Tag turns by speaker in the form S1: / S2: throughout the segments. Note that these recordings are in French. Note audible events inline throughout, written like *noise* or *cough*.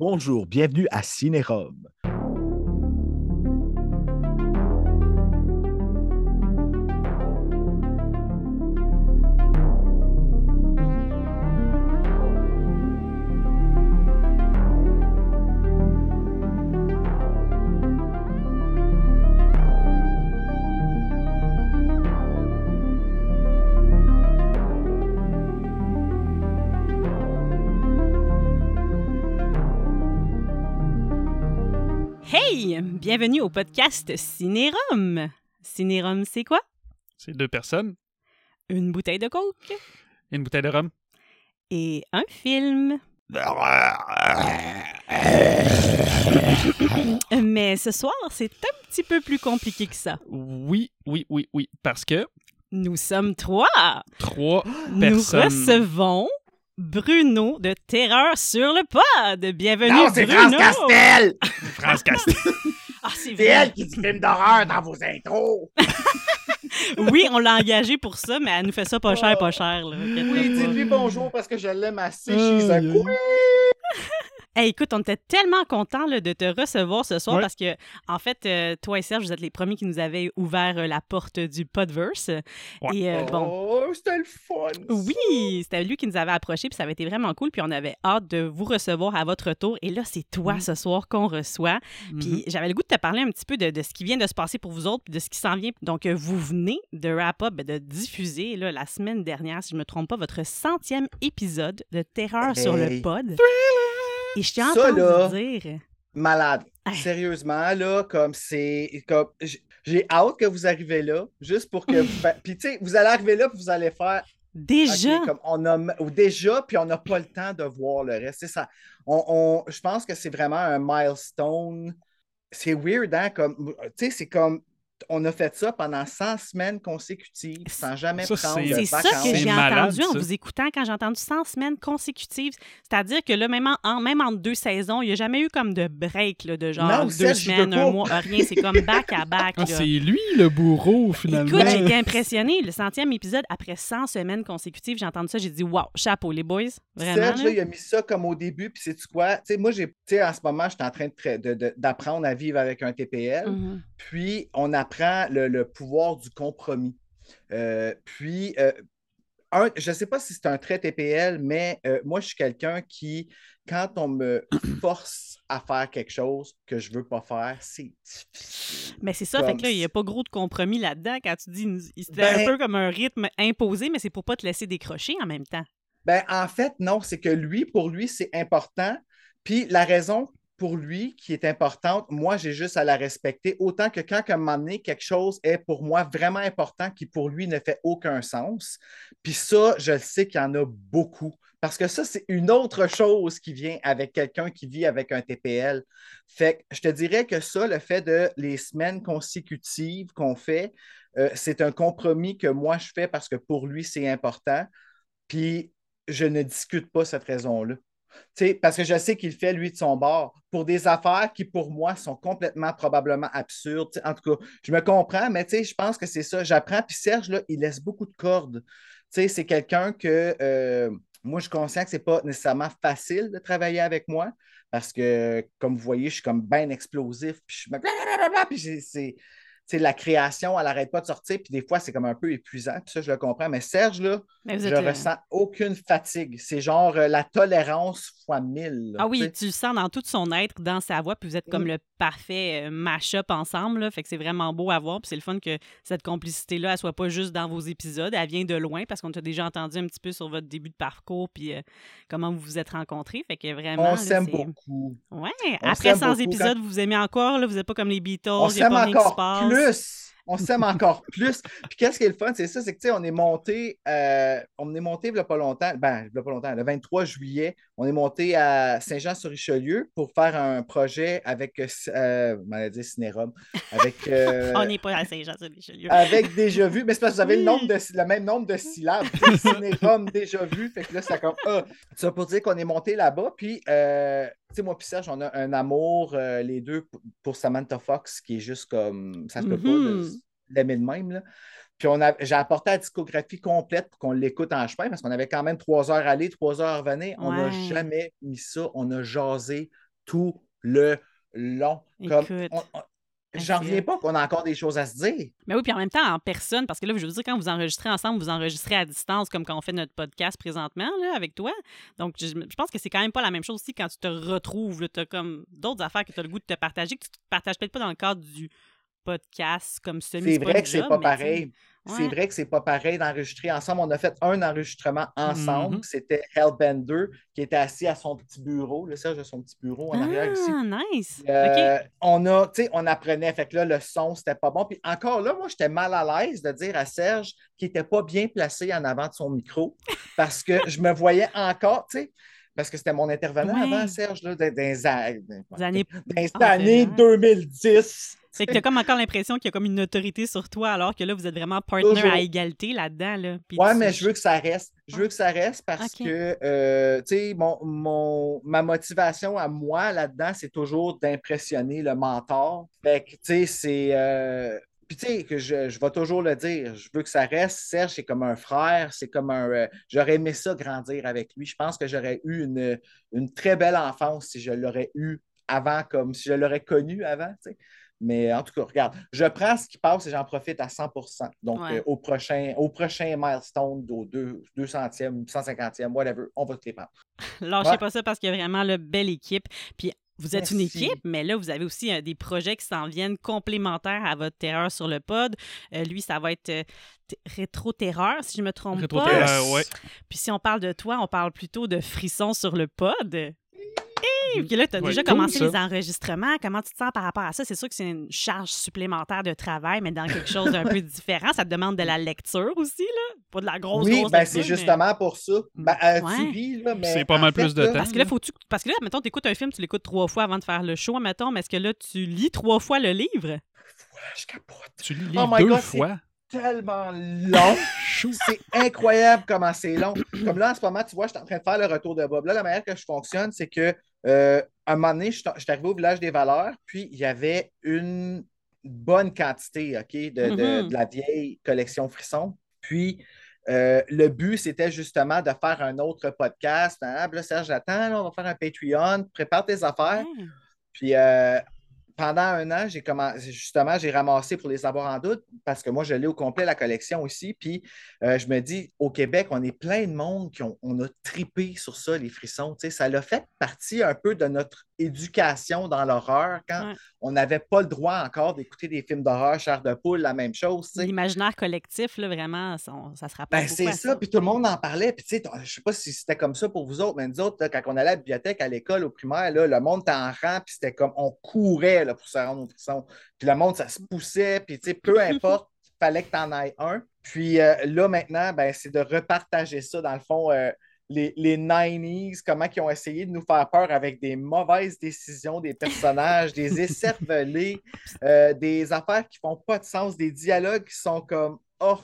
S1: Bonjour, bienvenue à Cinérum.
S2: Hey, bienvenue au podcast Cinérum. Cinérum, c'est quoi?
S3: C'est deux personnes,
S2: Une bouteille de coke
S3: une bouteille de rhum.
S2: et un film. Mais ce soir, c'est un petit peu plus compliqué que ça.
S3: Oui, oui, oui, oui. Parce que
S2: Nous sommes trois.
S3: trois personnes.
S2: Nous recevons Bruno de Terreur sur le pod. Bienvenue, Bruno.
S3: France Castel.
S2: Ah, c'est vrai.
S1: qui dit film d'horreur dans vos intros!
S2: *laughs* Oui, on l'a engagé pour ça, mais elle nous fait ça pas cher, pas cher. là.
S1: Oui,
S2: Inquiète-toi pas.
S1: dites-lui bonjour parce que je l'aime assez
S3: Aïe,
S1: chez un
S3: aïe.
S1: couple.
S2: Hey, écoute, on était tellement contents là, de te recevoir ce soir
S3: Ouais.
S2: parce que, en fait, euh, toi et Serge, vous êtes les premiers qui nous avaient ouvert euh, la porte du Podverse.
S3: Ouais.
S2: Et euh, bon,
S1: Oh, c'était le fun!
S2: oui, c'était lui qui nous avait approchés, puis ça avait été vraiment cool, puis on avait hâte de vous recevoir à votre retour. Et là, c'est toi
S3: Mhm.
S2: ce soir qu'on reçoit.
S3: Mhm.
S2: Puis j'avais le goût de te parler un petit peu de, de ce qui vient de se passer pour vous autres, puis de ce qui s'en vient. Donc, euh, vous venez de wrap up, ben, de diffuser là, la semaine dernière, si je ne me trompe pas, votre centième épisode de Terreur sur le
S1: Hey.
S2: pod. Et je t'ai
S1: Ça,
S2: entendu
S1: là,
S2: dire.
S1: Malade.
S2: Hey.
S1: Sérieusement, là, comme c'est. Comme, j- j'ai hâte que vous arrivez là, juste pour que.
S2: *laughs*
S1: vous fa- Puis, tu sais, vous allez arriver là, puis vous allez faire. Ok,
S2: Déjà,
S1: comme on a, ou déjà, puis on n'a pas le temps de voir le reste. C'est ça. On, on- je pense que c'est vraiment un milestone. C'est weird, hein? Comme, tu sais, c'est comme. On a fait ça pendant 100 semaines consécutives sans jamais
S3: Ça,
S1: prendre
S3: c'est-
S1: de
S2: c'est ça
S1: vacances.
S2: que
S3: C'est
S2: j'ai
S3: malade,
S2: entendu en
S3: ça.
S2: vous écoutant quand j'ai entendu 100 semaines consécutives. C'est-à-dire que là, même en, en- même en deux saisons, il n'y a jamais eu comme de break là, de genre
S1: Non,
S2: deux
S1: Serge, je
S2: semaines,
S1: peux pas.
S2: un mois, rien. C'est comme back à back.
S3: *laughs* Ah,
S2: là.
S3: c'est lui le bourreau, finalement.
S2: Écoute,
S3: *laughs*
S2: j'étais impressionnée. Le centième épisode, après 100 semaines consécutives, j'ai entendu ça, j'ai dit « Wow, chapeau les boys! » Vraiment,
S1: Serge, là,
S2: là.
S1: il a mis ça comme au début, puis c'est quoi? Tu sais, moi, j'ai, tu sais, en ce moment, je suis en train de tra- de- de- d'apprendre à vivre avec un TPL.
S2: Mhm.
S1: Puis, on apprend le, le pouvoir du compromis. Euh, puis, euh, un- je ne sais pas si c'est un trait TPL, mais euh, moi, je suis quelqu'un qui, quand on me force à faire quelque chose que je ne veux pas faire, c'est difficile.
S2: Mais c'est ça,
S1: Comme
S2: fait que là, il n'y a
S1: c'est-
S2: pas gros de compromis là-dedans quand tu dis « C'était
S1: Ben-
S2: un peu comme un rythme imposé, mais c'est pour pas te laisser décrocher en même temps.
S1: Ben, en fait, non, c'est que lui, pour lui, c'est important. Puis, la raison pour lui qui est importante, moi, j'ai juste à la respecter. Autant que quand, à un moment donné, quelque chose est pour moi vraiment important qui, pour lui, ne fait aucun sens. Puis ça, je le sais qu'il y en a beaucoup. Parce que ça, c'est une autre chose qui vient avec quelqu'un qui vit avec un TPL. Fait que je te dirais que ça, le fait de les semaines consécutives qu'on fait, euh, c'est un compromis que moi, je fais parce que pour lui, c'est important. Puis je ne discute pas cette raison-là. Tu sais, parce que je sais qu'il fait, lui, de son bord, pour des affaires qui, pour moi, sont complètement probablement absurdes. Tu sais, en tout cas, je me comprends, mais tu sais, je pense que c'est ça. J'apprends. Puis Serge, là, il laisse beaucoup de cordes. Tu sais, c'est quelqu'un que euh, moi, je suis conscient que ce n'est pas nécessairement facile de travailler avec moi parce que, comme vous voyez, je suis comme bien explosif. Puis je suis blablabla, puis j'ai- c'est. tu sais, la création, elle n'arrête pas de sortir, puis des fois, c'est comme un peu épuisant, puis ça, je le comprends. Mais Serge, là,
S2: Mais vous
S1: je
S2: êtes, euh,
S1: ressens aucune fatigue. C'est genre euh, la tolérance fois mille. là,
S2: Ah oui,
S1: tu sais.
S2: tu le sens dans tout son être, dans sa voix, puis vous êtes comme
S1: Mm.
S2: le parfait euh, mash-up ensemble. là. fait que c'est vraiment beau à voir, puis c'est le fun que cette complicité-là, elle soit pas juste dans vos épisodes, elle vient de loin, parce qu'on t'a déjà entendu un petit peu sur votre début de parcours, puis euh, comment vous vous êtes rencontrés. Fait que vraiment.
S1: On
S2: là,
S1: s'aime
S2: c'est-
S1: beaucoup.
S2: Ouais,
S1: On
S2: après
S1: s'aime
S2: 100
S1: beaucoup
S2: épisodes, vous vous aimez encore, là, vous êtes pas comme les Beatles,
S1: On
S2: il y a
S1: s'aime
S2: Oh, pas rien qui se
S1: encore
S2: passe.
S1: plus. On s'aime encore plus. Puis qu'est-ce qui est le fun, c'est ça, c'est que tu sais, on est monté, euh, on est monté il n'y a pas longtemps, ben, il y a pas longtemps, le 23 juillet, on est monté à Saint-Jean-sur-Richelieu pour faire un projet avec, euh, on allait dire Cinérum,
S2: *laughs*
S1: avec euh,
S2: On n'est pas ah, à Saint-Jean-sur-Richelieu.
S1: Avec déjà vu, mais c'est parce que vous avez le,
S2: Oui.
S1: nombre de, le même nombre de syllabes. C'est Cinérum déjà vu. Fait que là, c'est comme ah. Ça pour dire qu'on est monté là-bas. Puis, euh, tu sais, moi, puis Serge, on a un amour, euh, les deux, p- pour Samantha Fox, qui est juste comme. Ça se peut
S2: Mhm.
S1: pas de- l'aimer de même. Là. Puis, on a, j'ai apporté la discographie complète pour qu'on l'écoute en chemin parce qu'on avait quand même trois heures aller, trois heures à revenir. On n'a
S2: Ouais.
S1: jamais mis ça. On a jasé tout le long. Comme,
S2: Écoute.
S1: on- on- J'en reviens pas qu'on a encore des choses à se dire.
S2: Mais oui, puis en même temps, en personne, parce que là, je veux dire, quand vous enregistrez ensemble, vous enregistrez à distance, comme quand on fait notre podcast présentement, là, avec toi. Donc, je, je pense que c'est quand même pas la même chose aussi quand tu te retrouves. Tu as comme d'autres affaires que tu as le goût de te partager, que tu te partages peut-être pas dans le cadre du podcast comme celui
S1: C'est vrai que c'est pas pareil. C'est
S2: ouais.
S1: vrai que c'est pas pareil d'enregistrer ensemble. On a fait un enregistrement ensemble.
S2: Mm-hmm.
S3: Mhm.
S1: C'était Hellbender qui était assis à son petit bureau. Le Serge a son petit bureau en arrière ici.
S2: Ah, nice.
S1: Euh, on a, tu sais, on apprenait, fait que là, le son, c'était pas bon. Puis encore là, moi, j'étais mal à l'aise de dire à Serge qu'il était pas bien placé en avant de son micro parce que je me voyais encore, tu sais, parce que c'était mon intervenant
S2: Ouais.
S1: avant, Serge, là, dans, dans les a-
S2: OK. Des années-
S1: dans les
S2: Ah,
S1: années
S2: c'est vrai.
S1: 2010.
S2: C'est que tu as comme encore l'impression qu'il y a comme une autorité sur toi, alors que là, vous êtes vraiment partner
S1: Toujours.
S2: à égalité là-dedans. Là. Puis
S1: Ouais,
S2: tu- Ah,
S1: mais je veux que ça reste. Je veux que ça reste parce
S2: Ok.
S1: que, euh, tu sais, mon, mon- ma motivation à moi là-dedans, c'est toujours d'impressionner le mentor. Fait que, tu sais, c'est. euh, Puis, tu sais, que je, je vais toujours le dire. Je veux que ça reste. Serge, c'est comme un frère. C'est comme un. euh, j'aurais aimé ça grandir avec lui. Je pense que j'aurais eu une, une très belle enfance si je l'aurais eu avant, comme si je l'aurais connu avant, tu sais. Mais en tout cas, regarde, je prends ce qui passe et j'en profite à 100 Donc,
S2: Ouais.
S1: euh, au, prochain, au prochain milestone, au deux- 200e, 150e, whatever, on va te les prendre.
S2: Lâchez
S1: Ouais.
S2: pas ça parce qu'il y a vraiment la belle équipe. Puis vous êtes une
S1: Merci.
S2: équipe, mais là, vous avez aussi euh, des projets qui s'en viennent complémentaires à votre terreur sur le pod. Euh, lui, ça va être euh, t- rétro-terreur, si je me trompe
S3: Rétro-terreur.
S2: pas.
S3: Euh, ouais.
S2: Puis si on parle de toi, on parle plutôt de frissons sur le pod. Hey!
S1: Mmh.
S2: Puis là, tu as
S3: Ouais,
S2: déjà
S3: cool,
S2: commencé
S3: ça.
S2: les enregistrements. Comment tu te sens par rapport à ça? C'est sûr que c'est une charge supplémentaire de travail, mais dans quelque
S1: *laughs*
S2: chose d'un peu différent. Ça te demande de la lecture aussi, là. Pas de la grosse,
S1: oui,
S2: grosse
S1: ben,
S2: lecture,
S1: c'est
S2: mais-
S1: justement pour ça. Ben, euh,
S2: Ouais.
S1: tu vis, là, mais
S3: C'est pas
S1: en
S3: mal
S1: fait,
S3: plus de
S1: là,
S3: temps.
S2: Parce que là, faut-tu. Parce que là, mettons, t'écoutes un film, tu l'écoutes trois fois avant de faire le show, mettons, mais est-ce que là, tu lis trois fois le livre?
S1: Je capote
S3: Tu lis
S1: Oh my
S3: deux
S1: God, c'est-
S3: fois.
S1: tellement long.
S3: Chou.
S1: C'est incroyable comment c'est long. Comme là, en ce moment, tu vois, je suis en train de faire le retour de Bob. Là, la manière que je fonctionne, c'est que euh, à un moment donné, je suis je suis arrivé au village des valeurs, puis il y avait une bonne quantité, OK, de, de-
S2: Mhm.
S1: de la vieille collection Frisson. Puis euh, le but, c'était justement de faire un autre podcast. Ah, là, Serge, attends, là, on va faire un Patreon, prépare tes
S3: Ah.
S1: affaires.
S2: Hein?
S1: Puis euh, pendant un an, j'ai commencé, justement, j'ai ramassé pour les avoir en doute parce que moi, je l'ai au complet la collection aussi. Puis euh, je me dis, au Québec, on est plein de monde qui ont, on a tripé sur ça, les frissons. tu sais. ça l'a fait partie un peu de notre éducation dans l'horreur quand
S2: Ouais.
S1: on n'avait pas le droit encore d'écouter des films d'horreur, chair de poule, la même chose. tu sais.
S2: L'imaginaire collectif, là, vraiment, ça, on- ça se rappelle.
S1: Ben,
S2: beaucoup
S1: c'est
S2: à
S1: ça, puis tout le monde en parlait. Puis, tu sais, je sais pas si c'était comme ça pour vous autres, mais nous autres, là, quand on allait à la bibliothèque, à l'école, au primaire, là, le monde était en rang, puis c'était comme on courait là, pour se rendre au frisson. Puis le monde, ça se poussait, puis, tu sais,
S2: *laughs*
S1: peu importe, fallait que tu en ailles un. Puis euh, là, maintenant, ben, c'est de repartager ça, dans le fond, euh, les, les 90s, comment ils ont essayé de nous faire peur avec des mauvaises
S2: *laughs*
S1: décisions des personnages, des écervelés, euh, des affaires qui font pas de sens, des dialogues qui sont comme oh,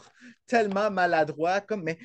S1: tellement maladroits, comme mais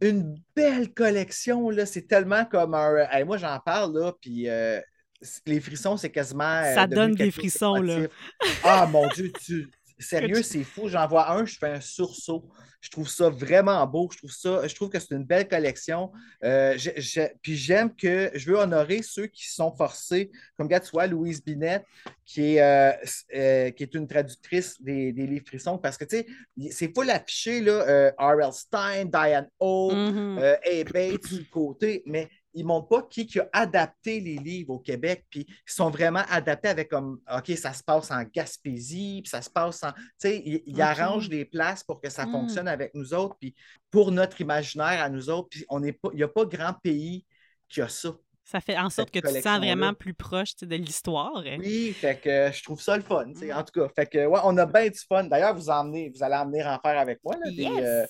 S1: une belle collection, là, c'est tellement comme un. euh, hey, moi, j'en parle, là, puis euh, c- les frissons, c'est quasiment. euh,
S2: Ça
S1: devenu
S2: donne des
S1: quelque chose de
S2: frissons, là.
S1: sportif. Ah, mon Dieu, tu. Sérieux, c'est fou. J'en vois un, je fais un sursaut. Je trouve ça vraiment beau. Je trouve ça, je trouve que c'est une belle collection. Euh, j'ai- j'ai- puis j'aime que je veux honorer ceux qui sont forcés, comme regarde, tu vois, Louise Binet, qui est, euh, s- euh, qui est une traductrice des, des livres frissons, parce que tu sais, y- c'est full affiché, là, euh, R.L. Stein, Diane O,
S2: Mhm.
S1: euh, Hey Bates du côté, mais ils ne montrent pas qui, qui a adapté les livres au Québec, puis ils sont vraiment adaptés avec comme, OK, ça se passe en Gaspésie, puis ça se passe en... Tu sais, ils, ils
S2: Ok.
S1: arrangent les places pour que ça
S2: Mm.
S1: fonctionne avec nous autres, puis pour notre imaginaire à nous autres, puis on n'est pas... Il n'y a pas grand pays qui a ça.
S2: Ça fait en sorte que tu
S1: cette
S2: te sens
S1: collection-là.
S2: vraiment plus proche tu sais, de l'histoire.
S1: Oui, fait que euh, je trouve ça le fun, tu
S2: Mm.
S1: sais, en tout cas. Fait que, ouais, on a bien du fun. D'ailleurs, vous emmenez, vous allez emmener en faire avec moi, là, des,
S2: Yes!
S1: euh,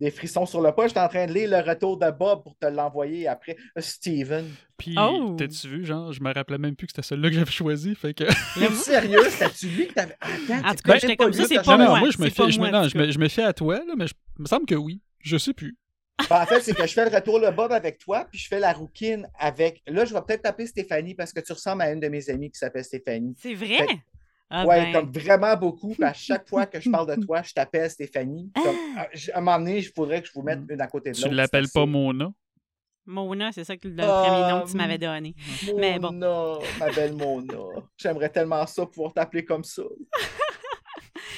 S1: des frissons sur le pas. J'étais en train de lire le retour de Bob pour te l'envoyer après. Euh, Steven.
S3: Puis,
S2: Oh.
S3: t'as-tu vu, genre, je me rappelais même plus que c'était celui-là que j'avais choisi. Fait que.
S1: T'es sérieux, c'était-tu lui que t'avais. Attends,
S2: En
S1: t'es
S2: tout cas,
S1: même
S2: j'étais
S1: pas
S2: comme
S1: lu
S2: ça,
S1: de
S2: c'est
S1: ta
S2: pas
S3: non, non,
S1: chanson.
S2: moi,
S3: moi, je me
S2: c'est pas
S3: fie, je, me-
S2: moi, en
S3: non,
S2: tout
S3: je me, je me fie à toi, là, mais je- il me semble que oui. Je sais plus.
S1: Ben, en fait, c'est que je fais le retour le Bob avec toi, puis je fais la rouquine avec. Là, je vais peut-être taper Stéphanie parce que tu ressembles à une de mes amies qui s'appelle Stéphanie.
S2: C'est vrai?
S1: Fait-
S2: Ah ben,
S1: ouais, comme vraiment beaucoup. puis à chaque fois que
S2: *laughs*
S1: je parle de toi, je t'appelle
S2: Ah! Mm.
S1: Stéphanie. Comme, à, à un moment donné, il faudrait que je vous mette une à côté de
S3: Tu
S1: l'autre.
S3: l'appelles
S1: c'est
S3: pas
S1: assez-
S3: Mona.
S2: Mona, c'est ça que le
S1: Ah,
S2: premier nom que tu m'avais donné. Mais bon.
S1: Mona, ma belle Mona. J'aimerais tellement ça pouvoir t'appeler
S2: *laughs*
S1: comme ça.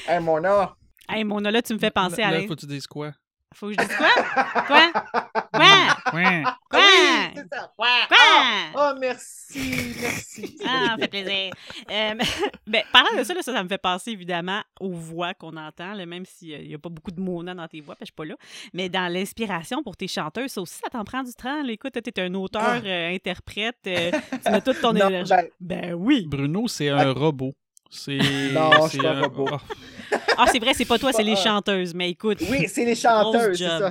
S1: hey, Ah Mona.
S2: Hey, Mona, là, tu me fais penser
S3: là,
S2: à...
S3: là,
S2: la-
S3: faut que tu dises quoi?
S2: Faut que je dise quoi?
S1: *laughs*
S2: Quoi? Quoi?
S3: *laughs* Ouais.
S1: Ah
S2: Quoi?
S1: oui, c'est ça. Ouais. Ah,
S2: Quoi?
S1: Oh, merci, merci.
S2: Ah, fait plaisir. Euh, *laughs* ben, parlant de ça, là, ça, ça me fait penser évidemment aux voix qu'on entend, là, même s'il n'y a pas beaucoup de Mona dans tes voix, parce que je suis pas là. Mais dans l'inspiration pour tes chanteuses, ça aussi, ça t'en prend du temps. là. Écoute, t'es un auteur,
S1: Ah.
S2: euh, interprète, euh,
S1: *laughs*
S2: tu mets toute ton
S1: Non,
S2: énergie.
S1: ben,
S2: Ben oui!
S3: Bruno, c'est un robot. C'est.
S1: Non, je suis
S3: c'est
S1: un robot.
S3: oh,
S2: Ah, c'est vrai, c'est pas toi, c'est
S1: *laughs*
S2: les
S1: Pas-
S2: chanteuses, mais écoute.
S1: Oui, c'est les
S2: Grosse
S1: chanteuses, c'est
S2: job.
S1: ça.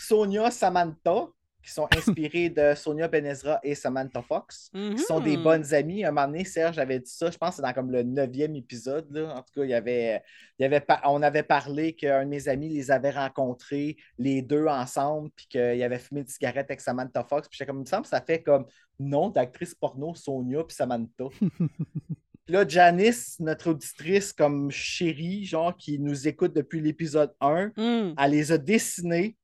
S1: Sonia Samantha, qui sont inspirées de Sonia Benezra et Samantha Fox, qui sont des
S2: Mhm.
S1: bonnes amies. Un moment donné, Serge avait dit ça, je pense que c'est dans comme le neuvième épisode. là. En tout cas, il y avait, il y avait par- on avait parlé qu'un de mes amis les avait rencontrés, les deux ensemble, puis qu'il avait fumé des cigarettes avec Samantha Fox. Puis j'étais comme, il me semble que ça fait comme nom d'actrice porno Sonia puis Samantha. Puis là, Janice, notre auditrice comme chérie, genre qui nous écoute depuis l'épisode 1,
S2: Mm.
S1: elle les a dessinées.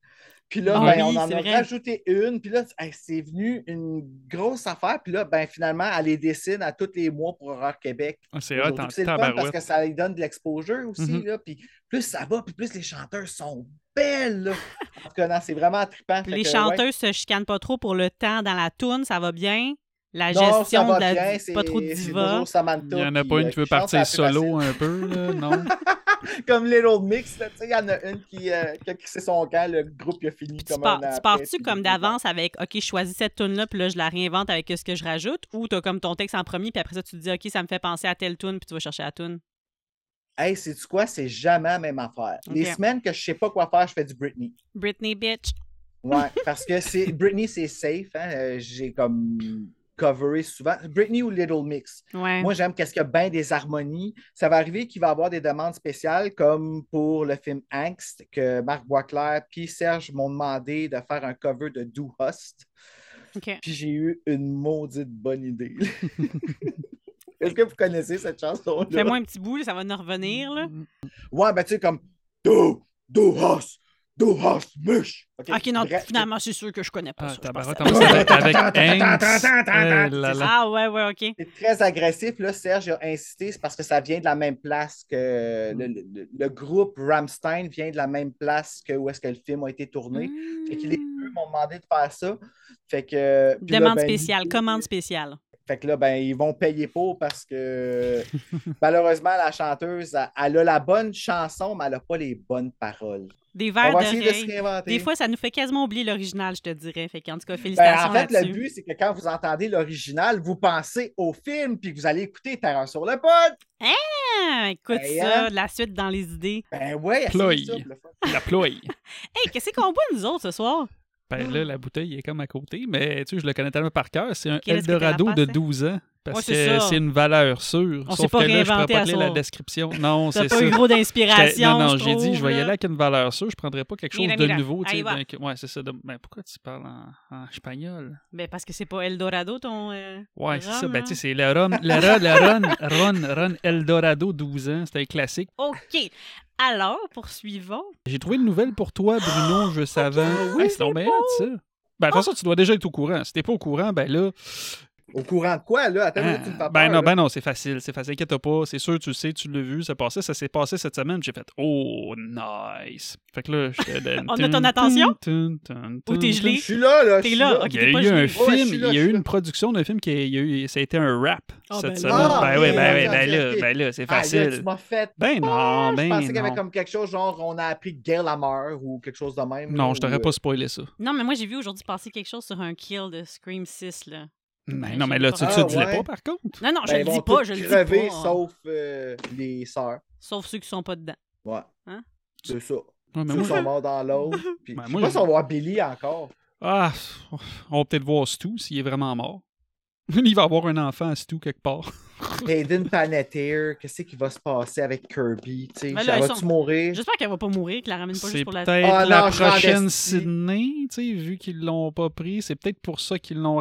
S1: Puis là,
S2: Ah
S1: ben,
S2: oui,
S1: on en
S2: c'est
S1: a
S2: vrai.
S1: rajouté une. Puis là, hey, c'est venu une grosse affaire. Puis là, ben, finalement, elle les dessine à tous les mois pour Horreur Québec.
S3: C'est
S2: Ah,
S3: hot en
S1: Aujourd'hui, C'est le fun parce
S3: tabarouette.
S1: que ça lui donne de l'exposure aussi.
S3: Mhm.
S1: là. Puis plus ça va, puis plus les chanteurs sont belles. là. en tout cas, non, c'est vraiment trippant.
S2: Puis
S1: Fait
S2: les
S1: que, ouais.
S2: chanteuses se chicanent pas trop pour le temps dans la toune, ça va bien. La
S1: Non, ça
S2: gestion
S1: va
S2: de la-
S1: bien,
S2: du-
S1: c'est-
S2: pas trop de
S1: c'est
S2: diva.
S1: toujours Samantha
S3: Il y en a
S1: qui,
S3: pas
S1: euh,
S3: une qui veut
S1: chante la
S3: partir
S1: plus
S3: solo un peu,
S1: *laughs*
S3: là, non?
S1: facile. Comme Little Mix, là, tu sais, il y en a une qui, euh, qui a crissé son camp, le groupe il a fini
S2: Puis tu
S1: comme
S2: pars-
S1: un euh, an
S2: tu
S1: après,
S2: pars-tu
S1: puis-
S2: comme d'avance avec OK, je choisis cette tune là puis là je la réinvente avec ce que je rajoute ou tu as comme ton texte en premier puis après ça tu te dis OK, ça me fait penser à telle tune puis tu vas chercher la tune.
S1: Hey, c'est du quoi? C'est jamais la même affaire. Les
S2: Ok.
S1: semaines que je sais pas quoi faire, je fais du Britney.
S2: Britney bitch. *laughs*
S1: Ouais, parce que c'est Britney, c'est safe. hein, euh, J'ai comme coveré souvent. Britney ou Little Mix.
S2: Ouais.
S1: Moi, j'aime qu'est-ce qu'il y a bien des harmonies. Ça va arriver qu'il va y avoir des demandes spéciales, comme pour le film Angst, que Marc Boisclair puis Serge m'ont demandé de faire un cover de Do Host.
S2: OK.
S1: Puis j'ai eu une maudite bonne
S2: *laughs*
S1: idée. Est-ce que vous connaissez cette chanson-là?
S2: Fais-moi un petit bout, là, ça va nous revenir là.
S1: Ouais, ben tu sais, comme Do, Do House, Do House, mush.
S2: OK, non,
S1: bref,
S2: finalement, c'est sûr que je connais pas
S3: Ah,
S2: ça. je pense
S3: tabarouette,
S2: que
S3: en plus,
S2: ça-
S3: avec avec Hanks. Eh là là.
S2: Ah ouais ouais, OK.
S1: C'est très agressif. Là, Serge a insisté, c'est parce que ça vient de la même place que le, le- le groupe Ramstein vient de la même place que où est-ce que le film a été tourné. Fait que les deux m'ont demandé de faire ça. Fait que. puis là,
S2: Mm. Hmm. Demande
S1: ben,
S2: spéciale,
S1: lui-
S2: commande spéciale.
S1: Fait que là, ben, ils vont payer pour parce que malheureusement, la chanteuse, elle- elle a la bonne chanson, mais elle n'a pas les bonnes paroles.
S2: Des
S1: On
S2: verres
S1: va essayer de se
S2: d'oreille.
S1: réinventer.
S2: Des fois, ça nous fait quasiment oublier l'original, je te dirais. Fait qu'en tout cas,
S1: Ben,
S2: félicitations
S1: en fait, le
S2: là-dessus.
S1: but, c'est que quand vous entendez l'original, vous pensez au film, puis que vous allez écouter Terreur sur le pod.
S2: Ah, écoute
S1: Ben,
S2: ça,
S1: hein.
S2: de la suite dans les idées.
S1: Ben ouais,
S3: Ploy.
S1: c'est ça. pour le fun.
S2: Ah.
S3: La ploie.
S2: Hey, qu'est-ce qu'on boit, nous autres, ce soir?
S3: Ben là, la bouteille est comme à côté, mais tu sais, je le connais tellement par cœur. C'est un
S2: Qu'est-ce que t'en
S3: Eldorado de
S2: penses, hein?
S3: 12 ans. Parce
S2: Ouais, c'est
S3: que
S2: ça.
S3: c'est une valeur sûre.
S2: On s'est
S3: Sauf
S2: pas
S3: que là, je pourrais
S2: réinventé à
S3: pas te lire la
S2: soir.
S3: description. Non,
S2: T'as
S3: c'est
S2: pas
S3: ça.
S2: eu gros
S3: J'étais-
S2: d'inspiration.
S3: Non, non,
S2: je
S3: j'ai dit,
S2: trouve,
S3: je vais y
S2: là.
S3: aller avec une valeur sûre. Je prendrais pas quelque chose
S2: Mira,
S3: de
S2: mira.
S3: nouveau. tu sais,
S2: Ahí va.
S3: d'un- ouais, c'est ça. de- Ben, pourquoi tu parles en, en espagnol?
S2: Ben, parce que c'est pas Eldorado, ton. euh,
S3: Ouais, c'est ça.
S2: Rhum,
S3: Ben,
S2: hein?
S3: tu sais, c'est le Rhum, le Rhum, le Rhum, Rhum, Rhum Eldorado 12 ans. C'était un classique.
S2: OK. Alors, poursuivons.
S3: J'ai trouvé une nouvelle pour toi, Bruno, juste avant.
S1: Ah, oui,
S3: Hey, c'est donc bien hot, ça. Ben, de toute façon, tu dois déjà être au courant. Si t'es pas au courant, ben là,
S1: Au courant de quoi, là? Attends, une minute, tu me fais
S3: Ah,
S1: peur,
S3: ben non,
S1: là.
S3: ben non, c'est facile, c'est facile, inquiète pas, c'est sûr, tu le sais, tu l'as vu, ça passait, ça s'est passé cette semaine, j'ai fait « Oh, nice! » Fait que là, j'étais...
S1: *laughs*
S3: dans-
S2: On a ton attention?
S3: Tun, tun, tun,
S2: Ou t'es
S3: tun.
S1: Je
S2: gelé?
S1: suis là, là. je
S2: T'es
S1: suis
S2: là, ok.
S3: Il y a
S2: t'es pas
S3: eu un
S2: gelé.
S1: Ouais, je suis
S3: film,
S1: là,
S3: il y a eu
S1: je suis
S3: une
S1: là.
S3: production d'un film qui a, il y a eu, ça a été un rap
S2: Ah,
S3: cette
S2: ben
S3: semaine.
S1: là. Ah,
S3: ben oui,
S1: ok,
S3: ben oui,
S1: ok,
S3: ben là,
S1: ok.
S3: ben là, c'est
S1: Ah, là,
S3: facile.
S1: tu m'as fait.
S3: ben non,
S1: Ah, Je
S3: ben
S1: pensais qu'il y avait
S3: non.
S1: comme quelque chose, genre, on a appris Gail Hammer ou quelque chose de même. là,
S3: Non, je t'aurais
S1: ou,
S3: pas spoilé ça.
S2: Non, mais moi, j'ai vu aujourd'hui passer quelque chose sur un kill de Scream 6, là.
S3: Ben non, mais là, tu,
S2: Ah,
S3: tu le dis
S1: ouais.
S3: pas, par contre.
S2: Non, non,
S1: euh,
S2: je
S1: ben,
S2: le
S1: ils
S2: dis
S1: vont
S2: pas,
S1: tous
S2: je le dis
S1: crever,
S2: pas. hein.
S1: sauf euh, les sœurs.
S2: Sauf ceux qui sont pas dedans.
S1: Ouais.
S2: Hein?
S1: C'est ça.
S3: Ouais, mais
S1: Ceux
S3: moi,
S1: qui sont morts
S2: *laughs*
S1: dans l'autre. Puis,
S3: Ben,
S1: je sais
S3: moi,
S1: pas
S3: je-
S1: si on va voir Billy encore.
S3: Ah, on va peut-être voir Stu s'il est vraiment mort. *laughs* Il va avoir un enfant à Stu quelque part.
S1: Hayden Panettiere, qu'est-ce qui va se passer avec Kirby? Tu sais,
S2: Ben là,
S1: ça
S2: ils
S1: va-tu
S2: sont-
S1: mourir?
S2: J'espère qu'elle va pas mourir, qu'elle la ramène pas juste
S3: C'est
S2: pour la.
S3: peut-être
S1: Ah,
S3: la
S1: non, je
S3: prochaine
S1: l'envestis.
S3: Sydney, tu sais, vu qu'ils l'ont pas pris. C'est peut-être pour ça qu'ils l'ont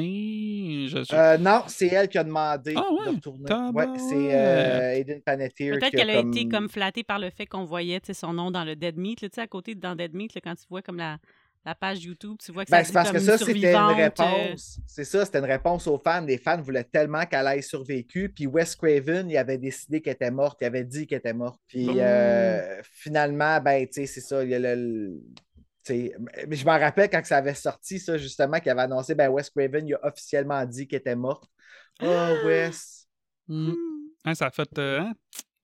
S3: ramené. Je suis...
S1: Euh, non, c'est elle qui a demandé
S3: Ah ouais?
S1: de retourner. Ouais,
S3: Tabarouette.
S1: c'est euh, Hayden Panettiere.
S2: Peut-être
S1: qui a
S2: qu'elle a
S1: comme-
S2: été comme flattée par le fait qu'on voyait tu sais, son nom dans le Dead Meat, là, tu sais, à côté dans Dead Meat, là, quand tu vois comme la, la page YouTube, tu vois que ça
S1: Ben,
S2: dit
S1: c'est parce que
S2: comme
S1: ça,
S2: une
S1: c'était une
S2: survivante, euh,
S1: réponse. C'est ça, c'était une réponse aux fans. Les fans voulaient tellement qu'elle ait survécu. Puis Wes Craven, il avait décidé qu'elle était morte. Il avait dit qu'elle était morte. Puis
S3: Mm.
S1: euh, finalement, ben, tu sais, c'est ça. Il y a le- le- tu sais, mais je m'en rappelle quand ça avait sorti, ça, justement, qu'il avait annoncé, ben, Wes Craven, il a officiellement dit qu'elle était morte.
S2: Ah!
S1: Oh, Wes.
S2: Hmm,
S3: Mm. Hein, ça a fait. euh, hein?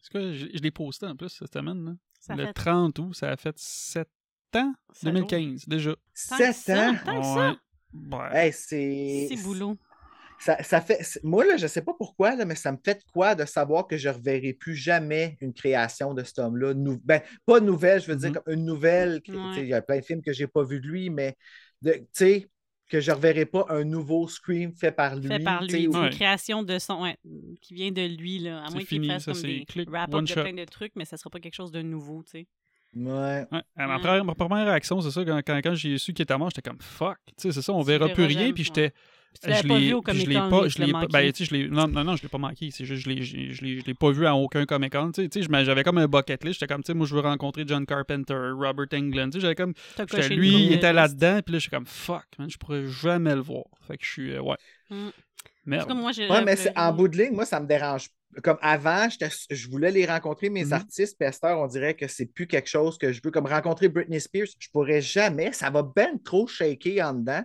S3: Est-ce que je, je l'ai posté en plus cette semaine? là?
S2: ça
S3: Le
S2: fait
S3: 30 août, ça a fait 7 ans.
S2: ça
S3: 2015, déjà.
S2: Tant que
S1: 7
S2: ça,
S1: ans?
S2: Tant que ça.
S3: Ouais.
S1: Hey,
S2: joue.
S1: c'est.
S2: C'est boulot.
S1: Ça, ça fait. c'est- Moi, là, je ne sais pas pourquoi, là, mais ça me fait de quoi de savoir que je ne reverrai plus jamais une création de cet homme-là. Nou- Ben, pas nouvelle, je veux
S3: Mhm.
S1: dire comme une nouvelle. qui- tu
S2: Mm-hmm. Ouais.
S1: sais, Il y a plein de films que je n'ai pas vu de lui, mais de- tu sais, que je ne reverrai pas un nouveau Scream fait par lui.
S2: Fait par
S1: tu sais,
S2: lui.
S1: ou-
S2: C'est
S3: Ouais.
S2: une création de son ouais, qui vient de lui, là. À
S3: C'est
S2: moins qu'il
S3: fini,
S2: fasse
S3: ça,
S2: comme
S3: c'est
S2: des
S3: click,
S2: wrap-up
S3: one
S2: de
S3: shot.
S2: plein de trucs, mais ça sera pas quelque chose de nouveau, tu sais.
S1: Ouais.
S3: Ouais. Alors, ma,
S2: Mm.
S3: première, ma première réaction, c'est ça, quand, quand, quand j'ai su qu'il était mort, j'étais comme fuck. Tu sais, c'est ça, on
S2: Tu
S3: verra
S2: verras
S3: plus rien.
S2: jamais,
S3: Puis
S2: ouais.
S3: j'étais.
S2: Puis tu
S3: Je
S2: l'avais pas
S3: l'ai
S2: vu au
S3: puis je
S2: Comic
S3: l'ai
S2: Con,
S3: pas,
S2: mais
S3: je
S2: tu l'as
S3: l'ai pas,
S2: manqué.
S3: ben, tu sais, je l'ai, non, non, non, je l'ai pas manqué. C'est juste, je l'ai, je, l'ai- je l'ai- je l'ai pas vu à aucun Comic Con. Tu sais, tu sais, je m'en- j'avais comme un bucket list. J'étais comme, tu sais, moi, je veux rencontrer John Carpenter, Robert Englund. Tu sais, j'avais comme,
S2: T'as
S3: j'étais-
S2: coché le
S3: lui,
S2: gros
S3: il était
S2: liste.
S3: là-dedans. Puis là, j'étais comme fuck, man, je pourrais jamais le voir. Fait que je suis, euh, ouais.
S2: Mm. En tout
S3: Merde.
S2: cas, moi, j'ai-
S1: Ouais, mais c'est-
S2: j'avais-
S1: en bout de ligne, moi, ça me dérange. Comme avant, j'étais- je voulais les rencontrer, mes
S3: Mhm.
S1: artistes, puis à cette heure, on dirait que c'est plus quelque chose que je veux. Comme rencontrer Britney Spears, je pourrais jamais. Ça va ben trop shaker en dedans.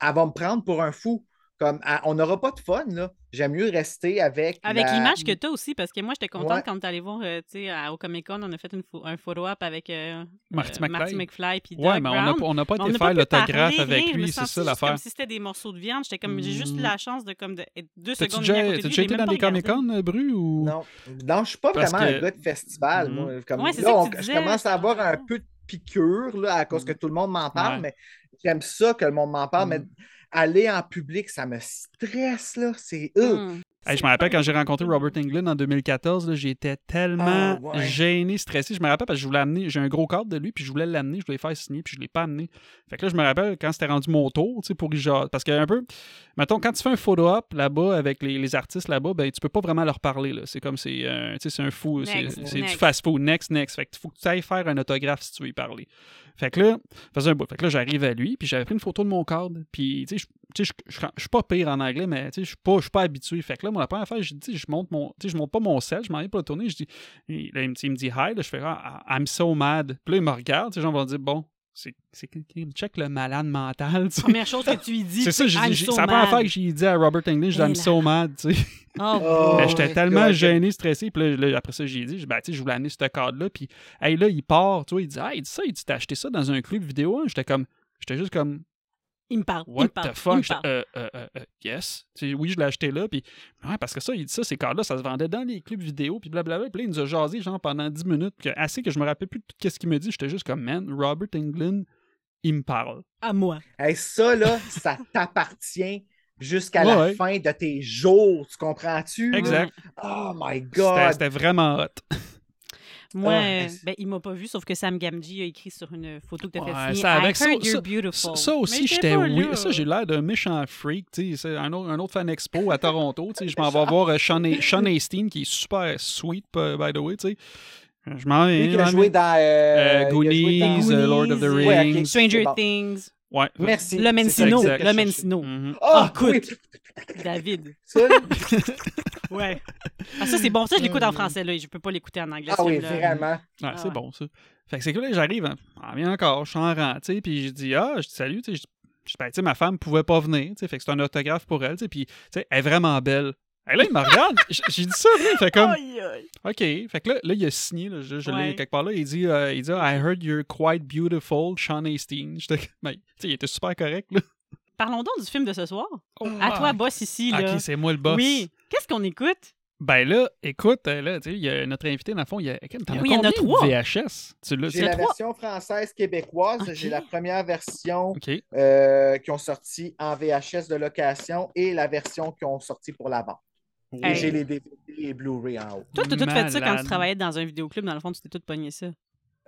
S1: Elle va me prendre pour un fou. Comme, à- on n'aura pas de fun, là. J'aime mieux rester avec.
S2: Avec
S1: la-
S2: l'image que t'as aussi, parce que moi, j'étais contente
S1: Ouais.
S2: quand t'allais voir, euh, tu sais, à- au Comic Con, on a fait une fo- un follow-up avec euh,
S3: Marty
S2: euh,
S3: McFly.
S2: McFly puis
S3: Ouais,
S2: Doc
S3: mais on
S2: Brown.
S3: n'a on n'a pas
S2: Mais
S3: été
S2: n'a
S3: faire
S2: pu
S3: l'autographe
S2: parler, rien,
S3: avec
S2: je me
S3: lui, c'est
S2: sentis
S3: ça
S2: juste
S3: l'affaire.
S2: Comme si c'était des morceaux de viande, j'étais comme j'ai juste
S3: Mm.
S2: eu la chance de comme de, être deux
S3: T'as-tu
S2: secondes mis à
S3: déjà,
S2: côté de lui,
S3: t'as déjà
S2: je l'ai
S3: été
S2: même pas
S3: dans des
S2: regardé.
S3: Comic-Con, euh, Bru, ou...
S1: Non, non je ne suis pas
S3: Parce
S1: vraiment un
S3: que-
S1: gars de festival.
S3: Mhm.
S1: moi. Comme,
S2: Ouais, c'est
S1: là,
S2: ça que
S1: on-
S2: tu
S1: je
S2: disais,
S1: commence à
S2: c'est
S1: avoir un
S2: normal.
S1: peu de piqûre là, à cause que tout le monde m'en parle,
S3: Mm. Ouais.
S1: mais j'aime ça que le monde m'en parle,
S3: Mhm.
S1: mais aller en public, ça me stresse, là. C'est euh, eux.
S2: Mm.
S3: Hey, je
S2: C'est
S3: me rappelle
S2: pas-
S3: quand j'ai rencontré Robert Englund en 2014, là, j'étais tellement
S1: Ah, ouais.
S3: gêné, stressé. Je me rappelle parce que je voulais amener, j'ai un gros cadre de lui, puis je voulais l'amener, je voulais le faire signer, puis je l'ai pas amené. Fait que là, je me rappelle quand c'était rendu mon tour, tu sais, pour y jaser. Parce que un peu, mettons, quand tu fais un photo-op là-bas avec les, les artistes là-bas, ben tu peux pas vraiment leur parler. là. C'est comme c'est un, tu sais, c'est un fou, c'est
S2: Next,
S3: c'est du
S2: next.
S3: fast-food, next, next. Fait que faut que tu ailles faire un autographe si tu veux y parler. Fait que là, faisais un bout. Fait que là, j'arrive à lui, puis j'avais pris une photo de mon cadre, puis tu sais, je tu sais, je, je, je suis pas pire en anglais, mais tu sais, je suis pas, je suis pas habitué. Fait que là, moi, la première affaire, j'ai dit, je monte mon, tu sais, je monte pas mon sel, je m'en vais pour le tourner. Je dis, il, là, il me, dit- il me dit hi, là, je fais ah, I'm so mad. Puis là, il me regarde, tu sais, genre, on va dire, bon, c'est, c'est, il me check le malade mental, tu sais.
S2: Première chose que tu lui dis,
S3: *laughs* C'est ça, j'ai,
S2: I'm
S3: j'ai-
S2: so
S3: c'est la première
S2: mad.
S3: affaire que j'ai dit à Robert English, j'ai dit,
S2: Et
S3: I'm
S2: là.
S3: so mad, tu sais.
S2: Oh,
S1: Oh,
S3: Ben,
S2: boy.
S3: j'étais
S1: my
S3: tellement
S1: God.
S3: gêné, stressé. Puis là, là, après ça, j'ai dit, ben, tu sais, je voulais amener ce cadre-là. Puis, hey, là, il part, tu vois, il dit, hey, il dit ça, il dit, t'as acheté ça dans un club vidéo. hein? J'étais comme, j'étais juste comme,
S2: il me parle, il
S3: What
S2: me parle,
S3: the fuck?
S2: il me
S3: J'étais,
S2: parle.
S3: euh, euh, euh, euh, yes. Tu sais, oui, je l'ai acheté là. Puis, ouais, parce que ça, il dit ça, ces cartes-là, ça se vendait dans les clubs vidéo. Puis blablabla. Puis là, il nous a jasé, genre, pendant 10 minutes. que- assez que je me rappelle plus de tout ce qu'il me dit. J'étais juste comme, man, Robert Englund, il me parle.
S2: À moi.
S1: Hey, ça, là, ça t'appartient jusqu'à la
S3: Ouais.
S1: fin de tes jours. Tu comprends-tu? là?
S3: Exact.
S1: Oh my
S3: C'était,
S1: God!
S3: c'était vraiment hot.
S2: Moi,
S1: Ah,
S2: euh,
S1: est-ce-
S2: ben, il m'a pas vu, sauf que Sam Gamgee a écrit sur une photo que t'as
S3: Ouais,
S2: fait signer.
S3: ça,
S2: I
S3: avec ça-
S2: heard
S3: ça-
S2: you're beautiful.
S3: Ça, ça
S2: Mais
S3: aussi,
S2: j'étais
S3: j'étais
S2: pas
S3: oui.
S2: là.
S3: Ça, j'ai l'air d'un méchant freak. tu sais. C'est un autre, un autre fan expo à Toronto. tu
S2: *laughs*
S3: sais. Je m'en vais voir euh, Sean, A- Sean Astin, qui est super sweet, by by the way. tu sais. Je m'en vais.
S1: Lui qui
S3: je
S1: a
S3: m'en
S1: joué
S3: vais.
S1: dans. euh,
S3: Euh,
S1: il a joué dans-
S3: Goonies, euh, Lord of the
S2: Goonies,
S1: ouais, ok.
S3: Rings.
S2: Stranger
S1: C'est bon.
S2: Things,
S3: Ouais.
S1: Merci.
S2: Le Mencino,
S1: C'est ça que
S2: Le
S1: je
S2: Mencino,
S3: Mhm.
S1: Ah,
S2: Ah,
S1: oui.
S2: David.
S1: Ça, là,
S2: Ouais. Ah, ça, c'est bon. Ça, je
S3: Hmm.
S2: l'écoute en français, là. et Je peux pas l'écouter en anglais.
S1: Ah oui,
S2: celui-là.
S1: vraiment.
S3: Ouais,
S2: Ah
S3: c'est
S2: ouais.
S3: bon, ça. Fait que c'est que là, j'arrive, hein, on vient encore, je suis en rang, tu sais, puis je dis, ah, je dis salut, tu sais, je- je- ben, tu sais, ma femme pouvait pas venir, tu sais, fait que c'est un autographe pour elle, tu sais, puis, tu sais, elle est vraiment belle. Et là, il me regarde, *laughs* j- j'ai dit ça, là, il fait comme,
S2: Aïe, aïe.
S3: OK. Fait que là, là, il a signé, là, je, je l'ai
S2: Ouais.
S3: quelque part là, il dit, euh, il dit, I heard you're quite beautiful, Sean Hastings. J'étais comme, Ben, tu sais, il était super correct, là.
S2: Parlons donc du film de ce soir.
S3: Oh,
S2: À toi,
S3: ah,
S2: boss, ici,
S3: ah,
S2: là.
S3: OK, c'est moi le boss.
S2: Oui. Qu'est-ce qu'on écoute?
S3: Ben là, écoute, euh, là, tu sais, il y a notre invité, dans le fond, il y a, t'en as
S2: Oui, il y en a
S3: combien de
S2: trois.
S3: VHS? Tu l'as,
S1: J'ai
S3: tu
S1: la
S3: l'as-
S1: version française québécoise.
S2: Ok.
S1: J'ai la première version
S3: OK.
S1: euh, qui ont sorti en VHS de location et la version qui ont sorti pour la vente. Et
S2: Hey.
S1: j'ai les DVD et Blu-ray en haut.
S2: Toi, t'as tout fait ça quand tu
S3: Malade.
S2: travaillais dans un vidéoclub. Dans le fond, tu t'es tout pogné ça.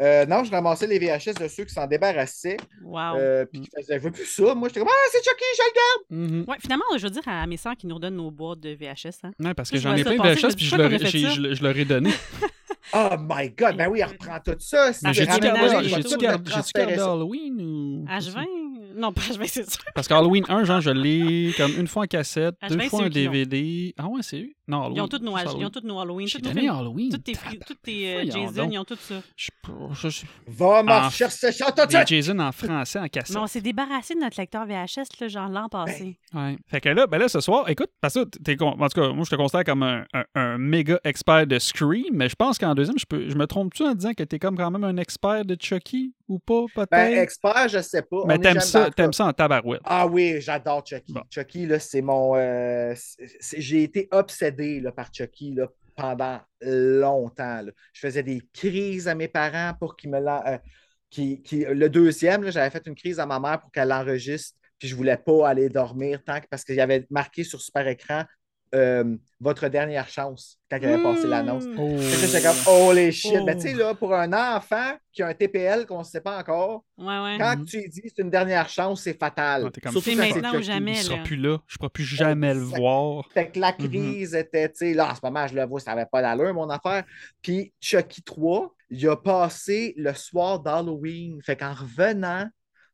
S1: Euh, non, je ramassais les VHS de ceux qui s'en débarrassaient.
S3: Ah.
S2: Wow.
S1: euh, puis qui faisaient, je veux plus ça. Moi, j'étais comme, ah, c'est Chucky, je le garde.
S3: Mhm.
S2: Ouais, finalement, je veux dire à mes sœurs qui nous redonnent nos boîtes de VHS, hein.
S3: *laughs* Ouais, parce que
S2: Moi, je
S3: j'en
S2: vois
S3: ai
S2: ça
S3: plein de
S2: passer, je
S3: VHS,
S2: me dis
S3: puis je
S2: pas qu'on
S3: leur
S2: a fait
S3: j'ai-
S2: ça. Ah,
S3: je le- je leur ai donné.
S1: Oh my God, ben oui, elle reprend tout ça.
S3: Mais
S2: j'ai
S1: j'ai
S3: j'ai-tu
S2: ramène
S3: gardé,
S2: à-
S3: j'ai-tu
S2: j'ai
S3: gardé- j'ai-tu gardé Halloween ou.
S2: Ah, H20? Non, pas H20, c'est sûr.
S3: Parce qu'Halloween 1, genre, je l'ai comme une fois en cassette,
S2: Ah, je
S3: deux
S2: pense
S3: fois
S2: que
S3: en
S2: c'est eux qui l'ont.
S3: DVD. Ah ouais, c'est eux. Non, Halloween.
S2: Ils ont toutes nos,
S3: c'est
S2: H- ils ont
S3: Halloween.
S2: toutes nos Halloween.
S3: J'ai
S2: toutes nos
S3: donné
S2: films,
S3: Halloween.
S2: Toutes tes, fri- toutes tes euh,
S3: Voyons
S2: Jason,
S3: donc.
S2: ils ont tout ça.
S3: Je, je, je-
S1: Va
S3: Ah.
S1: m'en chercher ça tout de
S3: des
S1: suite!
S3: Jason en français en cassette.
S2: Mais on s'est débarrassé de notre lecteur VHS, là, genre
S1: Ben,
S2: l'an passé.
S3: Ouais. Fait que là, ben là, ce soir, écoute, parce que t'es con- en tout cas, moi, je te considère comme un, un- un méga expert de Scream, mais je pense qu'en deuxième, je, peux, je me trompe-tu en disant que t'es comme quand même un expert de Chucky ou pas, peut-être?
S1: Ben, expert, je sais pas. on
S3: mais
S1: est
S3: t'aimes
S1: jamais dans
S3: ça,
S1: le
S3: t'aimes
S1: cas.
S3: ça en tabarouette.
S1: Ah oui, j'adore Chucky.
S3: Bon.
S1: Chucky, là, c'est mon. euh, c'est- c'est- j'ai été obsédé là, par Chucky là, pendant longtemps. là. Je faisais des crises à mes parents pour qu'ils me la- euh, qu'ils- qu'ils- le deuxième, là, j'avais fait une crise à ma mère pour qu'elle l'enregistre, puis je voulais pas aller dormir tant que parce qu'il y avait marqué sur super écran euh, votre dernière chance quand il avait passé l'annonce.
S2: Mmh.
S3: Oh.
S1: Fait que J'étais comme, oh les shit.
S2: Oh.
S1: Mais tu sais, là, pour un enfant qui a un TPL qu'on ne sait pas encore,
S2: Ouais, ouais.
S1: quand
S3: Mhm.
S1: tu lui dis c'est une dernière chance, c'est fatal.
S3: Ah, t'es comme,
S1: Surtout
S2: C'est
S1: quand
S2: maintenant ou
S1: Chucky.
S2: jamais.
S3: Il sera
S2: là.
S3: plus là. Je pourrai plus jamais le
S1: Exact.
S3: voir.
S1: Fait que la
S3: Mhm.
S1: crise était, tu sais, là, en ce moment, je le vois, ça n'avait pas d'allure, mon affaire. Puis Chucky 3, il a passé le soir d'Halloween. Fait qu'en revenant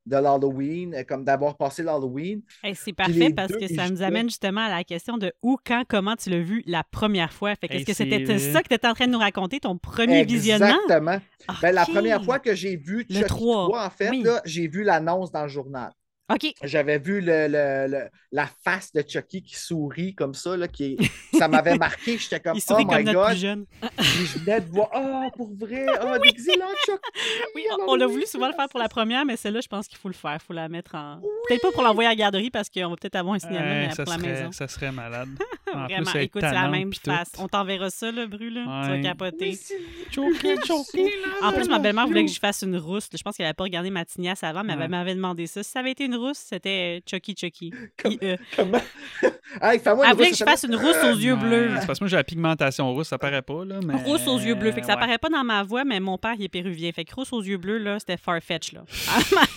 S1: de l'Halloween, euh, comme d'avoir passé l'Halloween,
S2: Hey, c'est
S1: les
S2: parfait parce
S1: deux,
S2: que
S1: ils
S2: ça nous
S1: jouaient.
S2: amène justement à la question de où, quand, comment tu l'as vu la première fois. Fait que
S3: Hey,
S2: est-ce que
S3: c'est
S2: c'était
S3: vrai.
S2: ça que tu étais en train de nous raconter, ton premier visionnement?
S1: eh, Exactement. Ben, la
S2: Ok.
S1: première fois que j'ai vu
S2: Le
S1: Chucky
S2: 3,
S1: 3, en fait,
S2: oui.
S1: là, j'ai vu l'annonce dans le journal.
S2: OK.
S1: J'avais vu le, le- le- la face de Chucky qui sourit comme ça, là, qui est- ça m'avait marqué. J'étais comme,
S2: *laughs* Il
S1: oh
S2: sourit comme
S1: my
S2: notre
S1: God.
S2: plus jeune.
S1: Puis je venais de voir, ah, pour vrai, ah, d'excellent Chucky.
S2: *laughs* Oui, on- on l'a voulu
S1: Halloween,
S2: souvent le faire pour la
S1: Ah, c'est-
S2: première, mais celle-là, je pense qu'il faut le faire. Il faut la mettre en. Peut-être pas pour l'envoyer à la garderie parce qu'on va peut-être avoir un cinéma
S3: Hey,
S2: mais
S3: ça,
S2: pour la maison.
S3: serait, ça serait
S2: *laughs*
S3: malade. En
S2: Vraiment,
S3: plus, elle est
S2: écoute, c'est la
S3: tannante
S2: même
S3: pis tout.
S2: face.
S3: *laughs*
S2: On t'enverra ça, là, Bru, là. Tu
S3: Ouais.
S2: vas capoter.
S1: Oui, c'est-
S3: Choqué, choqué.
S2: En plus, ma belle-mère voulait que j'y fasse une rousse. Je pense qu'elle n'avait pas regardé ma tignasse avant, mais
S3: Ouais.
S2: elle m'avait demandé ça. Si ça avait été une rousse, c'était euh, Chucky
S1: *laughs*
S2: Chucky. I- euh,
S1: Comment? hey, fais-moi une
S2: Elle voulait que
S1: grosse
S2: je fasse une rousse aux yeux
S3: Ouais,
S2: bleus.
S3: C'est parce que moi, j'ai la pigmentation rousse, ça paraît pas, là. Mais...
S2: Rousse aux yeux bleus. Fait que ça
S3: Ouais.
S2: paraît pas dans ma voix, mais mon père, il est péruvien. Fait que rousse aux yeux bleus, là, c'était farfetch,
S3: *laughs*
S2: là.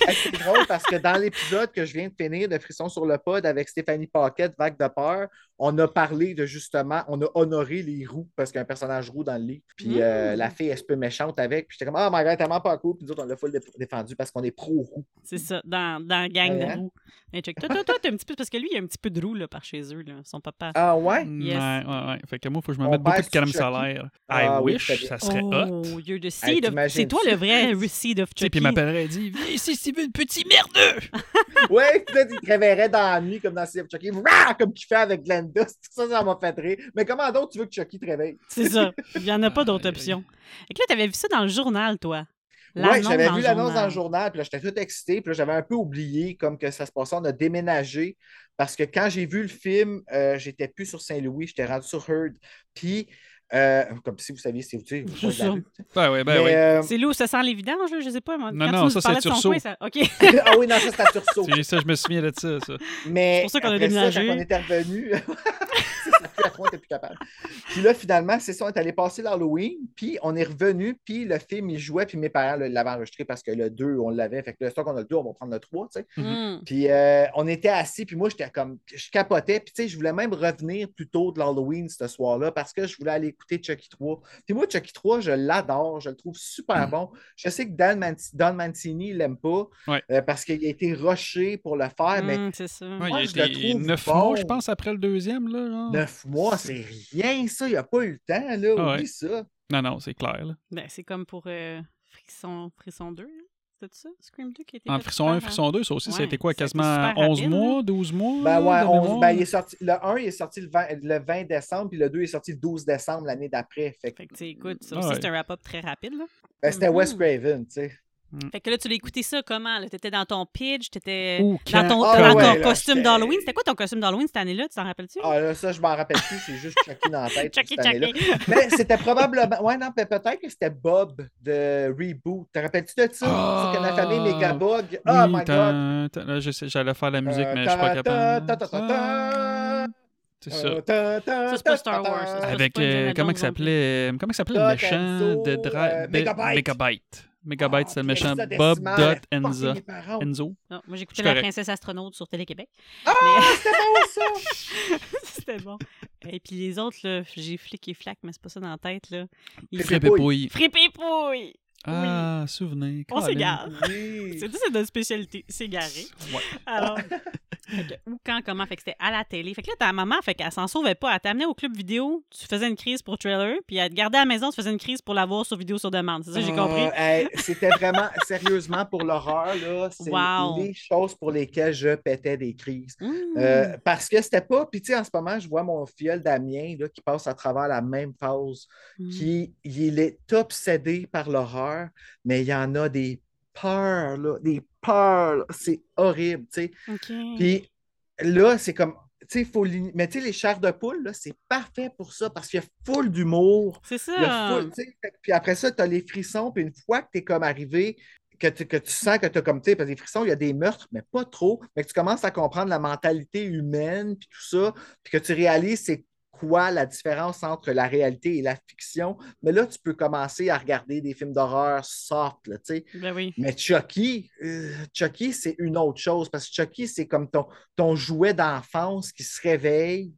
S1: Hey, C'est drôle parce que dans l'épisode que je viens de finir de Frisson sur le pod avec Stéphanie Paquette, Vague de peur, on a parlé de justement, on a honoré les roux parce qu'il y a un personnage roux dans le lit. Puis
S2: Mm.
S1: euh, la fille, elle se peut méchante avec. Puis j'étais comme, oh my god, tellement pas cool. Puis nous autres, on l'a full dé- défendu parce qu'on est pro-roux.
S2: C'est ça, dans, dans la gang
S1: Ouais.
S2: de roux. Mais check. Toi, toi, toi, t'as un petit peu, parce que lui, il y a un petit peu de roux, là, par chez eux, là, son papa.
S1: Ah ouais?
S2: Yes.
S3: Mm, Ouais, ouais, ouais. Fait que moi, faut que je me
S1: On
S3: mette beaucoup
S1: passe
S3: de calme
S1: sur
S3: solaire. I
S1: Ah oui,
S3: wish,
S1: très bien.
S3: ça serait hot.
S2: oh, you're the seed of...
S1: t'imagines-tu?
S2: C'est toi le vrai seed of
S3: Tu sais,
S2: Chucky.
S3: puis il m'appellerait et dit Viens ici, Steven, petit merdeux
S1: *laughs* Ouais, peut-être qu'il te réveillerait dans la nuit comme dans Steve Chucky, Rah! comme qu'il fait avec Glenda. Ça, ça m'a fait rire. Mais comment d'autre tu veux que Chucky te réveille?
S2: *laughs* C'est ça. Il n'y en a pas d'autre
S3: Aïe, aïe.
S2: option. Et que là, t'avais vu ça dans le journal, toi.
S1: Oui,
S2: L'annonce
S1: j'avais
S2: dans
S1: vu
S2: le
S1: l'annonce dans le
S2: journal.
S1: journal, puis là, j'étais tout excité, puis là, j'avais un peu oublié comme que ça se passait. On a déménagé parce que quand j'ai vu le film, euh, j'étais plus sur Saint-Louis, j'étais rendu sur Heard. Puis, euh, comme si vous saviez, c'est où, tu sais, vous
S2: C'est
S1: voyez la
S2: ça.
S1: rue.
S3: Ben oui, ben
S1: Mais,
S3: oui.
S1: euh,
S2: C'est là où ça sent les vidanges, là, je sais pas. moi.
S3: Non,
S2: Quand
S3: non,
S2: tu nous
S3: ça, c'est
S2: parlais de son
S3: Tursault.
S2: coin, ça...
S1: *laughs*
S2: OK.
S1: ah oui, non, ça, c'est à Tursaut.
S3: C'est ça, je me souviens de ça. ça.
S1: Mais
S2: C'est pour ça qu'on a
S1: après ça,
S2: déménagé.
S1: quand on était revenu, *laughs* ça fait à trois, t'es plus capable. Puis là, finalement, c'est ça, on est allé passer l'Halloween, puis on est revenu, puis le film, il jouait, puis mes parents le- l'avaient enregistré parce que le 2, on l'avait. Fait que le soir qu'on a le 2, on va prendre le 3, tu sais.
S2: Mm.
S1: Puis euh, on était assis, puis moi, j'étais comme, je capotais. Puis tu sais, je voulais même revenir plus tôt de l'Halloween ce soir-là parce que je voulais aller écouter Chucky 3. Puis moi, Chucky 3, je l'adore, je le trouve
S3: Mm.
S1: super bon. Je sais que Dan, Manci- Don Mancini, il l'aime pas
S3: Ouais.
S1: euh, parce qu'il a été rushé pour le faire, mais
S2: Mm, c'est ça.
S3: Ouais,
S1: Moi,
S3: il
S1: je
S3: y a
S1: le
S3: été
S1: trouve
S3: neuf
S1: bon.
S3: mois, je pense, après le deuxième, là. genre.
S1: neuf mois, c'est rien, ça. Il n'y a pas eu le temps, là.
S3: Ah
S1: Oublie
S3: ouais.
S1: ça.
S3: Non, non, c'est clair, là.
S2: Ben, c'est comme pour euh, Frisson, Frisson 2, hein? c'est ça? Scream 2 qui était.
S3: En frisson 1, frisson 2, ça aussi, ça a
S2: hein. Ouais,
S3: été quoi
S2: ça a été
S3: Quasiment
S2: super
S3: 11
S2: rapide, hein.
S3: mois, 12 mois
S1: Ben ouais,
S3: Mm, de
S1: on-
S3: mémoire?
S1: ben, il est sorti, le 1 il est sorti le 20, le 20 décembre, puis le 2 est sorti le 12 décembre l'année d'après. Fait que
S2: Fait que, tu sais, écoute, ça
S3: Ah
S2: aussi,
S3: ouais.
S2: c'est un wrap-up très rapide, là.
S1: ben, c'était
S2: Mhm.
S1: Wes
S3: mm.
S1: Craven, tu sais.
S2: Fait que là, tu l'as écouté ça comment? là? T'étais dans ton pitch, t'étais
S3: Ou
S2: dans
S3: quand-
S2: ton,
S1: Ah
S2: dans
S1: ouais,
S2: ton
S1: là,
S2: costume
S1: j'étais-
S2: d'Halloween. C'était quoi ton costume d'Halloween cette année-là? Tu t'en rappelles-tu?
S1: Ah là, ça, je m'en rappelle plus, c'est juste Chucky dans la tête.
S2: Chucky,
S1: cette année-là.
S2: Chucky.
S1: Mais c'était probablement. Ouais, non, mais peut-être que c'était Bob de Reboot. Te rappelles-tu de ça?
S3: Ah!
S1: C'est que la famille Megabug.
S3: Oui,
S1: Oh my god!
S3: t'as- t'as- là, je sais, j'allais faire la musique,
S1: Euh,
S3: mais je suis pas
S1: ta- ta-
S3: capable. Ah.
S1: ta- ta- ta- ta-
S3: C'est ça.
S1: Euh,
S2: Ça, c'est pas Star Wars, ça, Ah, c'est pas-
S3: Avec,
S2: pas Indiana
S3: euh,
S2: Jones
S3: comment il
S2: non plus.
S3: s'appelait comment il s'appelait le
S1: Dot
S3: méchant
S1: Enzo,
S3: de Dra-
S1: euh,
S3: Be-
S1: Megabyte.
S3: Megabyte.
S1: Ah,
S3: Megabyte, c'est le méchant
S1: Christa
S3: Bob
S1: Decimal,
S3: Dot
S1: elle fuck
S3: Enzo.
S1: mes parents.
S3: Enzo.
S2: Non, moi, j'écoutais
S3: C'est
S2: La
S3: correct. *laughs*
S2: Princesse Astronaute sur Télé-Québec.
S1: Ah, c'était bon ça!
S2: *laughs* C'était bon. Et puis les autres, là, j'ai flic et flac, mais c'est pas ça dans la tête, là. Ils
S1: Frippe et
S3: Frippe
S1: pouille.
S3: et pouille.
S2: Frippe et pouille!
S3: Ah, souvenir.
S2: On
S3: Colin.
S2: s'égare.
S1: Oui.
S2: *laughs* C'est tout, c'est notre spécialité, s'égarer.
S3: Ouais.
S2: Alors, fait que où, quand, comment, fait que c'était à la télé. Fait que là, ta maman, fait qu'elle s'en sauvait pas. Elle t'amenait au club vidéo, tu faisais une crise pour trailer, puis elle te gardait à la maison, tu faisais une crise pour la voir sur vidéo sur demande. C'est ça, j'ai compris.
S1: Euh, hey, C'était vraiment, sérieusement, pour l'horreur, là, c'est
S2: Wow.
S1: les choses pour lesquelles je pétais des crises.
S2: Mmh.
S1: Euh, parce que c'était pas. Puis, tu sais, en ce moment, je vois mon filleul Damien là, qui passe à travers la même phase,
S2: Mmh.
S1: qui il est obsédé par l'horreur, mais il y en a des peurs, là, des peurs. là. C'est horrible, tu sais.
S2: OK.
S1: Puis là, c'est comme. Tu sais, faut l'in- mais tu sais, les chairs de poule, là, c'est parfait pour ça parce qu'il y a full d'humour.
S2: C'est
S1: Il y a
S2: ça.
S1: full, tu sais, fait- puis après ça, tu as les frissons, puis une fois que tu es comme arrivé, que tu, que tu sens que tu as comme, tu sais, parce que les frissons, il y a des meurtres, mais pas trop. Fait que tu commences à comprendre la mentalité humaine, puis tout ça, puis que tu réalises c'est quoi la différence entre la réalité et la fiction. Mais là, tu peux commencer à regarder des films d'horreur soft, là, tu sais.
S2: Ben oui.
S1: Mais Chucky, euh, Chucky, c'est une autre chose parce que Chucky, c'est comme ton, ton jouet d'enfance qui se réveille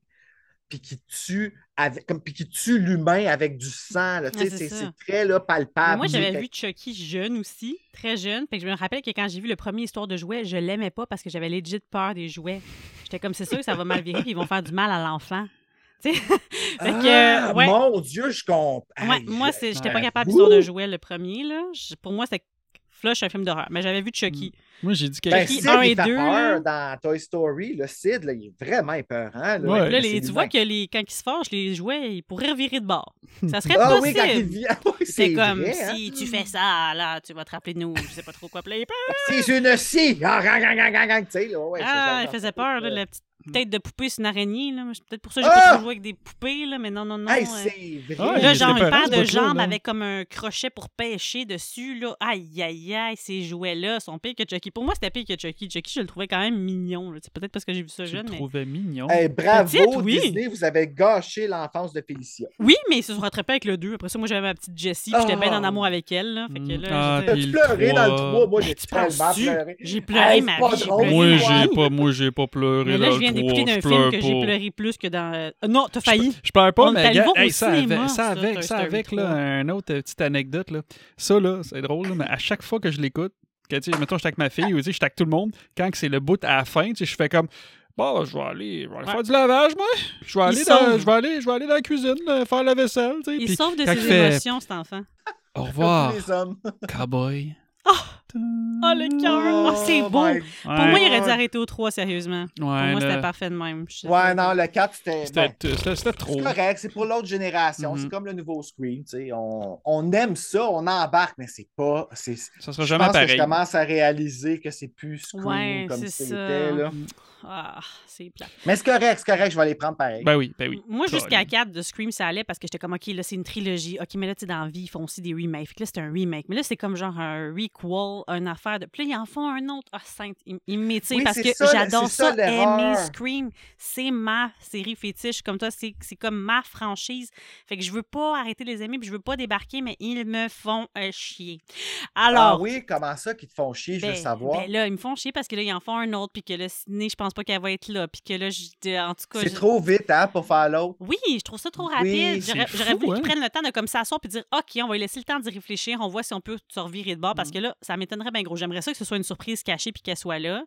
S1: puis qui tue avec, comme, puis qui tue l'humain avec du sang. là. Tu
S2: Ouais,
S1: sais,
S2: c'est
S1: c'est
S2: ça.
S1: c'est très là, palpable.
S2: Mais moi, j'avais
S1: Fait-
S2: vu Chucky jeune aussi, très jeune. Fait que je me rappelle que quand j'ai vu le premier histoire de jouets, je l'aimais pas parce que j'avais legit peur des jouets. J'étais comme, c'est sûr que ça va mal virer, puis ils vont faire du mal à l'enfant. *laughs* Tu sais? fait que, euh,
S1: Ah,
S2: ouais.
S1: Mon Dieu, je comprends.
S2: Ouais, moi, c'est- j'étais pas
S3: ouais.
S2: capable d'histoire de
S1: Ouh!
S2: jouer le premier. Là. Je- pour moi, c'était flush un film d'horreur. Mais j'avais vu Chucky.
S3: Moi, j'ai dit
S1: Ben,
S3: quelque
S2: Chucky
S1: Sid,
S2: un
S1: il
S2: et
S1: fait
S2: deux,
S1: peur dans Toy Story. Le Sid, là, il est vraiment épeurant. Là,
S3: Ouais.
S2: Là,
S1: C'est
S2: les- tu
S1: l'humain.
S2: vois que les, quand ils se forgent, les jouets, ils pourraient revirer de bord. Ça serait
S1: Ah oui,
S2: possible.
S1: quand il vient. *laughs* oui,
S2: c'est
S1: c'est
S2: comme,
S1: vrai, hein.
S2: si tu fais ça, là, tu vas te rappeler de nous. Je sais pas trop quoi. Puis là, il peur.
S1: C'est une scie. Ah, gang, gang, gang, gang, gang, tu sais, là, ouais,
S2: Ah,
S1: c'est
S2: il
S1: genre-
S2: faisait peur, là, la petite
S3: Hmm.
S2: tête de poupée sur une araignée. là. Moi, c'est Peut-être pour ça que j'ai
S1: Ah!
S2: pas trop joué avec des poupées, là, mais non, non, non.
S1: Hey,
S2: euh.
S1: c'est
S3: Ah,
S1: vrai.
S2: Là,
S3: il
S2: genre
S3: était
S2: une
S3: peurant,
S2: paire
S3: ce
S2: de
S3: bout-là,
S2: jambes
S3: là.
S2: avec comme un crochet pour pêcher dessus, là. Aïe, aïe, aïe, ces jouets-là sont pires que Chucky. Pour moi, c'était pire que Chucky. Chucky, je le trouvais quand même mignon. là. C'est peut-être parce que j'ai vu ça
S3: Je le
S2: jeune, mais...
S3: trouvais mignon.
S1: Hey, bravo,
S2: Petite, oui.
S1: Disney, vous avez gâché l'enfance de Félicia.
S2: Oui, mais ils se sont rattrapés avec le 2. Après ça, moi, j'avais ma petite Jessie, puis j'étais
S1: Oh.
S2: bien en amour avec elle, là. Fait que
S3: Mm.
S2: là,
S3: Ah,
S2: j'étais-
S3: puis
S1: T'as-tu
S3: le
S1: pleuré dans le
S3: trois?
S1: 3? Moi, j'ai
S2: Hey, tu
S1: tellement
S2: penses-tu?
S1: pleuré.
S2: J'ai pleuré
S1: Hey,
S2: ma
S1: c'est pas
S2: vie, j'ai
S1: drôle.
S2: pleuré
S3: Moi,
S2: ma
S3: j'ai
S2: vie.
S3: pas, moi, j'ai pas pleuré
S2: Oh, Mais là,
S3: là,
S2: je viens
S3: trois,
S2: d'écouter d'un
S3: je
S2: film
S3: pleure
S2: que
S3: pas.
S2: j'ai pleuré plus que dans... euh, Non, t'as
S3: Je
S2: failli.
S3: Je pleure pas,
S2: On est
S3: mais
S2: allé
S3: gars,
S2: voir au
S3: hey, ça,
S2: cinéma,
S3: avec, ça,
S2: ça,
S3: avec,
S2: Toy
S3: ça
S2: Story
S3: avec,
S2: 3.
S3: là, un autre euh, petite anecdote. Là. Ça, là, c'est drôle, là, mais à chaque fois que je l'écoute, que, tu sais, mettons, je suis avec ma fille ou tu sais, je suis avec tout le monde, quand que c'est le bout à la fin, tu sais, je fais comme. Bon, je vais aller, je vais aller
S2: Ouais.
S3: faire du lavage, moi. Je vais,
S2: Il
S3: aller dans,
S2: sauve.
S3: je, vais aller, je vais aller dans la cuisine, euh, faire la vaisselle. tu sais.
S2: Il
S3: Puis,
S2: sauve de
S3: quand
S2: ses
S3: il fait-
S2: émotions, cet enfant.
S3: Au
S1: Comme
S3: revoir,
S2: Ah.
S1: tous les hommes.
S3: cowboy.
S2: Oh! Oh, le cœur! Oh, c'est beau!
S1: my-
S2: Pour moi, il aurait dû
S1: Ouais.
S2: arrêter au 3, sérieusement. Pour moi, c'était parfait de même. Je-
S1: Ouais, non, le 4, c'était.
S3: C'était
S1: bon,
S3: c'était- c'était trop.
S1: C'est correct, c'est pour l'autre génération.
S2: Mm-hmm.
S3: Mhm.
S1: C'est comme le nouveau Scream. tu sais, On, on aime ça, on embarque, mais c'est pas. c'est-
S3: Ça sera
S1: Je
S3: jamais
S1: pense que je
S3: pareil.
S1: commence à réaliser que c'est plus Scream
S2: Ouais,
S1: comme
S2: c'est
S1: c'était.
S2: ça.
S1: là.
S2: Ah, c'est plat.
S1: Mais c'est correct, c'est correct, je vais les prendre pareil.
S3: Ben oui, ben oui.
S2: Moi,
S3: Colin.
S2: jusqu'à 4 de Scream, ça allait parce que j'étais comme, OK, là, c'est une trilogie. OK, mais là, tu sais, dans la vie, ils font aussi des remakes. Fait que là, c'est un remake. Mais là, c'est comme genre un requel, une affaire de. Puis là, ils en font un autre. Ah, sainte. Ils, ils m'étirent
S1: Oui,
S2: parce
S1: c'est
S2: que
S1: ça,
S2: j'adore
S1: c'est ça,
S2: ça. aimer
S1: l'erreur.
S2: Scream, c'est ma série fétiche. Comme toi, c'est c'est comme ma franchise. Fait que je veux pas arrêter de les aimer, puis je veux pas débarquer, mais ils me font euh, chier. Alors,
S1: ah oui, comment ça qu'ils te font chier, je veux
S2: Ben-
S1: savoir.
S2: ben là, ils me font chier parce que là, ils en font un autre, puis que là, Sydney, je pense pas qu'elle va être là, puis que là, je, de- en tout cas...
S1: c'est
S2: je-
S1: trop vite, hein, pour faire l'autre.
S2: Oui, je trouve ça trop
S1: Oui,
S2: rapide.
S1: c'est
S2: J'aurais
S3: fou,
S2: j'aurais voulu
S3: hein?
S2: qu'ils prennent le temps de comme s'asseoir puis dire OK, on va lui laisser le temps d'y réfléchir, on voit si on peut se revirer de bord
S3: Mm.
S2: parce que là, ça m'étonnerait bien gros. J'aimerais ça que ce soit une surprise cachée puis qu'elle soit là,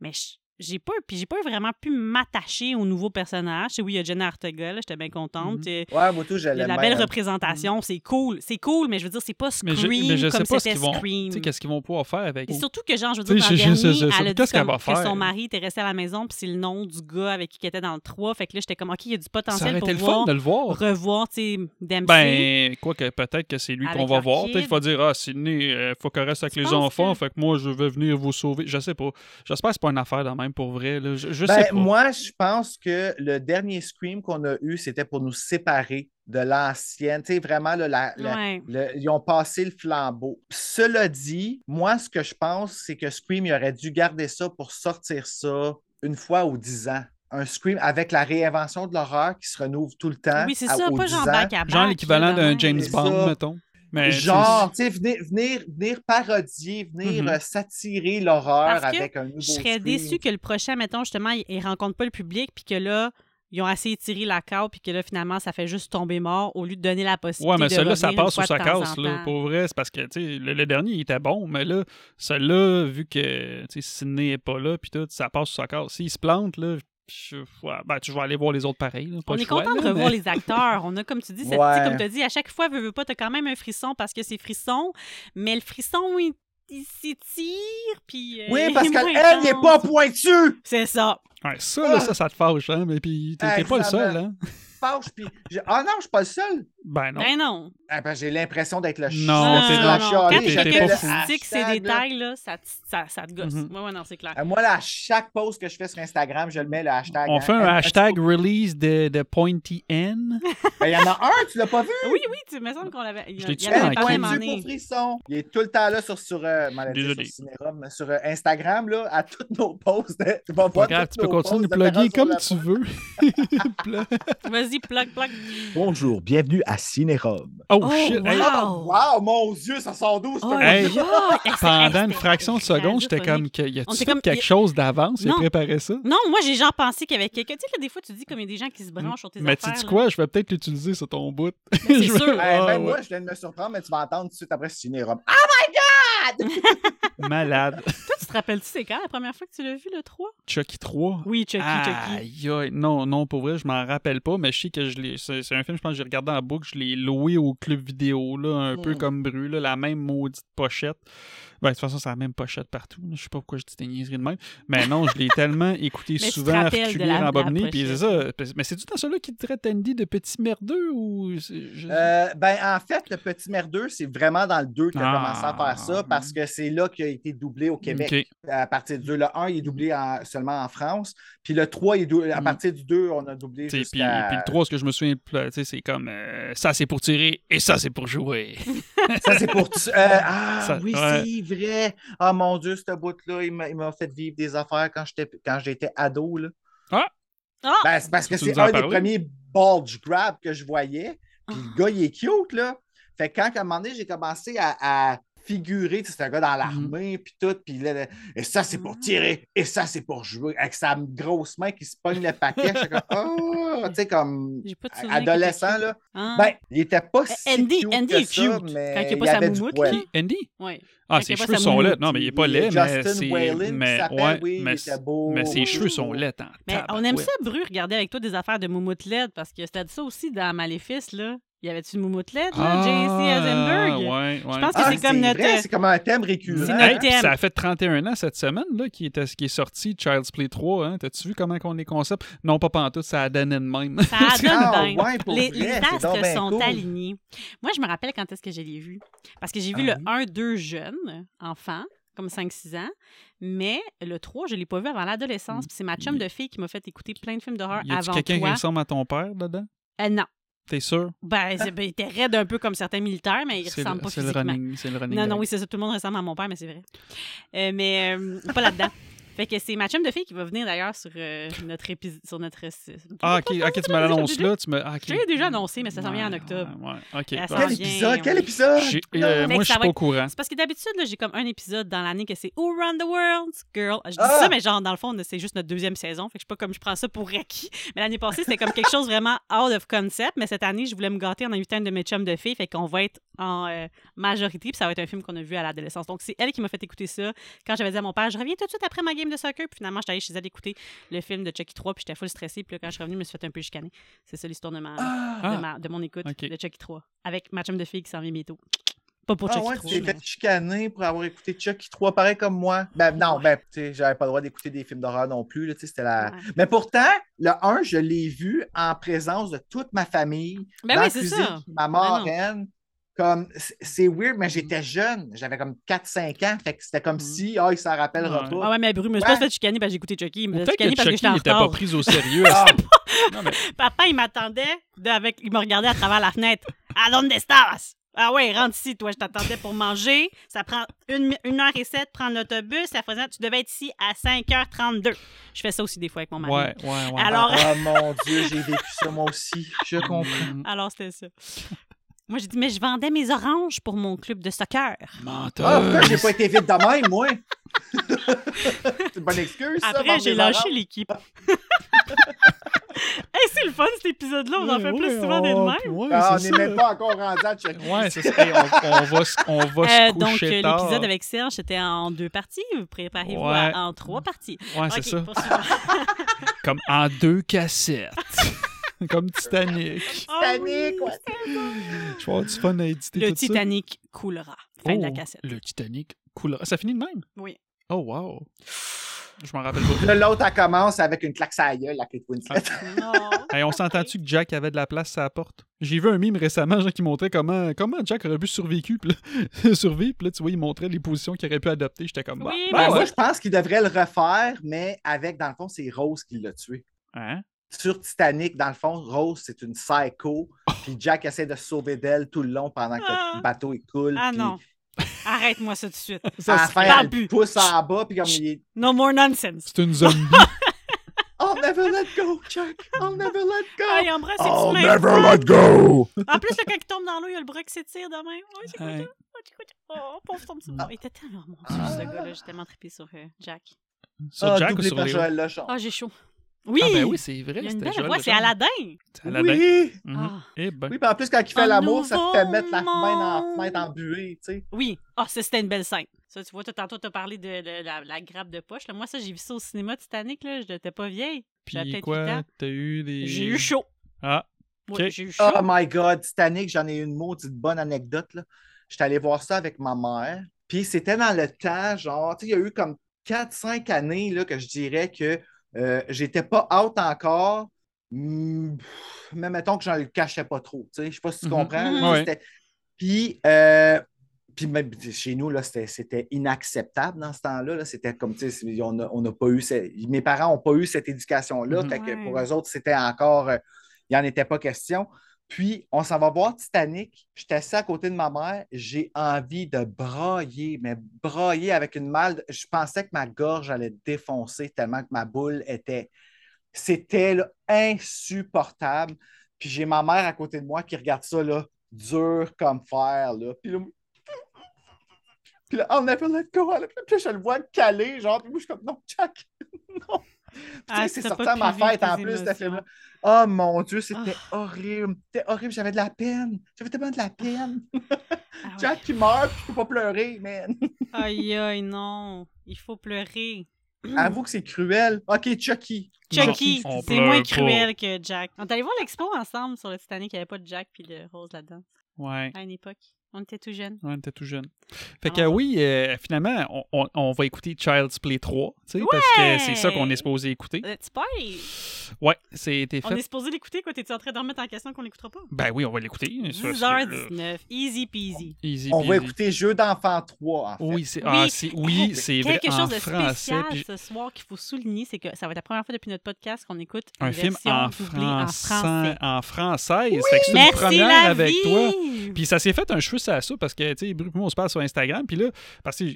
S2: mais je- j'ai pas puis j'ai pas vraiment pu m'attacher au nouveau personnage. Oui, il y a Jenna Ortega, là, j'étais bien contente.
S3: Mhm.
S2: Euh,
S1: Ouais, moi, tout, je
S2: il y a
S1: l'aime.
S2: de la
S1: bien,
S2: belle
S1: hein.
S2: représentation, c'est cool, c'est cool, mais je veux dire, c'est pas
S3: Mm. Mais
S2: Scream
S3: je- mais je sais
S2: comme
S3: pas ce
S2: c'était
S3: qu'ils vont-
S2: Scream.
S3: Tu sais, qu'est-ce qu'ils vont pouvoir faire avec.
S2: Mm. Et surtout que, genre, je veux
S3: Tu
S2: dire,
S3: sais,
S2: dans le
S3: je- je-
S2: dernier,
S3: je- je-
S2: elle a dit
S3: qu'est-ce qu'elle
S2: comme
S3: va faire?
S2: que son mari était resté à la maison, puis c'est le nom du gars avec qui elle était dans le 3. Fait que là, j'étais comme, OK, il y a du
S3: ça aurait
S2: potentiel pour
S3: été le fun
S2: voir,
S3: de le voir.
S2: revoir, tu sais, Dempsey.
S3: Ben, quoi que peut-être que c'est lui
S2: Avec
S3: qu'on va
S2: leur
S3: voir.
S2: kid.
S3: Peut-être qu'il va dire Ah, Sydney, euh, faut qu'elle reste avec
S2: Tu
S3: les
S2: penses
S3: enfants,
S2: que-
S3: fait que moi, je vais venir vous sauver. Je sais pas. J'espère que c'est pas une affaire de même pour vrai. là. Je, je
S1: Ben,
S3: sais pas.
S1: moi, je pense que le dernier scream qu'on a eu, c'était pour nous séparer de l'ancienne. Tu sais, vraiment, là, la- la-
S2: Ouais.
S1: le- ils ont passé le flambeau. Cela dit, moi, ce que je pense, c'est que Scream, il aurait dû garder ça pour sortir ça une fois aux 10 ans. Un Scream avec la réinvention de l'horreur qui se renouve tout le temps.
S2: Oui, c'est
S1: à-
S2: ça,
S1: aux
S2: pas
S1: 10
S2: genre
S1: ans.
S2: back à back,
S3: Genre l'équivalent
S2: là, de
S3: d'un
S2: même.
S3: James
S1: C'est
S3: Bond,
S1: ça.
S3: mettons. Mais,
S1: Genre, tu sais, venir, venir, venir parodier, venir
S3: Mhm.
S1: euh, s'attirer l'horreur
S2: Parce que
S1: avec un nouveau
S2: Je serais
S1: Scream.
S2: déçue que le prochain, mettons, justement, il, il rencontre pas le public, puis que là, ils ont assez étiré la corde, puis que là, finalement, ça fait juste tomber mort au lieu de donner la possibilité.
S3: Ouais, mais
S2: de
S3: celui-là,
S2: revenir
S3: ça
S2: une
S3: passe
S2: fois
S3: ou ça
S2: de temps en
S3: casse. Là,
S2: temps.
S3: pour vrai, c'est parce que tu sais, le, le dernier, il était bon, mais là, celui-là, vu que tu sais, Sidney n'est pas là, puis tout, ça passe ou ça casse. S'il se plante, là, je, ouais, ben, tu vas aller voir les autres pareils. là, pas
S2: On
S3: le
S2: est
S3: choix,
S2: content de
S3: là,
S2: revoir
S3: mais-
S2: les acteurs. On a, comme tu dis, cette, tu sais,
S1: Ouais.
S2: comme tu dis, à chaque fois, veux, veux pas, t'as quand même un frisson parce que c'est frisson, mais le frisson, il, il s'étire, puis. euh, *laughs*
S1: Oui, parce
S2: il moins
S1: qu'elle, il n'est
S2: intense.
S1: pas pointu!
S2: C'est ça.
S3: Ouais, ça,
S1: Ah!
S3: là, ça, ça te fâche, hein, mais puis t'es t'es pas le seul, hein?
S1: Fâche, puis. je- Ah non, je suis pas le seul!
S3: Ben non.
S2: Ben non.
S1: Ah, ben, j'ai l'impression d'être le
S3: Non,
S1: chien
S3: t'es
S1: de
S3: pas-
S1: la
S2: Quand
S1: chialée.
S3: t'es-
S2: tu
S1: J'étais
S3: pas
S1: le
S3: fou.
S2: critiques ces
S1: hashtag, là.
S2: détails-là, ça, te- ça, ça te gosse.
S3: Mhm.
S2: Ouais, ouais, non, c'est clair.
S1: Ah, Moi, là, à chaque pause que je fais sur Instagram, je le mets le hashtag.
S3: On
S1: hein.
S3: fait un
S1: Est-ce-
S3: hashtag release de, de Pointy N.
S1: *laughs* Ben, Il y en a un, tu l'as pas vu?
S2: Oui, oui, tu me semble qu'on l'avait. Il y
S3: Je
S2: en
S3: l'ai-tu
S2: il y en avait
S3: manqué?
S1: Elle
S2: pas
S3: Ouais,
S2: même en
S1: pointue pour
S2: est.
S1: *laughs* frisson. Il est tout le temps là sur, sur, euh, m'allais dire
S3: Désolé.
S1: sur Cinérum, mais sur euh, Instagram, là, à toutes nos posts. *laughs* hein. Tu vas
S3: Pas
S1: voir
S3: grave, tu
S1: toutes
S3: peux
S1: nos
S3: continuer de
S1: posts de
S3: plugger
S1: Terreur sur
S3: comme
S1: la
S3: tu veux. Pla-
S2: Vas-y, plug, plug.
S1: Bonjour, bienvenue à Cinérum.
S3: oh,
S2: Oh,
S3: shit! hey,
S2: Wow.
S1: Wow. wow, mon Dieu, ça sort d'où? c'est
S2: Oh,
S1: un-
S3: Hey,
S2: yeah. Hey, c'est- hey,
S3: pendant
S2: c'était
S3: une fraction de seconde, j'étais
S2: radiophonique.
S3: comme, que- y
S2: On
S3: a-tu
S2: était
S3: fait
S2: comme-
S3: quelque
S2: y-
S3: chose d'avance? Il a
S2: Non.
S3: préparé ça?
S2: Non, moi, j'ai genre pensé qu'il y avait quelqu'un. Tu sais, là, des fois, tu dis comme il y a des gens qui se branchent sur tes
S3: Mm. Mais tu
S2: affaires.
S3: dis
S2: là.
S3: quoi? Je vais peut-être l'utiliser sur ton bout.
S2: c'est
S3: *laughs* Je vais-
S2: sûr.
S1: Eh,
S3: Ah,
S1: ben,
S3: ouais.
S1: Moi, je viens de me surprendre, mais tu vas entendre tout de suite après Cinérum. Ah,
S3: Malade.
S2: Toi, tu te rappelles-tu, c'est quand la première fois que tu l'as vu, le 3?
S3: Chucky 3.
S2: Oui, Chucky, Chucky.
S3: Aïe, aïe. Non, non, pour vrai, je m'en rappelle pas, mais je sais que je l'ai. C'est c'est un film, je pense que j'ai regardé en boucle, je l'ai loué au club vidéo, là, un peu
S2: Hmm.
S1: Mm.
S3: comme Bru, là, la même maudite pochette. Ben, de toute façon, c'est la même pochette partout. là. Je sais pas pourquoi je dis des niaiseries de même. Mais
S2: *laughs*
S3: non, je l'ai tellement écouté
S2: tu te
S3: souvent,
S2: rappelles de
S3: reculer,
S2: la- la
S3: rembobiner, puis c'est
S2: pochette.
S3: ça. Mais c'est-tu dans celui-là qui traite Andy de petit merdeux ou. c'est- je-
S1: euh, ben, en fait, le petit merdeux, c'est vraiment dans le 2 qu'il a
S3: Ah.
S1: commencé à faire ça parce que c'est là qu'il a été doublé au Québec.
S3: Ok.
S1: à partir du 2. Le 1, il est doublé en- seulement en France. Puis le 3, il est dou- à
S3: Mm.
S1: partir du 2, on a doublé
S3: T'sais, Puis,
S1: jusqu'à...
S3: puis le 3, ce que je me souviens, là, t'sais, c'est comme euh, ça c'est pour tirer et ça c'est pour jouer.
S1: Ça, c'est
S3: *laughs*
S1: pour... tu- euh, ah,
S3: Ça-
S1: oui,
S3: ouais.
S1: c'est vrai! Ah, mon Dieu, ce bout-là, il m'a il m'a fait vivre des affaires quand j'étais quand j'étais ado, là.
S3: Ah!
S2: Ah!
S1: Ben, c'est parce que
S3: Tu
S1: c'est
S3: nous en
S1: un des
S3: parlais?
S1: premiers bulge grab que je voyais. Puis
S2: Ah.
S1: le gars, il est cute, là. Fait que quand, à un moment donné, j'ai commencé à... à figurer, tu sais, c'est un gars dans
S2: Mhm.
S1: l'armée, puis tout, puis là, là, et ça, c'est
S2: Ah.
S1: pour tirer, et ça, c'est pour jouer, avec sa grosse main qui se pogne le paquet, j'étais comme, oh, tu sais, comme
S2: J'ai pas de souvenir.
S1: adolescent, là.
S2: là.
S1: Ben, il était pas si
S2: Andy-
S1: cute
S2: Andy
S1: que
S2: est
S1: ça,
S2: cute,
S1: mais
S2: quand il a pas
S1: il
S2: sa
S1: avait du
S2: moumoute,
S1: poil.
S2: là.
S3: Qui? Andy?
S2: Ouais.
S3: Ah,
S2: Fait
S3: ses
S2: qu'il a pas
S3: cheveux
S2: sa
S3: sont
S2: moumoute.
S3: laids. Non, mais il est pas
S1: Il
S3: laid,
S1: est
S3: mais
S1: Justin
S3: c'est.
S1: Whalen,
S3: Mais,
S1: qui s'appelle,
S3: ouais,
S1: oui, il
S3: mais,
S1: était beau.
S3: mais ses
S1: Oui.
S3: cheveux sont laids. en
S2: Mais on
S3: tabarouette.
S2: aime ça, Bru, regarder avec toi des affaires de moumoute LED, parce que c'était ça aussi dans Maléfice, là. Il y avait-tu une moumoute LED, là, J.C. Eisenberg?
S3: Ah, Ouais, ouais.
S2: Je pense que
S1: Ah,
S2: c'est comme notre- euh,
S1: vrai, c'est comme un thème récurrent.
S2: C'est
S3: Hey,
S2: notre-
S3: puis
S2: thème.
S3: ça a fait 31 ans cette semaine là, qui, était, qui est sorti Child's Play 3. Hein? T'as-tu vu comment qu'on est concept? Non, pas pantoute, ça a donné de même.
S2: Ça
S3: *laughs*
S2: donne
S1: Ah,
S2: bien.
S1: ouais, pour
S2: les,
S1: vrai,
S2: les
S1: c'est
S2: astres
S1: donc ben
S2: sont
S1: cool.
S2: alignés. Moi, je me rappelle quand est-ce que je l'ai vu. Parce que j'ai vu
S1: Ah
S2: le 1, 2 jeune, enfant, comme 5-6 ans. Mais le 3, je ne l'ai pas vu avant l'adolescence. Puis c'est ma chum de fille qui m'a fait écouter plein de films d'horreur
S3: Mm. *laughs* y a-tu
S2: Ah, avant
S3: quelqu'un qui
S2: toi.
S3: ressemble à ton père dedans?
S2: Euh, non.
S3: T'es sûr?
S2: Ben, c'est- ben, il était raide un peu comme certains militaires, mais il
S3: C'est
S2: ressemble
S3: le,
S2: pas
S3: c'est le
S2: physiquement.
S3: running. C'est le running.
S2: Non, non,
S3: gag.
S2: oui, c'est ça. Tout le monde ressemble à mon père, mais c'est vrai. Euh, mais euh, pas là-dedans. fait que c'est ma chum de fille qui va venir d'ailleurs sur euh, notre épisode. Sur notre...
S3: Ah, ok, ok, tu me l'annonces là. Tu me... ah, ok.
S2: Je l'ai déjà annoncé, mais ça s'en vient en
S3: Ouais,
S2: octobre.
S3: ouais, ouais. Ok.
S2: Elle
S3: bon.
S2: s'en
S1: Quel
S2: vient.
S1: épisode, quel
S2: oui.
S1: épisode! Ah
S3: J'ai-
S1: Non.
S3: euh,
S2: Mais
S3: moi,
S2: que
S3: je
S2: ça
S3: suis
S2: va
S3: pas au
S2: être-
S3: courant.
S2: C'est parce que d'habitude, là, j'ai comme un épisode dans l'année que c'est Who Run the World, Girl. Je dis
S1: Ah!
S2: ça, mais genre, dans le fond, c'est juste notre deuxième saison. Fait que je sais pas comme je prends ça pour acquis. Mais l'année passée, c'était comme quelque chose vraiment out of concept. Mais cette année, je voulais me gâter en invitant une de mes chums de filles. Fait qu'on va être en euh, majorité. Puis ça va être un film qu'on a vu à l'adolescence. Donc c'est elle qui m'a fait écouter ça. Quand j'avais dit à mon père, je reviens tout de suite après ma game de soccer. Puis finalement, j'étais allée chez elle écouter le film de Chucky 3. Puis j'étais full stressée. Puis là, quand je suis revenue, je me suis fait un peu chicaner. C'est ça l'histoire de ma
S1: Ah,
S3: Ah.
S2: de, ma- de mon écoute
S3: Ok.
S2: de Chucky 3 avec ma chum de fille qui s'en vient bientôt. Pas pour
S1: Ah
S2: Chucky
S3: euh,
S1: ouais,
S2: 3.
S1: tu t'es
S2: mais-
S1: fait chicaner pour avoir écouté Chucky 3, pareil comme moi. Ben non, ben, tu sais, j'avais pas le droit d'écouter des films d'horreur non plus, là, tu sais, c'était la...
S2: Ouais.
S1: Mais pourtant, le 1, je l'ai vu en présence de toute ma famille,
S2: Ben
S1: dans
S2: oui,
S1: la
S2: c'est
S1: cuisine,
S2: ça. Ben
S1: chez ma marraine. Comme, c'est- c'est weird, mais
S2: Mm.
S1: j'étais jeune. J'avais comme 4-5 ans. Fait que c'était comme si, ah, il s'en rappellera
S3: Ouais.
S1: pas.
S2: Ah ouais, mais Bru, je me suis pas
S1: Ouais.
S2: fait chicaner parce que j'ai écouté Chucky. Il me
S3: Ou
S2: fait
S3: Peut-être
S2: chicaner
S3: que
S2: parce que
S3: Chucky
S2: j'étais en
S3: n'était pas
S2: retard.
S3: pris au sérieux. à
S1: Ah.
S3: ce- Non, mais-
S2: *laughs* Papa, il m'attendait. de- Avec... Il me regardait à travers la fenêtre. À donde estás? Ah ouais, rentre ici, toi. Je t'attendais pour manger. Ça prend une, mi- une heure et sept, prendre l'autobus. La faisant, tu devais être ici à 5h32. Je fais ça aussi des fois avec mon mari.
S3: Ouais, ouais,
S2: *laughs*
S3: ouais.
S2: Alors-
S1: Ah, mon Dieu, j'ai vécu ça moi aussi. Je comprends.
S3: Mm.
S2: Alors, c'était ça. Moi, j'ai dit, mais je vendais mes oranges pour mon club de soccer.
S3: Menteuse.
S1: Ah, pourquoi j'ai pas été vite de même,
S2: *laughs*
S1: moi? c'est une bonne excuse. ça,
S2: Après,
S1: vendre
S2: j'ai
S1: des
S2: lâché
S1: oranges.
S2: l'équipe. *laughs* hey, c'est le fun, cet épisode-là. On en fait
S3: Ouais,
S2: plus
S3: ouais,
S2: souvent des
S3: on-
S2: de même.
S3: ouais,
S1: Ah, on
S3: c'est
S1: n'est
S3: ça.
S1: même pas encore rendu à E. Chucky.
S3: Ouais, c'est ça. Hey, on, on va, se- on va
S2: Euh,
S3: se coucher
S2: donc, euh,
S3: tard.
S2: l'épisode avec Serge, c'était en deux parties. Vous Préparez-vous à-
S3: Ouais.
S2: en trois parties.
S3: Ouais,
S2: Ok,
S3: c'est ça.
S2: poursuivons.
S3: Comme en deux cassettes. *laughs* Comme Titanic.
S2: *laughs* Ah oui,
S1: Titanic, ouais.
S3: Je vais avoir du fun à éditer
S2: Le
S3: tout ça.
S2: Titanic coulera. Fin de la
S3: Oh,
S2: cassette.
S3: Le Titanic coulera. Ça finit de même?
S2: Oui.
S3: Oh, wow. Je m'en rappelle pas.
S1: Là, L'autre, elle commence avec une claque à la gueule à Kate
S2: Ah,
S1: Winslet.
S2: Non.
S3: Hey, on s'entend-tu que Jack avait de la place à la porte? J'ai vu un mime récemment genre, qui montrait comment, comment Jack aurait pu survécu, puis là, *laughs* survivre. Puis là, tu vois, il montrait les positions qu'il aurait pu adopter. J'étais comme, bah,
S2: Oui,
S3: bah,
S1: Ben,
S2: ouais.
S1: Moi, je pense qu'il devrait le refaire, mais avec, dans le fond, c'est Rose qui l'a tué.
S3: Hein?
S1: Sur Titanic, dans le fond, Rose, c'est une
S3: Oh.
S1: psycho. Puis Jack essaie de se sauver d'elle tout le long pendant que
S2: Ah.
S1: le bateau il coule.
S2: Ah
S1: puis
S2: non. Arrête-moi ça tout de suite.
S1: À la
S3: Ça,
S1: fin,
S3: c'est-
S2: Tant
S1: elle
S2: pis.
S1: pousse en bas. Puis comme il est.
S2: No more nonsense.
S3: c'est une zombie.
S1: I'll never let go, Jack. I'll never let go.
S2: Hey, embrasse oh,
S1: go.
S2: En plus, là, quand il tombe dans l'eau, il y a le bras qui s'étire de même. Oh, j'ai
S3: Ouais.
S2: écouté. Oh, j'ai écouté. Oh, pauvre Tom Sawyer.
S1: Ah.
S2: Il était tellement mon Dieu,
S1: Ah.
S2: ce gars-là. J'ai tellement trippé sur euh, Jack.
S3: Sur Jack ou sur
S1: par
S3: Léo?
S1: Joël Lechon.
S2: Ah, j'ai chaud. Oui!
S3: Ah, ben oui, c'est vrai.
S2: il y a une
S3: c'était
S2: belle
S3: Joël
S2: voix,
S3: le
S2: c'est
S3: Jeune.
S2: Aladdin.
S3: C'est Aladdin.
S1: Oui.
S3: Mhm.
S2: Ah.
S3: Eh ben.
S1: Oui, puis en plus, quand il fait
S2: Un
S1: l'amour, ça te fait
S2: nouveau
S1: mettre la main en,
S2: monde.
S1: main en buée, tu sais.
S2: Oui. Ah, ça, c'était une belle scène. Ça, tu vois, toi, tantôt, t'as parlé de, de la, la grappe de poche. là. Moi, ça, j'ai vu ça au cinéma Titanic. Là. Je n'étais pas vieille. j'avais
S3: Puis
S2: peut-être
S3: quoi?
S2: huit ans.
S3: T'as eu des.
S2: J'ai eu chaud.
S3: Ah,
S2: Oui,
S3: Ok.
S2: j'ai eu chaud.
S1: Oh my God, Titanic, j'en ai une maudite bonne anecdote. Là. J'étais allé voir ça avec ma mère. Puis c'était dans le temps, genre, tu sais, il y a eu comme 4-5 années là, que je dirais que euh, j'étais pas out encore. Mm, pff, mais mettons que je le cachais pas trop. tu sais. Je sais pas si tu
S3: Mhm.
S1: comprends. là,
S3: Mhm. Ouais.
S1: c'était- Puis, euh, puis même chez nous, là, c'était, c'était inacceptable dans ce temps-là. là. C'était comme, tu sais, on n'a on n'a pas eu... ce- Mes parents n'ont pas eu cette éducation-là.
S3: Mhm.
S1: fait que
S2: Ouais.
S1: pour eux autres, c'était encore... euh, il n'en était pas question. Puis, on s'en va voir Titanic. Je suis assis à côté de ma mère. J'ai envie de brailler, mais brailler avec une malle. Je pensais que ma gorge allait défoncer tellement que ma boule était. C'était là, insupportable. Puis, j'ai ma mère à côté de moi qui regarde ça, là, dur comme fer. Là. Puis, là, puis là, on never let go. Puis là, je le vois caler, genre. Puis moi, je suis comme, non, Jack, *laughs* non. Puis, tu sais,
S2: Ah,
S1: c'est
S2: t'as
S1: sorti
S2: pas
S1: à ma
S2: pu vivre
S1: fête en
S2: tes
S1: plus, ce
S2: émotions. Ah.
S1: film-là. Oh mon Dieu, c'était horrible. C'était horrible. J'avais de la peine. J'avais tellement de la peine.
S2: Ah ouais.
S1: Jack qui meurt, puis je peux pas pleurer,
S2: *clears throat*
S1: man.
S2: Aïe, aïe, non. Il faut pleurer.
S1: Avoue que c'est cruel. Ok, Chucky.
S2: Chucky,
S3: on
S2: c'est
S3: pleure
S2: moins
S3: pas.
S2: cruel que Jack. On est allé voir l'expo ensemble sur le Titanic. Il n'y avait pas de Jack puis de Rose là-dedans.
S3: ouais.
S2: À une époque. On était tout jeunes.
S3: Ouais, t'es tout jeune. Fait que
S2: Alors-
S3: euh, oui, euh, finalement, on, on- on va écouter Child's Play 3, tu sais, parce
S2: Ouais!
S3: que c'est ça qu'on est supposé écouter.
S2: Let's party!
S3: Ouais, c'était
S2: Euh, On
S3: fait.
S2: est supposé l'écouter, quoi. T'es-tu en train de remettre en question qu'on l'écoutera pas?
S3: Ben oui, on va l'écouter. ça, c'est, euh,
S2: 10h19. Easy peasy.
S3: Easy
S1: On va
S3: peasy.
S1: écouter Jeu d'enfant 3, en fait.
S3: Oui, c'est, ah,
S2: Oui.
S3: c'est, oui, c'est vrai.
S2: Oh, Quelque
S3: en
S2: chose de
S3: français,
S2: spécial
S3: puis-
S2: ce soir qu'il faut souligner, c'est que ça va être la première fois depuis notre podcast qu'on écoute une
S3: un film
S2: version
S3: en,
S2: doublée en
S3: français,
S2: français.
S3: en française. Fait que c'est une
S2: Merci
S3: première
S2: la
S3: avec
S2: vie!
S3: toi. Puis ça s'est fait un cheveu à ça parce que, tu sais, Bruno, on se parle sur Instagram. Puis là, parce que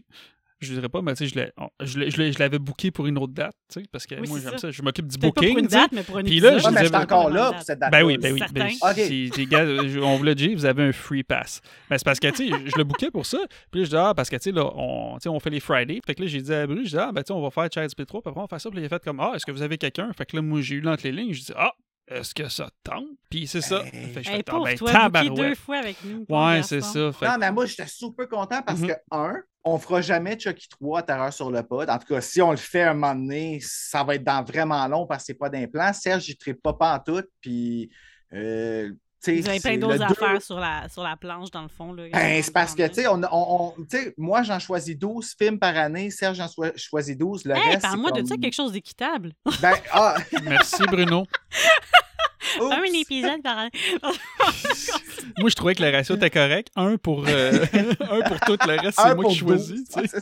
S3: je ne dirais pas, mais tu sais, je l'ai- on- je l'ai- je l'ai- je l'avais booké pour une autre date, tu sais, parce que
S2: Oui,
S3: moi,
S2: c'est
S3: j'aime
S2: ça.
S3: ça. Je m'occupe du
S2: Peut-être pas pour
S3: booking.
S2: une
S3: tu sais.
S2: date, mais pour un
S3: Puis
S2: épisode.
S3: là,
S1: Ouais, mais
S3: vous
S1: je suis
S3: avais-
S1: encore là pour cette date
S3: Ben oui, ben oui.
S2: Certain.
S3: Ben,
S1: Ok.
S3: si les gars, je- on vous l'a dit, vous avez un free pass. Ben, c'est parce que, tu sais, je le bouquais pour ça. Puis là, je dis, ah, parce que, tu sais, là, on, tu sais, on fait les Fridays. Fait que là, j'ai dit à Bruce, je dis, ah, ben, tu sais, on va faire Child's Play 3, puis après, on va faire ça. Puis là, il a fait comme, ah, est-ce que vous avez quelqu'un? Fait que là, moi, j'ai eu l'entre les lignes. Je dis, ah, est-ce que ça tente? Puis c'est ça.
S1: Hey.
S3: Fait que je
S2: Hey,
S3: fais, ah,
S2: Eh, pauvre
S3: ben,
S2: toi, booké
S3: tabarouette.
S2: deux fois avec nous. pauvre
S3: Ouais,
S2: garçon.
S3: c'est ça. Fait
S1: Non, mais moi, j'étais super content parce
S3: Mhm.
S1: que, un, on fera jamais Chucky 3 à Terreur sur le pod. En tout cas, si on le fait un moment donné, ça va être dans vraiment long parce que c'est pas d'implant. Serge, il ne pas pas en tout. Puis, euh, tu sais,
S2: Vous avez
S1: c'est
S2: plein
S1: le
S2: d'autres
S1: deux.
S2: affaires sur la, sur la planche, dans le fond. Là,
S1: Ben, c'est parce que, tu sais, on, on- on- tu sais, moi, j'en choisis 12 films par année. Serge, j'en choi- choisis 12. Le
S2: Hey,
S1: reste,
S2: Eh, parle-moi
S1: c'est
S2: de ça,
S1: comme-
S2: quelque chose d'équitable.
S1: Ben, ah,
S3: merci, Bruno.
S1: oups.
S2: *laughs* Un épisode par
S1: *laughs*
S2: année.
S3: Moi, je trouvais que le ratio était correct. Un pour, euh, *laughs* un pour tout, le reste,
S1: Un
S3: c'est moi
S1: pour
S3: qui choisis.
S1: 12.
S3: tu sais.
S1: Ouais, c'est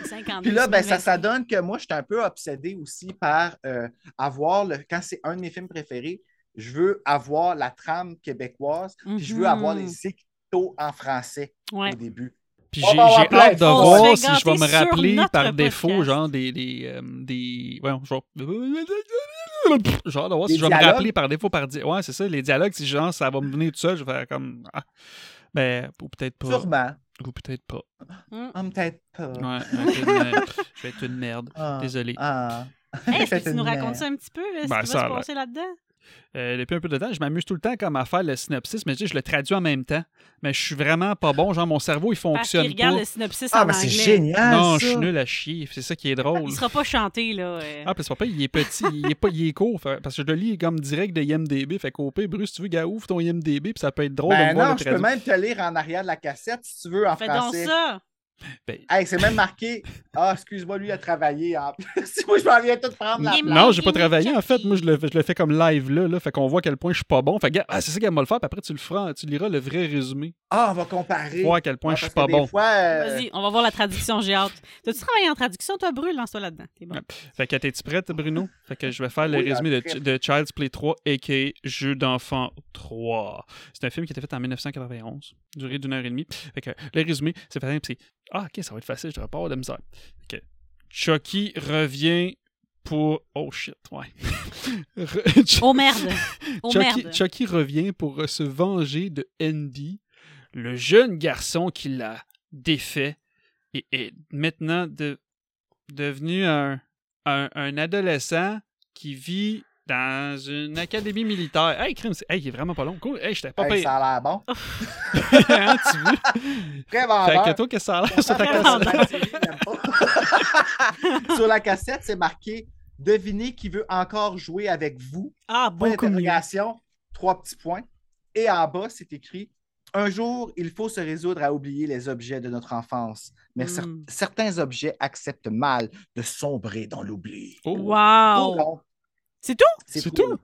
S1: ça.
S2: 52
S1: Puis là, ben,
S2: semaines
S1: ça, ça donne que moi, je suis un peu obsédé aussi par euh, avoir, le, quand c'est un de mes films préférés, je veux avoir la trame québécoise, puis je veux
S2: Mhm.
S1: avoir les écriteaux en français
S2: Ouais.
S1: au début.
S3: Puis
S1: On
S3: j'ai,
S1: va en
S3: j'ai
S1: plein.
S3: hâte de
S1: On
S2: se
S3: voir
S2: fait
S3: si je vais me
S2: gâter sur
S3: rappeler
S2: notre
S3: par défaut,
S2: podcast.
S3: genre des. des, euh, des voyons, genre. Genre de voir si
S1: Des
S3: je vais me
S1: dialogues.
S3: rappeler par défaut. par di- Ouais, c'est ça, les dialogues, si genre ça va me venir tout seul, je vais faire comme. Ah. Ben, ou peut-être pas.
S1: Sûrement.
S3: Ou peut-être pas.
S2: Mm.
S1: Ah, peut-être pas.
S3: Ouais, ok, mais euh, je vais être une merde.
S1: Ah,
S3: Désolé.
S1: ah.
S2: Mm. Hey, Est-ce
S1: *laughs* Faites
S2: que tu
S1: une
S2: nous
S1: merde.
S2: racontes ça un petit peu? Est-ce
S3: Ben,
S2: qui
S3: ça
S2: va
S3: a
S2: se
S3: l'air.
S2: passer là-dedans?
S3: euh, depuis un peu de temps. Je m'amuse tout le temps comme à faire le synopsis, mais tu sais, je le traduis en même temps. Mais je suis vraiment pas bon. Genre, mon cerveau, il
S4: Parce qu'il
S3: fonctionne
S4: regarde
S3: pas.
S4: le synopsis
S1: Ah,
S4: en
S1: mais
S4: anglais.
S1: c'est génial!
S3: Non, je
S1: Ah, ça.
S3: suis nul à chier. C'est ça qui est drôle.
S4: Il sera pas chanté, là. euh.
S3: Ah, puis c'est pas pire, il est petit, il est pas il est court. fait- parce que je le lis comme direct de IMDB. Fait qu'au pire, Bruce, tu veux, gars, ouvre ton IMDB, puis ça peut être drôle de me
S1: Ben
S3: voir
S1: non,
S3: le
S1: je peux
S3: traduire.
S1: même te lire en arrière de la cassette si tu veux en
S4: Fais donc
S1: français.
S4: ça!
S1: Hey, c'est même marqué. Ah, excuse-moi, lui a travaillé en *laughs* plus. Moi, je m'en viens tout prendre la
S4: Il est
S1: place.
S3: Non, j'ai pas
S4: Marvin
S3: travaillé. En fait,
S4: Jackie.
S3: moi, je le, je le fais comme live là, là. Fait qu'on voit à quel point je suis pas bon. Fait que, gars, ah, c'est ça qu'elle m'a le faire. Puis après, tu le feras, tu liras le vrai résumé.
S1: Ah, on va comparer.
S3: Voir à quel point
S1: Ah,
S3: je suis
S1: parce
S3: pas
S1: que des
S3: bon.
S1: fois, euh,
S4: Vas-y, on va voir la traduction, j'ai hâte. T'as-tu travaillé en traduction, toi, Brûle? Lance-toi là-dedans. T'es bon.
S3: *laughs* Ouais. Fait que t'es-tu prête, Bruno? Fait que je vais faire le
S1: Oui, là,
S3: résumé de,
S1: prête.
S3: de Child's Play 3, a.k.a. Jeu d'enfant 3. C'est un film qui a été fait en 1991, duré d'une heure et demie. Fait que le résumé, c'est facile, c'est « Ah, OK, ça va être facile, je devrais pas avoir de misère. » Fait que Chucky revient pour... Oh shit, ouais. *laughs* Re- Ch-
S4: Oh merde! Oh
S3: Chucky,
S4: merde!
S3: Chucky revient pour euh, se venger de Andy, le jeune garçon qui l'a défait et est maintenant de- devenu un, un- un adolescent qui vit dans une académie militaire. Hey, crime, c'est- hey, il est vraiment pas long. Cool. Hey, j'étais pas
S1: hey,
S3: payé.
S1: ça a l'air bon.
S4: Oh.
S3: *laughs* Hein, tu
S1: *laughs*
S3: veux?
S1: Très
S3: fait
S1: vendeur.
S3: que toi, qu'est-ce que ça a l'air sur
S4: *laughs*
S3: ta
S4: Très
S3: cassette?
S4: vendeur.
S1: *laughs* Sur la cassette, c'est marqué Devinez qui veut encore jouer avec vous.
S4: Ah,
S1: Point
S4: beaucoup mieux.
S1: d'interrogation, trois petits points. Et en bas, c'est écrit Un jour, il faut se résoudre à oublier les objets de notre enfance. Mais cer-
S4: Mm.
S1: certains objets acceptent mal de sombrer dans l'oubli.
S3: Oh.
S1: Oh,
S4: Wow!
S1: non.
S4: C'est tout?
S3: C'est tout?
S1: Non,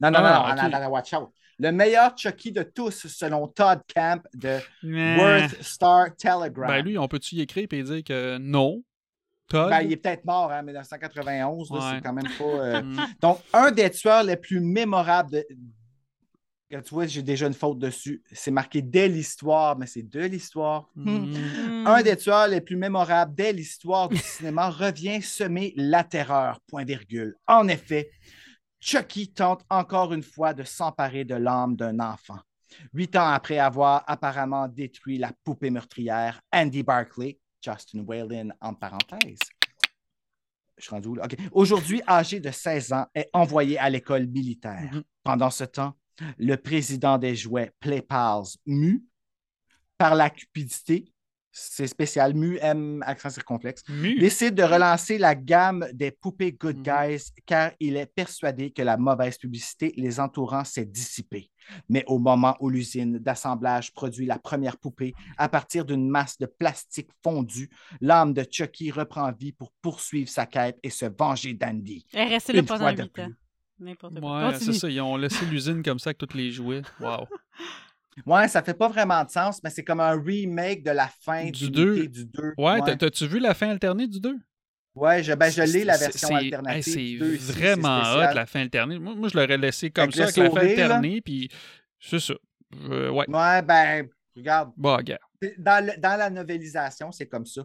S1: non, non,
S3: Ah,
S1: non,
S3: ok.
S1: non, non, watch out. Le meilleur Chucky de tous, selon Todd Camp de
S3: Mais-
S1: Worth Star Telegram.
S3: Euh, Ben lui, on peut-tu y écrire et dire que non? Todd?
S1: Ben, il est peut-être mort en 1991, là,
S3: Ouais.
S1: c'est quand même pas. euh, *laughs*
S3: Hmm.
S1: Donc, un des tueurs les plus mémorables de. Que tu vois, j'ai déjà une faute dessus. C'est marqué dès l'histoire, mais c'est de l'histoire. Hmm. *laughs*
S3: Hmm.
S1: Un des tueurs les plus mémorables dès
S3: *laughs*
S1: l'histoire du cinéma revient semer la terreur. Point virgule. En effet, Chucky tente encore une fois de s'emparer de l'âme d'un enfant. Huit ans après avoir apparemment détruit la poupée meurtrière, Andy Barclay, Justin Whalen en parenthèse. Je suis rendu où, là? OK. Aujourd'hui, âgé de 16 ans, est envoyé à l'école militaire.
S3: Mhm.
S1: Pendant ce temps, le président des jouets, Playpals, mu, par la cupidité, c'est spécial, mu, M, accent circonflexe,
S3: Mu.
S1: décide de relancer la gamme des poupées Good
S3: Mhm.
S1: Guys car il est persuadé que la mauvaise publicité les entourant s'est dissipée. Mais au moment où l'usine d'assemblage produit la première poupée à partir d'une masse de plastique fondu, l'âme de Chucky reprend vie pour poursuivre sa quête et se venger d'Andy.
S4: Elle est restée là
S1: Une fois
S4: pendant
S1: de
S4: 8 ans.
S1: plus.
S4: hein. N'importe quoi.
S3: Ouais, c'est
S4: Continue.
S3: ça. Ils ont laissé l'usine comme ça avec tous les jouets. Wow.
S1: Ouais, ça fait pas vraiment de sens, mais c'est comme un remake de la fin
S3: Du
S1: du
S3: deux.
S1: 2. Du deux.
S3: Ouais, t'as- t'as-tu vu la fin alternée du 2?
S1: Ouais, je, ben,
S3: C'est-
S1: je lis la
S3: c'est-
S1: version
S3: c'est-
S1: alternative.
S3: hey,
S1: du
S3: c'est
S1: deux ici,
S3: vraiment
S1: c'est
S3: hot,
S1: spécial.
S3: la fin alternée. Moi, moi, je l'aurais laissé comme
S1: Avec
S3: ça,
S1: le
S3: avec la fin
S1: sourire, là.
S3: alternée, puis c'est ça. Euh, ouais.
S1: Ouais, ben, regarde,
S3: Bah, gars.
S1: dans, le- dans la novelisation, c'est comme ça.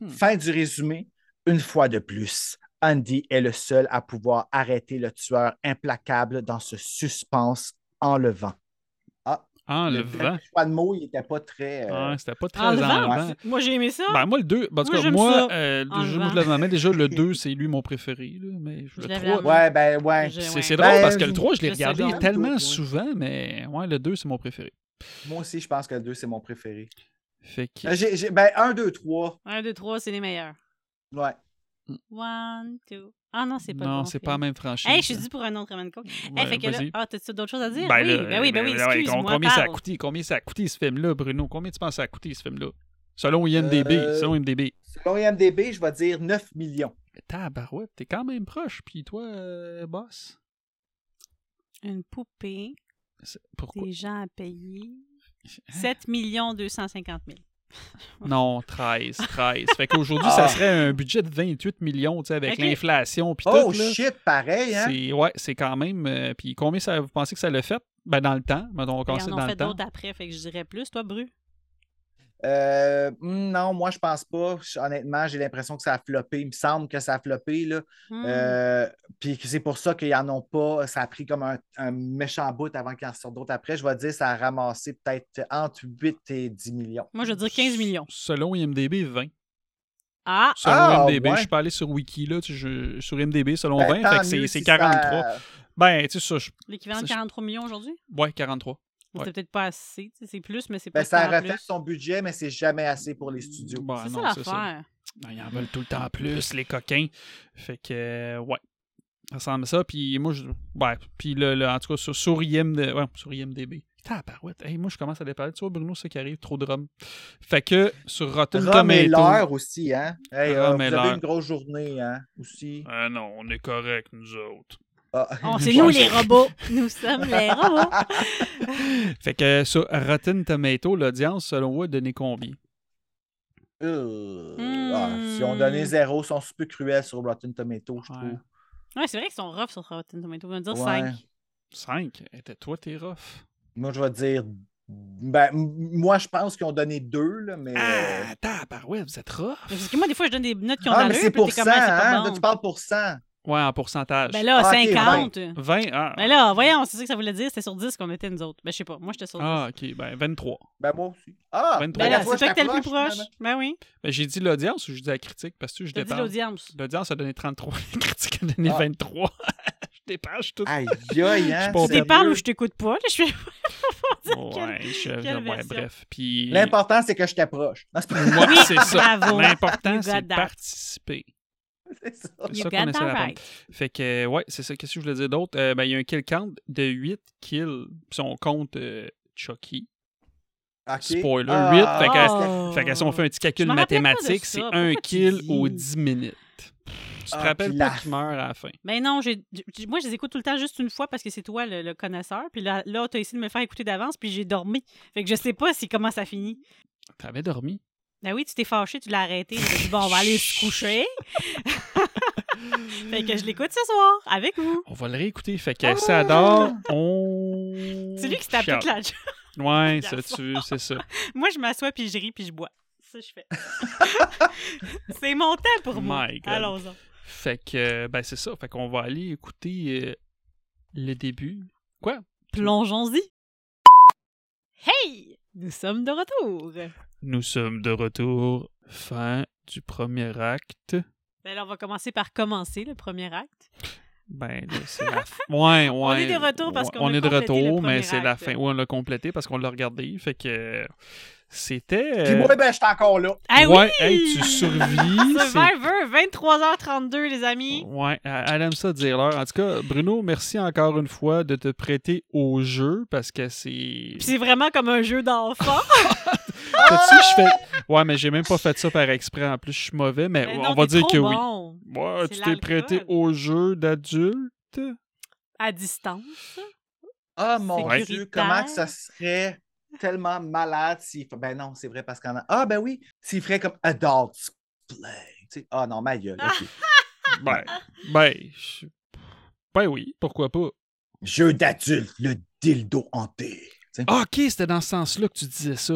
S3: Hmm.
S1: Fin du résumé. Une fois de plus, Andy est le seul à pouvoir arrêter le tueur implacable dans ce suspense enlevant.
S3: En
S1: Le
S3: Ah, le vent.
S1: choix de mots, il n'était pas très. euh,
S3: Ouais, C'était pas très
S4: En
S3: en
S4: le vent.
S3: vent.
S4: Moi, j'ai aimé ça.
S3: Ben, moi, le 2, en tout
S4: Moi,
S3: cas,
S4: j'aime
S3: moi,
S4: ça.
S3: euh,
S4: En
S3: je-
S4: le
S3: moi,
S4: vent.
S3: je l'avais déjà,
S4: *laughs*
S3: le 2, c'est lui mon préféré. là, mais
S4: Je
S3: le
S4: l'avais
S3: 3,
S4: en-
S1: Ouais, ben, ouais.
S4: Je-
S3: c'est
S4: ouais.
S3: c'est
S1: Ben,
S3: drôle parce que le 3, je l'ai
S4: je sais
S3: regardé
S4: bien.
S3: tellement
S1: Ouais.
S3: souvent, mais ouais, le 2, c'est mon préféré.
S1: Moi aussi, je pense que le 2, c'est mon préféré.
S3: Fait que.
S1: Euh, j'ai- j'ai- ben, 1, 2, 3.
S4: 1, 2, 3, c'est les meilleurs.
S1: Ouais.
S4: 1, 2. Ah non, c'est pas
S3: non,
S4: bon
S3: c'est
S4: film.
S3: pas la même franchise.
S4: Hey, je suis dû pour un autre Raymond Cook.
S3: Ouais,
S4: hey, fait que là,
S3: vas-y.
S4: ah, t'as-tu d'autres choses à dire?
S3: Ben
S4: oui,
S3: là,
S4: ben oui, ben oui,
S3: ben ouais,
S4: excuse-moi.
S3: Combien ça a
S4: parle.
S3: coûté? Combien ça a coûté ce film-là, Bruno? Combien tu penses ça a coûté ce film-là? Selon IMDB.
S1: Euh,
S3: Selon IMDB.
S1: Selon IMDB, je vais dire 9 millions.
S3: Tabarouette, t'es quand même proche. Puis toi, euh, boss?
S4: Une poupée,
S3: c'est- Pourquoi?
S4: des gens à payer.
S3: Hein?
S4: 7 250 000.
S3: Non, 13, 13. fait qu'aujourd'hui,
S1: Ah.
S3: ça serait un budget de 28 millions, tu sais, avec
S4: Ok.
S3: l'inflation puis
S1: Oh
S3: tout. Là.
S1: shit, pareil, hein?
S3: C'est, ouais, c'est quand même... euh, puis combien ça, vous pensez que ça l'a fait? Ben, dans le temps. Ben, on
S4: Ils
S3: commence
S4: en
S3: dans
S4: ont
S3: le
S4: fait
S3: temps.
S4: d'autres après, fait que je dirais plus. Toi, Bru?
S1: Euh, hmm, non, moi, je pense pas. Honnêtement, j'ai l'impression que ça a floppé. Il me semble que ça a floppé, là.
S4: Hmm.
S1: Euh, puis que c'est pour ça qu'ils n'en ont pas. Ça a pris comme un, un méchant bout avant qu'ils en sortent d'autres après. Je vais dire, ça a ramassé peut-être entre 8 et 10 millions.
S4: Moi, je veux dire 15 millions.
S3: Selon IMDB, 20.
S4: Ah!
S3: Selon
S1: Ah,
S3: IMDB,
S1: ouais.
S3: je suis pas allé sur Wiki, là, tu- je- sur IMDB, selon
S1: Ben,
S3: 20,
S1: tant
S3: fait que c'est-
S1: mieux
S3: c'est
S1: si
S3: 43.
S1: ça- euh,
S3: Ben, tu sais, ça, je-
S2: L'équivalent de
S3: Ça, je-
S2: 43 millions aujourd'hui?
S3: ouais, 43.
S2: Ou
S3: Ouais.
S2: C'est peut-être pas assez. tu sais, C'est plus, mais c'est pas
S1: Ben, ça
S2: tant plus.
S1: refait son budget, mais c'est jamais assez pour les studios.
S3: Ben,
S2: C'est ça
S3: non,
S2: l'affaire.
S3: Ben, Ils en veulent tout le temps plus, les coquins. Fait que, euh, ouais. Ça ressemble à ça. Puis moi, je. Ouais. Puis là, là, en tout cas, sur, sur, IMD, ouais, sur IMDB. Putain, parouette. Hey, moi, je commence à déparler. Tu vois, Bruno, c'est qui arrive, trop de rhum. Fait que, sur Rotten
S1: Rome et
S3: Tomatoes.
S1: l'heure aussi, hein? Hey,
S3: Rome
S1: euh,
S3: et
S1: vous
S3: l'heure.
S1: avez une grosse journée, hein? Aussi.
S3: Ah non, on est correct, nous autres. *laughs*
S1: Ah.
S2: Oh, c'est nous les robots. Nous sommes les robots.
S3: Fait que, sur Rotten Tomatoes, l'audience, selon vous, a donné combien
S1: Euh,
S2: Hmm.
S1: ah, si on donnait zéro, ils sont super cruels sur Rotten Tomatoes, je
S3: Ouais.
S1: trouve.
S2: Ouais, c'est vrai qu'ils sont rough sur Rotten Tomatoes. On va dire
S1: Ouais.
S2: 5.
S3: 5 Était toi, t'es rough.
S1: Moi, je vais dire. Ben, m- moi, je pense qu'ils ont donné deux, là, mais. euh,
S3: Ah, tabarouette, vous êtes rough.
S2: Parce que moi, des fois, je donne des notes qui ont
S1: Ah,
S2: de
S1: mais
S2: l'allure,
S1: c'est
S2: puis
S1: pour
S2: t'es
S1: cent,
S2: comme, Ah, c'est pas
S1: hein?
S2: bon.
S1: Là, tu parles pour cent.
S3: Ouais, en pourcentage.
S2: Ben là,
S1: Ah, ok,
S2: 50.
S3: 20 ah.
S2: Ben là, voyons, c'est ça que ça voulait dire. C'était sur 10 qu'on était nous autres. Ben, je sais pas. Moi, j'étais sur 10.
S3: Ah, ok, ben 23.
S1: Ben, moi aussi. Ah!
S3: Ben,
S2: ben
S3: ben,
S2: là,
S3: la
S2: c'est toi que t'es le plus proche.
S1: finalement.
S2: Ben oui.
S3: Ben, j'ai dit l'audience ou j'ai dit la critique parce que je
S2: T'as dit
S3: dépends.
S2: l'audience.
S3: L'audience a donné 33, *laughs* la critique a donné
S1: Ah.
S3: 23. *laughs* je dépends, je suis
S2: Ah,
S3: tout.
S1: Aïe, aïe, hein?
S3: Je suis
S2: Tu
S1: sérieux.
S2: déparles ou je t'écoute pas. Là, je suis...
S3: Ouais, je- je-
S2: quelle
S3: ouais,
S2: version?
S3: bref. Puis.
S1: L'important, c'est que je t'approche. Non, c'est pas *laughs*
S3: Moi,
S2: Oui,
S3: c'est ça.
S2: bravo.
S3: L'important,
S2: You
S3: c'est
S2: got
S3: de
S2: that.
S3: participer.
S1: c'est ça.
S3: C'est
S2: You
S3: ça
S2: got
S3: qu'on
S2: that
S3: essaie d'apprendre.
S2: right.
S3: Fait que, ouais, c'est ça. Qu'est-ce que je voulais dire d'autre? Euh, ben, il y a un kill count de 8 kills. Si on compte euh, Chucky.
S1: Ok.
S3: Spoiler,
S1: Ah,
S3: huit, fait que-
S2: Oh.
S3: Fait que si on fait un petit calcul
S2: Je me rappelais pas de
S3: mathématique,
S2: ça.
S3: c'est
S2: Pourquoi
S3: un
S2: tu
S3: kill
S2: dis?
S3: aux 10 minutes. Tu te
S1: Ah,
S3: rappelles
S1: puis
S3: pas
S1: la-
S3: qui meurt à la fin.
S2: Ben non, j'ai- j- moi, je les écoute tout le temps juste une fois parce que c'est toi le, le connaisseur. Puis là, là t'as essayé de me le faire écouter d'avance, puis j'ai dormi. Fait que je sais pas si comment ça finit.
S3: T'avais dormi?
S2: Ben oui, tu t'es fâché, tu l'as arrêté. J'ai dit, bon, on va aller se
S3: *laughs*
S2: coucher. fait que je l'écoute ce soir avec vous.
S3: On va le réécouter. Fait que
S1: Ah!
S3: ça adore, on.
S2: *laughs* C'est lui qui se tape toute la journée. *laughs*
S3: Ouais, ça,
S2: Garçon.
S3: tu, c'est ça.
S2: Moi, je m'assois, puis je ris, puis je bois. Ça, je fais. *laughs* c'est mon temps pour moi.
S3: My God.
S2: Allons-en.
S3: Fait que, euh, ben, c'est ça. Fait qu'on va aller écouter euh, le début. Quoi?
S2: Plongeons-y. Hey! Nous sommes de retour. Ben,
S3: Nous sommes de retour. Fin du premier acte.
S2: Ben là, on va commencer par commencer le premier acte.
S3: Ben, là, c'est
S2: *laughs*
S3: la fin. Ouais, ouais.
S2: On est de retour parce
S3: ouais,
S2: qu'on
S3: On
S2: a
S3: est de
S2: complété le
S3: retour,
S2: premier
S3: mais c'est la
S2: acte.
S3: fin. Ouais, on l'a complété parce qu'on l'a regardé. Fait que euh, c'était.
S1: Puis
S3: euh,
S1: moi, ben, je suis encore là.
S2: Ah
S3: ouais,
S2: oui! *laughs*
S3: hey, tu survis. c'est- Oh,
S2: Survivor, 23h32, les amis.
S3: Ouais, elle elle aime ça dire l'heure. En tout cas, Bruno, merci encore une fois de te prêter au jeu parce que c'est.
S2: Puis c'est vraiment comme un jeu
S3: *laughs*
S2: d'enfant.
S3: T'as-tu, je fais. Ouais, mais j'ai même pas fait ça par exprès. En plus, je suis mauvais, mais
S2: Ben
S3: on
S2: non,
S3: va
S2: t'es
S3: dire
S2: trop
S3: que oui.
S2: bon.
S3: Ouais,
S2: C'est
S3: tu t'es prêté
S2: l'alcool.
S3: au jeu d'adulte.
S2: À distance.
S1: Ah mon
S2: Sécuritaire.
S1: Dieu, comment que ça serait tellement malade s'il. fa- Ben non, c'est vrai parce qu'en. Ah ben oui, s'il ferait comme Adult Play. Tu sais, Ah non, ma gueule. ok.
S3: Ben, ben, je- ben oui, pourquoi pas.
S1: Jeu d'adulte, le dildo hanté.
S3: Ah, ok, c'était dans ce sens-là que tu disais ça.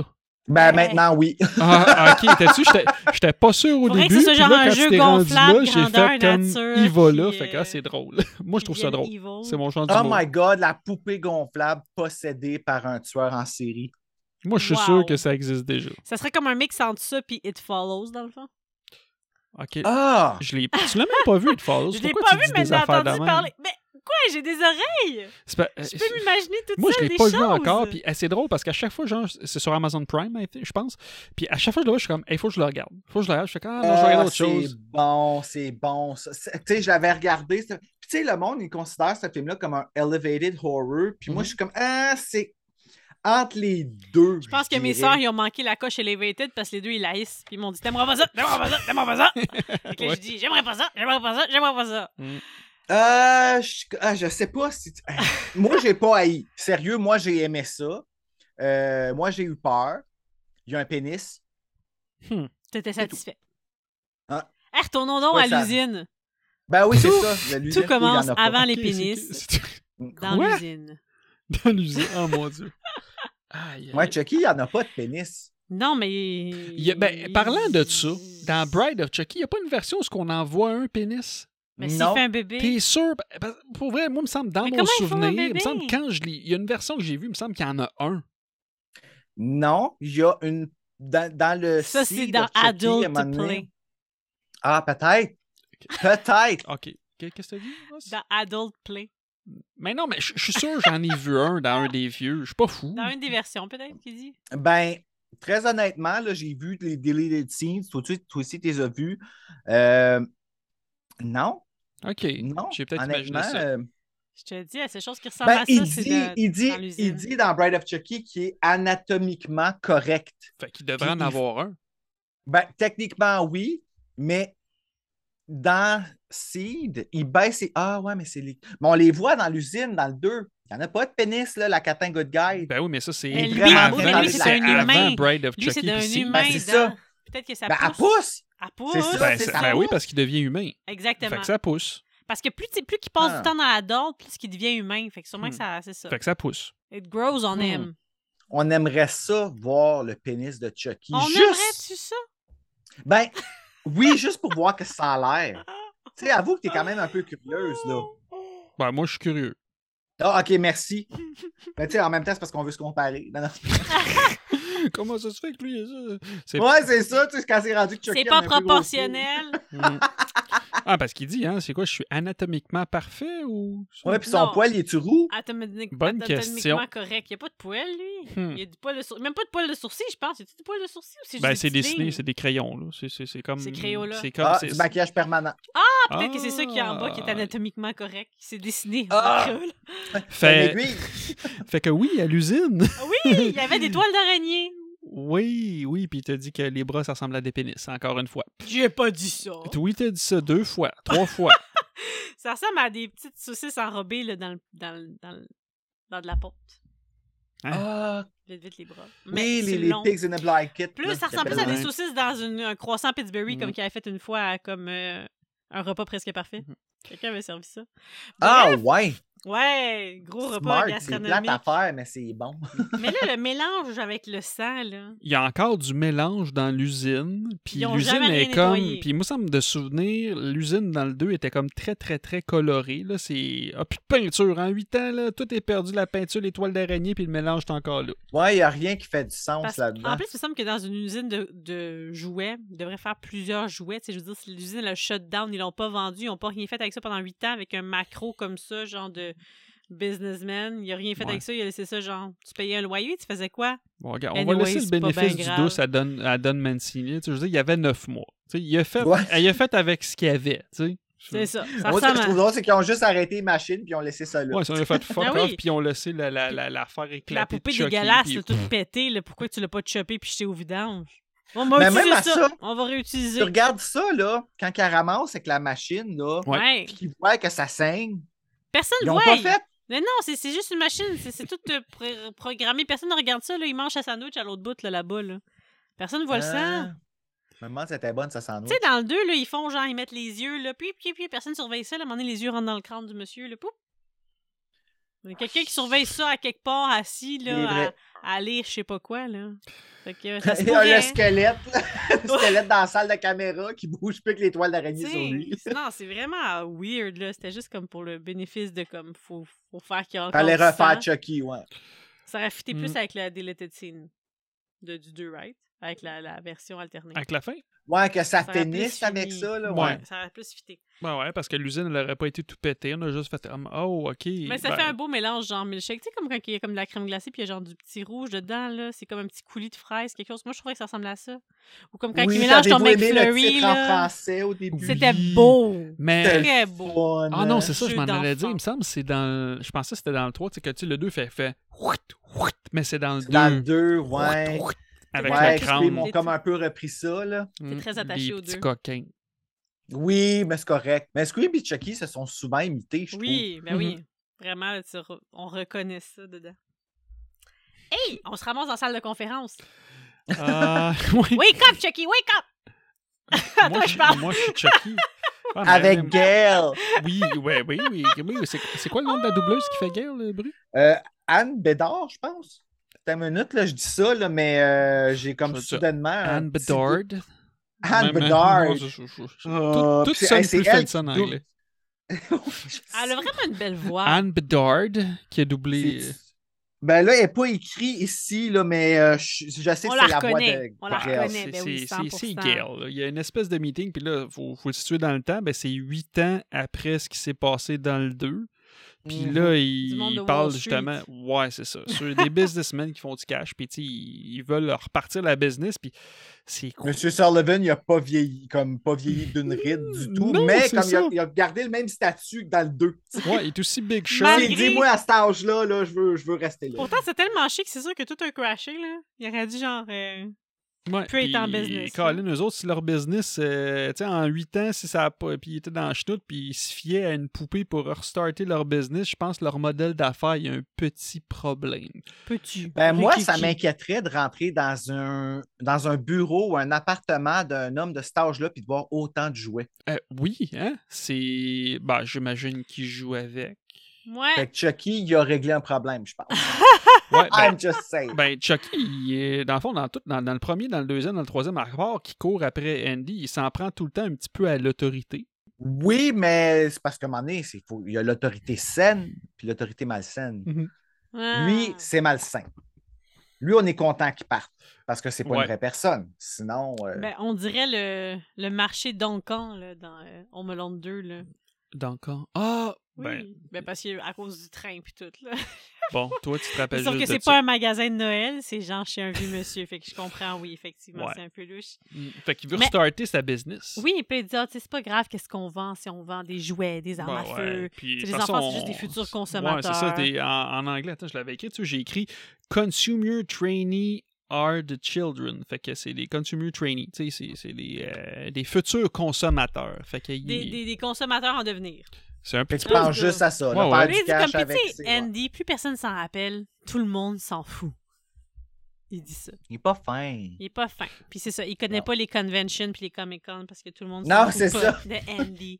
S1: Ben
S2: Ouais.
S1: maintenant, oui.
S3: Ah, ok, t'as-tu, j'étais, j'étais pas sûr au
S2: Faudrait que
S3: début.
S2: ce soit
S3: puis
S2: genre
S3: là,
S2: un
S3: quand
S2: jeu
S3: tu t'es rendu
S2: gonflable,
S3: là, j'ai fait
S2: grandeur
S3: comme
S2: nature,
S3: il va là.
S2: puis,
S3: Fait que
S2: euh,
S3: ah, c'est drôle. *laughs* Moi, je trouve ça
S2: Evil,
S3: drôle.
S2: evil.
S3: C'est mon genre
S1: Oh
S3: d'humour.
S1: my god, la poupée gonflable possédée par un tueur en série.
S3: Moi, je suis
S2: Wow.
S3: sûr que ça existe déjà.
S2: Ça serait comme un mix entre ça puis It Follows, dans le fond.
S3: Ok.
S1: Ah!
S3: Je l'ai... Tu l'as même pas vu, It Follows.
S2: Je l'ai
S3: Pourquoi
S2: pas
S3: tu
S2: vu,
S3: dis
S2: mais
S3: des
S2: j'ai
S3: affaires
S2: entendu
S3: de même?
S2: parler. Mais quoi, j'ai des oreilles!
S3: C'est pas- euh,
S2: Je
S3: c'est-
S2: peux m'imaginer toute
S3: Moi,
S2: seule
S3: je l'ai
S2: des
S3: pas
S2: choses.
S3: vu encore. Puis euh, c'est drôle parce qu'à chaque fois, genre, c'est sur Amazon Prime, I think, je pense. Puis à chaque fois que je le vois, je suis comme, il faut que je le regarde. faut que je le regarde. Je fais comme, ah, non, je vais
S1: Ah,
S3: regarder autre
S1: c'est
S3: chose.
S1: bon, c'est bon. ça. C'est- Tu sais, je l'avais regardé. c'est- Puis tu sais, le monde, il considère ce film-là comme un elevated horror. Puis
S2: Mm-hmm.
S3: Mhm.
S1: moi, je suis comme, ah, c'est entre les deux.
S2: Je pense que mes
S1: dirais.
S2: sœurs, ils ont manqué la coche elevated parce que les deux, ils laissent. Puis ils m'ont dit T'aimerais pas ça, t'aimerais pas ça, t'aimerais pas
S3: *laughs*
S2: ça. Fait que là,
S3: Ouais.
S2: je dis J'aimerais pas ça, j'aimerais pas ça, j'aimerais pas ça.
S1: Euh, je, ah, je sais pas si. tu- moi, j'ai pas haï. Sérieux, moi, j'ai aimé ça. Euh, moi, j'ai eu peur. Il y a un pénis.
S2: T'étais satisfait.
S1: Hein?
S2: Eh, retournons donc
S1: Ouais,
S2: à
S1: ça-
S2: l'usine.
S1: Ben oui, c'est
S2: Tout-
S1: ça. la
S2: Tout
S1: lumière, il y en a
S2: commence
S1: pas.
S2: avant les
S3: Ok,
S2: pénis
S3: c'est- *laughs* c'est-
S2: dans
S3: Quoi?
S2: l'usine.
S3: Dans l'usine. Oh mon dieu. Aïe, aïe.
S1: Ouais, Chucky, il n'y en a pas de pénis.
S2: Non, mais.
S3: Il y a- ben, parlant de ça, dans Bride of Chucky, il n'y a pas une version où ce qu'on envoie un pénis.
S2: Mais s'il
S1: Non.
S2: fait un bébé.
S3: T'es sûr? Parce- Pour vrai, moi, il me semble, dans
S2: Mais
S3: mon
S2: comment ils font un
S3: souvenir, il me
S2: bébé?
S3: semble, quand je lis, il y a une version que j'ai vue, il me semble qu'il y en a un.
S1: Non, il y a une. Dans, dans le.
S2: Ça,
S1: C
S2: c'est
S1: de
S2: dans
S1: Chucky, à un
S2: Adult
S1: moment donné.
S2: Play.
S1: Ah, peut-être. Peut-être.
S3: OK. Qu'est-ce que tu dit?
S2: Dans Adult Play.
S3: Mais non, mais je je suis sûr, j'en ai vu un dans un des vieux. Je suis pas fou.
S2: Dans une des versions, peut-être, qui dit.
S1: Ben, très honnêtement, là, j'ai vu les deleted scenes. Toi, tu- toi aussi, tu les as vus. Euh, non,
S3: Ok.
S1: non.
S3: J'ai peut-être
S1: honnêtement,
S3: imaginé ça.
S1: euh,
S2: Je te dis, la seule chose qui ressemble
S1: ben,
S2: à
S1: il,
S2: ça, c'est
S1: dit,
S2: de-
S1: il, dit,
S2: dans l'usine.
S1: il dit dans Bride of Chucky qui est anatomiquement correct.
S3: Fait qu'il devrait en
S1: Puis euh, il-
S3: avoir un.
S1: Ben, techniquement, oui, mais dans Seed, il baisse ses. Ah ouais, mais c'est les. Mais on les voit dans l'usine, dans le 2. Il n'y en a pas de pénis, là, la catin Good Guy.
S3: Ben oui, mais ça, c'est.
S2: Mais
S1: lui,
S3: avant-
S1: oui, mais lui, c'est
S3: c'est
S2: un
S3: avant
S2: humain.
S3: Bride of
S2: Lui, c'est
S3: Chucky.
S2: d'un
S3: puis
S2: humain.
S1: Ben, c'est ça.
S2: dans- Peut-être que ça
S1: ben, elle
S2: pousse.
S1: pousse!
S2: Elle pousse.
S1: C'est ça,
S3: Ben,
S1: c'est
S3: c'est-
S1: ça.
S3: ben oui, parce qu'il devient humain. Fait
S2: Exactement.
S3: que ça pousse.
S2: Parce que plus, tu- plus qu'il passe
S1: Ah.
S2: du temps dans la dorme, plus qu'il devient humain. Fait que sûrement
S3: Hmm.
S2: que ça, c'est ça.
S3: Fait que ça pousse.
S2: It grows on
S1: Hmm.
S2: him.
S1: On aimerait ça voir le pénis de
S3: Hmm.
S1: Chucky.
S2: On
S1: juste...
S2: aimerait-tu ça?
S1: Ben,
S2: *laughs*
S1: oui, juste pour voir que ça a l'air. Tu sais, avoue que t'es quand même un peu curieuse, là.
S3: Ben moi, je suis curieux. *laughs*
S1: Ah, ok,
S2: *laughs*
S1: merci. Mais tu sais, en même temps, c'est parce qu'on veut se comparer. Non, non.
S3: Comment ça se fait que lui, il est ça? C'est-
S1: Ouais, c'est ça, tu sais, quand c'est rendu que Chucky.
S2: C'est
S1: en
S2: pas
S1: a un peu gros
S3: *laughs*
S2: proportionnel.
S3: Mm. ah, parce qu'il dit, hein, c'est quoi, je suis anatomiquement parfait ou.
S1: cul. Ouais, puis son
S2: Non. Ah,
S1: poil, il est-tu roux?
S2: Atomiquement-
S3: Bonne question.
S2: atomiquement correct. Il n'y a pas de poil, lui.
S3: Hmm.
S2: Il y a du poil de sour- Même pas de poil de sourcil, je pense. Y a-tu du poil de sourcil ou c'est
S3: Ben,
S2: juste
S3: c'est
S2: des petites
S3: dessiné,
S2: lignes?
S3: c'est des crayons, là. C'est- C'est c'est comme.
S2: C'est crayola.
S3: C'est comme.
S1: Ah,
S3: c'est-
S1: du maquillage permanent.
S2: Ah, Peut-être que c'est ça qui est en bas qui est
S3: Ah.
S2: anatomiquement correct. qui s'est dessiné.
S1: Ah.
S3: Fait,
S1: Une aiguille.
S3: fait que oui, à l'usine. *laughs*
S2: Ah Oui, il y avait des toiles d'araignée.
S3: oui, oui, puis il t'a dit que les bras, ça ressemble à des pénis, encore une fois.
S2: J'ai pas dit ça.
S3: Oui, t'as dit ça deux fois, trois fois.
S2: Ça ressemble à des petites saucisses enrobées là, dans, le- dans, le- dans, le- dans de la pâte.
S1: Ah,
S2: Vite, vite les bras.
S1: oui,
S2: Mais
S1: les,
S2: c'est
S1: les
S2: long.
S1: pigs in a blanket.
S2: Plus,
S1: là,
S2: ça
S1: qui
S2: ressemble plus à
S1: appellent.
S2: des
S3: Ouais.
S2: saucisses dans une- un croissant Pittsburgh,
S3: Mm.
S2: comme qu'il avait fait une fois à comme, euh, un repas presque parfait.
S3: Mm-hmm.
S2: Quelqu'un avait servi ça.
S1: Ah, ouais.
S2: Ouais, gros
S1: Smart,
S2: repas
S1: c'est plate à
S2: gastronomique.
S1: faire, mais c'est bon. *laughs*
S2: Mais là, le mélange avec le sang, là.
S3: Il y a encore du mélange dans l'usine, puis
S2: Ils ont
S3: l'usine
S2: jamais
S3: est
S2: rien
S3: comme...
S2: nettoyé.
S3: Puis moi, ça me de souvenir, l'usine dans le 2 était comme très, très, très colorée. Là, c'est... Ah, plus de peinture. En 8 ans, là, tout est perdu. La peinture, les toiles d'araignée, puis le mélange est encore là.
S1: Ouais, il n'y a rien qui fait du sens
S2: Parce-
S1: là-dedans.
S2: en plus, il me semble que dans une usine de, de jouets, ils devraient faire plusieurs jouets. Tu sais, Je veux dire, si l'usine a shut down, ils l'ont pas vendu, ils n'ont pas rien fait avec ça pendant huit ans, avec un macro comme ça, genre de businessman. Il a rien fait
S3: Ouais.
S2: avec ça, il a laissé ça, genre, tu payais un loyer, tu faisais quoi?
S3: Bon, regarde, on va
S2: Anyway,
S3: laisser le
S2: c'est pas
S3: bénéfice
S2: ben
S3: du
S2: grave.
S3: douce à Don, à Don Mancini. Tu sais, je veux dire, il y avait 9 mois. Tu sais, il, a fait,
S1: Ouais.
S3: il a fait avec ce qu'il y avait. Tu sais.
S2: C'est ça. Ça
S1: Moi, ce Mm. que
S2: ressemble
S1: je trouve
S2: à...
S1: drôle, c'est qu'ils ont juste arrêté les machines puis ils ont laissé ça là.
S3: Ouais, ça, on a fait fuck
S2: Ben oui.
S3: off, puis ils ont laissé la, la, la, l'affaire éclater.
S2: La
S3: de
S2: poupée
S3: Chucky,
S2: dégueulasse,
S3: puis-
S2: là,
S3: *laughs*
S2: toute pétée, là, pourquoi tu l'as pas chopée puis jetée au vidange? On va
S1: Mais
S2: utiliser
S1: Ben, même à
S2: ça.
S1: ça,
S2: On va réutiliser.
S1: Tu regardes ça, là, quand qu'elle ramasse avec la machine, là,
S3: Ouais.
S2: Ouais.
S1: puis qu'ils voient que ça saigne,
S2: Personne
S1: ils
S2: ne
S1: n'ont
S2: voit.
S1: pas fait.
S2: Mais non, c'est c'est juste une machine. C'est c'est tout euh, pré- programmé. Personne ne regarde ça. Là. Il mange sa sandwich à l'autre bout, là, là-bas. Là Personne ne voit le sang.
S1: Ah. Maman, c'était bonne, ça s'en
S2: Tu sais, dans le 2, là, ils font genre, ils mettent les yeux, là, puis, puis, puis, personne surveille ça. Là, à un moment donné, les yeux rentrent dans le crâne du monsieur, là, poup. Il y a Quelqu'un qui surveille ça à quelque part, assis,
S1: C'est
S2: là,
S1: vrai.
S2: à, à lire je sais pas quoi, là. Fait que euh, ça se
S1: *laughs* Il y a le
S2: pourrait.
S1: squelette, là. le squelette dans la salle de caméra qui bouge plus que les toiles d'araignée sur lui.
S2: T'sais,
S1: *laughs*
S2: Non, c'est vraiment weird, là. C'était juste comme pour le bénéfice de, comme, faut, faut faire qu'il y a encore
S1: Fallait
S2: du sang.
S1: refaire Chucky, ouais.
S2: Ça aurait fité
S3: Mm.
S2: plus avec la deleted scene de, du 2, right? Avec la, la version alternée.
S3: Avec la fin?
S1: Ouais, que ça,
S2: aurait plus
S1: pénisse avec
S2: fini.
S1: ça, là.
S3: Ouais.
S1: Ouais.
S2: Ça aurait plus fité.
S3: Ben ouais, parce que l'usine, elle aurait pas été tout pétée. On a juste fait, comme, oh, OK.
S2: Mais ça
S3: ben,
S2: fait un beau mélange, genre milkshake. Tu sais, comme quand il y a comme de la crème glacée puis il y a genre du petit rouge dedans, là. C'est comme un petit coulis de fraises, quelque chose. Moi, je trouvais que ça ressemblait à ça. Ou comme quand
S1: oui,
S2: il mélange ton
S1: avez-vous aimé le
S2: McFlurry,
S1: titre en
S2: là.
S1: français au début?
S3: C'est
S2: C'était
S3: Oui.
S2: beau.
S3: Mais.
S2: Très beau.
S1: Fun.
S3: Ah non, c'est ça, je
S2: Jeu
S3: m'en allais dire.
S2: d'enfant.
S3: Il me semble que c'est dans. Je pensais que c'était dans le 3. Tu sais, que tu sais, le 2 fait. fait ouit, ouit, mais c'est dans le 2.
S1: C'est Dans le 2, euh, ouais.
S3: Ouit, ouit, Avec
S1: ouais,
S3: la
S1: puis
S3: crâne.
S1: ils m'ont comme un peu repris ça, là.
S3: T'es
S2: très attaché aux
S3: petits
S2: deux.
S3: coquins.
S1: Oui, mais c'est correct. Mais Scream et Chucky se sont souvent imités, je Mm-hmm.
S2: Oui, ben
S3: Mhm.
S2: oui. Vraiment, là, tu re- on reconnaît ça dedans. Hey! On se ramasse dans la salle de conférence.
S1: *laughs*
S3: Ah, oui.
S2: Wake up, Chucky! Wake up!
S3: moi,
S2: toi, je parle.
S3: moi, je suis Chucky. Ah,
S1: trouve.
S3: mais-
S1: Avec
S3: mais-
S1: Gail,
S3: Oui, ouais, oui, oui. oui, oui. C'est c'est quoi le nom de la doubleuse qui fait guerre, le bruit?
S1: Euh, Anne Bédard, je pense. T'as une minute, là, je dis ça, là, mais euh, j'ai comme
S3: Ça, ça,
S1: soudainement. un
S3: Anne
S1: petit
S3: Bedard.
S1: doute. Ah, Anne
S3: Même- même-
S1: Bedard.
S3: non, je- je- je- je-
S1: Ah,
S3: Tout, tout
S1: puis,
S3: sonne
S1: hey, c'est
S3: plus
S1: elle
S3: fancy en
S1: qui
S3: anglais.
S2: *laughs*
S1: *laughs*
S2: Elle a vraiment une belle voix.
S3: Anne Bedard, qui a doublé.
S1: C'est- Ben là, elle n'est pas écrite ici, là, mais euh, je, je sais
S2: On
S1: que
S2: la
S1: c'est la voix
S2: reconnaît.
S1: de
S2: On la
S1: Gail.
S2: reconnaît.
S3: Bah,
S2: ben
S3: C'est
S2: oui,
S3: c'est-
S2: 100%.
S3: c'est Gale. là. Il y a une espèce de meeting, puis là, il faut, faut le situer dans le temps. Ben, c'est huit ans après ce qui s'est passé dans le 2. Puis
S1: Mhm.
S3: là,
S2: Du
S3: ils,
S2: monde de
S3: ils
S2: Wall
S3: parlent
S2: Street.
S3: justement, ouais, c'est ça, sur des businessmen qui font du cash, puis tu sais, ils, ils veulent repartir la business, puis c'est quoi?
S1: Monsieur Sullivan, il n'a pas vieilli, comme pas vieilli d'une ride du tout,
S3: non,
S1: mais
S3: c'est
S1: comme il a,
S3: ça.
S1: il a gardé le même statut que dans le 2. *laughs*
S3: Ouais, il est aussi big shot.
S2: Malgré-
S1: Il dit, moi, à cet âge-là, là, je, veux, je veux rester là.
S2: Pourtant, c'est tellement chic, c'est sûr que tout a crashé, là. Il aurait dit genre. euh,
S3: Ouais,
S2: peut être en
S3: puis,
S2: business,
S3: Colin, eux autres, si leur business, euh, tu sais, en 8 ans, si ça a pas. Puis ils étaient dans la chenoute, puis ils se fiaient à une poupée pour restarter leur business, je pense que leur modèle d'affaires, il y a un petit problème.
S2: Peux-tu?
S1: Ben, moi,
S3: Rikiki.
S1: ça m'inquiéterait de rentrer dans un, dans un bureau ou un appartement d'un homme de cet âge-là puis de voir autant de jouets.
S3: Euh, oui, hein? C'est. Ben, j'imagine qu'ils
S2: *laughs*
S3: jouent avec.
S2: Ouais.
S1: Fait que Chucky, il a réglé un problème, je pense.
S3: Ouais,
S2: Ah,
S3: ben,
S1: I'm just saying.
S3: ben, Chucky, il est, dans le fond, dans, tout, dans, dans le premier, dans le deuxième, dans le troisième, à part qui court après Andy, il s'en prend tout le temps un petit peu à l'autorité.
S1: Oui, mais c'est parce qu'à un moment donné, c'est- faut- il y a l'autorité saine puis l'autorité malsaine.
S2: Ah.
S1: Lui, c'est malsain. Lui, on est content qu'il parte parce que c'est pas
S3: Ouais.
S1: une vraie personne. Sinon, euh,
S2: Ben, on dirait le, le marché d'Honkan, là, dans euh, Home Alone 2, là.
S3: Donc, quand- ah!
S2: Oui.
S3: Ben,
S2: Ben, parce que à cause du train puis tout, là.
S3: bon, toi, tu te
S1: Ben,
S3: rappelles
S2: Sauf
S3: juste
S2: que
S3: de
S2: c'est
S3: ça.
S2: pas un magasin de Noël, c'est genre chez un vieux monsieur. Fait que je comprends, oui, effectivement,
S3: Ouais.
S2: c'est un peu louche.
S3: Mm, Fait qu'il veut
S2: Mais-
S3: restarter sa business.
S2: Oui, il peut dire, tu sais, c'est pas grave qu'est-ce qu'on vend si on vend des jouets, des armes
S3: Ben
S2: à feu.
S3: ouais, puis
S2: Tu sais,
S3: de
S2: les
S3: toute
S2: enfants,
S3: façon,
S2: c'est juste des
S3: on-
S2: futurs
S3: ouais, c'est
S2: consommateurs.
S3: ça. t'es- en, en anglais, attends, je l'avais écrit. Tu sais, j'ai écrit Consumer trainee are the children. Fait que c'est des consumer trainee. Tu sais, c'est- c'est des, euh, des futurs consommateurs. Fait que il-
S2: Des, des- des consommateurs en devenir.
S3: c'est un
S1: fait
S3: petit
S1: que tu
S2: peu-
S1: penses juste à ça.
S3: Ouais,
S1: là,
S3: ouais.
S1: faire
S2: Mais
S1: du
S2: il dit
S1: cash
S2: comme,
S1: avec,
S2: puis tu
S1: c'est-
S2: sais, Andy, plus personne s'en rappelle, tout le monde s'en fout. Il dit ça.
S1: Il est pas fin.
S2: Il est pas fin. Puis c'est ça, il connaît
S1: Non.
S2: pas les conventions puis les Comic-Con parce que tout le monde
S1: Non,
S2: s'en
S1: c'est
S2: fout pas
S1: ça.
S2: de
S1: *laughs*
S2: Andy.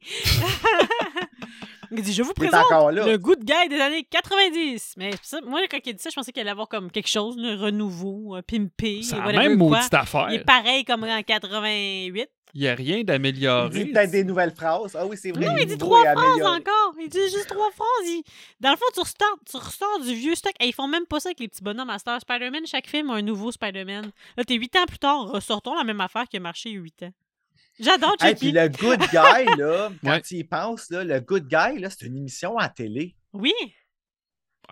S2: il dit, je vous
S1: Il est
S2: présente
S1: encore là.
S2: le good guy des années 90. Mais ça, moi, quand il dit ça, je pensais qu'il allait avoir comme quelque chose, un renouveau, un pimpé,
S3: C'est la
S2: whatever
S3: même
S2: quoi.
S3: maudite affaire.
S2: Il est pareil comme en 88.
S3: Il n'y a rien
S1: Il
S3: d'amélioré.
S1: dit peut-être des nouvelles phrases. Ah oui, c'est vrai.
S2: Non, il
S1: est
S2: dit
S1: nouveau
S2: trois
S1: et
S2: phrases
S1: amélioré.
S2: encore. Il dit juste trois phrases. Il- Dans le fond, tu ressors, tu ressors du vieux stock. Et ils font même pas ça avec les petits bonhommes à Star Spider-Man. Chaque film a un nouveau Spider-Man. Là, t'es huit ans plus tard, ressortons la même affaire qui a marché huit ans. J'adore
S1: Hey,
S2: Chucky.
S1: puis le Good
S2: *laughs*
S1: Guy, là, quand
S3: Ouais.
S1: tu y penses, là, le Good Guy, là, c'est une émission à télé.
S2: Oui.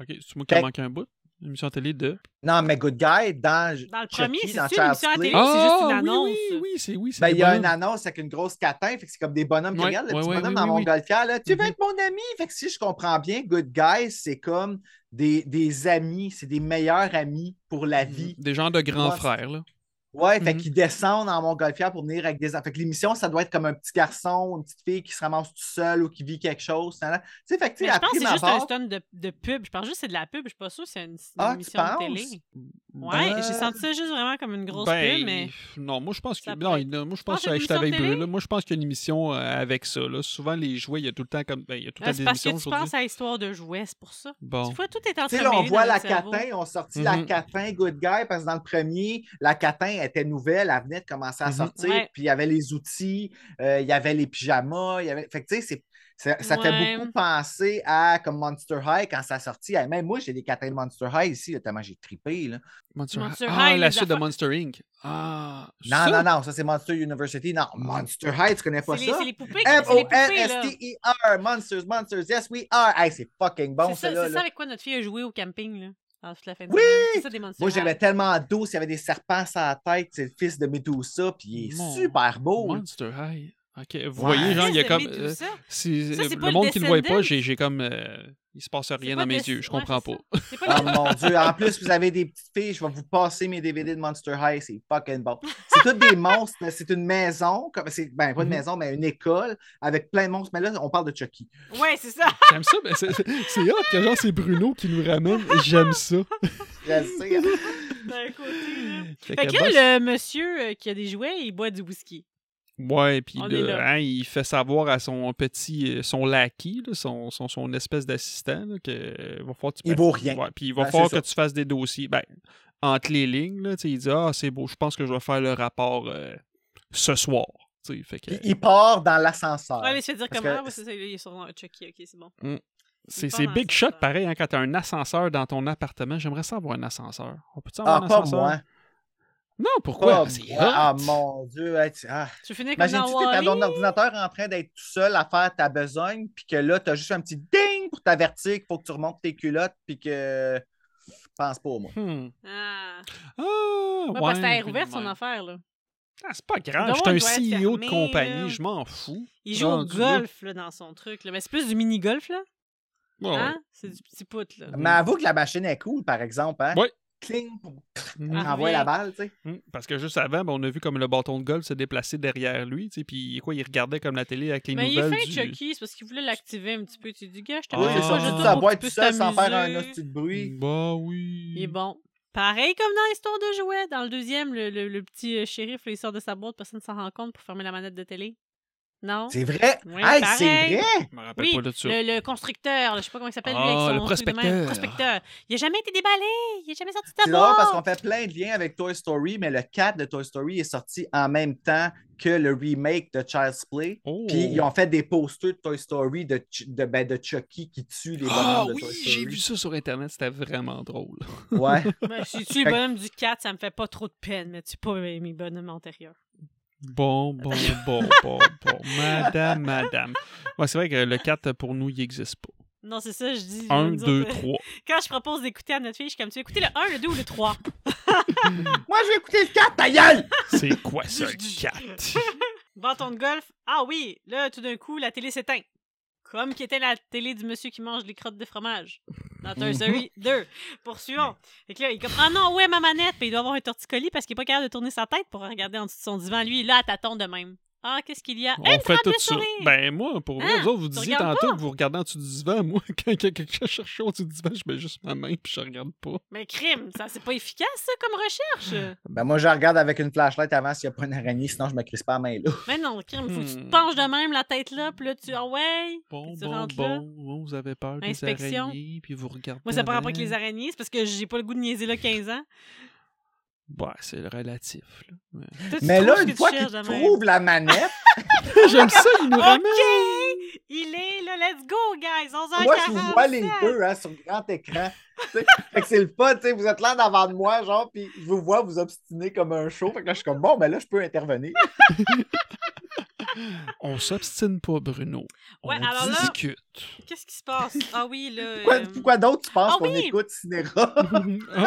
S3: Ok, c'est moi qui
S1: Fait-
S3: manque un bout. Une émission télé de.
S1: Non, mais Good Guy, dans,
S2: Dans le
S1: Chucky,
S2: premier, c'est
S1: dans
S2: sûr, une émission à
S1: Child's Play.
S2: télé. c'est juste une
S3: Ah oui,
S2: annonce.
S3: Oui, oui, c'est oui. Ah, c'est
S1: Ben,
S3: des
S1: il y a une
S3: bonhommes.
S1: annonce avec une grosse catin, fait que c'est comme des bonhommes qui
S3: Ouais,
S1: regardent, le
S3: ouais,
S1: petit
S3: ouais,
S1: bonhomme
S3: oui,
S1: dans
S3: oui,
S1: mon
S3: oui.
S1: golfière, là, tu veux
S3: Mhm.
S1: être mon ami? Fait que si je comprends bien, Good Guys, c'est comme des, des amis, c'est des meilleurs amis pour la
S3: Mm-hmm.
S1: vie.
S3: Des gens de grands
S1: Ouais,
S3: frères, là.
S1: Ouais, fait
S3: Mhm.
S1: qu'ils descendent en montgolfière pour venir avec des enfants. Fait que l'émission, ça doit être comme un petit garçon, une petite fille qui se ramasse tout seul ou qui vit quelque chose. là, là. Tu sais, fait que tu
S2: Mais
S1: sais,
S2: je pense
S1: à
S2: que
S1: prime
S2: c'est juste un
S1: abord-
S2: stun de, de pub. Je pense juste que c'est de la pub. Je suis pas sûre que c'est une, une
S1: Ah, tu
S2: émission de
S1: penses?
S2: télé. Ouais,
S3: Ah,
S1: Ben-
S2: j'ai senti ça juste vraiment comme une grosse
S3: Ben,
S2: pub, mais
S3: Non, moi je pense que.
S2: ça peut
S3: Non,
S2: être-
S3: il y en a- moi je
S2: penses
S3: pense
S2: à
S3: que
S2: une
S3: j'étais avec
S2: émission de
S3: Bleu,
S2: télé?
S3: là. Moi je pense qu'il y a une émission euh, avec ça. Là. Souvent les jouets, il y a tout le temps comme. ben, il y a tout le
S2: Ah,
S3: temps des
S2: c'est parce que
S3: émissions
S2: tu
S3: aujourd'hui.
S2: penses à l'histoire de jouets, c'est pour ça.
S3: Bon.
S2: Tu vois, tout est en train
S1: Tu sais,
S2: de
S1: là, on voit la
S2: cerveau.
S1: catin, on sortit la
S3: Mhm.
S1: catin Good Guy parce que dans le premier, la catin était nouvelle, elle venait de commencer à
S3: Mhm.
S1: sortir,
S2: Ouais.
S1: puis il y avait les outils, euh, il y avait les pyjamas, il y avait... Fait que tu sais, c'est- ça, ça
S2: Ouais.
S1: fait beaucoup penser à comme Monster High quand ça sortit. Hey, même moi, j'ai des catins de Monster High ici, là, tellement j'ai trippé. Là.
S3: Monster,
S2: Monster
S3: ah,
S2: High,
S3: la
S2: les
S3: suite de
S2: affaires-
S3: Monster Inc. Ah.
S1: Non, non, non, ça c'est Monster University. Non, Monster High, tu connais pas
S2: C'est les,
S1: ça? Eh, oh,
S2: c'est les poupées qui c'est les poupées, là.
S1: M-O-N-S-T-E-R, E Monsters, Monsters, yes, we are. Hey, c'est fucking bon,
S2: c'est ça,
S1: celle-là.
S2: c'est
S1: là.
S2: ça avec quoi notre fille a joué au camping, là. Dans toute la fin de
S1: Oui!
S2: semaine. C'est ça des Ah, Monster
S1: Moi, j'avais
S2: High.
S1: tellement d'eau, il y avait des serpents sur la tête, c'est le fils de Medusa, puis il est
S3: Mon-
S1: super beau. là.
S3: Monster High. Ok, vous voyez, genre, il y
S2: Reste
S3: a comme.
S2: de
S3: euh,
S2: Medusa.
S3: si-
S2: Ça, c'est
S3: le
S2: pas le
S3: monde qui ne le voit pas,
S2: Descendants?
S3: j'ai j'ai comme. euh, il se passe
S2: C'est
S3: rien
S2: pas
S3: dans mes
S2: des-
S3: yeux, je
S2: ouais,
S3: comprends
S2: c'est
S3: pas.
S2: ça. C'est pas
S1: Oh
S2: des-
S1: mon dieu, en plus, vous avez des petites filles, je vais vous passer mes DVD de Monster High, c'est fucking bon. C'est toutes des monstres, c'est une maison, comme c'est ben pas une
S3: Mhm.
S1: maison, mais une école avec plein de monstres. Mais là, on parle de Chucky.
S2: Ouais, c'est
S1: *laughs*
S2: ça.
S3: J'aime ça, mais c'est c'est hot que genre c'est Bruno qui nous ramène. J'aime
S2: *laughs*
S3: ça.
S1: Je le sais.
S3: *laughs*
S2: D'un côté, là.
S3: Fait
S2: Fait
S3: que
S2: que là,
S3: boss-
S2: le monsieur euh, qui a des jouets, il boit du whisky.
S3: Ouais, puis
S2: On
S3: là,
S2: est là.
S3: hein, il fait savoir à son petit, euh, son lackey, là, son, son, son espèce d'assistant, là, que euh, va falloir que tu
S1: Il vaut rien.
S3: Ouais, puis il va
S1: Ben,
S3: falloir
S1: c'est
S3: que tu fasses des dossiers. Ben, entre les lignes, là, tu sais, il dit Ah, c'est beau, je pense que je vais faire le rapport euh, ce soir. Tu sais, Fait que,
S1: Puis il part dans l'ascenseur.
S2: Ouais, mais je vais dire
S1: Parce
S2: comment.
S1: que-
S2: Ah, ouais, c'est ça, là, il est sur un Chucky, ok, c'est bon.
S3: c'est
S2: il part
S3: c'est
S2: dans
S3: big shot
S2: l'ascenseur.
S3: pareil hein, quand t'as un ascenseur dans ton appartement. J'aimerais ça avoir un ascenseur. On peut-tu avoir
S1: Ah,
S3: un
S1: pas
S3: ascenseur?
S1: moi.
S3: Non,
S1: Pas
S3: pourquoi?
S1: moi.
S3: C'est hot.
S1: Ah, mon dieu. hey, tu- ah.
S2: Tu finis comme dans
S1: Imagine-tu, t'es à
S2: Wall-E.
S1: ton ordinateur en train d'être tout seul à faire ta besogne, puis que là, t'as juste un petit ding signe pour t'avertir qu'il faut que tu remontes tes culottes puis que. Pense pas au moi.
S3: Hmm.
S2: Ah.
S3: Ah,
S2: Ouais, parce que
S3: ouais,
S2: t'as ouvert son
S3: ouais.
S2: affaire, là.
S3: Ah, c'est pas grave,
S2: Le
S3: je
S2: monde
S3: suis
S2: doit
S3: un
S2: être
S3: CEO de
S2: fermé,
S3: compagnie,
S2: là.
S3: je m'en fous.
S4: Il
S2: Il joue au
S3: Rendu là.
S2: golf, là, dans son truc, là. Mais c'est plus du mini-golf, là.
S3: Ouais, ouais.
S2: Hein? C'est du petit poutre, là.
S1: Mais avoue que la machine est cool, par exemple. Hein?
S3: Ouais.
S1: Cling, pour
S3: Mhm.
S2: Ah.
S1: envoyer
S2: oui.
S1: la balle, tu sais.
S3: Mhm. Parce que juste avant, ben, on a vu comme le bâton de golf se déplacer derrière lui, tu sais, puis quoi, il regardait comme la télé avec les
S2: Mais il est
S3: nouvelles
S2: fin,
S3: du-
S2: Chucky, c'est parce qu'il voulait l'activer un petit peu. Tu dis, gars, je te
S3: Ah,
S1: Oui,
S2: mets
S1: c'est
S2: ça,
S1: sorti
S2: je
S1: de
S2: te
S1: sa
S2: pour que
S1: boîte
S2: tu
S1: tout
S2: puisses
S1: seul sans faire un
S2: t'amuser.
S1: hostie de bruit.
S3: Bah oui.
S2: Il est bon. Pareil comme dans l'histoire de jouets. Dans le deuxième, le, le- le petit euh, shérif, là, il sort de sa boîte, personne ne s'en rend compte pour fermer la manette de télé. Non?
S1: C'est vrai!
S2: Oui,
S1: hey, c'est
S2: pareil.
S1: vrai!
S3: Je me rappelle
S2: Oui,
S3: pas de ça.
S2: le, le constructeur, là, je sais pas comment il s'appelle. lui,
S3: Ah,
S2: avec son
S3: le
S2: truc de même.
S3: prospecteur.
S2: prospecteur. Il a jamais été déballé. Il a jamais sorti de sa
S1: C'est
S2: boîte.
S1: drôle parce qu'on fait plein de liens avec Toy Story, mais le 4 de Toy Story est sorti en même temps que le remake de Child's Play.
S3: Oh.
S1: Puis ils ont fait des posters de Toy Story de, Ch- de, ben, de Chucky qui tue les
S3: Ah
S1: bonhommes de
S3: oui,
S1: Toy Story.
S3: j'ai vu ça sur Internet, c'était vraiment drôle.
S2: *laughs*
S1: Ouais.
S2: Ben, si tu es le bonhomme du 4, ça me fait pas trop de peine, mais tu pas euh, mes mes bonhommes antérieurs.
S3: *laughs* Bon, bon, bon, bon, bon. Madame, madame. Ouais, c'est vrai que le 4, pour nous, il n'existe pas.
S2: Non, c'est ça, je dis.
S3: 1,
S2: nous autres,
S3: 2,
S2: euh,
S3: 3.
S2: Quand je propose d'écouter à notre fille, je suis comme tu veux écouter le 1, le 2 ou le 3.
S1: Moi, je vais écouter le 4, ta gueule!
S2: *laughs*
S3: C'est quoi ça, le 4?
S2: Bâton de golf. Ah oui, là, tout d'un coup, la télé s'éteint. Comme qui était la télé du monsieur qui mange des crottes de fromage. Dans
S3: *laughs*
S2: Toy Story 2. Poursuivons. Fait que là, il est comme Ah non, ouais, ma manette. Puis il doit avoir un torticolis parce qu'il est pas capable de tourner sa tête pour regarder en dessous de son divan. Lui, là, tâton de même. Ah, qu'est-ce qu'il y a?
S3: On fait tout
S2: de
S3: ça.
S2: souris.
S3: Ben, moi, pour vrai,
S2: Hein?
S3: vous autres, vous
S2: Tu
S3: disiez
S2: regardes
S3: tantôt que vous regardez en dessous du divan. *laughs* Moi, quand il y a quelqu'un cherche en dessous du divan, je mets juste ma main puis je regarde pas.
S2: Mais crime, ça, c'est pas efficace, ça, comme recherche.
S1: Ben, moi, je regarde avec une flashlight avant s'il n'y a pas une araignée, sinon je me crisse pas la main là.
S2: Mais non, crime, faut que tu
S3: Hmm.
S2: te penches de même, la tête là, puis là, tu. Ah ouais.
S3: Bon,
S2: Puis tu
S3: bon,
S2: rentres là.
S3: bon. oh, Vous avez peur des
S2: Inspection.
S3: araignées puis vous regardez.
S2: Moi, ça part pas que les
S3: avant.
S2: araignées, c'est parce que j'ai pas le goût de niaiser là 15 ans.
S3: Ouais, c'est le relatif. *laughs* là. Ouais.
S2: Toi, tu
S1: Mais
S2: trouves
S1: là,
S2: ce
S1: une
S2: que
S1: fois
S2: tu
S1: qu'il
S2: cherches de même.
S1: trouve
S2: *laughs*
S1: la manette,
S2: Oh
S3: J'aime ça, il nous ramène.
S2: OK! Il est là, let's go, guys! 11h47!
S1: moi, je vous vois les deux hein, sur grand écran. Tu sais, fait que c'est le fun, tu sais, vous êtes là en avant de moi, genre, puis je vous vois vous obstiner comme un show. Fait que là, je suis comme, bon, ben là, je peux intervenir.
S3: On s'obstine pas, Bruno.
S2: Ouais,
S3: On
S2: alors là- *laughs*
S3: discute.
S2: Qu'est-ce qui se passe? Ah oui, là... euh,
S1: *laughs* Pourquoi, pourquoi d'autres tu penses
S2: Ah
S1: qu'on
S2: oui!
S1: écoute Cinéra?
S3: Ah,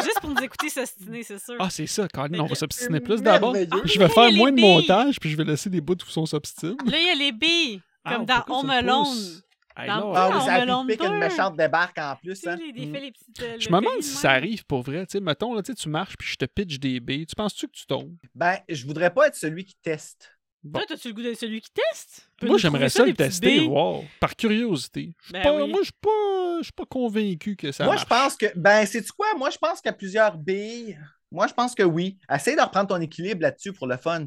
S2: *laughs* Juste pour nous écouter s'ostiner, c'est sûr.
S3: ah, c'est ça, Colin, on va s'obstiner
S1: C'est
S3: plus d'abord.
S1: merveilleux.
S3: Je vais faire
S2: les
S3: moins de
S2: billes.
S3: montage, puis je vais laisser des bouts où on s'obstine.
S2: Là, il y a les billes,
S3: Ah,
S2: comme dans On me l'onde. Dans-
S1: Ah,
S2: Ah,
S1: oui,
S2: on
S1: ça a
S2: me l'onde
S1: coupé qu'une
S2: deux.
S1: méchante débarque en
S2: Tu
S1: plus.
S2: sais,
S1: Hein.
S2: les
S3: Mm.
S2: défait les petites... euh,
S3: Je
S2: le
S3: me
S2: pays
S3: demande
S2: de
S3: si
S2: même.
S3: ça arrive pour vrai. Tu sais, mettons, là, tu sais, tu marches puis je te pitch des baies. Tu penses-tu que tu tombes?
S1: Ben, je voudrais pas être celui qui teste.
S2: Toi, t'as-tu le goût de celui qui teste? Peux
S3: Moi,
S2: nous trouver
S3: j'aimerais ça
S2: des
S3: le
S2: petites
S3: tester,
S2: billes?
S3: voir. Par curiosité. Je suis
S2: Ben
S3: pas-
S2: oui.
S3: Moi, je suis pas, je suis pas convaincu que ça
S1: Moi,
S3: marche.
S1: je pense que. Ben, c'est-tu quoi? Moi, je pense qu'il y a plusieurs billes. Moi, je pense que oui. Essaye de reprendre ton équilibre là-dessus pour le fun.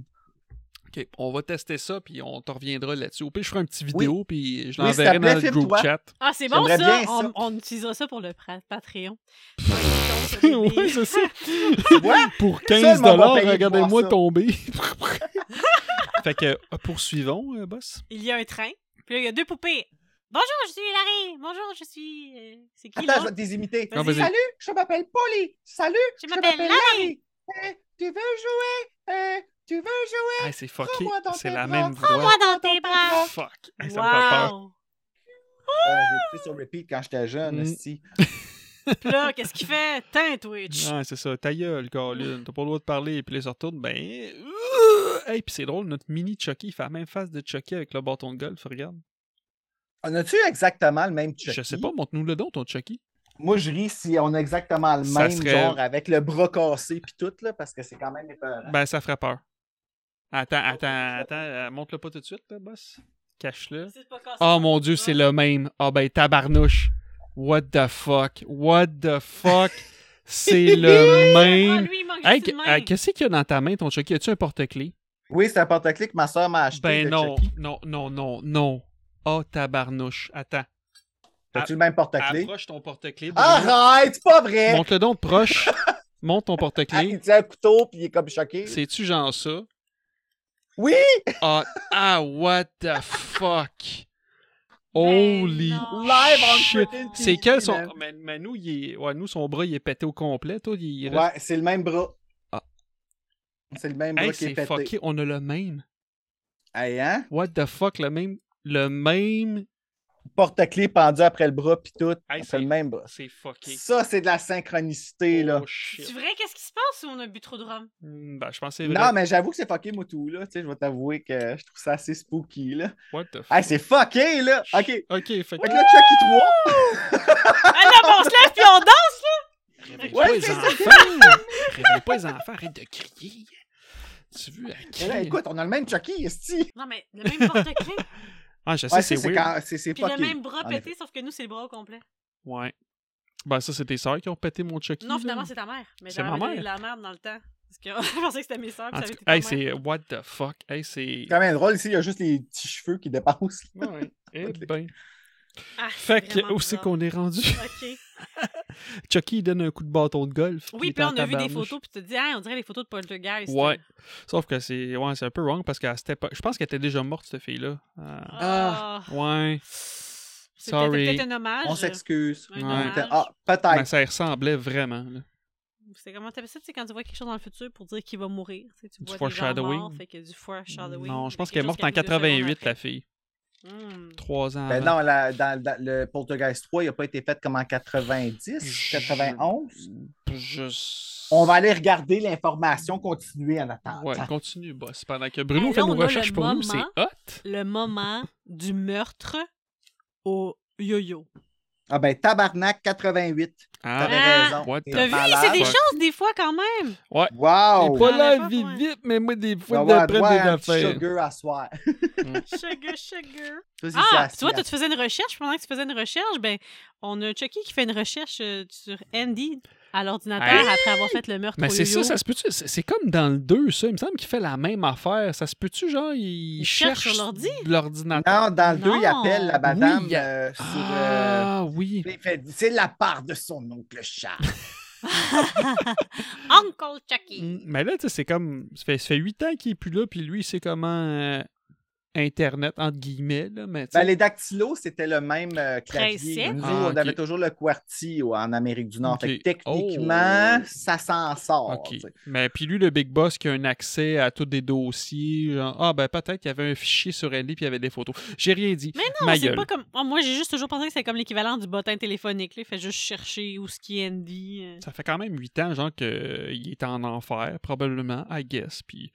S3: OK, on va tester ça, puis on te reviendra là-dessus. Au pire, je ferai un petit vidéo, puis je
S1: Oui, s'il
S3: l'enverrai
S1: te plaît,
S3: dans le group
S1: filme-toi.
S3: chat. *laughs*
S2: Ah, c'est bon, ça!
S1: J'aimerais bien
S2: On,
S1: ça.
S2: on utilisera ça pour le pra-
S3: *laughs*
S2: Patreon.
S3: oui,
S2: *laughs*
S3: c'est ça.
S1: vois?
S3: Pour
S1: Ça,
S3: 15
S1: elle m'a pas payé de voir
S3: regardez-moi
S1: ça.
S3: tomber. *laughs* fait que, euh, poursuivons, euh, boss.
S2: Il y a un train, puis là, il y a deux poupées. Bonjour, je suis Larry! Bonjour, je suis... euh, C'est qui,
S1: Attends, je
S2: là?
S1: vais te les imiter.
S3: Non, vas-y.
S1: Salut, je m'appelle Polly. Salut,
S2: Je
S1: je
S2: m'appelle
S1: m'appelle
S2: Larry!
S1: Larry. Eh, tu veux jouer? Eh, tu veux jouer?
S3: Ah, c'est fucké.
S1: Prends-moi dans
S3: C'est
S1: tes
S3: la
S1: bras.
S3: même voix.
S2: dans tes bras!
S3: Fuck. Ah, ça me fait peur.
S2: Wow!
S1: Euh,
S3: Ah,
S1: je l'ai écouté sur repeat quand j'étais jeune.
S3: Mm.
S1: esti.
S2: Puis là, qu'est-ce qu'il fait? Teint Twitch!
S3: Ouais, c'est ça. Ta gueule, Colin. T'as pas le droit de parler. Puis là, il se retourne. Ben. euh, Hey, puis c'est drôle, notre mini Chucky, il fait la même face de Chucky avec le bâton de golf. Regarde.
S1: On a-tu exactement le même Chucky?
S3: Je sais pas, montre-nous le don, ton Chucky.
S1: Moi, je ris si on a exactement le
S3: Ça
S1: même,
S3: serait-
S1: genre avec le bras cassé puis tout, là, parce que c'est quand même épeurant.
S3: Ben, ça ferait peur. Attends, attends, attends. euh, Montre-le pas tout de suite, là, boss. Cache-le.
S2: C'est pas cassé.
S3: Oh mon dieu, c'est le même. Ah ben tabarnouche. What the fuck? What the fuck? c'est le
S2: Ah,
S3: même.
S2: lui, il manque
S3: Hey,
S2: juste une
S3: qu-
S2: main.
S3: euh, qu'est-ce qu'il y a dans ta main, ton Chucky? As-tu un porte-clés?
S1: Oui, c'est un porte-clés que ma soeur m'a acheté.
S3: Ben
S1: de
S3: non,
S1: Chucky.
S3: non, non, non, non. Oh tabarnouche. Attends.
S1: T'as-tu le même porte-clés?
S3: Approche ton porte-clés.
S1: Ah,
S3: Bruno.
S1: Arrête, c'est pas vrai!
S3: Montre le don de
S1: *laughs*
S3: proche. Montre ton
S1: Ah, il
S3: porte-clés.
S1: tient un couteau puis il est comme choqué.
S3: C'est-tu genre ça?
S1: Oui!
S3: Ah, ah, what the
S1: *laughs*
S3: fuck?
S2: Ben
S3: Holy
S2: non.
S1: Live on
S3: shit.
S1: Freaking TV,
S3: C'est quel son.
S1: man.
S3: Mais, mais nous, il est... ouais, nous, son bras, il est pété au complet. Toi, il reste-
S1: Ouais, c'est le même bras.
S3: Ah.
S1: C'est le même
S3: Hey,
S1: bras qui est
S3: c'est
S1: pété.
S3: fucké. On a le même.
S1: Hey, hein?
S3: What the fuck, le même. Le même
S1: porte-clés pendu après le bras, puis tout.
S3: Hey,
S1: c'est le
S3: c'est-
S1: même bras.
S3: C'est fucké.
S1: Ça, c'est de la synchronicité, là.
S3: Oh, shit.
S2: C'est vrai, qu'est-ce qui se passe si on a bu trop de rhum?
S3: Hmm, Ben, je pense que c'est vrai.
S1: Non, mais j'avoue que c'est fucké, Moutou, là. Tu sais, je vais t'avouer que je trouve ça assez spooky, là.
S3: What the fuck?
S1: Hey, c'est fucké, là! OK. Fait
S3: Ok, fait
S1: que là, Chucky 3,
S2: Ah non, mais on se lève puis on danse!
S3: Réveille
S1: Ouais,
S3: pas les
S1: c'est ça.
S2: *laughs*
S3: enfants! Réveille pas les enfants, arrête de crier! Tu veux à
S1: Mais là, Eh ben, écoute, on a le même Chucky, esti!
S2: Non, mais le
S3: *laughs*
S2: même porte-clés,
S3: Ah, je sais,
S1: Ouais,
S3: c'est
S1: c'est c'est
S3: weird.
S1: quand- c'est- c'est
S2: puis le
S1: fucké.
S2: même bras
S1: en
S2: pété, sauf que nous, c'est le bras au complet.
S3: Ouais. Ben, ça, c'est tes sœurs qui ont pété mon Chucky.
S2: Non,
S3: là.
S2: finalement, c'est ta mère. Mais
S3: C'est
S2: j'avais
S3: ma
S2: envie de
S3: mère.
S2: la merde dans le temps. Parce que *laughs* je pensais que c'était mes soeurs, puis
S3: En
S2: ça
S3: tout
S2: avait été
S3: cas,
S2: ta
S3: hey,
S2: mère.
S3: c'est euh, what the fuck? Hey, c'est.
S1: C'est quand même drôle, ici, il y a juste les petits cheveux qui dépassent.
S3: Ouais, ouais.
S1: *laughs*
S3: Eh ben.
S2: Ah, c'est
S3: Fait
S2: vraiment
S3: que, où c'est
S2: bizarre.
S3: qu'on est rendu? *laughs*
S2: OK.
S3: Chucky, il donne un coup de bâton de golf. il
S2: Oui,
S3: est
S2: puis là,
S3: en
S2: on a vu des
S3: tabarnouche.
S2: photos, puis tu te dis, ah, on dirait les photos de Poltergeist.
S3: Ouais. Sauf que c'est ouais, c'est un peu wrong parce qu'à cette époque, je pense qu'elle était déjà morte, cette fille-là.
S2: Ah.
S3: Ah. Ouais.
S2: C'est peut-être
S3: Sorry.
S2: peut-être un hommage.
S1: On s'excuse.
S2: Un
S3: Ouais.
S2: hommage.
S1: Ah,
S3: Ben,
S1: peut-être.
S3: ça y ressemblait vraiment. là.
S2: C'est comment t'appelles ça, tu sais, quand tu vois quelque chose dans le futur pour dire qu'il va mourir. Tu, sais, tu
S3: Du
S2: vois des gens
S3: foreshadowing.
S2: morts, fait que du foreshadowing.
S3: Non, je pense
S2: Quelque
S3: qu'elle est
S2: chose
S3: morte
S2: qui
S3: en
S2: arrive deux secondes
S3: 88, la
S2: après.
S3: fille.
S2: Hmm.
S3: Trois ans.
S1: Ben
S3: avant.
S1: non, la- dans, dans le Poltergeist 3, il n'a pas été fait comme en 90, 91.
S3: Je...
S1: On va aller regarder l'information continuer en attendant.
S3: Ouais, continue, boss. Pendant que Bruno
S2: Hey,
S3: fait
S2: là,
S3: nos
S2: on a le
S3: recherches pour nous, c'est
S2: moment.
S3: hot. hein?
S2: Le moment du meurtre au yo-yo.
S1: Ah ben, tabarnak 88. T'avais
S3: Ah,
S2: Ah,
S1: raison.
S3: what
S1: T'es
S3: the-
S2: T'as vu,
S1: malade.
S2: c'est des
S3: Ouais.
S2: choses des fois quand même.
S3: Il est
S1: Wow!
S3: Ah, pas
S2: J'en
S3: là,
S2: ai pas,
S3: vite,
S2: ouais.
S3: vite, mais moi, des
S1: On va
S3: fois,
S1: avoir
S3: d'après
S1: droit
S3: des
S1: à un petit
S3: affaires.
S1: sugar à soir.
S2: Sugar, sugar.
S1: Ça, *laughs* c'est
S2: Ah,
S1: assis
S2: tu vois,
S1: à-
S2: toi, tu faisais une recherche. Pendant que tu faisais une recherche, ben, on a Chucky qui fait une recherche euh, sur Andy à l'ordinateur
S3: Hey!
S2: après avoir fait le meurtre
S3: Mais
S2: au
S3: c'est
S2: yo-yo.
S3: ça, ça se peut-tu? C'est c'est comme dans le 2, ça. Il me semble qu'il fait la même affaire. Ça se peut-tu, genre, il,
S2: Il cherche
S3: cherche,
S2: sur l'ordi?
S3: l'ordinateur.
S1: Non, dans le 2, il
S2: Non.
S1: appelle la madame
S3: Oui, il a-
S1: euh, sur. euh,
S3: Ah, oui.
S1: il fait, C'est la part de son oncle Charles.
S2: Uncle Chucky.
S3: Mm, Mais là, tu sais, c'est comme. Ça fait, ça fait 8 ans qu'il est plus là, puis lui, il sait comment. euh, Internet, entre guillemets, là. Mais, tu
S1: Ben,
S3: sais,
S1: les dactylos, c'était le même euh, clavier.
S2: Principe.
S1: Nous,
S3: Ah,
S1: on avait
S3: ok.
S1: toujours le QWERTY ou en Amérique du Nord.
S3: Ok.
S1: Fait que techniquement,
S3: Oh.
S1: ça s'en sort.
S3: OK.
S1: tu sais.
S3: Mais puis lui, le big boss qui a un accès à tous des dossiers, genre, ah ben peut-être qu'il y avait un fichier sur Ellie puis il y avait des photos. J'ai rien dit.
S2: Mais non,
S3: Ma
S2: c'est
S3: gueule.
S2: pas comme. oh, moi, j'ai juste toujours pensé que c'était comme l'équivalent du bottin téléphonique. Là. Il fait juste chercher où ce qui est Andy. euh.
S3: Ça fait quand même huit ans, genre, qu'il est en enfer, probablement, I guess. Puis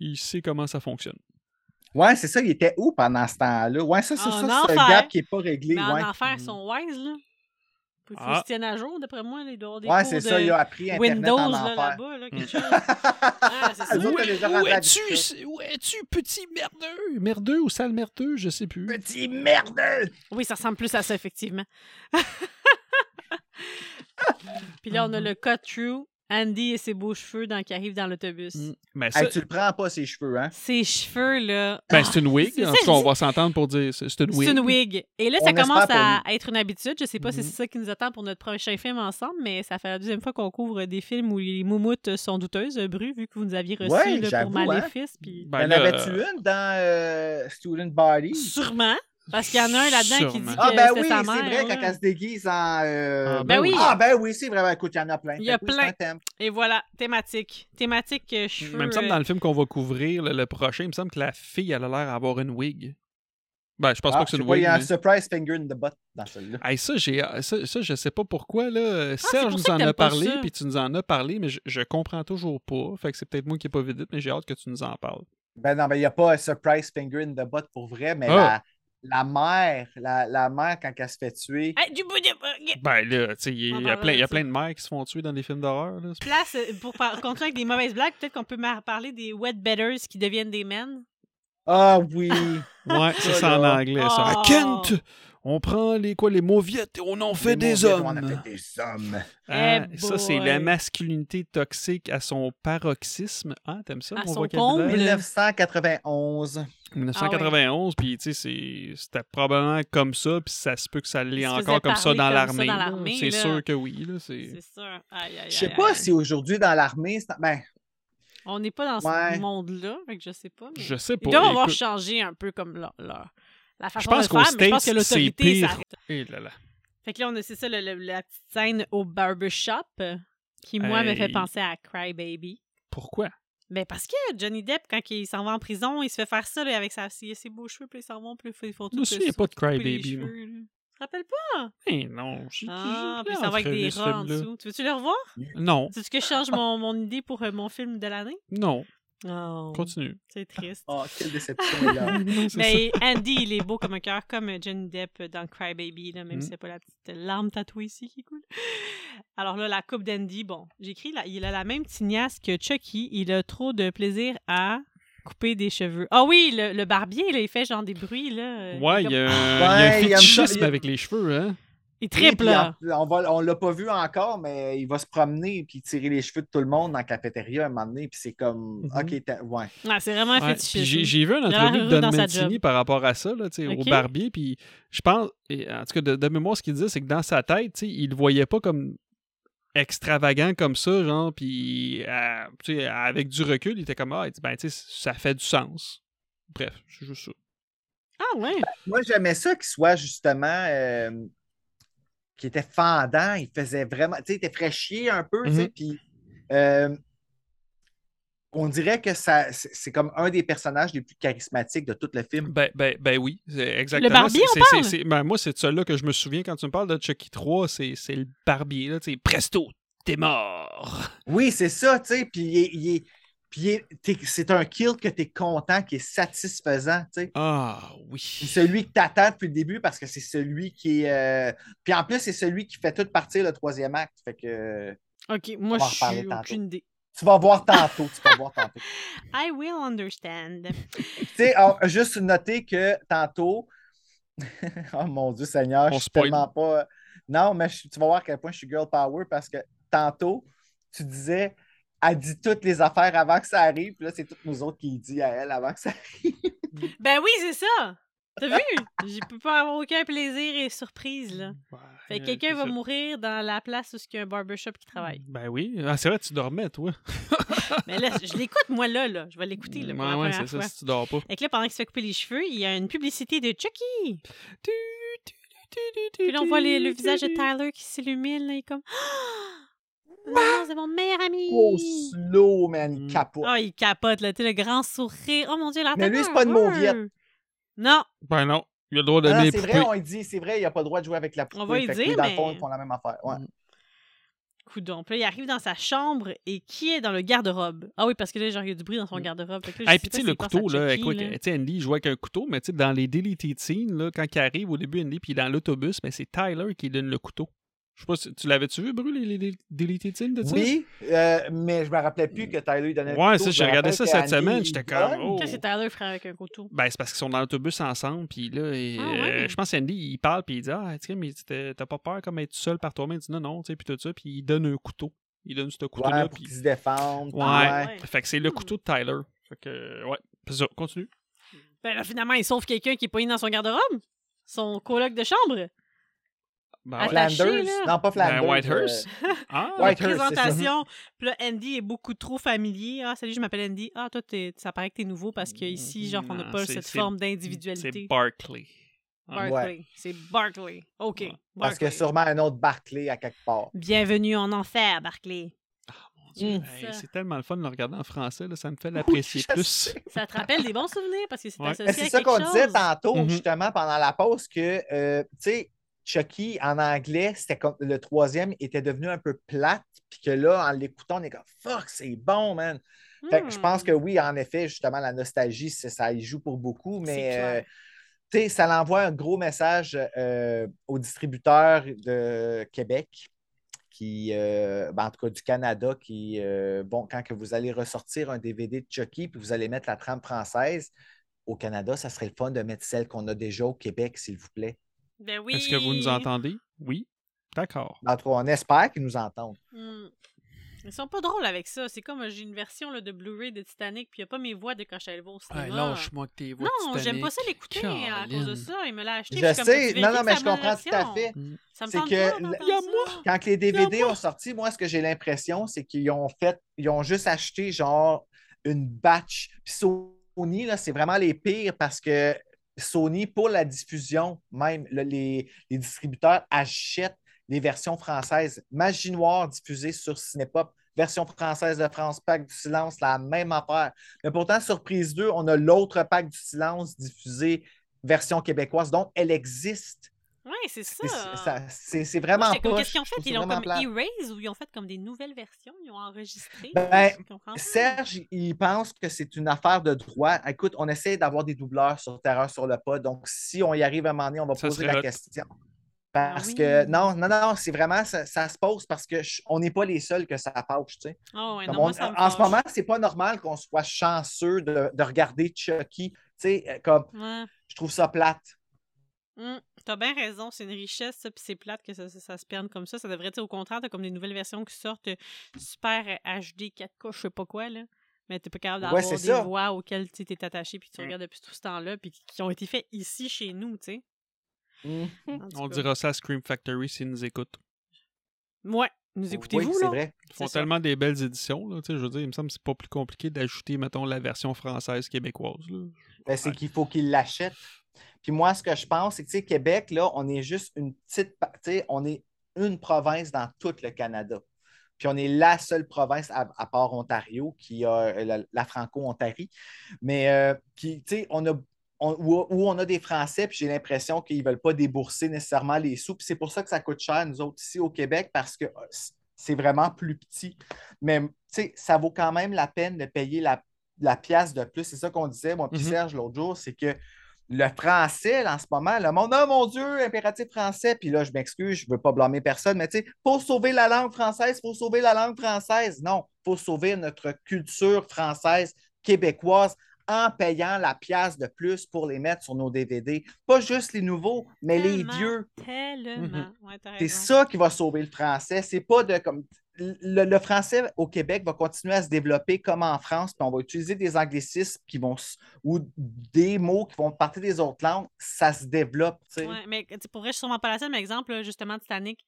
S3: il sait comment ça fonctionne.
S1: Ouais, c'est ça, il était où pendant ce temps-là? Ouais, ça, c'est
S2: En
S1: ça, c'est un
S2: enfer.
S1: gap qui n'est pas réglé.
S2: Mais en
S1: Ouais,
S2: enfer, ils
S3: Mm.
S2: sont wise. Là. Faut, faut
S3: Ah.
S2: qu'ils se tiennent à jour, d'après moi. Là. Il doit y avoir des
S1: ouais
S2: cours
S1: c'est
S2: de
S1: ça, il a appris Internet
S2: Windows
S1: en
S2: là,
S1: enfer.
S2: là-bas. Là, quelque
S3: Mm.
S2: chose. Ah,
S1: *laughs*
S2: c'est
S1: Elles
S2: ça.
S1: autres, elle est déjà rendue habituée.
S3: Où es-tu, petit merdeux? Merdeux ou sale merdeux, je sais plus.
S1: Petit merdeux!
S2: Oui, ça ressemble plus à ça, effectivement. *laughs* Puis là, on
S1: Mm-hmm.
S2: a le cut through. Andy et ses beaux cheveux dans, qui arrivent dans l'autobus.
S3: Mm. Mais ça,
S1: Hey, tu le prends pas, ses cheveux, hein?
S2: Ses cheveux, là. Ah.
S3: ben, c'est une wig.
S1: Ah,
S2: c'est
S3: En
S2: ça,
S3: tout cas, on
S2: je-
S3: va s'entendre pour dire c'est c'est une wig.
S2: C'est une wig. Et là,
S1: On
S2: ça
S1: espère
S2: commence
S1: pour
S2: à être une habitude. Je sais pas si
S3: Mhm.
S2: c'est ça qui nous attend pour notre prochain film ensemble, mais ça fait la deuxième fois qu'on couvre des films où les moumoutes sont douteuses, euh, Bru, vu que vous nous aviez reçu
S1: Ouais,
S2: là, pour
S1: j'avoue, hein.
S2: Maléfice. puis-
S3: Ben
S1: Y'en
S3: là,
S1: avais-tu une dans euh, Student Body?
S2: Sûrement. Parce qu'il y en a un là-dedans qui
S3: Sûrement.
S2: dit que
S1: Ah, ben
S2: c'était
S1: oui,
S2: sa
S1: c'est
S2: mère.
S1: vrai,
S2: là.
S1: quand elle se déguise en. euh,
S3: Ah,
S2: ben oui.
S1: Ah, ben oui, c'est vrai. Ben, Écoute, il y en a plein.
S2: Il y a
S1: Fait que oui,
S2: plein.
S1: c'est un thème.
S2: Et voilà, thématique. Thématique euh, cheveux.
S3: Mais il me semble
S2: euh,
S3: dans le film qu'on va couvrir le, le prochain, il me semble que la fille elle a l'air d'avoir une wig. Ben, je pense
S1: Ah,
S3: pas que c'est
S1: je
S3: une
S1: sais pas,
S3: wig.
S1: Il y a un
S3: mais-
S1: surprise finger in the butt dans celui-là.
S3: Hey, ça, j'ai, euh, ça, ça, je sais pas pourquoi. Là. Euh,
S2: Ah, c'est
S3: Serge
S2: pour
S3: nous
S2: ça que
S3: en
S2: t'aimes
S3: a
S2: pas
S3: parlé,
S2: ça.
S3: puis tu nous en as parlé, mais je, je comprends toujours pas. Fait que c'est peut-être moi qui n'ai pas vu vite, mais j'ai hâte que tu nous en parles.
S1: Ben non, ben il n'y a pas un surprise finger in the butt pour vrai, mais
S3: Ah.
S1: la, la mère, la, la mère, quand elle se fait tuer,
S2: hey, du bout de-
S3: Ben là, tu sais, il y, a-
S2: On en
S3: il y
S2: parlera
S3: a plein- il y a
S2: de
S3: plein de mères qui se font tuer dans des films d'horreur.
S2: *laughs*
S3: Là.
S2: Place euh, pour par- continuer avec des mauvaises blagues, peut-être qu'on peut mar- parler des wet betters qui deviennent des men.
S1: ah oui,
S3: Ouais, ça, c'est en
S1: là.
S3: anglais, ça.
S2: Oh.
S3: À Kent, on prend les quoi, les mauviettes et on en fait
S1: Les
S3: des
S1: mauvais
S3: hommes.
S1: doigts, On a fait des hommes.
S3: Hein,
S2: Eh
S3: ça, c'est
S2: boy.
S3: la masculinité toxique à son paroxysme. Ah, t'aimes ça,
S2: À
S3: mon
S2: son
S3: vocabulaire?
S2: comble.
S1: 1991.
S3: 1991, puis tu sais, c'est- c'était probablement comme ça, puis ça se peut que ça l'est
S2: Ça se
S3: encore
S2: faisait
S3: comme ça
S2: parler
S3: dans
S2: comme ça
S3: l'armée.
S2: dans
S3: là.
S2: l'armée,
S3: C'est
S2: là.
S3: sûr que oui. Là, c'est...
S2: C'est ça. Aïe, aïe, aïe,
S1: Je sais
S2: aïe,
S1: pas
S2: aïe.
S1: si aujourd'hui dans l'armée, c'est- ben,
S2: On n'est pas dans
S1: Ouais.
S2: ce monde-là, fait que je sais pas. mais-
S3: Je sais pas.
S2: Ils doivent avoir
S3: écoute,
S2: changé un peu comme leur, leur- la
S3: je
S2: façon
S3: pense
S2: de le
S3: qu'au
S2: faire, mais je pense que
S3: States, c'est
S2: l'autorité, ça
S3: pire.
S2: arrête.
S3: Eh là là.
S2: Fait que là, on a, c'est ça, le- le- la petite scène au barbershop, euh, qui, moi, me
S3: Hey.
S2: fait penser à Cry Baby.
S3: Pourquoi?
S2: Ben parce que Johnny Depp, quand il s'en va en prison, il se fait faire ça là, avec sa, ses ses beaux cheveux, puis il s'en va, puis il faut
S3: Je
S2: tout
S3: me
S2: se-
S3: souviens pas de
S2: couper les
S3: Crybaby, moi.
S2: cheveux, là. Tu te rappelles pas?
S3: Eh non, j'ai
S2: Ah,
S3: j'ai-
S2: puis ça va avec
S3: entre
S2: des
S3: ce
S2: rats en
S3: film-là.
S2: dessous. Tu veux-tu le revoir?
S3: Non,
S2: Tu veux que je change mon, mon idée pour euh, mon film de l'année?
S3: non,
S2: Oh,
S3: continue.
S2: c'est triste.
S1: Oh, quelle déception, là.
S3: *laughs* Non, c'est ça.
S2: Mais Andy, il est beau comme un cœur, comme Johnny Depp dans Crybaby, là, même
S3: Mm.
S2: si c'est pas la petite larme tatouée ici qui coule. Alors là, la coupe d'Andy, bon, j'écris, là, il a la même tignasse que Chucky. Il a trop de plaisir à couper des cheveux. Ah oui, le, le barbier, là, il fait genre des bruits, là. euh,
S3: Ouais,
S2: il, est
S3: il
S2: comme-
S3: y a,
S1: Ouais,
S3: il
S1: il y
S3: y a
S1: a
S3: un
S1: une-
S3: fétichisme avec les cheveux, hein?
S2: il
S1: Oui,
S2: triple,
S1: puis
S2: là.
S1: en- On va, on l'a pas vu encore, mais il va se promener puis tirer les cheveux de tout le monde dans la cafétéria à un moment donné. Puis c'est comme,
S3: Mhm.
S1: OK, t'as- ouais.
S2: Ouais, c'est vraiment *laughs* un
S3: Ouais, puis j'ai,
S2: fétichisme.
S3: j'ai vu un
S2: a l'air
S3: entrevue de
S2: heureux
S3: Don
S2: dans sa
S3: Mancini par rapport à ça, là, tu sais, au
S2: Ok.
S3: barbier. Puis je pense, et en tout cas, de, de mémoire, ce qu'il disait, c'est que dans sa tête, tu sais, il le voyait pas comme extravagant comme ça, genre, puis euh, tu sais, avec du recul, il était comme, ah, il dit, ben, tu sais, ça fait du sens. Bref, c'est juste ça.
S2: Ah ouais.
S1: Moi, j'aimais ça qu'il soit justement. euh, qu'il était fendant, il faisait vraiment. Tu sais, il était frais chier un peu, tu sais.
S3: Mhm.
S1: Puis. euh, on dirait que ça, c'est c'est comme un des personnages les plus charismatiques de tout le film.
S3: Ben, ben, ben oui, c'est exactement.
S2: barbier,
S3: c'est,
S2: on
S3: c'est-
S2: parle?
S3: c'est- ben, moi, c'est de celui-là que je me souviens quand tu me parles de Chucky 3, c'est, c'est le barbier, là, tu sais, presto, t'es mort.
S1: Oui, c'est ça, tu sais. Puis il est- il est- puis il est- t'es- c'est un kill que tu es content, qui est satisfaisant, tu sais.
S3: Ah
S1: Puis
S3: oui.
S1: celui que t'attends depuis le début parce que c'est celui qui est. euh, Puis en plus, c'est celui qui fait tout partir le troisième acte. Fait que euh,
S2: Ok, moi,
S1: On va en
S2: je
S1: reparler
S2: suis
S1: tantôt.
S2: aucune idée.
S1: tu vas voir tantôt. tu vas voir tantôt.
S2: I will understand.
S1: Tu sais, on- juste noter que tantôt. *laughs* oh mon Dieu Seigneur,
S3: On
S1: je suis
S3: spoil.
S1: tellement pas. Non, mais je- tu vas voir à quel point je suis girl power parce que tantôt, tu disais. Elle dit toutes les affaires avant que ça arrive, puis là, c'est toutes nous autres qui dit à elle avant que ça
S2: Ben oui, c'est ça. T'as vu? Je peux pas avoir aucun plaisir et surprise, là. Fait
S3: Euh,
S2: que quelqu'un va mourir dans la place où il y a un barbershop qui
S3: *laughs*
S2: travaille.
S3: Ben oui. Ah, c'est vrai, tu dormais, toi.
S2: Mais là, je l'écoute, moi, là, là. Je vais l'écouter, là, pour la
S3: Ouais, ouais,
S2: première
S3: c'est ça,
S2: fois.
S3: si tu dors pas.
S2: Fait que là, pendant qu'il se fait couper les cheveux, il y a une publicité de Chucky. Puis là, on voit les- le visage de Tyler qui s'illumine, là. Il est comme... *gasps* Ah! Non, c'est mon meilleur ami!
S1: Oh, slow, man, il
S3: Mm.
S1: capote.
S2: Oh, il capote, là. Tu sais, le grand sourire. Oh, mon Dieu, la
S1: Mais lui, c'est pas une mauviette.
S2: Non.
S3: Ben non, il a le droit de
S1: Ah non,
S3: les
S1: c'est vrai, on lui dit, c'est vrai, il n'a pas le droit de jouer avec la poupée.
S2: va lui
S1: Fait que
S2: dire,
S1: dans
S2: mais- Mm.
S1: le fond, ils font la même affaire. Ouais.
S2: Coudon. Puis là, il arrive dans sa chambre et qui est dans le garde-robe? Ah oui, parce que là, genre, il y a du bruit dans son
S3: Mm.
S2: garde-robe. Fait que là, je
S3: Hey,
S2: sais pas
S3: puis tu sais,
S2: s'il
S3: le
S2: pense
S3: couteau,
S2: à
S3: là,
S2: Chucky,
S3: écoute, tu sais, Andy il jouait avec un couteau, mais tu sais, dans les Deleted Scenes, là, quand il arrive au début, Andy, puis il est dans l'autobus, mais c'est Tyler qui donne le couteau. Je sais pas si tu l'avais-tu vu, Bru, les, les, les Deleted Scenes de ça?
S1: Oui, euh, mais je me rappelais plus que Tyler lui donnait le
S3: Ouais,
S1: couteau.
S3: ça,
S1: Je
S3: j'ai
S1: me
S3: regardé
S1: rappelle
S3: ça
S1: que
S3: cette
S1: Andy,
S3: semaine,
S1: il
S3: j'étais
S1: donne.
S3: comme, oh.
S2: Qu'est-ce que Tyler frère avec un couteau?
S3: Ben, c'est parce qu'ils sont dans l'autobus ensemble, puis là, et,
S2: Ah ouais.
S3: euh, je pense qu'Andy, il parle, puis il dit Ah, tu sais, mais t'as t'as pas peur comme être seul par toi-même Il dit Non, non, tu sais, puis tout ça, puis il donne un couteau. Il donne ce couteau-là,
S1: Ouais, pour
S3: puis.
S1: qu'ils se défendent.
S3: Ouais.
S1: Ah Ouais.
S2: ouais.
S3: Fait que c'est le couteau de Tyler. Fait que, ouais. C'est ça, continue.
S2: Ben là, finalement, il sauve quelqu'un qui est poigné dans son garde-robe. Son coloc de chambre.
S3: Ben, ouais.
S2: Attends, Attaché,
S1: Flanders,
S2: là.
S1: non pas Flanders.
S3: Ben, Whitehurst.
S1: euh,
S3: Ah,
S1: Ouais. Whitehurst, c'est ça.
S2: Présentation. Puis là, Andy est beaucoup trop familier. Ah, salut, je m'appelle Andy. Ah, toi, t'es- ça paraît que t'es nouveau parce que ici, genre, on n'a
S3: Mm, Non,
S2: pas
S3: c'est-
S2: cette
S3: c'est-
S2: forme
S3: c'est Ah,
S2: d'individualité.
S3: Barkley.
S2: Barkley. C'est Barkley. OK.
S3: Ouais.
S1: parce que
S2: Barkley.
S1: sûrement un autre Barclay à quelque part.
S2: Bienvenue en enfer, Barkley.
S3: Mon Dieu,
S1: Mm.
S3: hey,
S2: Ça.
S3: c'est tellement le fun de le regarder en français, là, ça me fait l'apprécier
S1: je
S3: plus.
S1: sais.
S2: Ça te rappelle des bons souvenirs parce que c'est
S3: Ouais.
S1: Mais
S2: associé
S1: Ben, C'est
S2: à
S1: ça
S2: quelque
S1: qu'on
S2: chose.
S1: disait tantôt,
S3: Mhm.
S1: justement, pendant la pause, que, euh, tu sais, Chucky, en anglais, c'était comme le troisième était devenu un peu plate, puis que là, en l'écoutant, on est comme « Fuck, c'est bon, man! » Fait que
S2: Hmm.
S1: je pense que oui, en effet, justement, la nostalgie, c'est- ça y joue pour beaucoup, mais euh,
S2: clair.
S1: tu sais, ça l'envoie un gros message euh, aux distributeurs de Québec, qui, euh, ben, en tout cas du Canada, qui, euh, bon, quand que vous allez ressortir un DVD de Chucky, puis vous allez mettre la trame française, au Canada, ça serait le fun de mettre celle qu'on a déjà au Québec, s'il vous plaît.
S2: Ben oui.
S3: Est-ce que vous nous entendez? Oui. D'accord.
S1: En tout cas, on espère qu'ils nous entendent.
S2: Hmm. Ils sont pas drôles avec ça. C'est comme euh, j'ai une version là, de Blu-ray de Titanic, puis il a pas mes voix de quand je suis allée le voir au cinéma.
S3: que t'es
S2: non, j'aime pas ça l'écouter hein, à cause de ça. Il me l'a acheté.
S1: Je
S2: puis comme,
S1: sais,
S2: tu vérifies
S1: non, non,
S2: que
S1: mais
S2: c'est
S1: je
S2: la bonne
S1: comprends tout à
S2: version.
S1: fait.
S2: Ça me
S1: C'est
S2: tente
S1: que
S2: pas
S1: le-
S2: d'entendre
S3: il y a
S2: ça.
S3: moi.
S1: Quand que les DVD
S2: Non,
S1: ont sorti, moi, ce que j'ai l'impression, c'est qu'ils ont fait, ils ont juste acheté genre une batch. Puis Sony, là, c'est vraiment les pires parce que Sony, pour la diffusion, même, là, les, les distributeurs achètent les versions françaises. Magie Noire diffusée sur Cinépop, version française de France, Pacte du silence, la même affaire. Mais pourtant, Surprise 2, on a l'autre Pacte du silence diffusé version québécoise. Donc, elle existe.
S2: Ouais, c'est ça.
S1: C'est- ça- C'est c'est vraiment
S2: Moi, j'étais comme,
S1: poche.
S2: Qu'est-ce qu'ils ont
S1: Je trouve
S2: fait?
S1: ça
S2: Ils l'ont
S1: vraiment
S2: comme
S1: plate.
S2: erase ou ils ont fait comme des nouvelles versions? Ils ont enregistré?
S1: Ben,
S2: je comprends pas.
S1: Serge, il pense que c'est une affaire de droit. Écoute, on essaie d'avoir des doubleurs sur Terreur sur le pas. Donc, si on y arrive à un moment donné, on va
S3: Ça
S1: poser
S3: serait
S1: la
S3: hot.
S1: question. Parce
S2: Ah oui.
S1: que, non, non, non, c'est vraiment, ça, ça se pose parce que je- on n'est pas les seuls que ça fâche, tu sais.
S2: Ah ouais,
S1: Comme
S2: non, moi,
S1: on-
S2: ça me
S1: en ce
S2: fâche.
S1: moment, c'est pas normal qu'on soit chanceux de, de regarder Chucky. Tu sais, euh, comme,
S2: Ouais.
S1: je trouve ça plate.
S2: Hum, T'as bien raison, c'est une richesse, ça, puis c'est plate que ça, ça, ça se perde comme ça. Ça devrait être au contraire, t'as comme des nouvelles versions qui sortent euh, super euh, HD, 4K, je sais pas quoi, là. Mais t'es pas capable
S1: Ouais,
S2: d'avoir
S1: c'est
S2: des
S1: ça. Mmh.
S2: voix auxquelles tu t'es attaché, puis tu
S3: Mm.
S2: regardes depuis tout ce temps-là, puis qui- qui ont été faites ici, chez nous, tu sais.
S1: Hmm.
S2: En tout
S3: On
S2: cas.
S3: dira ça à Scream Factory s'ils nous écoutent.
S2: Ouais, nous écoutez-vous,
S1: oui, c'est
S2: là?
S1: vrai.
S3: Ils font
S2: C'est ça.
S3: tellement des belles éditions. Là, tu sais, je veux dire, il me semble que c'est pas plus compliqué d'ajouter, mettons, la version française québécoise. Là.
S1: Ben, c'est qu'il faut qu'ils l'achètent. Puis moi, ce que je pense, c'est que, tu sais, Québec, là, on est juste une petite... pa- Tu sais, on est une province dans tout le Canada. Puis on est la seule province, à, à part Ontario, qui a euh, la, la franco-ontarie, mais euh, qui, tu sais, on a... on- où, où on a des Français, puis j'ai l'impression qu'ils ne veulent pas débourser nécessairement les sous. Puis c'est pour ça que ça coûte cher, nous autres, ici au Québec, parce que euh, c- c'est vraiment plus petit. Mais, tu sais, ça vaut quand même la peine de payer la la pièce de plus. C'est ça qu'on disait, moi, puis
S3: Mhm.
S1: Serge, l'autre jour, c'est que le français, là, en ce moment, le monde, oh mon Dieu, impératif français, puis là, je m'excuse, je ne veux pas blâmer personne, mais tu sais, pour sauver la langue française, faut sauver la langue française. Non, faut sauver notre culture française, québécoise, en payant la pièce de plus pour les mettre sur nos DVD. Pas juste les nouveaux, mais les
S2: Tellement.
S1: vieux.
S2: Tellement. Ouais, t'as
S1: C'est
S2: raison.
S1: ça qui va sauver le français. C'est pas de comme. Le, le français au Québec va continuer à se développer comme en France, puis on va utiliser des anglicismes qui vont s- ou des mots qui vont partir des autres langues. Ça se développe. tu sais.
S2: Ouais, mais tu sais, pour vrai, je suis sûrement pas la seule, mais exemple, là, justement, Titanic,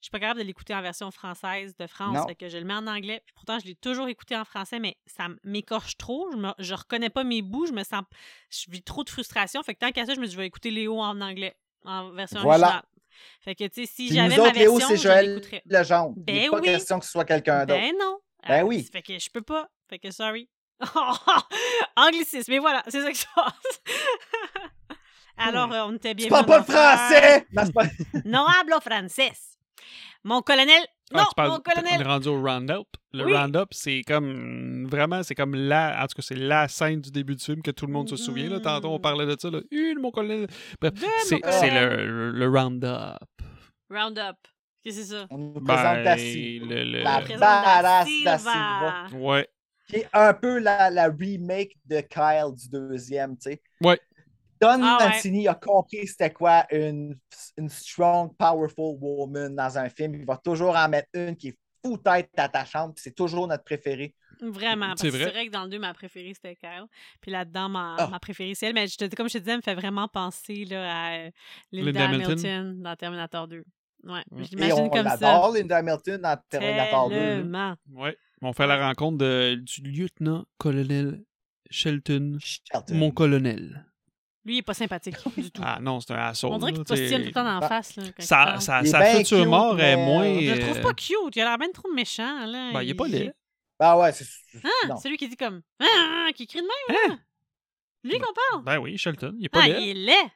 S2: je suis pas capable de l'écouter en version française de France.
S1: Non.
S2: Fait que je le mets en anglais. Puis pourtant, je l'ai toujours écouté en français, mais ça m- m'écorche trop. Je, me- je reconnais pas mes bouts. Je me sens. Je vis trop de frustration. Fait que tant qu'à ça, je me dis, je vais écouter Léo en anglais, en version
S1: Voilà.
S2: originale. Fait que, tu sais, si
S1: Puis nous
S2: j'avais ma
S1: autres, Léo,
S2: version,
S1: c'est
S2: je
S1: Joël
S2: l'écouterais.
S1: Legendre. Il n'est
S2: Ben
S1: pas
S2: oui.
S1: question que ce soit quelqu'un d'autre.
S2: Ben non.
S1: Ben
S2: Ah,
S1: oui.
S2: Fait que je peux pas. Fait que sorry. *laughs* Anglicisme. Mais voilà, c'est ça qui se passe. *laughs* Alors, euh, on était bien.
S1: Hmm. Tu parles pas le français! Non, c'est pas-
S2: Non hablo francés. Mon colonel.
S3: Ah,
S2: Non,
S3: tu parles-
S2: mon
S3: on est
S2: colonel.
S3: rendu au Roundup. Le
S2: Oui.
S3: Roundup, c'est comme vraiment, c'est comme la, en tout cas, c'est la scène du début du film que tout le monde se souvient. Là. Tantôt, on parlait de ça. Là. Une, mon colonel. Bref,
S2: Deux,
S3: c'est
S2: Mm. mon
S3: c'est
S2: colonel.
S3: le, le Roundup.
S2: Roundup. Qu'est-ce que c'est ça?
S1: On nous
S3: Ben,
S1: présente Darcy.
S3: le- le-
S1: La
S2: Présente
S1: badass
S2: Da
S1: Da Silva.
S3: Ouais.
S1: qui est un peu la, la remake de Kyle du deuxième, tu sais.
S3: Ouais.
S1: Don
S2: Ah ouais.
S1: Mancini a compris c'était quoi une, une strong, powerful woman dans un film. Il va toujours en mettre une qui est fou tête attachante, puis c'est toujours notre préférée.
S2: Vraiment. parce
S3: C'est
S2: que C'est
S3: vrai.
S2: vrai. que dans le 2, ma préférée, c'était Kyle. Puis là-dedans, ma,
S1: Ah.
S2: ma préférée, c'est elle. Mais je te, comme je te disais, elle me fait vraiment penser là, à euh,
S3: Linda
S2: Linda Hamilton.
S3: Hamilton.
S2: dans Terminator 2. Ouais.
S3: Mm.
S2: Je
S1: Et
S2: l'imagine
S1: on
S2: comme ça.
S1: l'adore, Linda Hamilton, dans Terminator 2.
S2: Tellement.
S3: Ouais. On fait la rencontre de- du lieutenant-colonel Shelton,
S1: Shelton.
S3: mon colonel.
S2: Lui, il est pas
S3: *laughs*
S2: sympathique du tout.
S3: Ah non, c'est un assaut.
S2: On dirait qu'il te postille tout le temps en
S1: Ah.
S2: face. Là, quand il
S3: Sa,
S2: parle.
S3: sa,
S1: Il est
S3: sa
S1: ben
S3: future
S1: cute,
S3: mort est
S1: mais-
S3: moins.
S2: Je le
S3: euh,
S2: trouve pas cute. Il a l'air bien trop méchant. Là.
S3: Ben, il est pas laid.
S1: Ah ouais, c'est.
S2: Ah,
S1: non.
S2: celui qui dit comme. Ah, qui crie de même.
S3: Hein?
S2: Lui qu'on parle.
S3: Ben oui, Shelton. Il est pas
S2: Ah,
S3: laid.
S2: il est laid.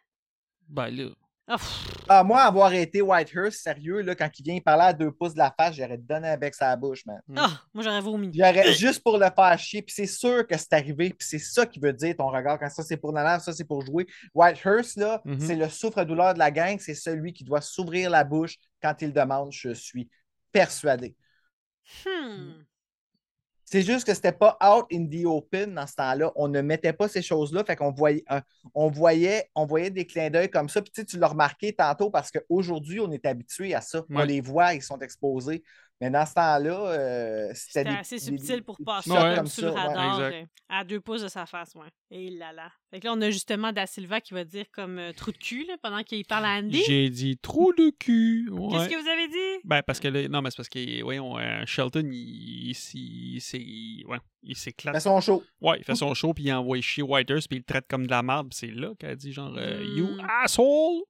S3: Ben là.
S2: Ah, pff,
S1: Ah, moi, avoir été Whitehurst, sérieux, là, quand il vient parler à deux pouces de la face, j'aurais donné un bec sa bouche, man.
S3: Mm.
S2: ah, moi, j'aurais vomi.
S1: J'aurais juste pour le faire chier, puis c'est sûr que c'est arrivé, puis c'est ça qui veut dire ton regard. Quand ça c'est pour la lave, ça c'est pour jouer. Whitehurst, là,
S3: Mhm.
S1: c'est le souffre-douleur de la gang, c'est celui qui doit s'ouvrir la bouche quand il demande, je suis persuadé.
S3: Mmh.
S2: Hmm.
S1: C'est juste que c'était pas out in the open dans ce temps-là. On ne mettait pas ces choses-là. Fait qu'on voyait, euh, on voyait, on voyait des clins d'œil comme ça. Puis tu sais, tu l'as remarqué tantôt parce qu'aujourd'hui, on est habitué à ça. On
S3: Ouais.
S1: les voit, ils sont exposés. Mais dans ce temps-là, euh, c'était
S2: C'était
S1: des-
S2: assez
S1: des-
S2: subtil pour
S1: des
S2: passer
S1: shots
S3: Ouais.
S2: comme sous le
S1: ouais.
S2: radar.
S3: exact.
S2: euh, À deux pouces de sa face, ouais. Et là là. Fait que là, on a justement Da Silva qui va dire comme euh, trou de cul là, pendant qu'il parle à Andy.
S3: J'ai dit trou de cul. Ouais.
S2: Qu'est-ce que vous avez dit?
S3: Ben, parce que là, non, mais c'est parce que, voyons, euh, Shelton, il, il, s'y- il s'est- il- ouais, il s'éclate.
S1: Mais ils sont chauds.
S3: Ouais, il fait son show, puis il envoie
S2: Mmh.
S3: chier Whitehurst, puis il le traite comme de la merde, puis c'est là qu'elle dit, genre, euh, You
S2: Mm.
S3: asshole!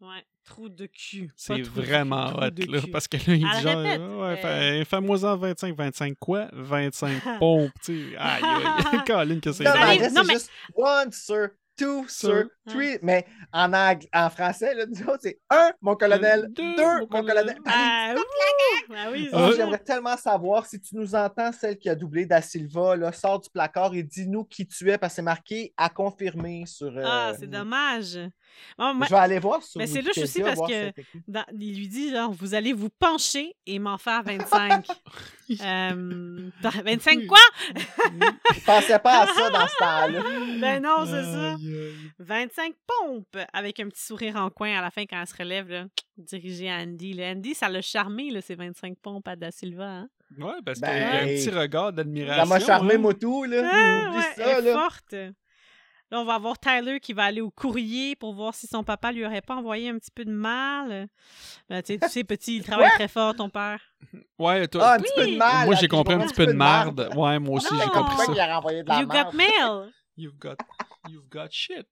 S2: Ouais. Trou de cul. Pas trou
S3: C'est
S2: de cul,
S3: vraiment
S2: trou
S3: hot,
S2: de
S3: là.
S2: cul.
S3: Parce que là, il
S2: Elle
S3: dit genre,
S2: répète,
S3: ouais,
S2: euh,
S3: fais- fais-moi en 25, 25 quoi?
S2: *laughs*
S3: 25 pompes, tu sais. Aïe, aïe, Colin, que c'est
S2: Vous
S1: Non, mais en
S2: allez-
S1: vrai,
S3: long.
S2: non,
S1: c'est
S2: mais-
S1: juste one, sir, two, sir,
S3: Sir.
S1: three. Mais en, ang- en français, là, nous autres, c'est un, mon colonel, deux, mon colonel. Marie,
S3: *laughs*
S2: Ah, ouh! Ah oui,
S1: oh,
S3: Euh.
S2: c'est
S1: J'aimerais
S2: ça.
S1: tellement savoir si tu nous entends, celle qui a doublé Da Silva, là, sors du placard et dis-nous qui tu es, parce que c'est marqué à confirmer sur. euh,
S2: Ah, c'est dommage. Bon, moi,
S1: Je vais aller voir sur
S2: Mais c'est louche aussi
S1: Wikipédia,
S2: parce
S1: voir
S2: que-
S1: si c'est écrit.
S2: dans- il lui dit genre, vous allez vous pencher et m'en faire
S1: *laughs*
S2: 25. Euh, dans- 25 quoi?
S1: Je pensais pas à ça dans ce
S2: *laughs*
S1: temps-là.
S2: Ben non, c'est ça.
S3: Aïe, aïe.
S2: 25 pompes avec un petit sourire en coin à la fin quand elle se relève, là, dirigée à Andy. là. Andy, ça l'a charmé, là, ces 25 pompes à Da Silva. hein.
S3: Ouais, parce
S1: Ben,
S3: qu'il y a un
S1: hey.
S3: petit regard d'admiration.
S1: Ça m'a charmé,
S3: hein.
S1: Motou, là.
S2: Ah,
S1: Oublie
S2: ouais,
S1: ça,
S2: elle est
S1: là.
S2: forte. Là, on va avoir Tyler qui va aller au courrier pour voir si son papa lui aurait pas envoyé un petit peu de mal. Ben, tu sais, tu sais, petit, il travaille très fort, ton père.
S3: Ouais, toi.
S1: Ah, un petit peu de mal.
S3: moi,
S1: ok,
S3: j'ai compris un petit peu de
S1: marde.
S3: marde. Ouais, moi aussi,
S2: Ah, Non.
S3: j'ai
S1: Comme
S3: compris
S1: quoi
S3: ça.
S1: qu'il a renvoyé de la
S2: You got
S1: marde.
S2: mail!
S3: You've got, you've got shit.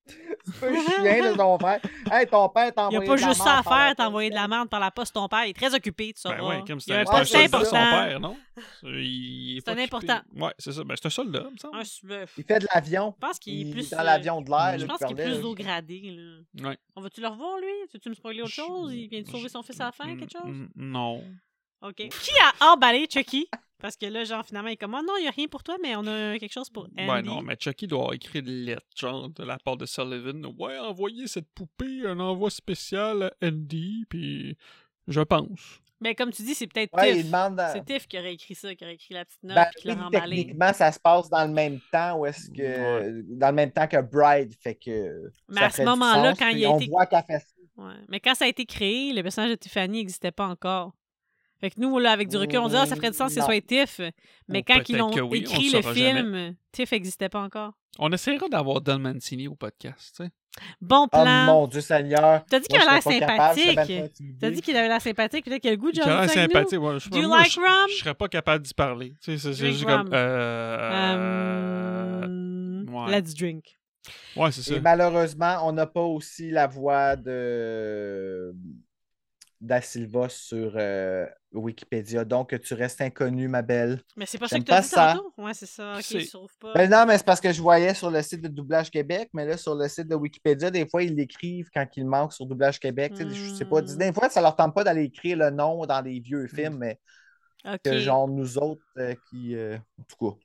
S1: peu chien de ton père. Hey, ton père
S2: Il
S1: t'a
S2: n'y a
S1: envoyé
S2: pas
S1: de la
S2: juste ça à
S1: marde par la
S2: faire,
S1: poste.
S2: t'envoyer de la merde par la poste, ton père. Il est très occupé, tu sauras.
S3: Ben ouais, comme
S2: Ah. Il
S3: c'est
S2: y a
S3: un,
S2: un
S3: c'est un
S2: poste
S3: soldat, son
S2: important.
S3: père, non? Il est
S2: C'est
S3: pas
S2: un
S3: occupé.
S2: important.
S3: Ouais, c'est ça. Ben, c'est un soldat, il me semble.
S2: Un s- euh,
S1: Il fait de l'avion.
S2: Je pense qu'il est
S1: Il
S2: plus.
S1: est
S2: euh,
S1: dans l'avion de l'air.
S2: Je
S1: là,
S2: pense
S1: qui
S2: qu'il est
S1: parlait,
S2: plus haut
S1: là.
S2: gradé. là.
S3: Ouais.
S2: On va-tu le revoir, lui? Tu veux me spoiler autre chose? Il vient de sauver son fils à la fin, quelque chose?
S3: Mm, mm, Non.
S2: OK. Qui a emballé Chucky? Parce que là, genre, finalement, il est comme, oh non, il n'y a rien pour toi, mais on a quelque chose pour Andy.
S3: Ben non, mais Chucky doit avoir écrit une lettre, genre, de la part de Sullivan. Ouais, envoyez cette poupée, un envoi spécial à Andy, puis je pense.
S2: Mais comme tu dis, c'est peut-être
S1: Ouais, il
S2: Tiff.
S1: demande. euh,
S2: C'est Tiff qui aurait écrit ça, qui aurait écrit la petite note,
S1: ben,
S2: puis qui l'aurait emballé.
S1: techniquement, ça se passe dans le même temps ou est-ce que
S3: Ouais.
S1: dans le même temps que Bride, fait que.
S2: Mais
S1: ça
S2: à ce
S1: fait du
S2: moment-là,
S1: sens,
S2: quand il
S1: puis
S2: a
S1: on
S2: été-
S1: voit qu'elle fait ça.
S2: Ouais. Mais quand ça a été créé, le personnage de Tiffany n'existait pas encore. Fait que nous, là, avec du recul, on dit, ah, ça ferait du sens que ce
S1: Non.
S2: soit Tiff. Mais
S3: Ou
S2: quand ils
S3: peut-être
S2: ont
S3: que oui, on
S2: écrit
S3: le
S2: le
S3: saura
S2: film, Tiff n'existait pas encore.
S3: On essaiera d'avoir Don Mancini au podcast, tu sais.
S2: Bon
S1: Oh
S2: plan.
S1: mon Dieu Seigneur.
S2: T'as dit qu'il
S1: Moi,
S2: avait
S1: je serais
S2: l'air
S1: pas capable, je serais même
S2: sympathique.
S1: pas intimidé.
S2: T'as dit qu'il avait l'air sympathique, peut-être qu'il a le goût de
S3: Il a
S2: jaser
S3: l'air
S2: avec nous.
S3: sympathique. ouais, je,
S2: Do you
S3: moi,
S2: like
S3: je,
S2: rum?
S3: je serais pas capable d'y parler. Tu sais, c'est- c'est
S2: Drink
S3: juste comme.
S2: rum.
S3: euh, euh,
S2: Euh,
S3: ouais.
S2: Let's drink.
S3: Ouais, c'est ça.
S1: Et
S2: Hum,
S1: malheureusement, on n'a pas aussi la voix de Da Silva sur euh, Wikipédia. Donc, tu restes inconnu, ma belle.
S2: Mais c'est pas ça
S1: J'aime
S2: que t'as
S1: pas
S2: dit
S1: ça.
S2: tantôt? Ouais, c'est ça. Ok,
S3: C'est-
S2: je trouve pas.
S1: Ben non, mais c'est parce que je voyais sur le site de Doublage Québec, mais là, sur le site de Wikipédia, des fois, ils l'écrivent quand ils manquent sur Doublage Québec. tu sais, Je sais pas.
S2: Hmm.
S1: Des fois, ça leur tente pas d'aller écrire le nom dans les vieux films, mais
S2: Mm. Ok.
S1: que genre nous autres euh, qui. euh, En tout cas.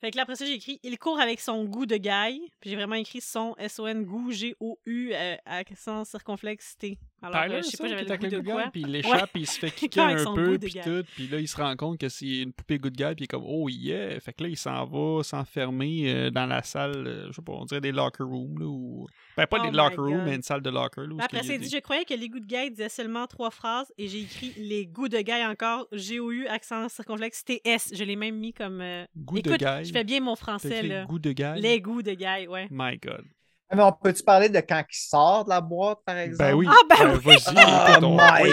S2: Fait que là, après ça, j'ai écrit Il court avec son goût de gaille. Puis j'ai vraiment écrit son S-O-N goût, G-O-U, euh, accent circonflexe T. Alors, euh,
S3: Tyler,
S2: je sais
S3: ça,
S2: pas, j'avais
S3: qui est
S2: le goût de
S3: avec le good guy,
S2: quoi.
S3: puis il l'échappe, puis il
S2: *laughs*
S3: se fait kicker
S2: Avec son
S3: un
S2: goût
S3: peu,
S2: de
S3: puis
S2: guy.
S3: tout, puis là, il se rend compte que c'est une poupée good guy, puis il est comme « Oh yeah! » Fait que là, il s'en va s'enfermer euh, dans la salle, euh, je sais pas, on dirait des locker rooms, là, ou... Ben, pas
S2: Oh
S3: des
S2: my
S3: locker rooms,
S2: God. Bah,
S3: mais une salle de locker, là, où
S2: Après,
S3: est-ce qu'il y
S2: c'est
S3: a
S2: dit
S3: des-
S2: Je croyais que les goûts de gaille disaient seulement trois phrases. Et j'ai écrit
S3: *laughs*
S2: Les goûts de gaille encore, G-O-U, accent circonflexe T-S. Je l'ai même mis comme. euh,
S3: Goût
S2: Écoute,
S3: de guy.
S2: je fais bien mon
S3: T'as
S2: français,
S3: écrit
S2: là.
S3: Goût de guy.
S2: Les goûts de gaille, ouais.
S3: My God.
S1: Ah, Mais on peut-tu parler de quand il sort de la boîte, par exemple?
S3: Ben oui.
S2: Ah, ben
S3: Ben, Vas-y,
S1: Oh
S3: écoute, on-
S1: my
S3: oui.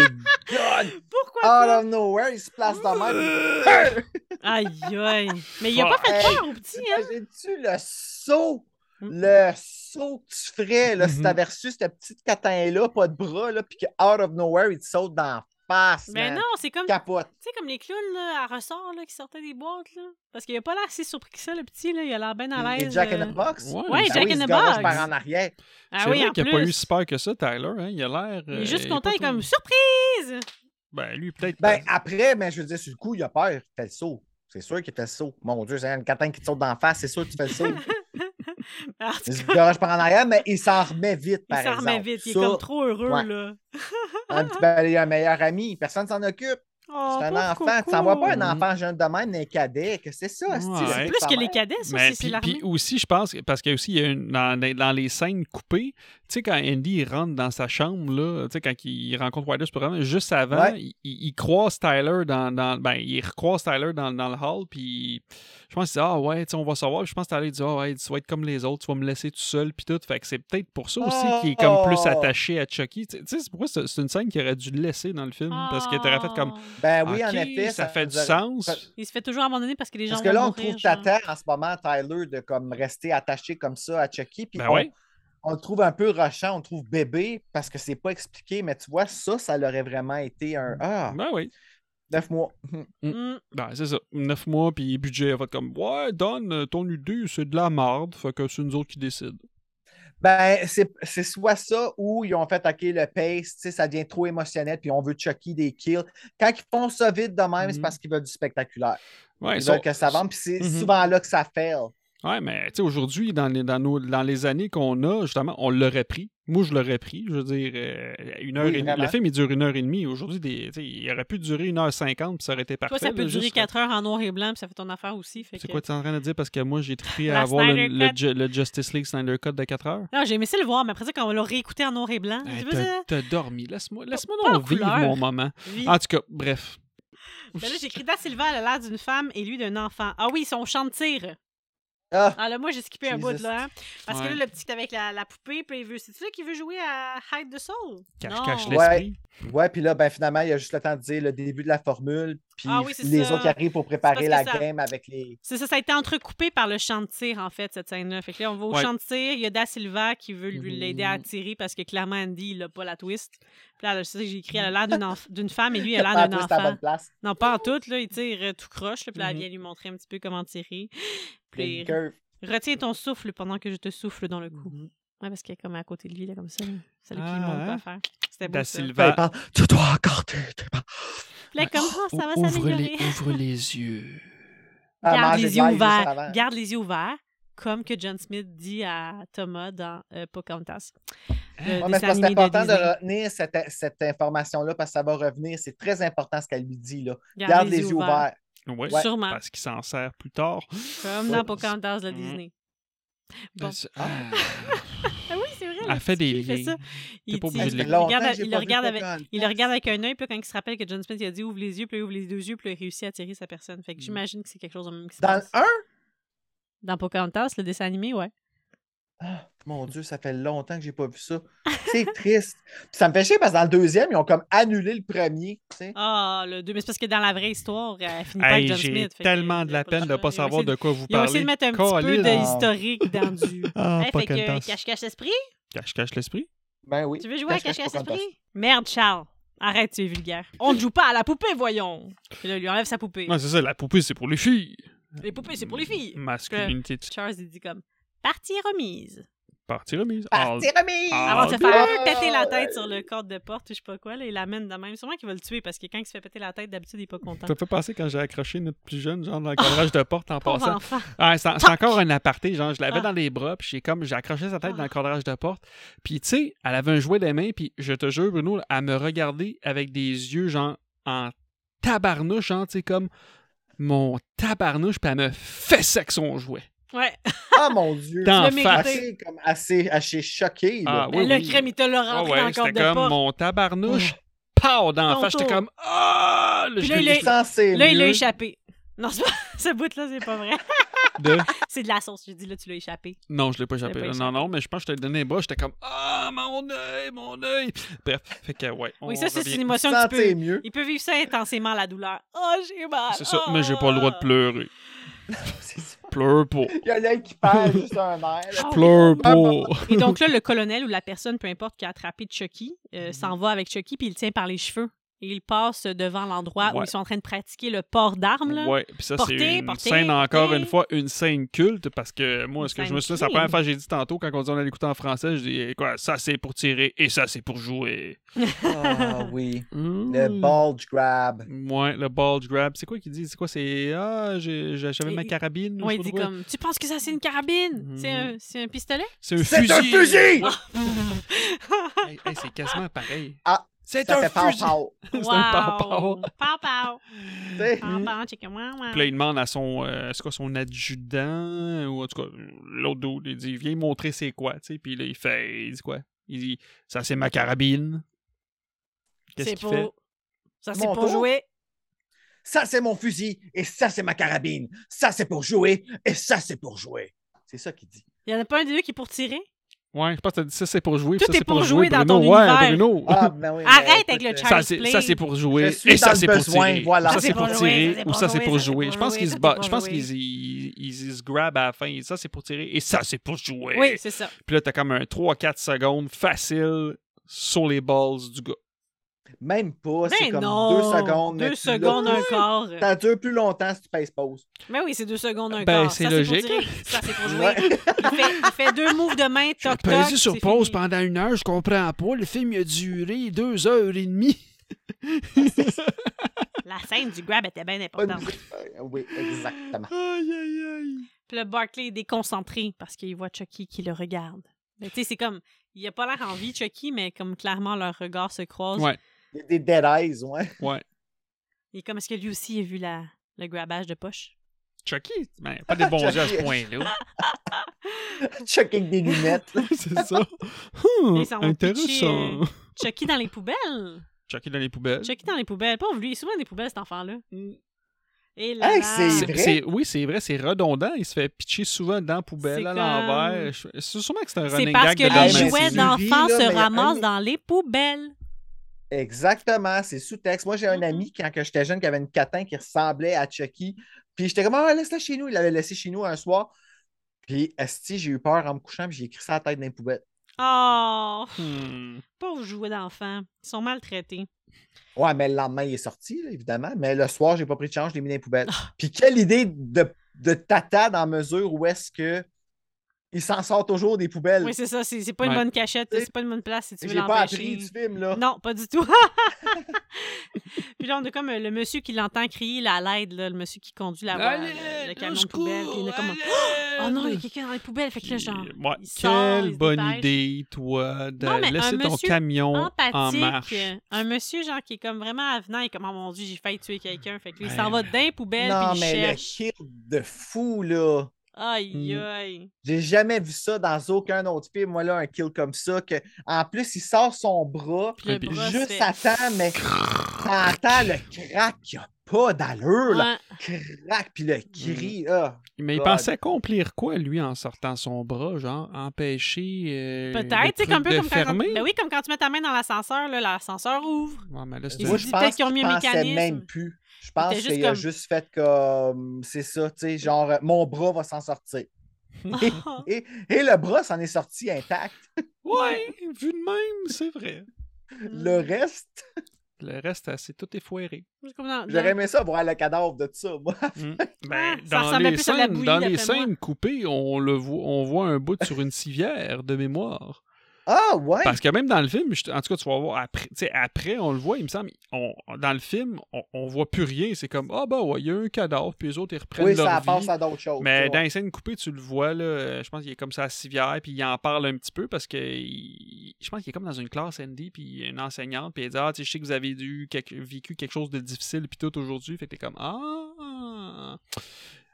S1: god!
S2: Pourquoi pas?
S1: Out of nowhere, il se place
S2: *laughs*
S1: dans même.
S2: Aïe, aïe. Mais il a pas fait
S1: Hey.
S2: peur au petit, hein?
S1: T'imagines-tu le saut?
S2: Mm. Mm-hmm.
S1: Le saut que tu ferais là, si
S3: Mhm.
S1: t'avais reçu cette petite catin-là, pas de bras, là, puis que out of nowhere, il te saute dans la face.
S2: Mais Ben
S1: man.
S2: non, c'est comme
S1: Capote.
S2: Tu sais, comme les clowns là, à ressort là, qui sortaient des boîtes. Là. Parce qu'il a pas l'air si surpris que ça, le petit. Là. Il a l'air bien à
S1: Mm, Et
S2: l'aise.
S1: Jack
S2: euh.
S1: in the Box.
S3: Ouais,
S1: Ben
S2: Jack
S1: oui,
S2: in
S1: il
S2: the
S1: se garoche
S2: Box.
S1: par en arrière.
S2: Ah
S3: C'est
S2: oui,
S3: vrai
S2: en
S3: qu'il
S2: plus.
S3: a pas eu si peur que ça, Tyler. Hein? Il a l'air.
S2: Il
S3: euh,
S2: est juste
S3: pas
S2: content, il est
S3: trop-
S2: comme ah, surprise! *laughs*
S3: Ben, lui, peut-être.
S1: Ben après, mais je veux dire, sur le coup, il a peur, il fait le saut. C'est sûr qu'il fait le saut. Mon Dieu, c'est un catin qui te saute d'en face, c'est sûr que tu fais le
S2: *laughs*
S1: saut.
S2: En tout
S1: Il se
S2: cas,
S1: garoche par en arrière, mais il s'en remet vite,
S2: Ah, il
S1: par
S2: s'en
S1: exemple.
S2: remet vite. Il est
S1: Ça,
S2: comme trop heureux,
S1: ouais.
S2: là.
S1: on dit, ben, il a un meilleur ami, personne s'en occupe.
S2: Oh,
S1: c'est un
S2: pauvre
S1: enfant. Tu
S2: Coco.
S1: n'en vois pas un
S3: Mhm.
S1: enfant jeune de même, un cadet, que c'est ça, hostie,
S3: Ouais.
S1: c'est
S2: Plus
S1: sa
S2: que les
S1: mère.
S2: cadets, ça,
S3: Mais
S2: c'est- c'est
S3: puis-
S2: l'armée.
S3: puis aussi, je pense, que- parce qu'il y a aussi, il y a une- dans, dans les scènes coupées, tu sais, quand Andy il rentre dans sa chambre, là, tu sais, quand il rencontre Wilder, c'est vraiment juste avant,
S1: Ouais.
S3: il, il- il croise Tyler dans, dans- Ben, il recroise Tyler dans, dans le hall, puis je pense qu'il dit Ah ouais, tu sais, on va savoir. Puis je pense que Tyler il dit Ah ouais, tu vas être comme les autres, tu vas me laisser tout seul, puis tout. Fait que c'est peut-être pour ça aussi qu'il est comme plus
S1: Oh!
S3: attaché à Chucky. Tu sais, tu sais, c'est pourquoi c'est c'est une scène qu'il aurait dû laisser dans le film, parce qu'il aurait fait comme.
S2: Ah.
S1: Ben oui,
S3: Ok,
S1: en effet.
S3: ça, fait
S1: nous
S3: du
S1: aurait-
S3: sens.
S2: Il se fait toujours abandonner parce que les gens.
S1: Parce que
S2: vont
S1: là, on
S2: mourir,
S1: trouve
S2: genre.
S1: Tata en ce moment, Tyler, de comme rester attaché comme ça à Chucky. Puis
S3: Ben
S1: on-
S3: ouais.
S1: on le trouve un peu rochant, on le trouve bébé parce que c'est pas expliqué, mais tu vois, ça, ça l'aurait vraiment été un Ah,
S3: Ben oui.
S1: neuf mois.
S2: Mm.
S3: Ben, c'est ça. Neuf mois, puis budget, elle va être comme Ouais, donne, euh, ton idée, c'est de la marde, fait que c'est nous autres qui décident.
S1: Ben, c'est c'est soit ça ou ils ont fait OK, le pace, tu sais, ça devient trop émotionnel, puis on veut Chucky des kills. Quand ils font ça vite de même, c'est
S3: Mhm.
S1: parce qu'ils veulent du spectaculaire.
S3: Ouais,
S1: Ils
S3: ça-
S1: veulent que ça vende, puis c'est
S3: Mhm.
S1: souvent là que ça fail.
S3: Ouais, mais tu sais, aujourd'hui, dans les, dans, nos- dans les années qu'on a, justement, on l'aurait pris. Moi, je l'aurais pris. Je veux dire, euh, une heure et
S1: Oui,
S3: demie-
S1: vraiment.
S3: Le film, il dure une heure et demie. Aujourd'hui, des- tu sais, il aurait pu durer une heure cinquante, puis ça aurait été parfait.
S2: Toi, ça peut
S3: là,
S2: durer
S3: juste-
S2: 4 heures en noir et blanc, puis ça fait ton affaire aussi. Fait
S3: C'est
S2: que-
S3: quoi, tu es en train de dire? Parce que moi, j'ai trippé
S2: La
S3: à avoir
S2: Snyder
S3: le, le
S2: Cut.
S3: Ju- le Justice League Snyder Cut de 4 heures.
S2: Non, Ah, j'ai aimé ça le voir, mais après ça, quand on l'a réécouté en noir et blanc,
S3: Hey,
S2: Ah, tu veux
S3: T'as
S2: ça?
S3: t'as dormi. Laisse-moi laisse
S2: pas en
S3: donc vivre
S2: couleur.
S3: mon moment.
S2: Oui.
S3: En tout cas, bref.
S2: Ben là, j'ai écrit Da Silva, elle a l'air d'une femme et lui d'un enfant. Ah oui, son chant de tir.
S1: Ah,
S2: Ah là, moi, j'ai skippé un bout,
S1: Jesus.
S2: là. hein. Parce que
S3: Ouais.
S2: là, le petit avec la, la poupée, puis il veut. C'est-tu là qu'il veut jouer à Hide the Soul? Non.
S3: Cache-cache
S1: Ouais.
S3: l'esprit.
S1: ouais, puis là, ben finalement, il y a juste le temps de dire le début de la formule, puis
S2: Ah oui, c'est
S1: les
S2: ça.
S1: autres qui arrivent pour
S2: C'est
S1: préparer
S2: parce
S1: la
S2: que ça-
S1: game avec les.
S2: C'est ça, ça a été entrecoupé par le chant de tir, en fait, cette scène-là. Fait que là, on va au
S3: Ouais.
S2: chant de tir. Il y a Da Silva qui veut lui
S3: Mhm.
S2: l'aider à tirer parce que clairement, Andy, il a pas la twist. Puis là, là, ça, j'ai écrit, elle a l'air d'une enf-
S1: *laughs*
S2: d'une femme et lui, elle a
S1: Pas
S2: l'air d'un
S1: tous à la
S2: enfant.
S1: bonne place.
S2: Non, pas en tout, là. Il tire euh, tout croche, là, puis là, elle
S3: Mhm.
S2: vient lui montrer un petit peu comment tirer. Puis,
S1: les curves.
S2: retiens ton souffle pendant que je te souffle dans le cou.
S1: Mm-hmm.
S2: Ouais, parce qu'il est comme à côté de lui, là, comme ça. là. Celle
S3: Ah,
S2: qui monte
S3: hein?
S2: pas à faire. C'était beau.
S3: Da
S2: ça.
S1: Ben, il
S3: Silva.
S1: parle, tu dois encore, tu tu dois-
S2: Puis
S3: Ah,
S2: là, comme
S3: oh,
S2: ça, ça va
S3: Ben, Ou- ouvre,
S2: s'améliorer. *laughs*
S3: les, ouvre les yeux.
S1: Ah,
S2: Garde
S1: manger
S2: les
S1: de
S2: yeux
S1: l'ail juste
S2: ouverts.
S1: avant.
S2: Garde les yeux ouverts. Comme que John Smith dit à Thomas dans euh, Pocahontas. Le
S1: Ouais, mais
S2: dessin
S1: c'est parce que c'est
S2: animé euh, de
S1: important de
S2: Disney.
S1: retenir cette, cette information-là parce que ça va revenir. C'est très important ce qu'elle lui dit. Là.
S2: Garde,
S1: Garde les yeux ouverts.
S3: Ouais,
S1: Ouais.
S2: Sûrement.
S3: Parce qu'il s'en sert plus tard.
S2: Comme
S1: Ouais.
S2: dans Pocahontas de
S3: Mhm.
S2: Disney. Bon.
S3: Ah.
S2: Ah oui, c'est vrai. le
S3: Elle fait
S2: petit,
S3: des
S2: il fait
S3: liens.
S2: ça. Il
S3: pas
S2: dit-
S3: obligé de
S2: il
S3: l'écouter.
S2: regarde,
S1: Longtemps que j'ai
S2: il
S1: pas
S2: le
S1: vu
S2: regarde avec,
S1: Pocahontas.
S2: il le regarde avec un œil, puis quand il se rappelle que John Smith il a dit ouvre les yeux, puis là, il ouvre les deux yeux, puis là, il réussit à tirer sa personne. Fait que j'imagine que c'est quelque chose de même qui se
S1: Mm. Dans le
S2: passe.
S1: 1,
S2: Dans Pocahontas, le dessin animé, ouais.
S1: mon Dieu, ça fait longtemps que j'ai pas vu ça. C'est triste. Puis ça me fait chier parce que dans le deuxième, ils ont comme annulé le premier. tu sais.
S2: Ah, le 2. Mais c'est parce que dans la vraie histoire, elle finit pas
S3: Hey,
S2: avec John
S3: j'ai
S2: Smith. fait que
S3: tellement de
S2: il y a
S3: la
S2: le
S3: peine de
S2: choix.
S3: ne pas
S2: Ils ont
S3: savoir
S2: essayé
S3: de quoi vous
S2: Ils ont
S3: parlez.
S2: essayé de mettre un petit peu
S3: Colin.
S2: de
S1: Colline.
S2: historique dans du.
S3: Ah,
S2: Hey,
S3: pas
S2: fait
S3: *laughs*
S2: que euh,
S3: Kentas.
S2: cache-cache esprit.
S3: Cache, cache l'esprit.
S1: Ben oui.
S2: Tu veux jouer à
S1: Cache-cache
S2: cache-cache
S1: Pocahontas.
S2: esprit? Merde, Charles. Arrête, tu es vulgaire. On ne joue pas à la poupée, voyons. Puis là, il lui enlève sa poupée.
S3: Non, c'est ça, la poupée, c'est pour les filles.
S2: Les poupées, c'est pour les filles.
S3: Mm. Masculinité, tu
S2: Charles, il dit comme Partie remise.
S3: partie remise.
S1: Partie remise!
S3: Ah,
S2: Avant de se
S3: ok.
S2: faire péter la tête sur le cadre de porte ou je sais pas quoi, là, il l'amène de même. Sûrement qu'il va le tuer parce que quand il se fait péter la tête, d'habitude, il est pas content.
S3: Oh, Ça me fait penser quand j'ai accroché notre plus jeune, genre dans le cadrage de porte en
S2: Pauvre
S3: passant.
S2: enfant.
S3: Ah, c'est c'est encore un aparté, genre je l'avais
S2: Ah.
S3: dans les bras, puis j'ai comme j'ai accroché sa tête dans le cadrage de porte. Puis tu sais, elle avait un jouet des mains, puis je te jure Bruno, à me regarder avec des yeux genre en tabarnouche, genre tu sais comme mon tabarnouche, puis elle me fessait avec son jouet.
S2: Ouais.
S1: Ah, mon Dieu.
S3: Dans
S2: l'as
S3: face.
S2: mérité.
S1: Assez, comme assez, assez choqué. là.
S3: Ah,
S2: Mais
S3: oui,
S2: Ben le
S3: oui.
S2: crème, il te l'a
S3: Ah
S2: rentré dans
S3: ouais,
S2: le cadre
S3: j'étais
S2: de
S3: comme
S2: porte. Oh.
S3: mon tabarnouche, pow dans la
S2: Ton
S3: face, j'étais
S2: tour.
S3: comme ah, le
S2: Puis là,
S3: jeu
S2: il est-
S1: Je sens que c'est
S2: Là, il l'a
S1: mieux.
S2: échappé. Non, c'est pas... *laughs* ce bout-là, c'est pas vrai.
S3: *laughs*
S2: *laughs*
S3: de
S2: C'est de la sauce. J'ai dit, là, tu l'as échappé.
S3: Non, je l'ai pas échappé.
S2: l'as pas
S3: là.
S2: échappé.
S3: Non, non, mais je pense que je te le donnais les bras. J'étais comme Ah, mon œil, mon œil. Bref, fait que, ouais.
S2: Oui,
S3: on
S2: ça, c'est
S3: revient.
S2: une
S1: Je
S2: émotion
S1: sens
S2: que
S1: que
S2: tu
S1: c'est
S2: peux...
S1: mieux.
S2: Il peut vivre ça intensément, la douleur. Oh, j'ai mal.
S3: C'est ça,
S2: Oh.
S3: mais j'ai pas le droit de pleurer.
S1: *laughs* C'est ça.
S3: Pleure pas.
S1: Il y a l'œil qui perd juste un air.
S2: Ah oui.
S3: Pleure pas.
S2: Et donc là, le colonel ou la personne, peu importe, qui a attrapé Chucky, euh,
S3: Mm-hmm.
S2: s'en va avec Chucky, puis il le tient par les cheveux. Et il passe devant l'endroit où
S3: Ouais.
S2: ils sont en train de pratiquer le port d'armes. là.
S3: Ouais, puis ça,
S2: Porter,
S3: c'est une
S2: porter,
S3: scène, encore
S2: porter.
S3: une fois, une scène culte, parce que moi, ce que
S2: Une
S3: je me suis
S2: scène
S3: dit, c'est la
S2: culte.
S3: première fois que j'ai dit tantôt, quand on dit on allait l'écouter en français, je dis eh, quoi, ça c'est pour tirer et ça c'est pour jouer.
S1: *laughs* Ah oui. Le
S2: Hmm.
S3: Mmh.
S1: bulge grab.
S3: Ouais, le bulge grab. C'est quoi qu'il dit C'est quoi C'est Ah, j'ai- j'avais
S2: Et-
S3: ma carabine. ou
S2: Ouais,
S3: je
S2: il
S3: sais
S2: dit
S3: pas quoi.
S2: comme Tu penses que ça, c'est une carabine
S3: Mhm.
S2: C'est un- C'est un, pistolet
S3: C'est un
S1: C'est
S3: fusil.
S1: un fusil!
S2: Ah.
S3: Ouais. Hey, hey, c'est quasiment pareil.
S1: Ah,
S3: c'est
S1: Ça
S3: un
S1: fait
S3: fusil. *laughs*
S1: pow-pow.
S3: C'est un pow-pow.
S2: Pow, pow.
S1: Tu sais.
S2: Pow, pow, chicken, wah, wah.
S3: Puis là, il demande à son, euh, c'est quoi, son adjudant, ou en tout cas, l'autre dude, il dit, viens montrer c'est quoi, tu sais. Puis là, il fait, il dit quoi? Il dit, ça c'est ma carabine. Qu'est-ce
S2: C'est
S3: qu'il
S2: pour.
S3: fait?
S2: Ça, c'est
S1: Mon
S2: pour
S1: tour.
S2: jouer.
S1: Ça, c'est mon fusil et ça, c'est ma carabine. Ça, c'est pour jouer et ça, c'est pour jouer. C'est ça qu'il dit.
S2: Il y en a pas un des deux qui est pour tirer
S3: Ouais, je pense que t'as dit ça c'est pour jouer.
S2: Tout
S3: puis ça,
S2: est
S3: c'est
S2: pour
S3: pour
S2: jouer dans
S3: Bruno.
S2: ton
S3: ouais,
S2: univers.
S3: Bruno.
S1: Ah, ben oui, mais
S2: Arrête avec
S1: écoute,
S2: le
S1: euh,
S2: chat.
S3: *laughs* Ça
S2: Charles
S3: c'est,
S2: Play.
S3: ça, c'est pour jouer
S1: Je suis
S3: et ça
S1: dans le
S3: c'est pour
S1: besoin,
S3: tirer.
S1: voilà.
S3: Ça c'est pour
S2: jouer,
S3: tirer
S2: ça, c'est
S3: ou
S2: pour
S3: ça
S2: jouer,
S3: c'est pour
S2: ça, c'est
S3: jouer. Je
S2: pour
S3: pense qu'il
S2: jouer,
S3: se bat,
S2: ça, c'est
S3: je
S2: pour
S3: pense qu'il
S2: jouer.
S3: il- ils, ils se grabent à la fin. Et ça, c'est pour tirer. Et ça, c'est pour jouer.
S2: Oui, c'est ça.
S3: Puis là, t'as comme un 3-4 secondes facile sur les balls du gars.
S1: euh, Même pas, c'est
S2: Ben
S1: comme
S2: non!
S1: deux secondes. mais
S2: Deux
S1: tu l'as-
S2: secondes, un quart.
S1: Ça dure plus longtemps si tu pèses pause.
S2: Mais oui, c'est deux secondes, un
S3: Ben,
S2: quart.
S3: c'est
S2: Ça,
S3: logique.
S2: pour tirer. Ça,
S1: *laughs*
S2: c'est pour jouer.
S1: Ouais.
S2: Il, fait, il fait deux moves de main, toc-toc.
S3: Pesé sur
S2: c'est
S3: pause
S2: fini.
S3: pendant une heure, je comprends pas. Le film il a duré deux heures
S2: *laughs*
S3: et demie.
S2: La scène du grab était bien
S1: Pas de
S2: importante.
S1: musique. Euh, Oui, exactement.
S3: Aïe, aïe, aïe.
S2: Puis le Barclay est déconcentré parce qu'il voit Chucky qui le regarde. Mais tu sais, c'est comme. Il a pas l'air en vie, Chucky, mais comme clairement leurs regards se croisent.
S3: Ouais,
S1: Il y a des dead eyes, ouais. *laughs*
S3: ouais.
S2: Il est comme est-ce que lui aussi a vu la, le grabage de poche?
S3: Chucky, ben, pas des
S2: *laughs*
S3: bons yeux à ce point-là.
S1: Chuck avec des lunettes.
S3: c'est ça.
S2: Ils s'en vont
S3: Hum, intéressant.
S2: pitcher, Chucky dans les poubelles!
S3: Chucky dans les poubelles.
S2: Chucky dans les poubelles. Pauvre lui, il est souvent dans les poubelles, cet enfant-là. Et là,
S1: Hey,
S2: là,
S1: c'est-
S3: C'est-
S1: vrai?
S3: c'est- oui, c'est vrai, c'est redondant. Il se fait pitcher souvent dans la poubelle,
S2: C'est
S3: à
S2: comme-
S3: l'envers. Je- C'est sûrement que c'est un
S2: c'est
S3: running
S2: parce
S3: gag
S2: que
S3: de la
S1: Batman,
S2: les
S1: c'est
S2: jouets
S1: lui,
S2: d'enfants
S1: là, mais
S2: se
S1: il y a un-
S2: ramassent dans les poubelles.
S1: Exactement, c'est sous-texte. Moi, j'ai un
S2: Mhm.
S1: ami, quand que j'étais jeune, qui avait une catin qui ressemblait à Chucky. Puis j'étais comme, ah, laisse-la chez nous. Il l'avait laissé chez nous un soir. Puis, esti, j'ai eu peur en me couchant, puis j'ai écrit ça à la tête dans les poubelles.
S2: Oh,
S3: Hmm.
S2: pauvres jouets d'enfants. Ils sont maltraités.
S1: Ouais, mais le lendemain, il est sorti, là, évidemment. Mais le soir, j'ai pas pris de chance, je l'ai mis dans les poubelles. Puis, quelle idée de, de tata dans la mesure où est-ce que il s'en sort toujours des poubelles.
S2: Oui, c'est ça. C'est c'est pas une
S3: Ouais.
S2: bonne cachette. C'est pas une bonne place si tu veux
S1: j'ai pas
S2: l'empêcher.
S1: appris du film, là.
S2: Non, pas du tout. *laughs* puis là, on a comme euh, le monsieur qui l'entend crier là, à l'aide, là, le monsieur qui conduit la voie, le, le camion de poubelle. Puis il est comme Oh non, il y a quelqu'un dans les poubelles. Fait que là, genre,
S3: Ouais,
S2: il sort, il
S3: Quelle
S2: se
S3: bonne
S2: dépêche.
S3: idée, toi, de
S2: Non, mais
S3: laisser
S2: un
S3: ton
S2: monsieur
S3: camion en marche.
S2: empathique. Un monsieur, genre, qui est comme vraiment avenant. Il est comme Oh mon dieu, j'ai failli tuer quelqu'un. Fait que là, il s'en va
S3: Ben Ouais.
S2: dans les poubelles.
S1: Non,
S2: puis il
S1: mais
S2: cherche.
S1: le kill de fou, là.
S2: Aïe,
S3: Mm.
S2: aïe.
S1: J'ai jamais vu ça dans aucun autre film, moi, là, un kill comme ça. Que, en plus, il sort son bras,
S2: Puis le
S3: Et puis
S2: bras se
S1: juste
S2: fait-
S1: à temps, mais t'entends le crack, il a pas d'allure, là.
S2: Ouais.
S1: Crack, puis le cri,
S3: Mm.
S1: ah.
S3: Mais il
S1: God.
S3: pensait accomplir quoi, lui, en sortant son bras, genre empêcher. euh, le
S2: Peut-être, c'est
S3: truc
S2: un peu
S3: de
S2: comme quand,
S3: fermer?
S2: ben oui, comme quand tu mets ta main dans l'ascenseur, là, l'ascenseur
S3: *laughs*
S2: ouvre.
S3: Ouais, mais là, c'est-
S2: se
S1: Moi, je
S2: dit
S1: pense
S2: peut-être qu'ils ont
S1: qu'il
S2: mis un
S1: pensait
S2: mécanisme.
S1: même plus. Je pense
S2: était
S1: qu'il
S2: juste
S1: a
S2: comme-
S1: juste fait comme, c'est ça, tu sais, genre, euh, mon bras va s'en sortir. Et, et le bras s'en est sorti intact.
S3: Ouais, vu de même, c'est vrai.
S1: Le
S2: Ah. Mm.
S1: reste,
S3: Le reste, c'est tout est
S1: *laughs*
S3: foiré.
S2: C'est comme dans-
S1: j'aurais
S2: dans-
S1: aimé ça voir le cadavre de ça, moi. *laughs*
S3: Mm.
S2: Ah,
S3: Ben,
S2: ça
S3: dans
S2: ressemblait
S3: les,
S2: plus à de la
S3: scènes,
S2: bouillie,
S3: dans les
S2: d'après moi.
S3: scènes coupées, on, le voit, on voit un bout sur une civière de mémoire.
S1: Ah, ouais!
S3: Parce que même dans le film, je- en tout cas, tu vas voir, après, tu sais, après on le voit, il me semble, on- dans le film, on, on voit plus rien. C'est comme, ah bah ben ouais, il y a un cadavre, puis les autres, ils reprennent
S1: Oui,
S3: leur
S1: ça
S3: vie.
S1: passe à d'autres choses.
S3: Mais
S1: ouais.
S3: dans les scènes coupées, tu le vois, là, euh, je pense qu'il est comme ça à civière, puis il en parle un petit peu parce que il- je pense qu'il est comme dans une classe Andy, puis il y a une enseignante, puis il dit Ah, tu sais, je sais que vous avez dû quelque- vécu quelque chose de difficile, puis tout aujourd'hui. Fait que t'es comme Ah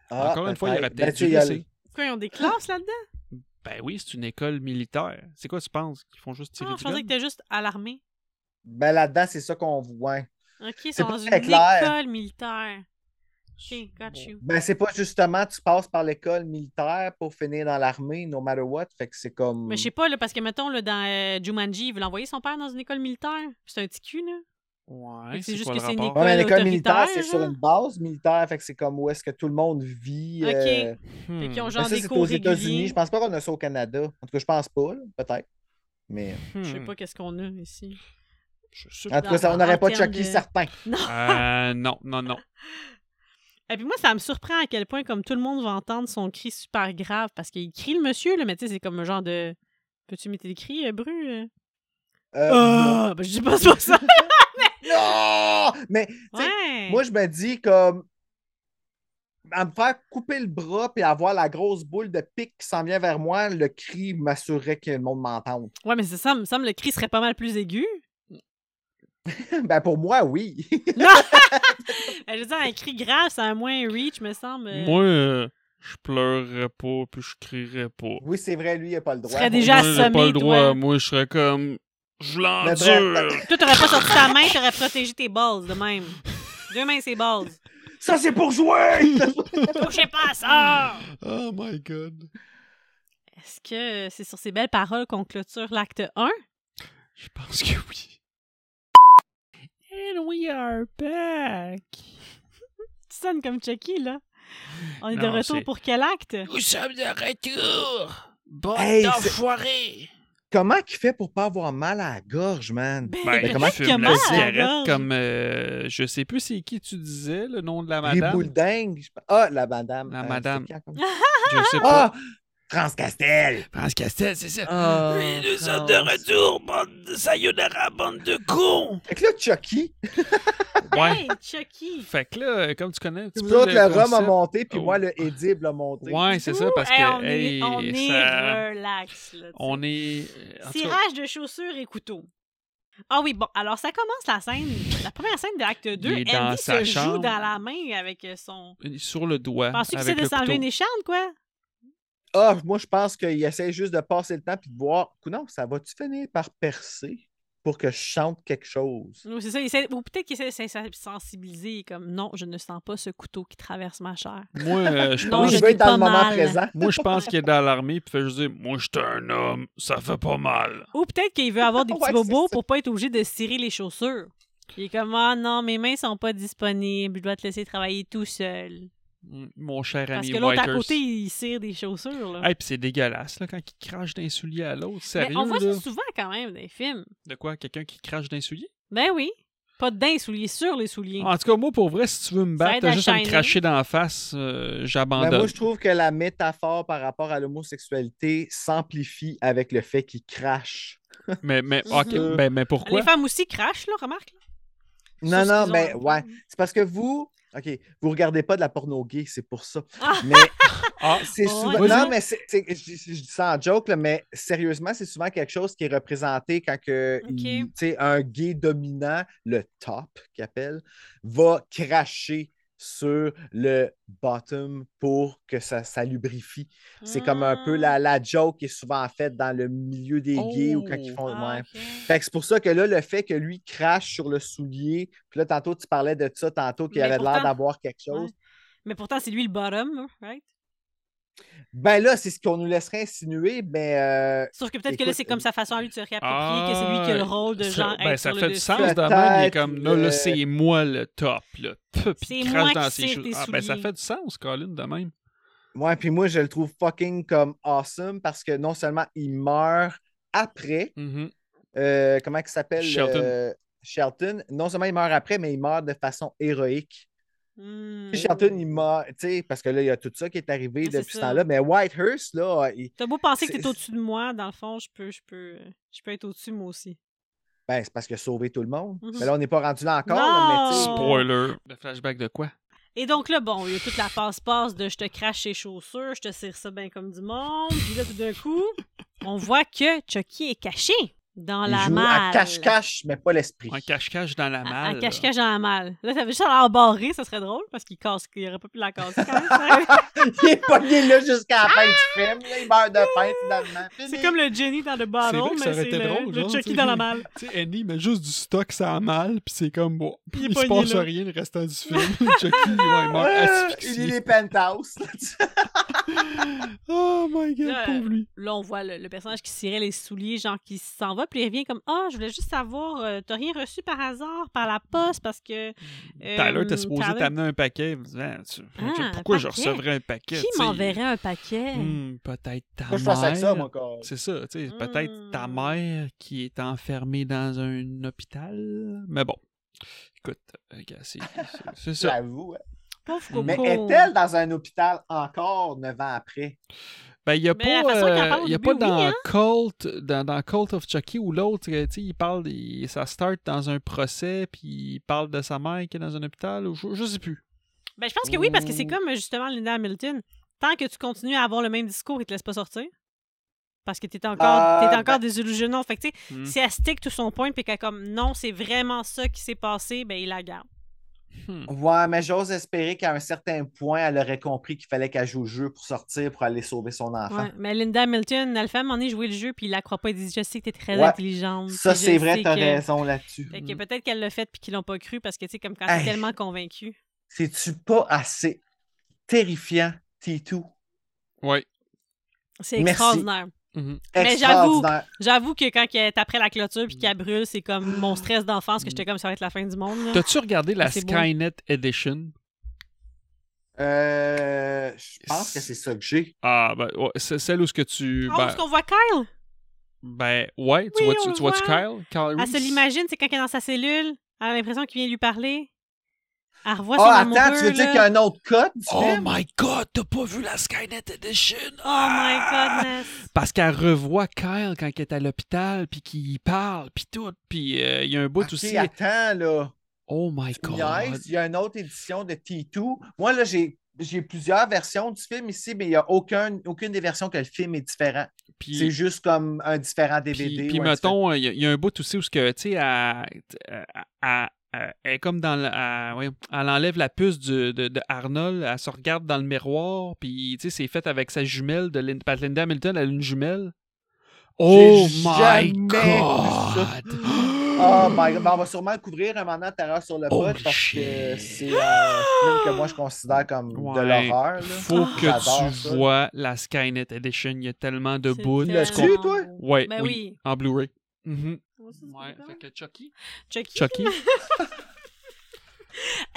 S1: Ah,
S3: Encore une fois, il aurait
S1: Ben,
S3: peut-être
S1: tu
S3: dû
S1: sais, il y a-
S3: laisser.
S2: Pourquoi ils ont des classes là-dedans?
S3: Ben oui, c'est une école militaire. C'est quoi, tu penses Qu'ils font juste tirer
S2: Ah,
S3: du
S2: je pensais
S3: gun?
S2: que t'es juste à l'armée.
S1: Ben là-dedans, c'est ça qu'on voit.
S2: Ok, ils
S1: C'est
S2: sont dans
S1: pas
S2: une
S1: très clair.
S2: école militaire. Ok, got you.
S1: Ben, c'est pas justement tu passes par l'école militaire pour finir dans l'armée, no matter what. Fait que c'est comme.
S2: Mais je sais pas, là, parce que mettons, là, dans euh, Jumanji, il veut l'envoyer son père dans une école militaire. Puis C'est un petit cul, là.
S3: Ouais,
S2: que c'est
S3: c'est
S2: juste
S3: quoi
S2: que
S3: le
S2: c'est une
S3: rapport?
S1: Ouais, mais l'école
S2: euh, Autoritaire,
S1: militaire, c'est
S2: genre.
S1: sur une base militaire. Fait que c'est comme où est-ce que tout le monde vit.
S2: Ok.
S1: euh,
S2: Fait qu'ils ont
S3: Hmm,
S1: ben,
S2: genre
S1: ça,
S2: des
S1: c'est aux
S2: cours
S1: États-Unis.
S2: réguliers.
S1: Je pense pas qu'on a ça au Canada. En tout cas, je pense pas, là, peut-être. Mais
S3: hmm.
S2: Je sais pas qu'est-ce qu'on a ici.
S3: Je sais
S1: en tout cas, ça, on
S2: en
S1: n'aurait pas
S2: termes
S1: Chucky,
S2: de-
S1: certain.
S3: pas. Euh, non, non, non.
S2: Et puis moi, ça me surprend à quel point, comme tout le monde va entendre son cri super grave, parce qu'il crie le monsieur, là, mais tu sais, c'est comme un genre de. Peux-tu mettre des cris, euh, Bru? euh?
S1: Euh,
S2: Ah! Ben, je dis pas c'est pas ça.
S1: Non! Mais *laughs* Tu sais,
S2: Ouais.
S1: Moi, je me dis comme. À me faire couper le bras puis avoir la grosse boule de pic qui s'en vient vers moi, le cri m'assurait que le monde m'entende. *laughs*
S2: Ouais, mais c'est ça, me semble le cri serait pas mal plus aigu.
S1: ben, pour moi, oui. *laughs*
S2: *laughs* Euh, Je veux dire, un cri grave, ça a moins reach, me semble. euh,
S3: Moi, euh, je pleurerais pas, puis je crierais pas.
S1: oui, c'est vrai, lui, il n'a pas le droit.
S2: serais déjà-
S3: Moi, j'ai
S2: assommé,
S3: pas le droit.
S2: toi.
S3: Moi, je serais comme. Je
S1: Mais
S3: l'endure.
S2: Toi, t'aurais pas sorti ta main, t'aurais protégé tes balls de même. Deux mains, c'est
S1: *laughs*
S2: balls.
S1: Ça, c'est pour jouer!
S3: *laughs*
S2: Touchez pas à ça!
S3: Oh my god.
S2: Est-ce que c'est sur ces belles paroles qu'on clôture l'acte 1?
S3: Je pense que oui. And we are back.
S2: Tu sonnes comme Chucky, là. On est de
S3: Non,
S2: retour
S3: c'est-
S2: pour quel acte?
S3: Nous sommes de retour! Bon
S1: Hey, c'est-
S3: d'enfoiré!
S1: Comment qu'il fait pour pas avoir mal à la gorge, man?
S3: Ben,
S1: Mais
S3: tu
S1: comment
S2: peut-être
S1: tu
S3: fumes
S2: que
S3: la
S2: mal à la
S3: cigarette
S2: gorge.
S3: comme... euh, je sais plus c'est qui tu disais, le nom de la
S1: Les
S3: madame.
S1: boules dingues. je- Ah, la madame.
S3: La
S1: Euh,
S3: madame.
S1: c'est qui
S3: *laughs*
S1: encore?
S3: Je sais pas.
S1: Ah!
S3: *laughs*
S1: Transcastel!
S3: France Castel, c'est ça.
S1: Oui,
S3: retour, bande de sayonara, bande de cons!
S1: Fait que là, Chucky,
S3: Ouais.
S2: Hey, Chucky!
S3: Fait que là, euh, comme tu connais un petit
S1: vous
S3: peu
S1: autres,
S3: le
S1: le rhum a
S3: concept-
S1: monté, puis
S3: Oh.
S1: moi, le Édible a monté.
S3: Ouais, c'est ça,
S2: Ouh,
S3: parce
S2: hey,
S3: que...
S2: on
S3: hey,
S2: est, on est
S3: ça-
S2: relax. là, tu sais.
S3: On est... euh, en tout cas,
S2: Tirage de chaussures et couteaux. Ah oui, bon, alors ça commence la scène, la première scène de l'acte 2.
S3: est dans
S2: Andy
S3: sa
S2: se
S3: chambre.
S2: joue dans la main avec son...
S3: sur le doigt,
S2: Penses-tu qu'il sait
S3: avec le
S2: de
S3: couteau.
S2: une écharde, quoi?
S1: Ah, moi, je pense qu'il essaie juste de passer le temps, puis de voir, non, ça va-tu finir par percer pour que je chante quelque chose?
S2: Ou c'est ça, il essaie- ou peut-être qu'il essaie de se sensibiliser, comme « Non, je ne sens pas ce couteau qui traverse ma chair.
S3: Moi, euh, je
S2: Non,
S3: pense...
S1: je
S2: je
S1: veux
S2: dis
S1: être dans
S2: pas
S1: le moment
S2: mal.
S1: présent.
S3: Moi, je pense qu'il est dans l'armée, puis fait juste dire Moi, j'étais un homme, ça fait pas mal. »
S2: Ou peut-être qu'il veut avoir des petits
S1: *laughs* Ouais, c'est
S2: bobos
S1: ça.
S2: pour pas être obligé de cirer les chaussures. Il est comme « Ah non, mes mains sont pas disponibles, je dois te laisser travailler tout seul.
S3: Mm, Mon cher »
S2: Parce
S3: ami
S2: que l'autre à
S3: Whitehurst.
S2: côté, il cire des chaussures, là.
S3: Hey, puis c'est dégueulasse, là, quand il crache d'un soulier à l'autre. Sérieux,
S2: Mais on voit
S3: là.
S2: ça souvent, quand même, dans les films.
S3: De quoi Quelqu'un qui crache d'un soulier
S2: Ben oui. Pas de dents, souliers sur les souliers.
S3: En tout cas, moi, pour vrai, si tu veux me battre,
S2: aide
S3: t'as
S2: à
S3: juste à me
S2: shiner.
S3: cracher dans la face, euh,
S1: Ben,
S3: j'abandonne.
S1: moi, je trouve que la métaphore par rapport à l'homosexualité s'amplifie avec le fait qu'il crache.
S3: Mais, mais, ok,
S1: Mhm.
S3: ben, mais pourquoi
S2: Les femmes aussi crachent, là, remarque. là.
S1: Non,
S2: Ça,
S1: non,
S2: c'est
S1: mais
S2: qu'ils ont-
S1: ouais. C'est parce que vous, OK, vous regardez pas de la porno gay, c'est pour ça.
S2: *laughs* Ah!
S1: Mais
S3: Ah,
S1: C'est
S2: Ouais.
S1: souvent.
S3: Vas-y.
S1: Non, mais c'est, c'est- je, je- je dis ça en joke, là, mais sérieusement, c'est souvent quelque chose qui est représenté quand que,
S2: Ok.
S1: il- tu sais, un gay dominant, le top qu'il appelle, va cracher sur le bottom pour que ça, ça lubrifie. C'est comme un peu
S2: Ah.
S1: la, la joke qui est souvent faite dans le milieu des gays ou quand ils
S3: Oh.
S1: font.
S2: Ah,
S1: ouais.
S2: ok.
S1: Fait que c'est pour ça que là, le fait que lui crache sur le soulier, puis là, tantôt, tu parlais de ça, tantôt, qu'il
S2: Mais
S1: avait l'air
S2: pourtant-
S1: d'avoir quelque
S2: Ouais.
S1: chose.
S2: Mais pourtant, c'est lui le bottom, hein, right?
S1: Ben là, c'est ce qu'on nous laisserait insinuer, mais. euh,
S2: Sauf que peut-être que là,
S1: Écoute,
S2: c'est comme sa façon à lui de se réapproprier,
S3: Ah,
S2: que c'est lui qui a le rôle de
S3: ça,
S2: genre.
S3: ben,
S2: être
S3: ça
S2: sur le
S3: fait du
S2: dessus.
S3: sens de même. Il est
S1: Peut-être euh,
S3: comme là, là
S1: le-
S3: c'est moi le top. Là. Puis il
S2: C'est
S3: crache
S2: moi
S3: dans
S2: qui
S3: ses
S2: cire
S3: chauss-
S2: tes
S3: Ah, ben, ça
S2: souliers.
S3: fait du sens, Colin, de même.
S1: Ouais, puis moi, je le trouve fucking comme awesome parce que non seulement il meurt après,
S3: Mhm.
S1: euh, comment il s'appelle
S3: Shelton.
S1: euh, Shelton, non seulement il meurt après, mais il meurt de façon héroïque.
S2: Hmm.
S1: Puis Shelton, il meurt, tu sais, parce que là, il y a tout ça qui est arrivé
S2: Ouais, c'est
S1: depuis ce
S2: ça.
S1: temps-là, mais Whitehurst, là, il-
S2: T'as beau penser que
S1: C'est-
S2: t'es au-dessus de moi, dans le fond, je peux, je peux, je peux être au-dessus moi aussi.
S1: ben, c'est parce qu'il a sauvé tout le monde.
S2: Mhm.
S1: Mais là, on n'est pas rendu là encore, là, mais tu sais,
S2: Oh.
S3: Spoiler. Le flashback de quoi
S2: Et donc là, bon, il y a toute la passe-passe de je te crache ses chaussures, je te cire ça bien comme du monde. Puis là, tout d'un coup, on voit que Chucky est caché dans
S1: il
S2: la
S1: joue
S2: malle.
S1: à cache-cache, mais pas l'esprit. *laughs*
S3: Un cache-cache dans
S2: À-
S3: la
S2: à
S3: malle.
S2: cache-cache dans la malle. Là, ça veut juste l'air barré, ça serait drôle parce qu'il casse, qu'il aurait pas pu la casser quand
S3: *laughs*
S2: même.
S1: il est pogné là jusqu'à la fin du film, là, il meurt de faim finalement.
S2: Ah! c'est comme le Jenny dans le
S3: C'est vrai
S2: bottle,
S3: que ça
S2: mais
S3: aurait
S2: c'est
S3: été
S2: le,
S3: drôle,
S2: le
S3: genre, tu
S2: Chucky
S3: sais.
S2: dans la malle.
S3: Tu sais, Andy met juste du stock ça mal, puis c'est comme, bon,
S2: Il est
S3: il, se
S2: pogné
S3: passe
S2: là.
S3: rien le restant
S2: *laughs*
S3: du film. Chucky, ouais, il meurt
S1: Ah, Il est
S3: asphyxié.
S1: les penthouse. là, tu
S3: Oh my god,
S2: Là,
S3: pauvre lui.
S2: Là, on voit le, le personnage qui cirait les souliers, genre qui s'en va, puis il revient comme Ah, je voulais juste savoir, euh, t'as rien reçu par hasard, par la poste, parce que. euh,
S3: Tyler, t'es supposé
S2: Tyler-
S3: t'amener un paquet. Il me dit, Ah, tu-
S2: Ah,
S3: pourquoi
S2: un
S3: je
S2: paquet.
S3: recevrais un paquet?
S2: Qui
S3: tu sais?
S2: m'enverrait un paquet
S1: Mm.
S3: Hmm, peut-être ta
S1: Moi, je
S3: mère.
S1: pense à ça, mon corps.
S3: C'est ça, tu sais, peut-être ta
S2: Hmm.
S3: mère qui est enfermée dans un hôpital. Mais bon, écoute, euh, gars, c'est c'est- c'est
S2: *laughs*
S3: ça.
S1: J'avoue. hein.
S2: Pauvre
S3: Mm.
S2: Coco.
S1: Mais est-elle dans un hôpital encore 9 ans après?
S3: Ben, il n'y a
S2: Mais la
S3: pas,
S2: façon qu'elle
S3: euh,
S2: parle au
S3: y a
S2: début,
S3: pas dans,
S2: oui, hein?
S3: Cult, dans, dans Cult of Chucky où l'autre, euh, tu sais, il parle, il- ça start dans un procès, puis il parle de sa mère qui est dans un hôpital, ou je, je sais plus.
S2: Ben, je pense que oui, parce que c'est
S3: Ouh.
S2: comme euh, justement Linda Hamilton. Tant que tu continues à avoir le même discours, ils te laissent pas sortir. Parce que t'es encore,
S1: Ah,
S2: t'es
S1: ben- Mm.
S2: encore désillusionnant. Fait que, tu sais,
S3: Hmm.
S2: si elle stick tout son point, puis qu'elle, comme, non, c'est vraiment ça qui s'est passé, ben, il la garde.
S3: Hmm.
S1: Ouais, mais j'ose espérer qu'à un certain point, elle aurait compris qu'il fallait qu'elle joue au jeu pour sortir, pour aller sauver son enfant.
S2: Ouais. Mais Linda Hamilton, elle fait à un moment donné jouer le jeu, puis il la croit pas. Il dit, je sais que t'es très
S1: Ouais.
S2: intelligente.
S1: Ça,
S2: puis je
S1: c'est vrai,
S2: sais
S1: t'as
S2: que-
S1: raison là-dessus.
S2: Fait que
S3: Mm.
S2: peut-être qu'elle l'a fait puis qu'ils l'ont pas cru parce que, tu sais, comme quand
S1: Hey.
S2: t'es tellement convaincu.
S1: C'est-tu pas assez terrifiant, Titou?
S3: Ouais.
S2: C'est
S1: Merci.
S2: extraordinaire.
S3: Mhm.
S2: Mais j'avoue-
S1: Extraordinaire.
S2: J'avoue que quand elle est après la clôture
S1: Mm.
S2: puis qu'elle brûle, c'est
S1: Ah.
S2: comme mon stress Ah, d'enfance que j'étais comme ça va être la fin du monde. là.
S3: T'as-tu regardé la
S2: C'est beau.
S3: Skynet Edition?
S1: Euh, je pense que c'est ça que j'ai.
S3: Ah, ben, ouais, c'est celle où ce que tu.
S2: Ah,
S3: ben,
S2: est-ce qu'on voit Kyle?
S3: ben, ouais, tu
S2: Oui,
S3: vois-tu
S2: on
S3: tu vois-tu
S2: le
S3: Kyle? Kyle
S2: Elle se
S3: Reese?
S2: l'imagine, c'est quand elle est dans sa cellule. Elle a l'impression qu'il vient lui parler. Elle revoit
S1: Ah,
S2: son
S1: attends,
S2: amoureux.
S1: tu veux dire
S2: là.
S1: qu'il y a un autre code du
S3: Oh
S1: film?
S3: my god, t'as pas vu la Skynet Edition? Ah!
S2: Oh my goodness.
S3: Parce qu'elle revoit Kyle quand elle est à l'hôpital, puis qu'il y parle, puis tout. Puis euh, il y a un bout
S1: Ok,
S3: aussi.
S1: attends, là.
S3: Oh my
S1: Tu
S3: god.
S1: me niaises, il y a une autre édition de T2. Moi, là, j'ai. J'ai plusieurs versions du film ici, mais il n'y a aucune, aucune des versions que le film est différent.
S3: Puis-
S1: C'est juste comme un différent DVD.
S3: Puis, puis
S1: ou un
S3: mettons, euh, il y, a- il y a un bout aussi où, ce que, tu sais, elle, elle- elle- elle- elle est comme dans le- elle, voyons, elle enlève la puce du- de, de Arnold, elle se regarde dans le miroir, puis, tu sais, c'est fait avec sa jumelle de Lin- parce que Linda Hamilton, elle a une jumelle. Oh my
S1: jamais vu ça.
S3: *gasps* god!
S1: Oh my God. Ben, on va sûrement le couvrir un moment à Terreur sur le
S3: Holy
S1: pod parce que
S3: shit.
S1: c'est euh, un film que moi je considère comme de
S3: Ouais.
S1: l'horreur. là.
S3: Faut
S1: J'adore
S3: que tu
S1: ça.
S3: vois la Skynet Edition, il y a tellement de
S2: C'est
S3: bouts.
S1: l'as
S3: Tu
S1: su,
S2: tellement
S3: comprends-
S1: toi?
S2: beau.
S3: Ouais,
S2: Ben
S3: oui,
S2: oui.
S3: en Blu-ray. Mhm.
S2: Moi aussi, c'est
S3: Ouais,
S2: pas grave.
S3: fait que Chucky.
S2: Chucky.
S3: Chucky.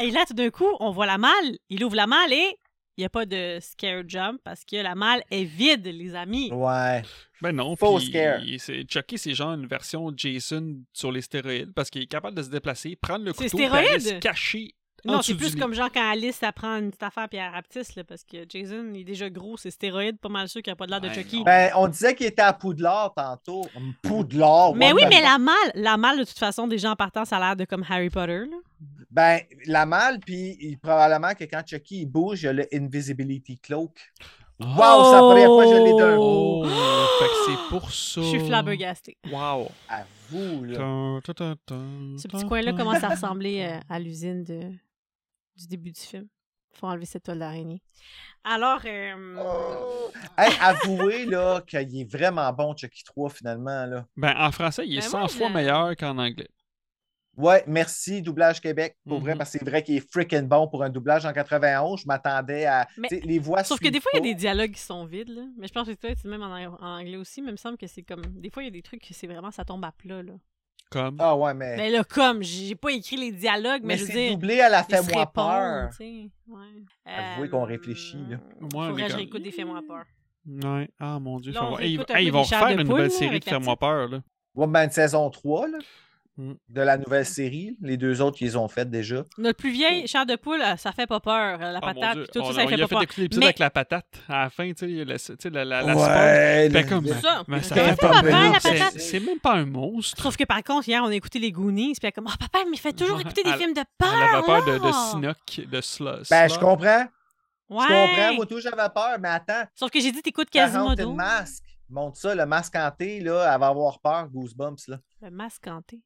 S2: Et là, tout d'un coup, on voit la malle. Il ouvre la malle et il n'y a pas de scare jump parce que la malle est vide, les amis.
S1: Ouais.
S3: Ben non,
S1: Faux
S3: puis
S1: scare.
S3: c'est- Chucky, c'est genre une version Jason sur les stéroïdes parce qu'il est capable de se déplacer, prendre le
S2: C'est
S3: couteau, puis aller
S2: stéroïde?
S3: se cacher. en
S2: Non, c'est
S3: dessous du
S2: plus
S3: lit.
S2: comme genre quand Alice apprend une petite affaire puis elle rapetisse, là, parce que Jason, il est déjà gros, c'est stéroïde, pas mal sûr qu'il n'a pas de l'air de
S3: Ouais,
S2: Chucky.
S3: non.
S1: Ben, on disait qu'il était à Poudlard tantôt. Hum, Poudlard.
S2: mais
S1: ouais,
S2: oui,
S1: ben-
S2: mais la malle, la malle, de toute façon, déjà en partant, ça a l'air de comme Harry Potter. là.
S1: Ben, la malle, puis il- probablement que quand Chucky il bouge, il y a le Invisibility Cloak. Wow, ça la première fois que je l'ai d'un.
S3: Oh,
S2: Oh!
S3: fait que c'est pour ça.
S2: Je suis flabbergastée.
S3: Wow.
S1: À vous, là.
S3: Oh,
S2: Ce petit coin-là commence à
S3: *laughs*
S2: ressembler euh, à l'usine de... du début du film. Faut enlever cette toile d'araignée. Alors, euh,
S1: Oh. Hey, avouez, là, qu'il est vraiment bon, Chucky 3, finalement, là.
S3: Ben, en français, il est
S2: Ben
S3: 100
S2: moi,
S3: fois
S2: je-
S3: meilleur qu'en anglais.
S1: Ouais, merci Doublage Québec pour vrai,
S3: Mhm.
S1: parce que c'est vrai qu'il est freaking bon pour un doublage en 91. Je m'attendais à.
S2: Mais-
S1: tu sais, les voix
S2: Sauf que des
S1: suivent
S2: fois, il y a
S1: pas.
S2: des dialogues qui sont vides, là. Mais je pense que toi, c'est même en, en anglais aussi, mais il me semble que c'est comme... Des fois, il y a des trucs que c'est vraiment... Ça tombe à plat, là.
S3: Comme.
S1: Ah ouais, mais.
S2: Mais là, comme, j'ai pas écrit les dialogues, mais,
S1: mais
S2: je veux
S1: c'est
S2: dire...
S1: doublé à la
S2: ils se
S1: Fais-moi peur.
S2: répondent, tu sais. Ouais. Euh,
S1: Avouez qu'on réfléchit, là.
S3: Ouais,
S2: faudrait
S3: mais
S2: que je
S3: comme-
S2: réécoute des Fais-moi peur.
S3: Ouais. Ah, mon Dieu.
S2: Là,
S3: ça
S2: on
S3: va. Hey,
S2: réécoute un
S3: hey,
S2: peu
S3: ils vont
S2: Richard
S3: refaire
S2: de
S3: une
S2: Poule,
S3: nouvelle
S2: là,
S3: série
S2: avec
S3: de
S2: la
S3: Fais-moi peur, là.
S1: Ouais, ben, une saison 3 là,
S3: Mm.
S1: de la nouvelle série. Les deux autres, ils les ont faites déjà.
S2: Notre plus vieille chair de poule, euh, ça fait pas peur. euh, La
S3: Ah, mon
S2: patate,
S3: Dieu.
S2: puis tout
S3: on,
S2: ça, ça
S3: on
S2: fait
S3: lui a
S2: pas
S3: fait
S2: peur.
S3: l'épisode
S2: Mais-
S3: avec la patate. À la fin, tu sais, la, tu sais, la, la, la sponge.
S1: ouais,
S3: Fait
S1: le-
S3: comme-
S1: le-
S2: Ça,
S3: Mais
S1: Mais
S3: fait
S1: c'est pas
S3: peur.
S1: vrai, la
S3: C'est-
S1: patate.
S3: C'est même pas un monstre.
S2: Sauf que par contre, hier, on a écouté les Goonies, puis elle est comme « Ah, papa, mais il fait toujours
S3: Ouais,
S2: écouter des
S3: elle-
S2: films de
S3: Elle
S2: peur,
S3: avait peur de, de
S2: là!
S3: Sinoc, de Sla.
S1: Ben,
S3: Sla-
S1: je comprends. Je comprends.
S2: Ouais!
S1: Moi, tout, j'avais peur, mais attends.
S2: Sauf que j'ai dit « T'écoutes
S1: Quasimodo. le
S2: Quasimodo. »
S1: masque. Montre ça, le masque hanté, là, elle va avoir peur, Goosebumps, là.
S2: Le masque hanté.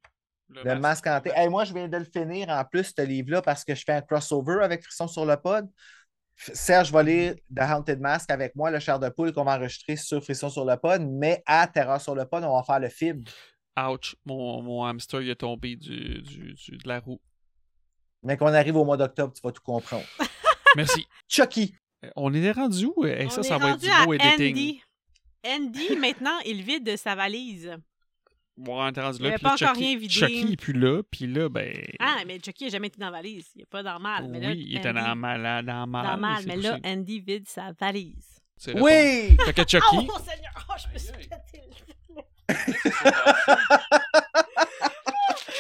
S1: Le masque hanté. Hey, moi, je viens de le finir en plus, ce livre-là, parce que je fais un crossover avec Frisson sur le pod. F- Serge va lire The Haunted Mask avec moi, le chair de poule qu'on va enregistrer sur Frisson sur le pod, mais à Terreur sur le pod, on va faire le film.
S3: Ouch, mon, mon hamster il est tombé du, du, du- de la roue.
S1: Mais qu'on arrive au mois d'octobre, tu vas tout comprendre.
S2: *laughs*
S3: Merci.
S1: Chucky!
S3: Euh, On est rendu où? Eh,
S2: On
S3: ça, ça
S2: est
S3: va être
S2: rendu
S3: du
S2: à
S3: beau editing.
S2: Andy. Andy, maintenant, il vide sa *laughs* valise.
S3: Ouais, on est rendu
S2: Il
S3: là.
S2: avait
S3: puis là,
S2: pas encore
S3: Chucky-
S2: rien vidé.
S3: Chucky est plus là, puis là, ben.
S2: Ah, mais Chucky n'a jamais été dans la valise. Il n'est pas dans mal. Mais là,
S3: oui, il était
S2: Andy-
S3: dans la mal. Dans la
S2: dans
S3: mal,
S2: mal,
S3: c'est
S2: mais
S3: tout,
S2: là,
S3: c'est-
S2: Andy vide sa valise.
S3: c'est la réponse.
S1: Oui! *laughs*
S3: Fait que
S2: *laughs*
S3: Chucky,
S2: Oh, Seigneur! Oh, je me suis
S3: Aïe, aïe.
S2: pété le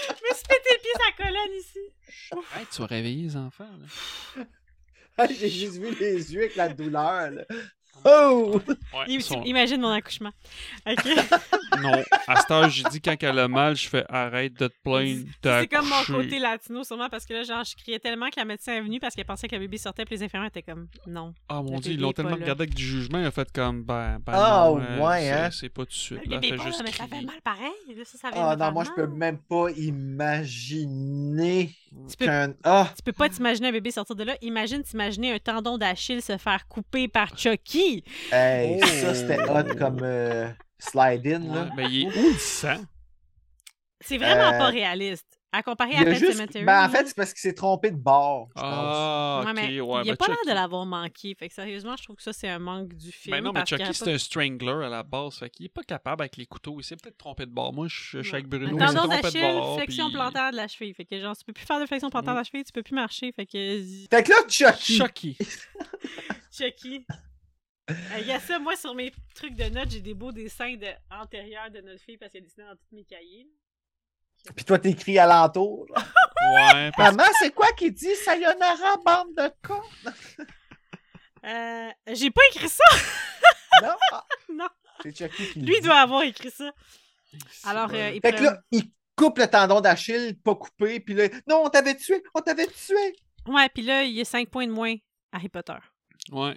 S2: Je me suis pété le pied sa colonne ici.
S3: Hey, tu vas réveiller les enfants. là.
S1: J'ai juste vu les yeux avec la douleur. là. Oh!
S3: Ouais,
S2: Il-
S3: ils sont-
S2: Imagine mon accouchement.
S3: *laughs*
S2: OK.
S3: Non, à cette heure, j'ai dit quand elle a mal, je fais arrête de te plaindre. t'as
S2: C'est comme mon
S3: accouché.
S2: côté latino, sûrement, parce que là, genre, je criais tellement que la médecin est venue parce qu'elle pensait que le bébé sortait, puis les infirmières étaient comme non.
S3: Ah mon
S2: Le
S3: dieu, ils
S2: bébé
S3: l'ont
S2: est pas
S3: tellement
S2: là.
S3: regardé avec du jugement, ils ont fait comme ben. ben
S1: Ah,
S3: non, euh,
S1: ouais,
S3: c'est-
S1: hein.
S3: C'est pas tout de suite.
S2: Le
S3: Là,
S2: bébé
S3: fait
S2: est pas là,
S3: juste
S2: mais ça fait
S3: crier.
S2: mal pareil. Là, ça, ça vient
S1: Ah
S2: de
S1: non,
S2: faire
S1: moi, je peux
S2: mal.
S1: même pas imaginer
S2: Tu peux
S1: qu'un. Ah!
S2: Tu peux pas t'imaginer un bébé sortir de là. Imagine t'imaginer un tendon d'Achille se faire couper par Chucky.
S1: Hey,
S3: Oh.
S1: ça, c'était hot comme euh, slide-in,
S3: Ouais,
S1: là.
S3: mais il est où le sang?
S2: C'est vraiment
S1: Euh,
S2: pas réaliste. À comparer
S1: Il
S2: à
S1: a
S2: Pet
S1: juste-
S2: Sematary,
S1: ben, en
S2: là.
S1: fait, c'est parce qu'il s'est trompé de bord, je pense.
S3: Ah,
S2: Ouais,
S3: ok,
S2: mais
S3: ouais.
S2: il a
S3: ben,
S2: pas l'air
S3: Chucky-
S2: de l'avoir manqué. Fait que sérieusement, je trouve que ça, c'est un manque du film.
S3: Ben non, mais
S2: parce qu'il
S3: Chucky,
S2: aurait
S3: c'est un strangler à la base. Fait qu'il est pas capable avec les couteaux. Il s'est peut-être trompé de bord. Moi, je suis avec Bruno.
S2: Un
S3: il s'est
S2: tendon
S3: trompé de
S2: d'Achille,
S3: bord,
S2: flexion
S3: puis- Mm.
S2: plantaire de la cheville. Fait que genre, tu peux plus faire de flexion plantaire de la cheville, tu peux plus marcher. Fait que *laughs* z-
S1: Fait que là, Chucky, *laughs*
S3: Chucky.
S2: Chucky. Il y a ça, moi, sur mes trucs de notes, j'ai des beaux dessins de... antérieurs de notre fille parce qu'elle dessinait dans tous mes cahiers.
S1: puis toi, t'écris alentour.
S3: Ouais, parce-
S1: Maman, c'est quoi qui dit Sayonara, bande de cons?
S2: Euh, j'ai pas écrit ça! *laughs*
S1: Non? Ah,
S2: Non.
S1: C'est Chucky qui le
S2: Lui
S1: dit.
S2: doit avoir écrit ça. Alors, euh, il
S1: Fait que là, il coupe le tendon d'Achille, pas coupé, puis là, non, on t'avait tué, on t'avait tué.
S2: Ouais, puis là, il y a 5 points de moins à Harry Potter.
S3: Ouais.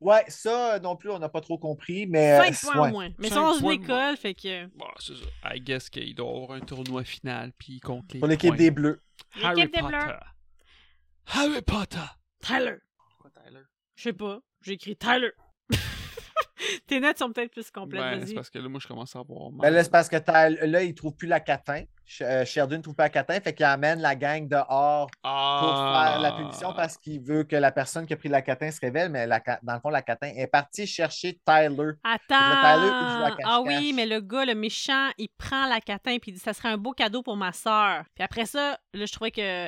S1: Ouais, ça euh, non plus, on n'a pas trop compris,
S2: 5
S1: mais. euh,
S2: points
S1: ouais.
S2: en moins. Mais
S3: Cinq
S2: ça, dans une
S3: points de moins.
S2: école, fait que.
S3: Bon, c'est ça. I guess qu'il doit avoir un tournoi final, puis il compte les
S1: Pour l'équipe
S3: points.
S1: des Bleus.
S3: Harry
S2: L'équipe des
S3: Potter.
S2: Bleus.
S3: Harry Potter.
S2: Tyler!
S3: Pourquoi Tyler?
S2: Je sais pas. J'ai écrit Tyler! *laughs* Tes notes sont peut-être plus complètes,
S3: Ben, c'est
S2: vas-y.
S3: parce que là, moi, je commence à avoir mal.
S1: Ben là, c'est parce que Tyler- là, il ne trouve plus la catin. Sh- euh, Sheridan ne trouve pas la catin, fait qu'il amène la gang dehors pour
S3: Ah.
S1: faire la punition parce qu'il veut que la personne qui a pris la catin se révèle, mais la ca- dans le fond, la catin est partie chercher Tyler.
S2: Attends!
S1: Tyler ou je joue à
S2: ah
S1: cache-cache.
S2: oui, mais le gars, le méchant, il prend la catin puis il dit ça serait un beau cadeau pour ma sœur. Puis après ça, là, je trouvais que.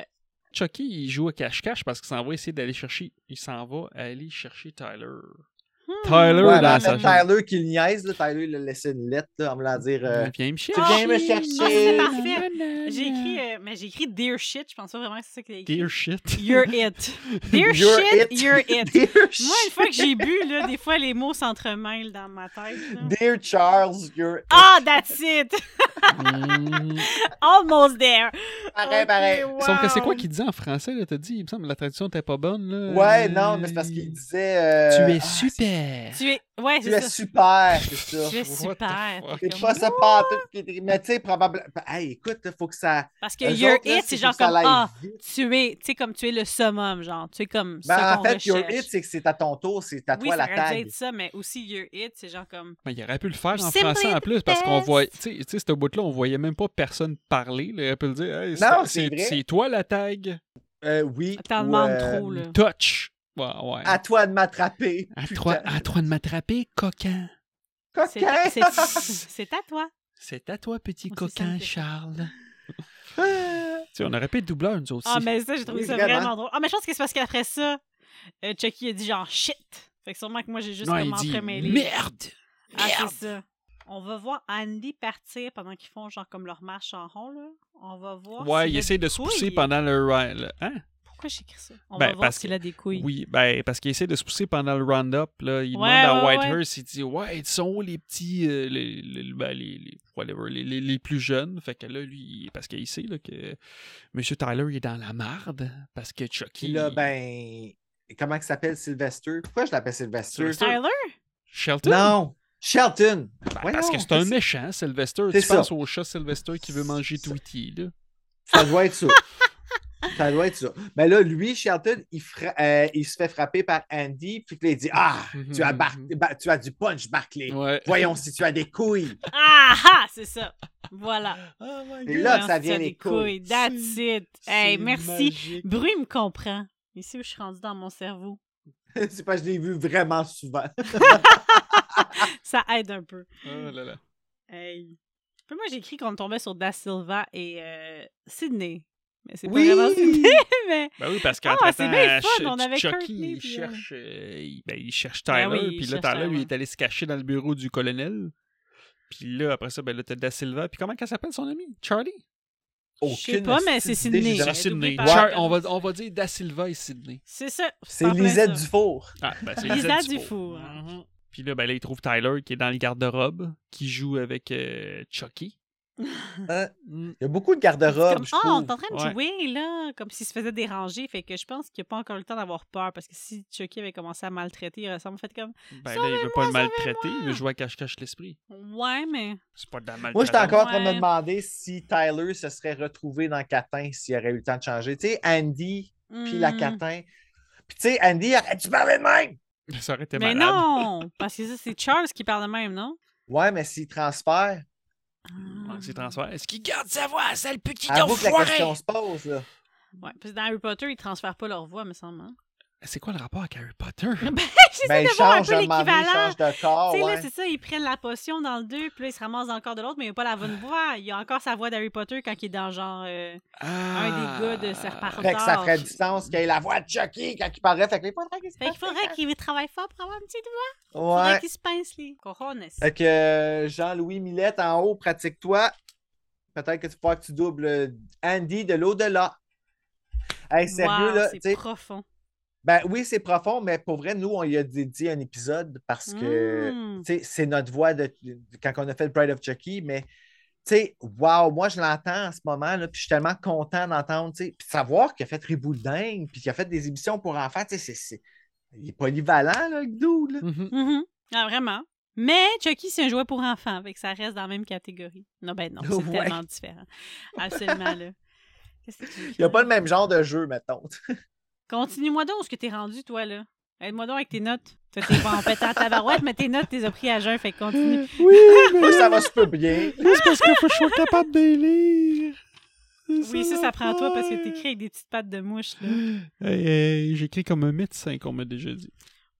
S3: Chucky, il joue à cache-cache parce qu'il s'en va essayer d'aller chercher. Il s'en va aller chercher Tyler.
S2: Hmm.
S3: Tyler
S1: Ouais,
S3: dans
S1: ben, en fait,
S3: sa chambre.
S1: Tyler qui le niaise, là, Tyler il a laissé une lettre là, en me la dire. euh,
S3: Il vient me chercher.
S1: Tu viens me
S2: Ah, c'est
S1: chercher.
S2: parfait! J'ai écrit. euh, mais j'ai écrit Dear shit, je pense pas vraiment que c'est ça qu'il a écrit.
S3: Dear
S2: *laughs*
S3: shit.
S2: You're
S3: *laughs*
S2: it. Dear
S1: You're
S2: shit,
S1: it.
S2: you're it.
S1: *laughs* Dear,
S2: Moi, une fois que j'ai bu, là, des fois, les mots s'entremêlent dans ma tête. là.
S1: *laughs* Dear Charles, you're.
S2: Ah, that's it!
S3: Mhm.
S2: Almost there!
S1: Pareil,
S2: Ok,
S1: pareil.
S2: wow.
S3: Sauf que c'est quoi qu'il dit en français, là, t'as dit? Il me semble que la traduction était pas bonne, là.
S1: Ouais,
S3: Euh,
S1: non, mais c'est parce qu'il disait.
S3: Tu
S1: euh,
S3: es
S1: ah,
S3: super!
S2: Tu es. Ouais,
S1: Tu
S2: c'est
S1: es
S2: ça.
S1: super, c'est ça.
S2: Tu es
S3: What the
S2: super.
S3: fuck?
S1: C'est pas ça, pas en tout qui est- Mais tu sais, probablement. Hey, écoute, il faut que ça.
S2: Parce que
S1: Eux
S2: you're
S1: autres, là,
S2: it, c'est
S1: faut
S2: genre
S1: que ça
S2: comme
S1: l'aille
S2: ah,
S1: vite.
S2: tu es, tu sais, comme tu es le summum, genre. Tu es comme ça
S1: Ben, en
S2: qu'on
S1: fait, you're
S2: recherche.
S1: it, c'est que c'est à ton tour, c'est à
S2: oui,
S1: toi
S2: ça
S1: la
S2: aurait dû
S1: tag.
S2: être ça, mais aussi you're it, c'est genre comme.
S3: Mais il aurait pu le faire en
S2: Simply
S3: français en
S2: the
S3: plus, parce qu'on
S2: best.
S3: voit, tu sais- tu sais, ce bout-là, on voyait même pas personne parler. là. Il aurait pu le dire, Hey,
S1: Non,
S3: c'est-
S1: c'est vrai.
S3: c'est c'est toi la tag,
S1: Euh, oui.
S2: T'en
S1: ou,
S2: demandes
S1: euh,
S2: trop, là.
S3: touch. Ouais, ouais.
S1: À toi de m'attraper.
S3: À
S1: putain.
S3: toi, à toi de m'attraper, coquin.
S2: C'est à,
S1: Coquin! *laughs*
S2: c'est- *laughs* c'est à toi.
S3: C'est à toi, petit
S2: Oh, c'est ça,
S3: coquin,
S2: c'est ça. *laughs*
S3: Charles. Tu sais, on aurait pu être doubleur, nous aussi.
S2: Ah, mais ça, j'ai trouvé
S1: Oui,
S2: ça
S1: vraiment.
S2: vraiment. drôle. Ah, mais je pense que c'est parce qu'après ça, euh, Chucky a dit genre shit. Fait que sûrement que moi, j'ai juste
S3: non,
S2: comme
S3: il dit,
S2: entremêlé.
S3: merde!
S2: Ah,
S3: Merde!
S2: c'est ça. On va voir Andy partir pendant qu'ils font genre comme leur marche en rond, là. On va voir.
S3: Ouais,
S2: s'il
S3: il
S2: a
S3: essaie
S2: des
S3: de se pousser
S2: couilles.
S3: pendant le run. le- Hein?
S2: Pourquoi j'écris ça? On
S3: Ben,
S2: va voir
S3: parce
S2: s'il a des couilles.
S3: Oui, ben, parce qu'il essaie de se pousser pendant le round-up. Là. Il
S2: Ouais,
S3: demande à
S2: ouais,
S3: Whitehurst, il dit Ouais, ils sont où les petits, euh, les, les- ben, les- les- whatever, les, les- les plus jeunes Fait que là, lui, il- parce qu'il sait là, que M. Tyler il est dans la marde, parce que
S1: Puis
S3: Chucky.
S1: là, ben. Comment il s'appelle Sylvester? Pourquoi je l'appelle Sylvester?
S3: Sylvester.
S2: Tyler?
S3: Shelton
S1: Non! Shelton!
S3: Ben,
S1: Voyons,
S3: Parce que c'est un méchant, Sylvester. Tu
S1: C'est ça.
S3: penses au chat Sylvester qui veut manger
S1: C'est-
S3: Tweety, là.
S1: Ça doit
S2: *laughs*
S1: être ça. ça doit être ça. Mais là, lui, Shelton, il, fra- euh, il se fait frapper par Andy, puis là, il dit Ah, tu as, bar- ba- tu as du punch, Barclay.
S3: Ouais.
S1: Voyons si tu as des couilles. *laughs*
S2: Ah ah! C'est ça. Voilà.
S3: Oh my
S1: Et là,
S2: Voyons
S1: ça
S2: si
S1: vient
S2: t'as
S1: les
S2: des
S1: couilles.
S2: That's it.
S3: C'est
S2: Hey, merci.
S3: magique.
S2: Bru, il me comprend. Il sait où je suis rendue dans mon cerveau.
S1: C'est parce que je l'ai vu vraiment souvent.
S2: Ça aide un peu.
S3: Oh là là.
S2: Hey. Puis moi, j'ai écrit qu'on tombait sur Da Silva et euh, Sydney. Mais c'est
S1: Oui!
S2: pas vraiment Sydney, *laughs* mais.
S3: Ben oui, parce
S2: Ah,
S3: qu'entre
S2: c'est
S3: temps,
S2: bien fun, on avait
S3: Chucky,
S2: Courtney,
S3: il
S2: puis,
S3: cherche, euh, il, ben, il cherche Tyler,
S2: Ben oui, il
S3: puis là,
S2: cherche
S3: Tyler, lui,
S2: Tyler.
S3: est allé se cacher dans le bureau du colonel. Puis là, après ça, ben là, t'as Da Silva. Puis comment qu'elle s'appelle, son ami? Charlie?
S2: Je sais pas, mais c'est
S1: Aucune
S2: Sydney.
S1: idée, j'ai jamais-
S2: J'avais doublé par-
S3: Char- on, va, on va dire Da Silva et Sydney.
S2: C'est ça.
S1: C'est
S2: en plein
S1: Lisette
S2: ça.
S1: Dufour.
S3: Ah, ben, c'est
S2: Lisa
S3: Dufour.
S2: Dufour.
S3: Mhm. Puis là, ben là, il trouve Tyler qui est dans le garde-robe, qui joue avec euh, Chucky.
S1: Hein?
S3: Mm.
S1: Il y a beaucoup de
S2: C'est
S1: garde-robe.
S2: comme, Ah, on est en train de
S3: Ouais.
S2: jouer, là, comme s'il se faisait déranger. Fait que je pense qu'il n'a pas encore le temps d'avoir peur, parce que si Chucky avait commencé à maltraiter, il aurait sûrement fait comme,
S3: Ben là, il veut pas le
S2: Sauvez-moi,
S3: maltraiter, il
S2: sauvez-moi.
S3: veut jouer à cache-cache l'esprit.
S2: ouais, mais.
S3: C'est pas de la maltraitance.
S1: Moi, j'étais encore en train de me
S2: Ouais.
S1: demander si Tyler se serait retrouvé dans Catin s'il aurait eu le temps de changer. Tu sais, Andy, puis la
S2: hmm,
S1: Catin. Puis tu sais, Andy, tu parlais de même?
S3: Ça aurait été
S2: Mais
S3: malade. *laughs*
S2: non! Parce que ça, c'est Charles qui parle de même, non?
S1: Ouais, mais s'il transfère,
S2: Ah,
S3: dans ses transferts. Est-ce qu'il garde sa voix, sale petit
S1: Avoue que la
S3: enfoiré?
S1: question se pose, là.
S2: Ouais, parce que dans Harry Potter, ils transfèrent pas leur voix, me semble. hein.
S3: C'est quoi le rapport avec Harry Potter?
S2: *laughs* J'essaie
S1: Ben, il
S2: de voir un
S1: change,
S2: peu
S1: à un moment donné, il
S2: l'équivalent.
S1: change de corps,
S2: Tu sais, là,
S1: ouais.
S2: c'est ça, ils prennent la potion dans le 2, puis là, ils se ramassent encore de l'autre, mais il a pas la bonne voix. Il a encore sa voix d'Harry Potter quand il est dans genre euh,
S3: Ah.
S2: un des gars de Serpent
S1: Fait que ça ferait du sens qu'il y ait la voix de Chucky quand il parlerait. Fait que les potes, qu'est-ce qui
S2: Fait qu'il
S1: se passe?
S2: faudrait qu'il travaille fort pour avoir une petite voix.
S1: Ouais.
S2: faudrait qu'il se pince les cojones.
S1: Fait que euh, Jean-Louis Millette en haut, pratique-toi. Peut-être que tu pourras que tu doubles euh, Andy de l'au-delà. Hey, sérieux,
S2: Wow,
S1: là, tu
S2: c'est
S1: sais,
S2: profond.
S1: ben oui, c'est profond, mais pour vrai, nous, on y a dédié un épisode parce que
S2: Mm.
S1: tu sais, c'est notre voix de, quand on a fait le Pride of Chucky, mais tu sais, wow, moi je l'entends en ce moment, là, puis je suis tellement content d'entendre, tu sais, puis de savoir qu'il a fait Riboudin, puis qu'il a fait des émissions pour enfants, tu sais, c'est- c'est- il est polyvalent, là, le dude, là.
S3: Mhm.
S2: Mhm. Ah, vraiment. Mais Chucky, c'est un jouet pour enfants, fait que ça reste dans la même catégorie. Non, ben non, c'est
S1: *laughs* Ouais.
S2: tellement différent. Absolument, là. Qu'est-ce que tu
S1: Il n'a
S2: écris?
S1: pas le même genre de jeu, mettons.
S2: Continue-moi donc où ce que t'es rendu, toi, là. Aide-moi donc avec tes notes. Toi, t'es pas en pétant ta barouette, mais tes notes, t'es as pris à jeun, fait que *laughs*
S1: *laughs*
S2: continue. *laughs*
S3: Oui,
S1: Moi, ça va super bien.
S3: c'est parce qu'il faut que je sois capable de les lire.
S2: Oui, ça, ça prend toi parce que t'écris avec des petites pattes de mouche, là.
S3: Hey, hey, J'écris comme un médecin, qu'on m'a déjà dit.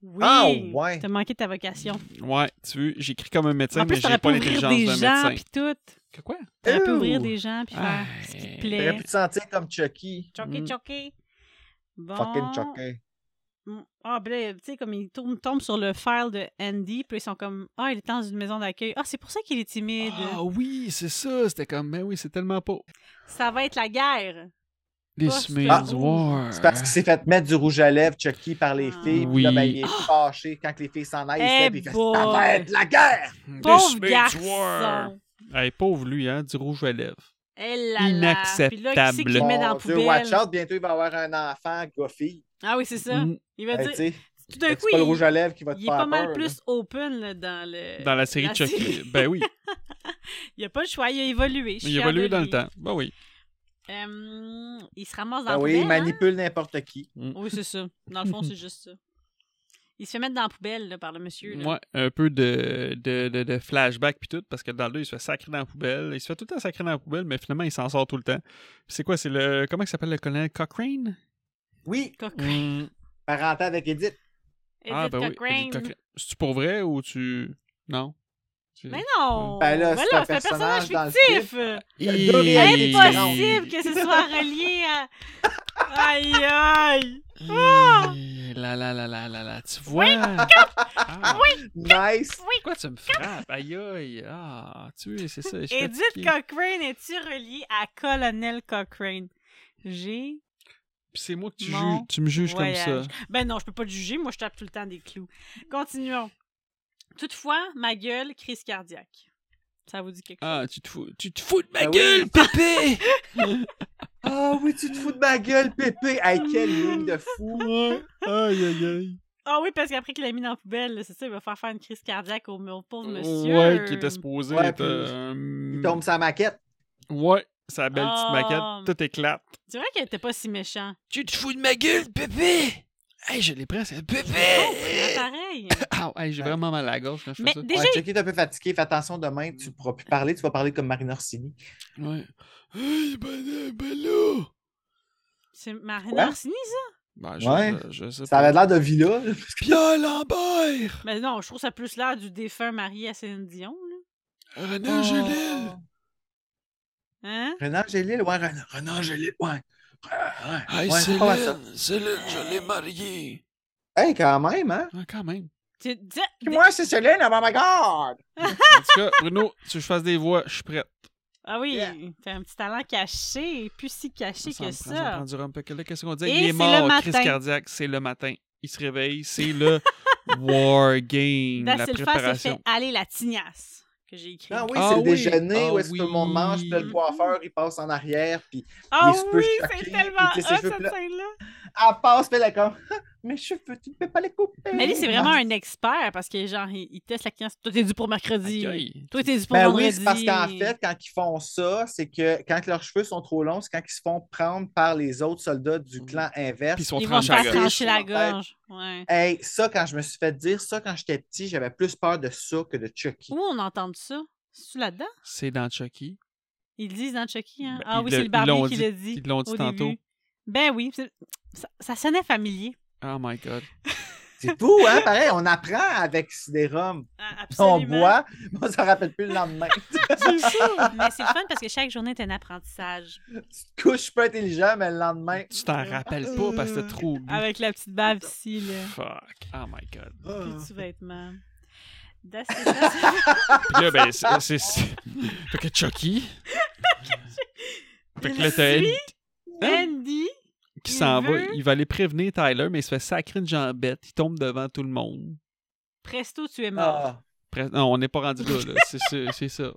S2: Oui!
S1: Ah, ouais.
S2: T'as manqué ta vocation.
S3: Ouais, tu veux, j'écris comme un médecin,
S2: en
S3: mais
S2: plus,
S3: j'ai
S2: t'aurais
S3: pas
S2: pu ouvrir
S3: l'intelligence
S2: des
S3: d'un
S2: gens,
S3: médecin.
S2: puis tout.
S3: Que quoi?
S2: T'aurais pu
S1: Ouh.
S2: ouvrir des gens, puis faire
S3: Ah.
S2: ce qui te
S1: J'aurais
S2: plaît.
S1: pu te sentir comme Chucky.
S2: Choqué,
S3: Mm.
S2: choqué. Bon.
S1: Fucking Chucky.
S2: Mm. Ah, ben là, tu sais, comme ils tombent, tombent sur le file de Andy, puis ils sont comme Ah, il est dans une maison d'accueil. Ah, c'est pour ça qu'il est timide.
S3: Ah oui, c'est ça. C'était comme, ben oui, c'est tellement pas.
S2: Ça va être la guerre.
S3: Les
S2: Ah, c'est
S3: Smiths
S2: un
S3: War.
S1: C'est parce qu'il s'est fait mettre du rouge à lèvres, Chucky, par les
S2: Ah.
S1: filles. Puis là, ben, il est
S3: Oui.
S1: fâché. Quand les filles s'en aillent, il se
S2: Eh
S1: lève et il fait
S2: boy.
S1: Ça va être la guerre!
S3: Les
S2: Pauvre
S3: Smiths War.
S2: garçon.
S3: Hey, pauvre lui, hein, du rouge à lèvres.
S2: Eh là là. Puis là, qui c'est qui le
S3: Inacceptable.
S2: met dans la
S1: Mon Dieu, watch
S2: poubelle?
S1: out, bientôt il va avoir un enfant, gars-fille.
S2: Ah oui, c'est ça.
S3: Mm.
S2: Il va
S1: Ben,
S2: dire.
S1: tu sais,
S2: Tout d'un
S1: c'est
S2: coup, il,
S1: pas le rouge à lèvres qui va te
S2: il est
S1: faire
S2: pas mal
S1: peur,
S2: plus open là, dans le.
S3: Dans la série
S2: euh, la
S3: Chucky.
S2: série.
S3: Ben
S2: *laughs*
S3: oui,
S2: Il a pas le choix, il a évolué. Je suis
S3: il
S2: fière
S3: évolue
S2: de
S3: dans le
S2: lui.
S3: temps. Ben oui.
S2: Euh, il se ramasse dans
S1: là.
S2: la
S1: Ben oui,
S2: poubelle.
S1: il
S2: hein?
S1: manipule n'importe qui.
S2: Oui, c'est ça. Dans le fond, c'est juste ça. Il se fait mettre dans la poubelle là, par le monsieur. là.
S3: Ouais, un peu de, de, de, de flashback puis tout, parce que dans le 2, il se fait sacrer dans la poubelle. Il se fait tout le temps sacrer dans la poubelle, mais finalement, il s'en sort tout le temps. Puis c'est quoi, c'est le... Comment il s'appelle le colonel Cochrane? Mm.
S1: Oui,
S2: Cochrane.
S1: parenté avec Edith.
S3: Ah,
S2: Edith
S3: ben oui,
S2: Cochrane.
S3: Edith Cochrane. C'est-tu pour vrai ou tu... Non? Tu-
S2: Mais non!
S1: Ben là,
S2: Ben
S1: c'est un
S2: c'est
S1: personnage dans le
S2: fictif!
S1: y a deux
S3: Et-
S1: réalités
S2: Impossible que ce soit relié à. Aïe aïe!
S3: Et- La la la la la la, tu vois? Ah,
S1: Nice!
S3: pourquoi tu me frappes? Aïe aïe! Ah, tu es, c'est ça. je suis
S2: Edith
S3: fatigué.
S2: Cochrane, es-tu relié à Colonel Cochrane? J'ai.
S3: Puis c'est moi que tu
S2: Mon
S3: juges, tu me juges comme ça.
S2: voyage. Ben non, je peux pas te juger, moi je tape tout le temps des clous. Continuons. Toutefois, ma gueule, crise cardiaque. Ça vous dit quelque chose?
S3: Ah, tu te fous, tu te fous de ma
S1: Ben oui.
S3: gueule,
S1: *laughs*
S3: pépé!
S1: Ah oui, tu te fous de ma gueule, Pépé! Hey, quelle ligne de fou!
S3: Ouais. Aïe aïe aïe.
S2: Ah oui, parce qu'après qu'il l'a mis dans la poubelle, là, c'est ça, il va faire faire une crise cardiaque au, au pauvre monsieur.
S3: Ouais, qui était supposé
S1: Ouais,
S3: être.
S1: puis-
S3: euh,
S1: Il tombe sa maquette.
S3: Ouais, sa belle petite
S2: Oh.
S3: maquette, tout éclate.
S2: C'est vrai qu'il était pas si méchant.
S3: Tu te fous de ma gueule, pépé! Hey, je l'ai presque. Oh,
S2: C'est
S3: Pépé!
S1: *laughs*
S2: pareil.
S3: Ah, hey, j'ai vraiment mal à la gorge quand je fais
S2: Mais
S3: ça.
S2: déjà,
S1: Ouais, Chucky est un peu fatigué. Fais attention demain,
S3: Mm.
S1: tu ne pourras plus parler, tu vas parler comme Marine Orsini.
S3: Ouais. Hey, ben, ben là!
S2: c'est Marine
S1: Quoi?
S2: Orsini, ça?
S3: Ben,
S1: Ouais.
S3: je, je, je sais
S1: Ça
S3: pas.
S1: avait l'air de villa. là.
S3: Pierre Lambert!
S2: Mais non, je trouve ça plus l'air du défunt marié à Céline Dion. là.
S3: René
S2: Oh.
S3: Angélil!
S1: Renan
S2: Hein?
S1: Gélil, ouais, Renan, Renan Gélil, ouais. Ouais, ouais,
S3: Hey,
S1: ouais, c'est pas mal ça.
S3: Céline! Céline, je l'ai mariée!
S1: Hey, quand même, hein?
S3: Ah, quand même. *laughs*
S2: Tu- tu-
S1: Moi, c'est Céline, oh my god!
S3: En tout cas, Bruno, tu veux que je fasse des voix, je suis prête.
S2: Ah oui,
S1: Yeah.
S2: t'as un petit talent caché, plus si caché
S3: Ça
S2: que
S3: me prend- ça me prend
S2: ça.
S3: du rhum. Fait que là, Qu'est-ce qu'on dit?
S2: Et
S3: Il
S2: c'est
S3: est
S2: le
S3: mort,
S2: matin.
S3: crise cardiaque, c'est le matin. Il se réveille,
S2: *laughs*
S3: c'est le War Game, la
S2: Dassilfa s'est fait
S3: préparation.
S2: aller la tignasse que j'ai écrit.
S1: Non, oui,
S3: Ah
S1: c'est le
S3: oui,
S1: déjeuner
S3: ah
S1: où est-ce que tout le monde
S3: oui.
S1: mange, puis là, le coiffeur, il passe en arrière, puis
S2: Ah
S1: il est super
S2: oui,
S1: choqué,
S2: c'est tellement hot
S1: puis tu sais, ses
S2: cette
S1: cheveux plats.
S2: scène-là.
S1: elle passe, puis là, comme, Ah, mes cheveux, tu ne peux pas les couper.
S2: Mais lui, c'est vraiment
S3: Mmh.
S2: un expert parce que genre, il, il teste la tignasse. Toi, t'es dû pour mercredi.
S3: Aïe.
S2: Toi, t'es dû pour
S1: Ben
S2: vendredi.
S1: oui, c'est parce qu'en fait, quand ils font ça, c'est que quand leurs cheveux sont trop longs, c'est quand ils se font prendre par les autres soldats du clan
S3: Mm. Puis ils
S1: inverse.
S3: sont
S2: ils vont se
S3: tranchés à
S2: faire
S1: gorge.
S2: trancher la
S1: Sur la tête.
S2: gorge. Ouais.
S1: Hey, ça, quand je me suis fait dire ça quand j'étais petit, j'avais plus peur de ça que de Chucky.
S2: Où on entend ça? C'est-tu là-dedans?
S3: C'est dans Chucky.
S2: Ils le disent dans Chucky, hein?
S3: Ben,
S2: ah
S3: ils
S2: oui,
S3: le-
S2: c'est le
S3: ils l'ont
S2: barbier qui
S3: dit-
S2: le dit.
S3: ils l'ont dit
S2: au
S3: tantôt.
S2: début. Ben oui, c'est- ça, ça sonnait familier.
S3: Oh my god.
S1: C'est fou, hein? Pareil, on apprend avec Sidérum.
S2: Ah,
S1: On
S2: Absolument.
S1: boit, *laughs* mais on s'en rappelle plus le lendemain.
S2: *laughs* C'est ça. Mais c'est le fun parce que chaque journée est un apprentissage.
S1: tu te couches pas intelligent, mais le lendemain.
S3: Tu t'en rappelles pas parce que t'as trop bu.
S2: Avec la petite bave ici, là.
S3: Fuck. Oh my god.
S2: Puis le
S1: Ah.
S2: sous-vêtement. That's- that's-
S3: Puis là, ben, c'est- c'est. c'est- Fait que Chucky. Fait que là, t'as
S2: Il
S3: Ed
S2: Andy.
S3: qui
S2: Il
S3: s'en va.
S2: veut-
S3: Il va aller prévenir Tyler, mais il se fait sacrer une jambette. Il tombe devant tout le monde.
S2: Presto, tu es mort.
S1: Ah,
S3: Pres- Non, on n'est pas rendu là. là. C'est ça. C'est ça.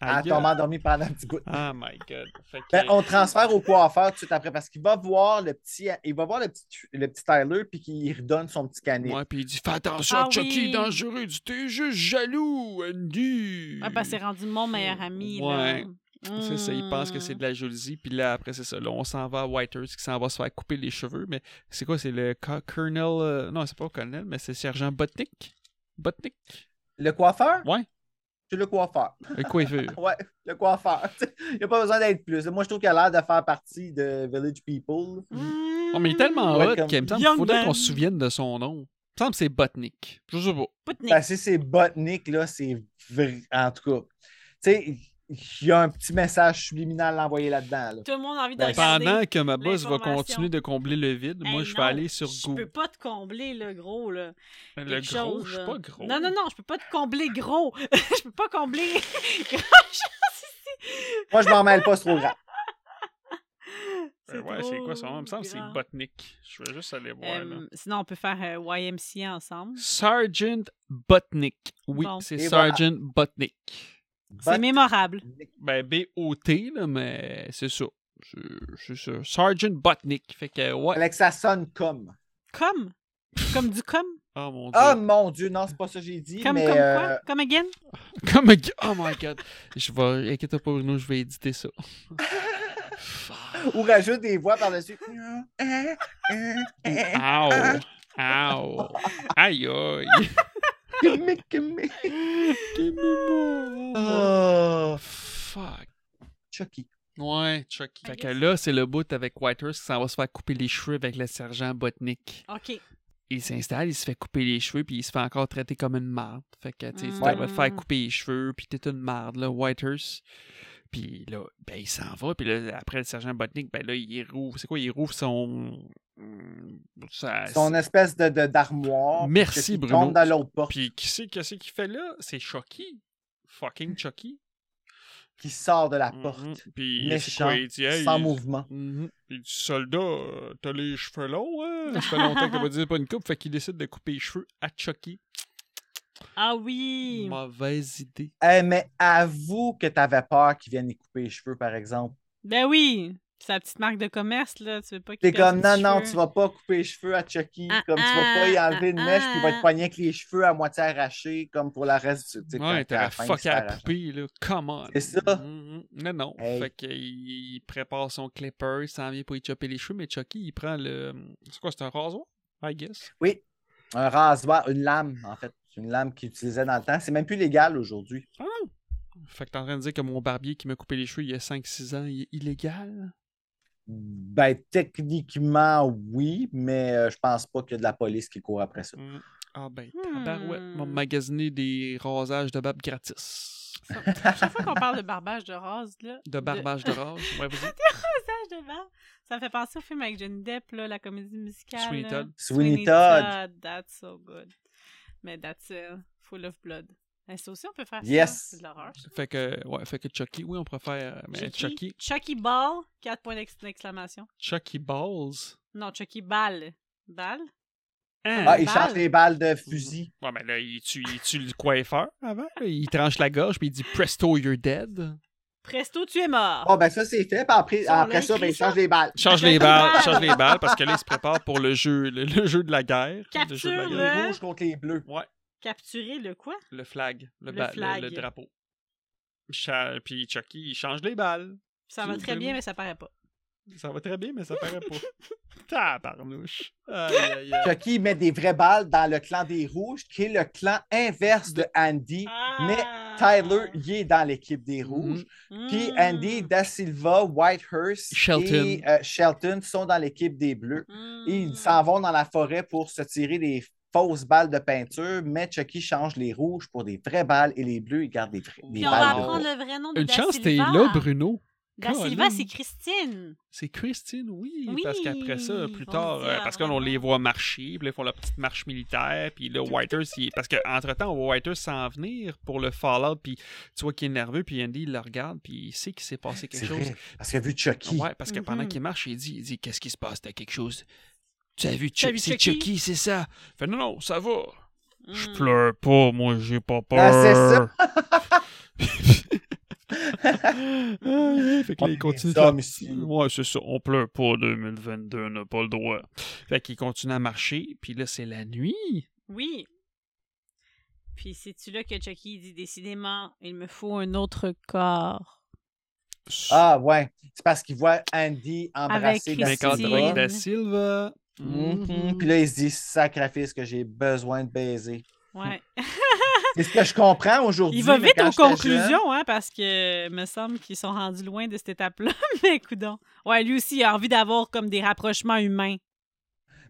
S1: ah,
S3: Aïe,
S1: t'as endormi pendant un petit bout.
S3: Oh my god. Fait que-
S1: Ben, on transfère au coiffeur tout de suite après parce qu'il va voir le petit, il va voir le petit, le petit Tyler puis qu'il redonne son petit canif.
S3: Ouais, puis il dit Fais attention,
S2: Ah
S3: Chucky
S2: oui.
S3: est dangereux. Tu t'es juste jaloux, Andy.
S2: Ah, parce que c'est rendu mon meilleur ami,
S3: Ouais.
S2: là.
S3: C'est ça, il pense que
S2: Mm.
S3: c'est de la jalousie, puis là, après, c'est ça. Là, on s'en va à Whitehurst, qui s'en va se faire couper les cheveux, mais c'est quoi, c'est le co- colonel... euh, non, c'est pas le colonel, mais c'est sergent Botnick? Botnick?
S1: Le coiffeur?
S3: Ouais.
S1: C'est le coiffeur.
S3: Le
S1: *laughs*
S2: *laughs*
S3: coiffeur.
S1: Ouais, le coiffeur. *laughs* Il n'y a pas besoin d'être plus. Moi, je trouve qu'il a l'air de faire partie de Village People.
S2: Mm.
S3: Oh, mais il est tellement
S1: Ouais,
S3: hot
S1: comme-
S3: qu'il me semble
S2: Young
S3: qu'il faudrait
S2: man.
S3: qu'on se souvienne de son nom. Il me semble que c'est Botnick. Je sais pas.
S2: Poutnik.
S1: Parce que c'est botanique, là, c'est vrai. En tout cas, tu sais, il y a un petit message subliminal à envoyer là-dedans. là.
S2: Tout le monde a envie de
S1: Ben,
S2: regarder.
S3: Pendant que ma boss va
S2: l'information.
S3: continuer de combler le vide, moi,
S2: Hey,
S3: je vais
S2: non,
S3: aller sur
S2: Je peux
S3: Google.
S2: pas te combler, le gros, là.
S3: Le
S2: quelque
S3: gros,
S2: chose,
S3: je suis
S2: là.
S3: pas gros. Ben
S2: Non, non, non, je peux pas te combler gros. *laughs* je peux pas combler grand-chose.
S1: Moi, je m'en mêle pas c'est trop grand.
S3: Euh, ouais, c'est quoi son nom? Il me semble que c'est
S2: grand.
S3: Botnick. Je vais juste aller voir, là.
S2: Euh, sinon, on peut faire euh, YMCA ensemble.
S3: Sergeant Botnick. Oui,
S2: Bon.
S3: c'est
S1: Et voilà.
S3: Sergeant Botnick.
S1: Bot-
S2: *laughs* C'est mémorable.
S3: Ben, B-O-T, là, mais c'est ça. C'est c'est ça. Sergeant Botnick. Fait que, ouais.
S1: Alex, ça sonne comme.
S2: Comme. Comme du comme.
S3: Oh mon dieu.
S1: Oh mon Dieu, non, c'est pas ça que j'ai dit.
S2: Ah! Comme,
S1: mais,
S2: comme
S1: euh,
S2: quoi? Comme again?
S3: *laughs* Comme un gars- Oh my god. Je vais. Inquiète pas, Bruno, je vais éditer
S1: *laughs*
S3: ça. Fuck.
S1: Ou rajoute des voix par-dessus. *laughs* Eh,
S3: Ow. Ow. Aïe aïe.
S1: *laughs* Gimme, gimme.
S3: Give
S1: Ah,
S3: Oh, Fuck.
S1: Chucky.
S3: Ouais, Chuck. Fait que là, c'est le bout avec Whitehurst qui s'en va se faire couper les cheveux avec le sergent Botnick.
S2: OK.
S3: il s'installe, il se fait couper les cheveux, puis il se fait encore traiter comme une marde. Fait que, tu sais, tu
S2: Mm.
S3: devrais te faire couper les cheveux, puis t'es une marde, là, Whitehurst. Puis là, ben, il s'en va, puis là, après le sergent Botnick, ben là, il rouvre, c'est quoi, il rouvre son... mm, sa-
S1: Son espèce de de- d'armoire. puis
S3: Merci,
S1: qu'il
S3: Bruno.
S1: tombe dans l'autre porte.
S3: Puis qui c'est, qu'est-ce qu'il fait là? C'est Chucky. Fucking Chucky.
S1: Qui sort de la porte.
S3: Mhm. Puis c'est
S1: Méchant.
S3: quoi, il dit, hey,
S1: Sans
S3: il-
S1: mouvement.
S3: Mhm. Il dit, soldat, euh, t'as les cheveux longs, hein? Ça fait longtemps que t'as pas dit pas une coupe, fait qu'il décide de couper les cheveux à Chucky.
S2: Ah oui.
S3: Mauvaise idée.
S1: Eh, mais avoue que t'avais peur qu'il vienne y couper les cheveux, par exemple.
S2: Ben oui. Sa petite marque de commerce, là. Tu veux pas qu'il
S1: T'es comme,
S2: perde
S1: non,
S2: ses
S1: non,
S2: cheveux.
S1: tu vas pas couper les cheveux à Chucky.
S2: Ah,
S1: comme tu vas
S2: ah,
S1: pas y enlever une
S2: ah,
S1: mèche, puis il va
S2: ah.
S1: être poigné avec les cheveux à moitié arrachés, comme pour la reste du. tu sais,
S3: Ouais,
S1: quand
S3: t'as la
S1: fin,
S3: fuck
S1: c'est
S3: à la
S1: arraché.
S3: poupée, là. Come on.
S1: C'est ça.
S3: Mhm. Non, non.
S1: Hey.
S3: Fait qu'il il prépare son clipper, il s'en vient pour y chopper les cheveux, mais Chucky, il prend le. C'est quoi, c'est un rasoir? I guess.
S1: Un rasoir, une lame, en fait. C'est Une lame qu'ils utilisaient dans le temps. C'est même plus légal aujourd'hui.
S3: Ah non! Fait que t'es en train de dire que mon barbier qui m'a coupé les cheveux il y a 5-6 ans, il est illégal?
S1: Ben, techniquement, oui, mais euh, je pense pas qu'il y a de la police qui court après ça.
S3: Mhm. Ah ben,
S2: Hmm.
S3: tabarouette, m'a magasiné des rasages de barbe gratis.
S2: Chaque fois qu'on parle de barbage de rose, là. *laughs*
S3: De barbage *laughs* de rase, ouais, vas-y.
S2: Barbage de barbe. Ça me fait penser au film avec Johnny Depp, là, la comédie musicale.
S3: Sweeney
S2: là.
S3: Todd.
S1: Sweeney Todd.
S2: That's so good. Mais that's uh, full of blood. Mais ça aussi, on peut faire ça.
S1: Yes.
S2: C'est de l'horreur. ça.
S3: Fait que, ouais, fait que Chucky, oui, on préfère. Mais Chucky,
S2: Chucky Ball, 4 points d'ex- d'exclamation.
S3: Chucky Balls.
S2: Non, Chucky Ball. Ball?
S1: Ah, il
S2: Balle.
S1: change les balles de fusil.
S2: Mm-hmm.
S3: Ouais, mais là, il tue, il tue le coiffeur avant. là. Il tranche la gorge, puis il dit Presto, you're dead.
S2: Presto, tu es mort.
S1: Bon, ben ça, c'est fait. Puis après,
S2: Ça, on
S1: après
S2: l'a
S1: ça, ben,
S2: écrit,
S1: il
S2: ça?
S1: change les balles.
S3: Change les balles, change les balles, parce que là, il se prépare pour le jeu, le, le jeu de la guerre. le jeu de
S2: Capture hein.
S3: la guerre.
S1: Les
S2: Ouais.
S1: rouges contre les bleus.
S3: Ouais,
S2: Capturer le quoi?
S3: le flag, le,
S2: Le
S3: ba- le-
S2: flag.
S3: le drapeau. Cha- Puis Chucky, il change les balles.
S2: Ça va
S3: Tu-
S2: très
S3: tu-
S2: bien, mais ça paraît pas.
S3: Ça va très bien, mais ça
S2: *laughs*
S3: paraît pas. Tabarnouche. Aïe, aïe, aïe.
S1: Chucky met des vraies balles dans le clan des rouges, qui est le clan inverse de Andy. Mais
S2: Ah!
S1: Tyler, il est dans l'équipe des Rouges.
S2: Mm-hmm. Hmm.
S1: Puis Andy Da Silva, Whitehurst
S5: Shelton.
S1: et euh, Shelton sont dans l'équipe des Bleus.
S2: Hmm.
S1: Et
S2: Mm-hmm.
S1: ils s'en vont dans la forêt pour se tirer des fausses balles de peinture, mais Chucky change les rouges pour des vraies balles et les bleus, ils gardent des, vrais- des
S2: Puis on va
S1: balles de
S2: apprendre
S1: rouge.
S2: Ben, le hein. vrai nom de
S5: Une
S2: Da
S5: chance, t'es
S2: Silva.
S5: là, Bruno.
S2: Da
S5: Colin.
S2: Silva, c'est Christine.
S3: C'est Christine, oui.
S2: Oui,
S3: parce qu'après ça, plus
S2: on
S3: tard,
S2: dit,
S3: euh,
S2: ah,
S3: parce qu'on
S2: vraiment.
S3: les voit marcher, puis là, ils font la petite marche militaire, puis là, Whitehurst, il- parce qu'entre-temps, on voit Whitehurst s'en venir pour le Fallout, puis tu vois qu'il est nerveux, puis Andy, il le regarde, puis il sait qu'il s'est passé
S1: C'est
S3: quelque chose.
S1: vrai, parce que vu Chucky,
S3: Ouais, parce que pendant
S2: Mhm.
S3: qu'il marche, il dit, il dit Qu'est-ce qui se passe T'as quelque chose Tu as vu,
S2: T'as
S3: Chuck-
S2: vu
S3: c'est
S2: Chucky?
S3: Chucky, c'est ça Fait non, non, ça va. Je
S2: Mm.
S3: pleure pas, moi, j'ai pas peur.
S1: Ah, c'est ça.
S3: Ah, *laughs* fait que là,
S1: On est
S3: il continue
S1: des
S3: de la-
S1: hommes ici.
S3: Ouais, c'est ça. On pleure pas en 2022, on n'a pas le droit. Fait qu'il continue à marcher, puis là, c'est la nuit.
S2: Oui. Puis c'est-tu là que Chucky dit décidément, il me faut un autre corps.
S1: Ah ouais, c'est parce qu'il voit Andy embrasser
S2: Avec
S1: Da
S2: Christine.
S1: Silva.
S3: Avec Da Silva.
S1: Mhm.
S2: Mm-hmm.
S1: Puis là, il se dit sacrifice que j'ai besoin de baiser. *laughs*
S2: Ouais.
S1: C'est ce que je comprends aujourd'hui.
S2: Il va
S1: mais
S2: vite
S1: quand
S2: aux
S1: j'étais jeune-
S2: conclusions, hein, parce que me semble qu'ils sont rendus loin de cette étape-là. *laughs* Mais coudon. Ouais, lui aussi, il a envie d'avoir comme des rapprochements humains.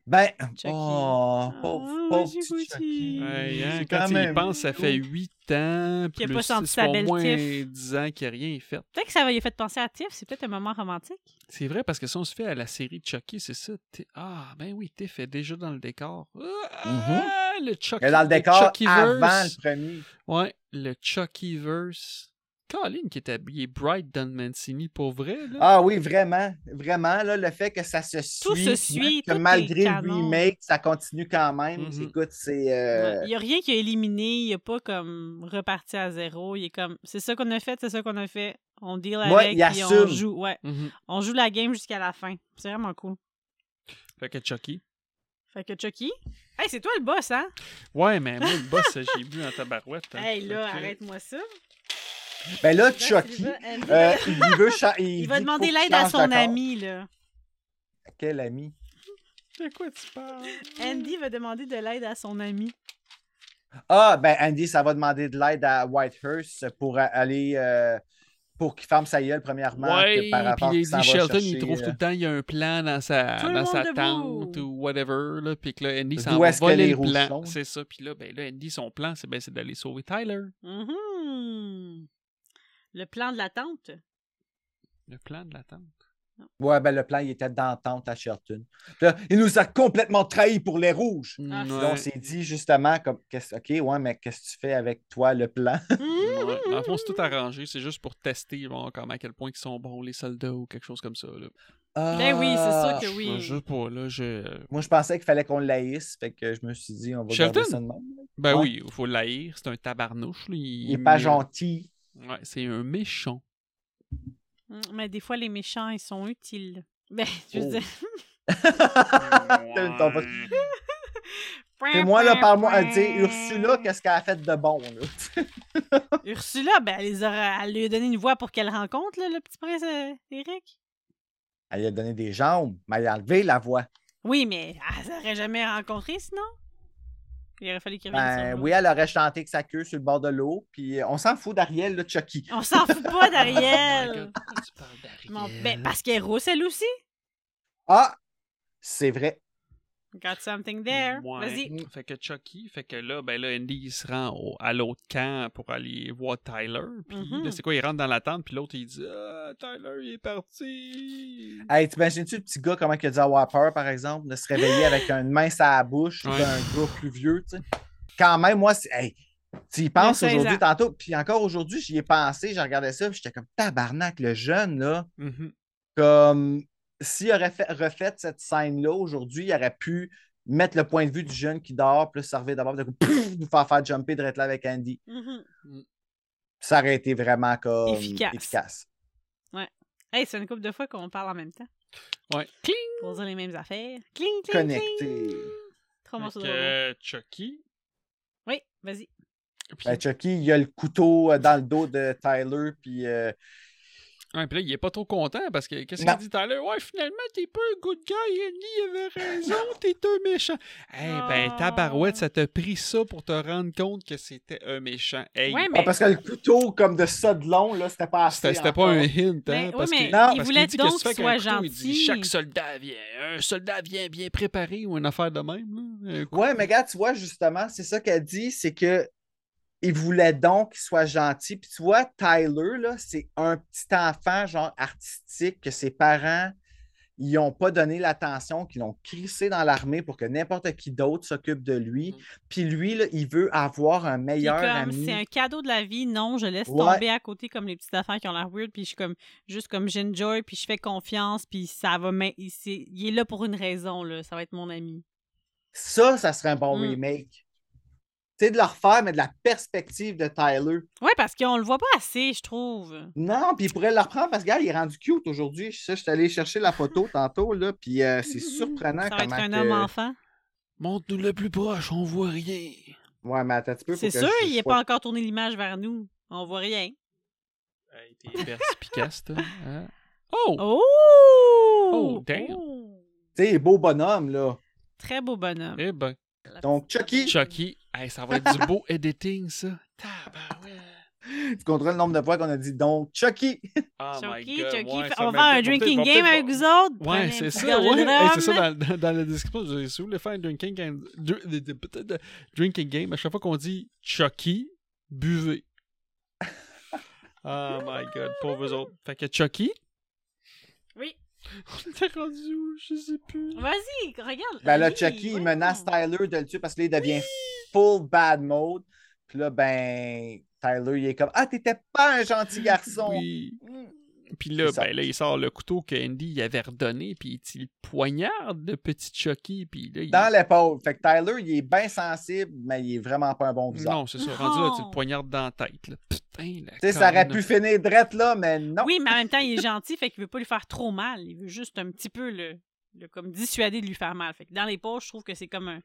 S1: Ben,
S2: Chucky.
S1: oh, pauvre,
S2: Ah,
S1: pauvre
S2: j'ai
S1: petit
S2: goûté.
S1: Chucky.
S3: Ouais, hein,
S1: C'est
S3: quand
S1: quand
S3: il
S1: même-
S3: pense, ça fait 8 ans.
S2: Qu'il a
S3: plus
S2: pas senti
S3: six,
S2: sa
S3: pour
S2: belle
S3: moins
S2: tif.
S3: 10 ans qu'il n'y a rien fait.
S2: Peut-être que ça va lui a fait penser à Tiff, c'est peut-être un moment romantique.
S3: C'est vrai, parce que si on se fait à la série Chucky, c'est ça. T- Ah, ben oui, Tiff est déjà dans le décor. Ah, Le Chucky.
S1: Mais Mm-hmm. dans le décor
S3: Chuckyverse.
S1: avant le premier.
S3: Ouais, le Chuckyverse. Colin qui est habillé Bright Don Mancini pour vrai, là.
S1: Ah oui, vraiment, vraiment, là, le fait que ça se suit,
S2: Tout se suit,
S1: que
S2: tout est
S1: malgré le
S2: canon.
S1: remake, ça continue quand même.
S3: Mhm.
S1: Écoute, c'est... euh,
S2: Ouais. Il n'y a rien qui a éliminé, il n'y a pas comme reparti à zéro. Il est comme, c'est ça qu'on a fait, c'est ça qu'on a fait. On deal
S1: Ouais,
S2: avec,
S1: il
S2: puis on
S1: assume.
S2: joue. Ouais,
S3: Mhm.
S2: on joue la game jusqu'à la fin. C'est vraiment cool.
S3: Fait que Chucky.
S2: Fait que Chucky, hey, c'est toi le boss, hein?
S3: Ouais, mais moi, le boss, j'ai bu en tabarouette. hein.
S2: Hey, là,
S3: Fait que-
S2: arrête-moi ça.
S1: Ben là,
S2: Là,
S1: Chucky,
S2: Sylvain, Andy,
S1: euh, il veut... cha-
S2: il
S1: dit
S2: va
S1: qu'il faut
S2: demander
S1: qu'il
S2: l'aide à
S1: change
S2: son
S1: de corps.
S2: ami, là.
S1: Quel ami?
S3: De quoi tu parles?
S2: Andy va demander de l'aide à son ami.
S1: Ah, ben Andy, ça va demander de l'aide à Whitehurst pour a- aller... euh, pour qu'il ferme sa gueule, premièrement,
S3: Ouais,
S1: que par rapport
S3: puis
S1: qu'il s'en va
S3: Shelton,
S1: chercher,
S3: il trouve
S1: euh,
S3: tout le temps, il y a un plan dans
S2: Tout
S3: sa,
S2: le
S3: dans sa
S2: monde
S3: tente
S2: debout.
S3: ou whatever, là, puis que là, Andy s'en
S1: D'où
S3: va
S1: est-ce que
S3: voler
S1: les
S3: le
S1: rouges
S3: plan.
S1: sont?
S3: C'est ça, puis là, ben là, Andy, son plan, c'est ben, c'est d'aller sauver Tyler.
S2: Mhm. Le plan de la tente.
S3: Le plan de la tente.
S1: Ouais, ben le plan, il était d'entente à Shelton. Puis là, il nous a complètement trahis pour les rouges.
S2: Ah,
S1: Puis là, on s'est dit justement, comme, qu'est-ce- OK, ouais, mais qu'est-ce que tu fais avec toi, le plan? *laughs*
S3: Ouais, ah. Dans le fond, c'est tout arrangé, c'est juste pour tester bon, comme à quel point ils sont bons les soldats ou quelque chose comme ça. Là.
S2: Ben oui,
S1: Ah,
S2: c'est sûr que
S3: Je
S2: oui.
S3: sais pas, là, je...
S1: Moi, je pensais qu'il fallait qu'on l'haïsse, fait que je me suis dit, on va
S3: Shelton?
S1: garder ça de même.
S3: Ben
S1: Ouais.
S3: oui, il faut l'haïr, c'est un tabarnouche. Là,
S1: Il est pas gentil.
S3: Ouais, c'est un méchant.
S2: Mm, Mais des fois, les méchants, ils sont utiles. *laughs* Ben, je veux
S1: Oh.
S2: dire...
S1: *laughs* T'as- t'as- C'est moi, là, parle-moi. euh, Tu sais, Ursula, qu'est-ce qu'elle a fait de bon, là? *laughs*
S2: Ursula, ben, elle, les aura- elle lui a donné une voix pour qu'elle rencontre, là, le petit prince euh, Eric.
S1: Elle lui a donné des jambes, mais elle a enlevé la voix.
S2: Oui, mais elle s'aurait jamais rencontré, sinon. Il aurait fallu qu'il revienne
S1: Ben
S2: sur
S1: oui, elle aurait chanté avec sa queue sur le bord de l'eau, puis euh, on s'en fout d'Ariel, le Chucky.
S2: l'eau. On s'en fout pas
S3: Oh my
S2: d'Ariel.
S3: God, euh, pourquoi tu parles d'Ariel?
S2: Mon- ben, parce qu'elle est rousse, elle aussi.
S1: Ah! C'est vrai.
S2: Got something there.
S3: Ouais.
S2: Vas-y.
S3: Mmh. Fait que Chucky, fait que là, ben là, Andy, il se rend au- à l'autre camp pour aller voir Tyler. Puis
S2: Mhm.
S3: là, c'est quoi, il rentre dans la tente, puis l'autre, il dit Ah, Tyler, il est parti.
S1: Hey, t'imagines-tu le petit gars, comment il a dû avoir peur, par exemple, de se réveiller avec une main à la bouche
S3: Ouais.
S1: d'un gars plus vieux, tu sais? Quand même, moi, c'est- hey, tu y penses
S2: Il a 16
S1: aujourd'hui,
S2: ans.
S1: tantôt, puis encore aujourd'hui, j'y ai pensé, j'ai regardé ça, puis j'étais comme tabarnak, le jeune, là,
S3: Mhm.
S1: comme s'il aurait fait, refait cette scène-là aujourd'hui, il aurait pu mettre le point de vue du jeune qui dort, puis là, servir d'abord, de *laughs* pouf, nous faire faire jumper de là avec Andy.
S2: Mhm.
S1: Ça aurait été vraiment comme
S2: Efficace.
S1: efficace.
S2: Hey, c'est une couple de fois qu'on parle en même temps.
S3: Ouais. Cling.
S2: Pour dire les mêmes affaires. Cling, cling,
S1: Connecté.
S2: cling. Trois morceaux
S3: Fait
S2: de robot.
S3: que euh, Chucky.
S2: Oui, vas-y.
S3: Puis,
S1: Ben, Chucky, il a le couteau euh, dans le dos de Tyler, puis euh,
S3: Ah, puis là, il est pas trop content parce que qu'est-ce qu'il
S1: Non.
S3: dit tout à l'heure? Ouais, finalement, t'es pas un good guy, Henry avait *laughs* raison, t'es un méchant. Eh ben,
S2: Ah.
S3: tabarouette, ça t'a pris ça pour te rendre compte que c'était un méchant. Hey, oh,
S2: Ouais,
S1: Ah,
S2: mais-
S1: parce que le couteau comme de ça de long, là, c'était pas assez.
S3: C'était c'était
S1: encore.
S3: pas un hint, hein?
S2: Ben, oui,
S3: parce que-
S2: mais
S1: Non,
S2: il
S3: parce
S2: voulait
S3: dit,
S2: donc
S3: qu'est-ce
S2: qu'il
S3: tu fais avec
S2: soit
S3: un couteau? Il dit,
S2: gentil.
S3: chaque soldat vient, un soldat vient bien préparé ou une affaire de même. là. Un coup-
S1: Ouais, mais regarde, tu vois, justement, c'est ça qu'elle dit, c'est que il voulait donc qu'il soit gentil. Puis tu vois, Tyler, là, c'est un petit enfant, genre artistique, que ses parents ils n'ont pas donné l'attention, qu'ils l'ont crissé dans l'armée pour que n'importe qui d'autre s'occupe de lui. Puis lui, là, il veut avoir un
S2: Mm. Puis
S1: meilleur
S2: comme,
S1: ami.
S2: C'est un cadeau de la vie, non, je laisse
S1: Ouais.
S2: tomber à côté comme les petites affaires qui ont l'air weird, puis je suis comme juste comme j'enjoy, puis je fais confiance, puis ça va, mais il, c'est- il est là pour une raison, là, ça va être mon ami.
S1: Ça, ça serait un bon
S2: Mm.
S1: remake. Tu sais, de le refaire, mais de la perspective de Tyler.
S2: Ouais, parce qu'on le voit pas assez, je trouve.
S1: Non, puis il pourrait le reprendre parce que, regarde, il est rendu cute aujourd'hui. Ça, je suis allé chercher la
S2: *laughs*
S1: photo tantôt, là, puis euh, c'est surprenant
S2: Ça va être
S1: comment
S2: un
S1: que-
S2: homme enfant.
S3: Montre-nous le plus proche, on voit rien.
S1: Ouais, mais attends un petit peu. faut
S2: C'est
S1: que
S2: sûr,
S1: je-
S2: il
S1: je
S2: n'est
S1: sois-
S2: pas encore tourné l'image vers nous. On voit rien.
S3: Hey, t'es perspicace, toi, hein? Oh!
S2: *laughs* Oh!
S3: Oh, damn.
S2: Oh!
S1: Tu sais, il est beau bonhomme, là.
S2: Très beau bonhomme.
S3: Eh ben,
S1: Donc, Chucky,
S3: Chucky, hey, ça va être du beau editing, ça. Tabarouette.
S1: tu contrôles le nombre de fois qu'on a dit donc Chucky.
S3: Oh
S2: Chucky,
S3: my God,
S2: Chucky,
S3: ouais,
S2: fa-
S3: ça
S2: on va
S3: m'a-
S2: faire un
S3: peut-être-
S2: drinking
S3: va
S2: game
S3: peut-être-
S2: avec vous autres.
S3: Ouais,
S2: Prenez un
S3: c'est
S2: petit
S3: ça,
S2: gorgée
S3: ouais.
S2: de
S3: Hey, c'est
S2: rhum.
S3: ça dans, dans- dans la description. je- Si vous voulez faire un drinking game, dr- d- d- peut-être, euh, drinking game, à chaque fois qu'on dit Chucky,
S2: *laughs*
S3: buvez. oh my god, pauvres autres. Fait que Chucky, *laughs*
S2: Oui.
S3: on était rendu où Je sais plus.
S2: Vas-y, regarde.
S1: Ben là,
S2: Oui,
S1: Chucky, il
S2: voyons.
S1: menace Tyler de le tuer parce qu'il devient full bad mode. Puis là, ben, Tyler, il est comme Ah, t'étais pas un gentil garçon.
S3: Oui. Puis là,
S1: C'est ça.
S3: ben là, il sort le couteau que Andy il avait redonné, puis il poignarde le petit Chucky, puis là, il...
S1: Dans l'épaule. Fait que Tyler, il est bien sensible, mais il est vraiment pas un bon visage.
S3: Non, c'est ça, rendu là, tu le
S2: Non.
S3: poignardes dans la tête. là. Putain, la
S1: Tu sais, ça aurait
S3: colonne.
S1: pu finir drette là, mais non.
S2: Oh. Oui, mais en même temps,
S1: *laughs*
S2: il est gentil, fait qu'il veut pas lui faire trop mal. Il veut juste un petit peu le, le comme dissuader de lui faire mal. Fait que dans les poches, je trouve que c'est comme un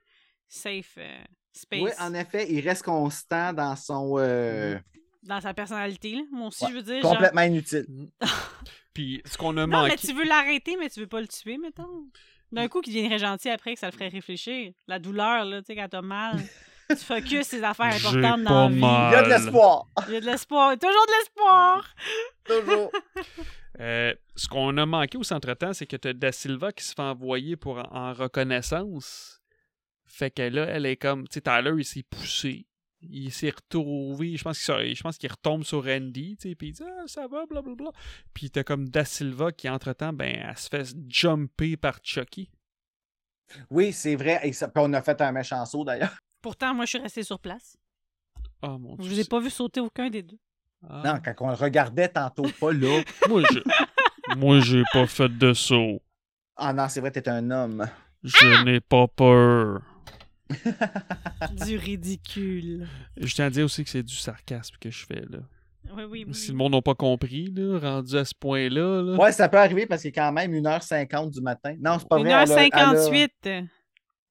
S2: safe euh, space
S1: Oui, en effet, il reste constant dans son. euh,
S2: dans sa personnalité. là. Moi aussi,
S1: Ouais,
S2: je veux dire, genre,
S1: complètement inutile.
S3: Puis ce qu'on a
S2: Non,
S3: manqué...
S2: mais tu veux l'arrêter, mais tu veux pas le tuer, mettons. D'un coup, qu'il deviendrait gentil après, que ça le ferait réfléchir. La douleur, là, tu sais, quand t'as mal.
S1: *laughs*
S2: Tu focuses ces affaires
S3: J'ai
S2: importantes
S3: pas
S2: dans la vie.
S3: mal.
S1: Il y a de *laughs* l'espoir.
S2: Il y a de l'espoir. Il y a Toujours de l'espoir.
S1: Toujours.
S3: Euh, ce qu'on a manqué aussi entre-temps, c'est que tu Da Silva qui se fait envoyer pour en, en reconnaissance. Fait que là, elle est comme... Tu sais, Tyler, il s'est poussé. Il s'est retrouvé. Je pense qu'il sort- je pense qu'il retombe sur Andy, tu sais, puis il dit « Ah, ça va, blablabla. » Puis t'as comme Da Silva qui, entre-temps, ben, elle se fait jumper par Chucky.
S1: Oui, c'est vrai. Et ça- puis on a fait un méchant saut d'ailleurs.
S2: Pourtant, moi, je suis restée sur place.
S3: Oh mon
S2: Je
S3: Dieu.
S2: vous ai pas vu sauter aucun des
S1: *laughs*
S2: deux.
S3: Ah.
S1: Non, quand on le regardait tantôt, pas *laughs* là.
S3: Moi, j'ai...
S2: *laughs*
S3: Moi, j'ai pas fait de saut.
S1: Ah non, c'est vrai, t'es un homme.
S3: Je
S2: Ah!
S3: n'ai pas peur.
S2: Du ridicule.
S3: Je tiens à dire aussi que c'est du sarcasme que je fais, là.
S2: Oui, oui, oui.
S3: Si le monde n'a pas compris, là, rendu à ce point-là. là.
S1: Ouais, ça peut arriver parce qu'il est quand même 1h50 du matin. Non, c'est pas vrai. elle a- elle a-
S2: 1h58.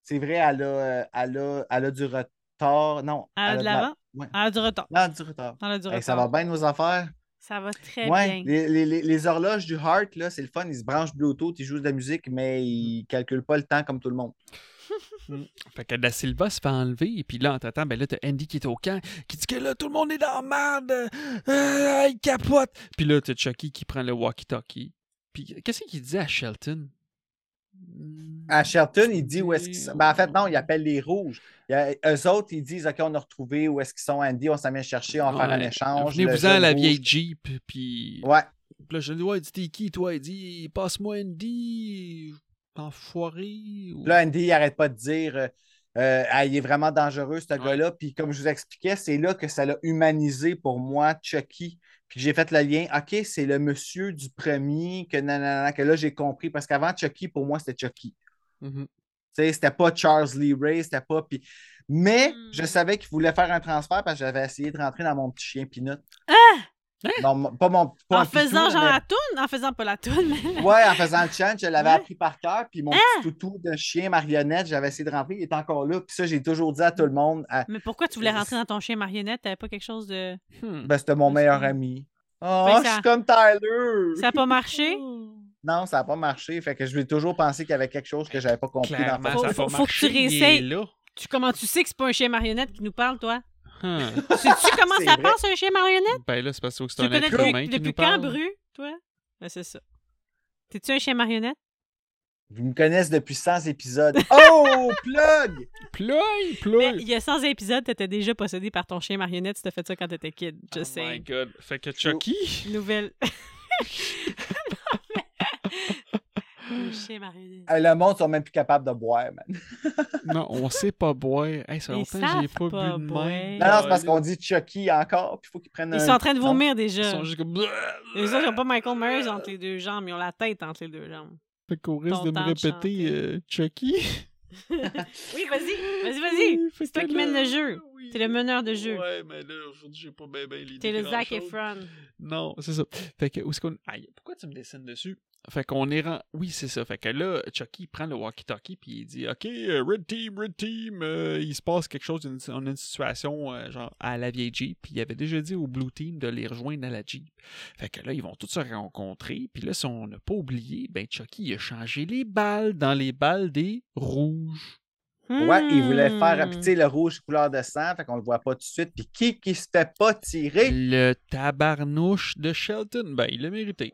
S1: C'est vrai, elle a, euh, elle, a, elle a du retard. Non.
S2: Elle a de
S1: la-
S2: l'avant.
S1: ouais.
S2: Elle a du retard.
S1: Non, du retard.
S2: Elle a du
S1: Hey, ça va
S2: retard.
S1: bien nos affaires.
S2: Ça va très
S1: ouais,
S2: bien.
S1: les, les- les- les horloges du Heart, là, c'est le fun. Ils se branchent Bluetooth, ils jouent de la musique,
S3: Mm.
S1: mais ils calculent pas le temps comme tout le monde.
S3: Fait que Da Silva se fait enlever, et puis là, en t'attendant, ben là, t'as Andy qui est au camp, qui dit que là, tout le monde est dans la merde, euh, euh, il capote. Puis là, t'as Chucky qui prend le walkie-talkie. Puis qu'est-ce qu'il dit à Shelton?
S1: À Shelton, il dit où est-ce qu'ils sont. Ben, en fait, non,
S3: Mm.
S1: il appelle les rouges. Il y a- eux autres, ils disent OK, on a retrouvé où est-ce qu'ils sont, Andy, on s'en vient chercher, on va faire un
S3: Ah, Ouais.
S1: échange. le
S3: Venez-vous-en à
S1: jeune
S3: la
S1: rouge.
S3: vieille Jeep, puis...
S1: Ouais.
S3: Puis là, je lui dis, ouais, il dit, t'es qui, toi? Il dit, passe-moi Andy, enfoiré. ou-
S1: Puis Là, Andy, il arrête pas de dire euh, euh, Ah, il est vraiment dangereux, ce gars-là. Puis comme je vous expliquais, c'est là que ça l'a humanisé pour moi, Chucky. Puis j'ai fait le lien OK, c'est le monsieur du premier que nanana, que là, j'ai compris. Parce qu'avant, Chucky, pour moi, c'était Chucky.
S3: Mhm.
S1: Tu sais, c'était pas Charles Lee Ray, c'était pas. puis- Mais
S2: Hmm.
S1: je savais qu'il voulait faire un transfert parce que j'avais essayé de rentrer dans mon petit chien Pinot.
S3: Hein?
S1: Non, mon- pas mon. pas
S2: Ah! En
S1: un pitou,
S2: faisant
S1: là,
S2: genre
S1: mais-
S2: la toune, en faisant pas la toune, mais
S1: Ouais, en faisant le chant, je l'avais
S2: Ouais. Hein?
S1: appris par cœur. Puis mon petit toutou de chien marionnette, j'avais essayé de rentrer, il est encore là. Puis ça, j'ai toujours dit à
S2: Hmm.
S1: tout le monde à-
S2: Mais pourquoi tu voulais rentrer dans ton chien marionnette? T'avais pas quelque chose de.
S3: Hmm.
S1: ben, c'était mon meilleur ami. Oh,
S2: Ben,
S1: je
S2: ça-
S1: suis comme Tyler!
S2: Ça n'a pas marché.
S1: Non, ça n'a pas marché. Fait que je vais toujours penser qu'il y avait quelque chose que j'avais pas compris dans
S3: Clairement,
S1: le
S2: Faut-
S3: ça a
S2: faut-
S3: pas
S2: faut que tu
S3: marché, il est
S2: réessayes.
S3: là.
S2: Tu, comment tu sais que c'est pas un chien marionnette qui nous parle, toi?
S3: Hein.
S2: Hmm. Sais-tu
S1: *laughs*
S2: comment
S1: C'est
S2: ça
S1: vrai.
S2: passe, un chien marionnette?
S3: *laughs* Ben là, c'est parce que c'est
S2: Tu
S3: un
S2: le connais
S3: être
S2: depuis,
S3: humain qui
S2: depuis
S3: nous
S2: quand,
S3: parle.
S2: Bru, toi? Ben, c'est ça. T'es-tu un chien marionnette?
S1: Vous me connaissez depuis 100 épisodes. Oh, *laughs* plug!
S3: Ploy,
S2: Mais
S3: ploy.
S2: Ben, il y a 100 épisodes, t'étais déjà possédé par ton chien marionnette si t'as fait ça quand t'étais kid. Je
S3: Oh my
S2: sais.
S3: god. Fait que
S2: *laughs*
S3: Chucky. *laughs*
S2: Nouvelle. non, mais... Un chien marionnette.
S1: Hey, Le monde sont même plus capables de boire, man.
S3: non, on sait pas boire. Hey, ça fait
S2: Ils
S3: longtemps que
S2: savent
S3: j'ai pas,
S2: pas
S3: bu de
S2: boire.
S3: même.
S1: Non, non, c'est parce qu'on dit Chucky encore, puis il faut qu'ils prennent
S2: euh, Ils
S1: un-
S2: sont en train de
S1: Non.
S2: vomir
S3: Ils
S2: déjà.
S3: sont juste comme.
S2: *laughs* Les autres, ils n'ont pas Michael Myers entre les deux jambes. Ils ont la tête entre les deux jambes.
S3: Fait qu'on risque
S2: Ton
S3: de me
S2: temps de
S3: répéter
S2: chanter.
S3: euh, Chucky.
S2: Oui, *laughs* vas-y, vas-y, vas-y.
S3: C'est
S2: toi qui mène le jeu. T'es le meneur de jeu.
S3: Ouais, mais là, aujourd'hui, j'ai pas bien ben l'idée.
S2: T'es le Zac
S3: grand-chose.
S2: Efron.
S3: Non, c'est ça. Fait que, où est-ce qu'on. Aïe, pourquoi tu me dessines dessus? Fait qu'on est rend... Oui, c'est ça. Fait que là, Chucky il prend le walkie-talkie puis il dit Ok, euh, Red Team, Red Team, euh, il se passe quelque chose, une- on a une situation euh, genre à la vieille Jeep. Puis il avait déjà dit au Blue Team de les rejoindre à la Jeep. Fait que là, ils vont tous se rencontrer. Puis là, si on n'a pas oublié, ben Chucky il a changé les balles dans les balles des rouges.
S1: Ouais, ils voulaient faire,
S2: Hmm.
S1: puis tu sais, le rouge couleur de sang, fait qu'on le voit pas tout de suite. Puis qui qui se fait pas tirer,
S3: Le tabarnouche de Shelton, ben il l'a mérité.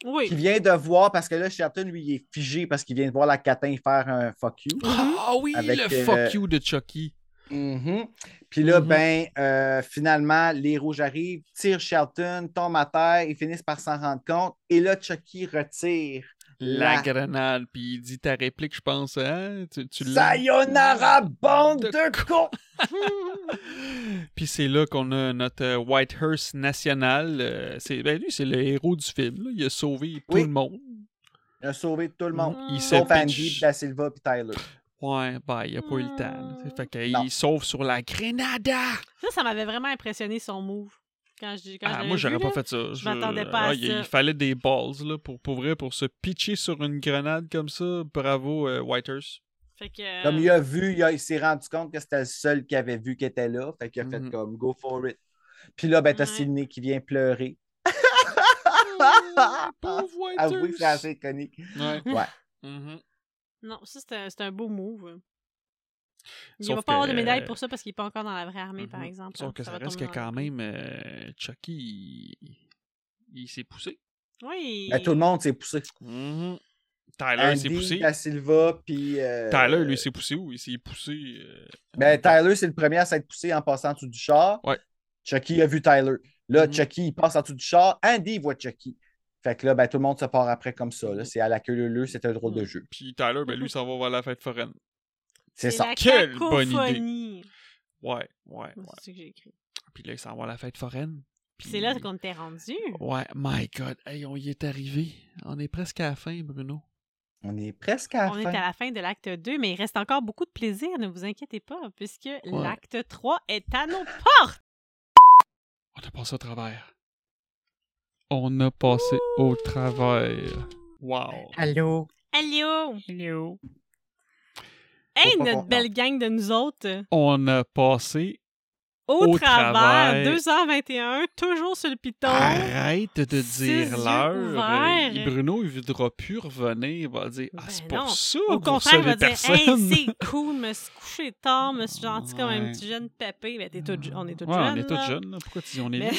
S1: qui
S2: Oui.
S1: vient de voir, parce que là, Shelton, lui, il est figé parce qu'il vient de voir la catin faire un fuck you.
S3: Ah oui,
S1: Avec,
S3: le
S1: euh,
S3: fuck you de Chucky.
S1: Mhm. Puis là,
S2: Mm-hmm.
S3: Mhm.
S1: ben, euh, finalement, les rouges arrivent, tirent Shelton, tombent à terre, ils finissent par s'en rendre compte. Et là, Chucky retire.
S3: la
S1: La-
S3: grenade. Puis il dit ta réplique, je pense. Hein? Tu, tu l'as.
S1: Sayonara, bande
S3: De
S1: de cons!
S3: Puis c'est là qu'on a notre euh, Whitehurst national. euh, c'est, ben lui, c'est le héros du film. là. Il a sauvé
S1: Oui.
S3: tout le monde.
S1: Il a sauvé tout le
S2: Hmm.
S1: monde.
S3: Il
S2: Mm-hmm.
S3: s'est
S1: Sauf Andy,
S3: pitch-
S1: Da Silva, puis Tyler.
S3: Ouais, ben, il a pas eu le temps. là. Fait
S1: Non.
S3: qu'il sauve sur la grenada.
S2: Ça, ça m'avait vraiment impressionné son move. Quand je, quand je
S3: Ah,
S2: l'avais
S3: moi, j'aurais
S2: vu,
S3: pas
S2: là.
S3: fait ça.
S2: m'attendais pas à
S3: ah, il-
S2: ça.
S3: Il fallait des balls, là, pour, pour vrai, pour se pitcher sur une grenade comme ça. Bravo, euh,
S1: *laughs*
S3: Whitehurst.
S2: Fait que, euh,
S1: Comme il a vu, il, a- il s'est rendu compte que c'était le seul qui avait vu qui était là. Fait qu'il a
S3: Mhm.
S1: fait comme go for it. Puis là, ben, t'as
S2: Ouais.
S1: Sydney qui vient pleurer.
S3: Pauvre Whitehurst.
S1: Avouez, c'est assez iconique.
S2: *laughs*
S3: Ouais.
S1: Ouais.
S3: Mhm.
S2: Non, ça, c'est un, c'est un beau move. Il
S3: Sauf
S2: va pas avoir de
S3: que- euh,
S2: médaille pour ça parce qu'il est pas encore dans la vraie armée, par
S3: Mhm.
S2: exemple.
S3: Sauf que ça,
S2: va
S3: reste que
S2: tomber dans-
S3: quand même, euh, Chucky, il, il s'est poussé.
S2: Oui.
S1: Ben, tout le monde s'est poussé.
S3: Tyler s'est
S1: Mm-hmm. Andy,
S3: poussé.
S1: Da Silva, puis. euh,
S3: Tyler, lui, s'est poussé où? Il s'est poussé. euh,
S1: Ben, Tyler, c'est le premier à s'être poussé en passant en dessous du char.
S3: Ouais.
S1: Chucky a vu Tyler. Là,
S3: Mhm.
S1: Chucky, il passe en dessous du char. Andy, il voit Chucky. Fait que là, ben, tout le monde se part après comme ça.
S2: Mhm.
S1: là. C'est à la queue leu c'est un drôle de jeu.
S3: Puis Tyler, ben lui, il s'en va voir la fête foraine.
S1: C'est ça.
S2: la
S3: Quelle bonne idée.
S2: cacophonie.
S3: Ouais, ouais, ouais.
S2: C'est ce que j'ai écrit.
S3: Puis là, il s'en va à la fête foraine.
S2: Puis
S3: Puis
S2: c'est là qu'on t'est rendu.
S3: Ouais, my god. Hey, on y est arrivé. On est presque à la fin, Bruno.
S1: On est presque à la
S2: On est
S1: fin.
S2: à la fin de l'acte 2, mais il reste encore beaucoup de plaisir, ne vous inquiétez pas, puisque l'acte 3 est à nos portes.
S3: On a passé au travers. On a passé au travers. Wow.
S5: Allô?
S2: Allô!
S5: Allô?
S2: Hey,
S1: Faut pas
S2: notre
S1: qu'on-
S2: belle gang de nous autres! euh,
S3: On a passé.
S2: Au,
S3: Au
S2: travers,
S3: travers.
S2: 2h21, toujours sur le piton.
S3: Arrête de
S2: ses
S3: dire
S2: yeux
S3: l'heure.
S2: ouverts.
S3: Et Bruno, il voudra plus revenir. Il va dire Ah,
S2: Ben
S3: c'est
S2: non.
S3: pour ça.
S2: Au
S3: qu'on
S2: contraire, il
S3: recevait
S2: va dire
S3: personne.
S2: Hey, c'est cool, me suis couché tard, me suis gentil comme un
S3: Ouais.
S2: petit jeune pépé. Ben, t'es tout, ju- on est tous
S3: Ouais,
S2: jeunes.
S3: on est
S2: là.
S3: tous jeunes. là. Pourquoi tu dis on est
S2: Mais-
S3: vieux?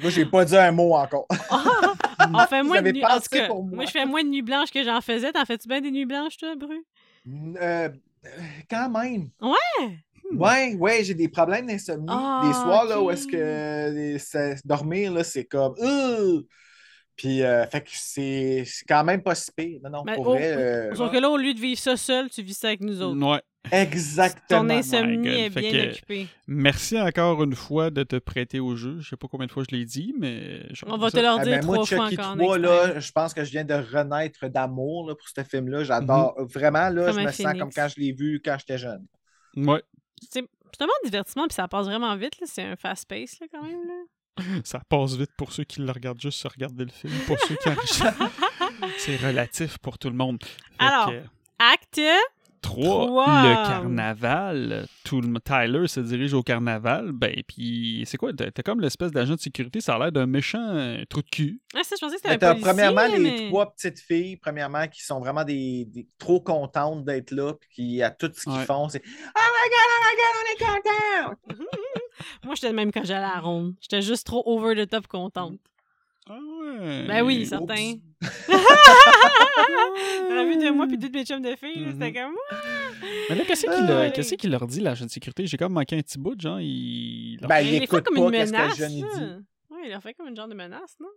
S1: Moi, j'ai pas dit un mot encore.
S2: *laughs* on fait
S1: Vous
S2: moins de
S1: avez
S2: nuits.
S1: pensé
S2: en tout cas,
S1: pour moi.
S2: je fais moins de nuits blanches que j'en faisais. T'en fais-tu bien des nuits blanches, toi, Bru?
S1: Euh, euh, quand même.
S2: Ouais?
S1: Ouais, ouais, j'ai des problèmes d'insomnie.
S2: Ah,
S1: des soirs là,
S2: ok.
S1: où est-ce que les- ça- dormir, là, c'est comme. Euh! Puis, euh, fait que c'est c'est quand même pas si pire. Non, non,
S2: Mais-
S1: pour
S2: oh,
S1: vrai. euh,
S2: Sauf que là, au lieu de vivre ça seul, tu vis ça avec nous autres.
S3: Ouais.
S1: Exactement.
S2: Ton insomnie
S3: God,
S2: est
S3: fait
S2: bien
S3: que-
S2: occupée.
S3: Merci encore une fois de te prêter au jeu. Je sais pas combien de fois je l'ai dit, mais. je-
S2: On va te
S3: ça-
S2: leur
S1: Ah
S2: dire
S1: ben, moi,
S2: trois fois
S1: Chucky
S2: encore.
S1: 3,
S2: en
S1: là, je pense que je viens de renaître d'amour là, pour ce film-là. J'adore. Vraiment, là,
S2: Comme
S1: je
S2: un
S1: me sens comme
S2: phénix.
S1: quand je l'ai vu quand j'étais jeune.
S3: Ouais.
S2: C'est c'est un bon divertissement, puis ça passe vraiment vite. là. C'est un fast pace, là, quand même. Là.
S3: Ça passe vite pour ceux qui le regardent juste se regarder le film. Pour
S2: *laughs*
S3: ceux qui enregistrent. c'est relatif pour tout le monde. Fait
S2: Alors,
S3: que-
S2: Acte
S3: 3,
S2: Trois.
S3: le carnaval. Tout le, Tyler se dirige au carnaval. Ben, puis c'est quoi? T'as t'as comme l'espèce d'agent de sécurité, ça a l'air d'un méchant euh, trou de cul.
S2: Ah, ça, je pensais que
S1: Mais
S2: c'était un
S1: t'as
S2: policier,
S1: premièrement les
S2: mais-
S1: trois petites filles, premièrement, qui sont vraiment des, des- trop contentes d'être là, puis qui, à tout ce qu'ils
S3: Ouais.
S1: font, c'est Oh my god, oh my god, on est contents!
S2: Moi, j'étais de même quand j'allais à la ronde. J'étais juste trop over the top contente.
S3: Ah ouais.
S2: Ben oui,
S1: Oups.
S2: certain.
S1: Euh.
S2: Dans la vue de moi puis deux de mes chums de filles, là, c'était
S1: Mm-hmm.
S2: comme
S3: Mais là, qu'est-ce
S1: Ah,
S3: qu'il leur-
S2: oui.
S3: qu'est-ce qu'il leur dit, l'agent de sécurité? J'ai comme manqué un petit bout, genre, il...
S1: Ben,
S2: Mais
S1: il
S2: il les fait
S1: écoute
S2: comme
S1: pas
S2: une
S1: qu'est-ce que le
S2: menace.
S1: jeune il
S2: là.
S1: dit.
S2: Ouais, il leur fait comme une genre de menace, non?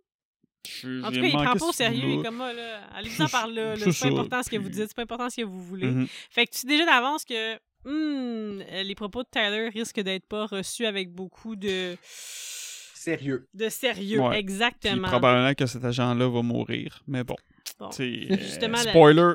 S3: J'ai-
S2: En tout
S3: j'ai
S2: cas, il prend
S3: manqué
S2: pas au
S3: ce
S2: sérieux. Il est
S3: bout-là.
S2: comme, ah, là,
S3: C'est
S2: allez-vous par là. là,
S3: ça,
S2: C'est pas
S3: ça,
S2: important ce que
S3: puis-
S2: vous dites, c'est pas important ce que vous voulez.
S3: Mhm.
S2: Fait que tu sais déjà d'avance que hmm, euh, les propos de Tyler risquent d'être pas reçus avec beaucoup de,
S1: Sérieux.
S2: de sérieux.
S3: Ouais. Puis
S2: Exactement.
S3: probablement que cet agent-là va mourir. Mais bon,
S2: Bon.
S3: tu sais,
S2: *laughs* Justement,
S3: euh,
S2: la-
S3: spoiler,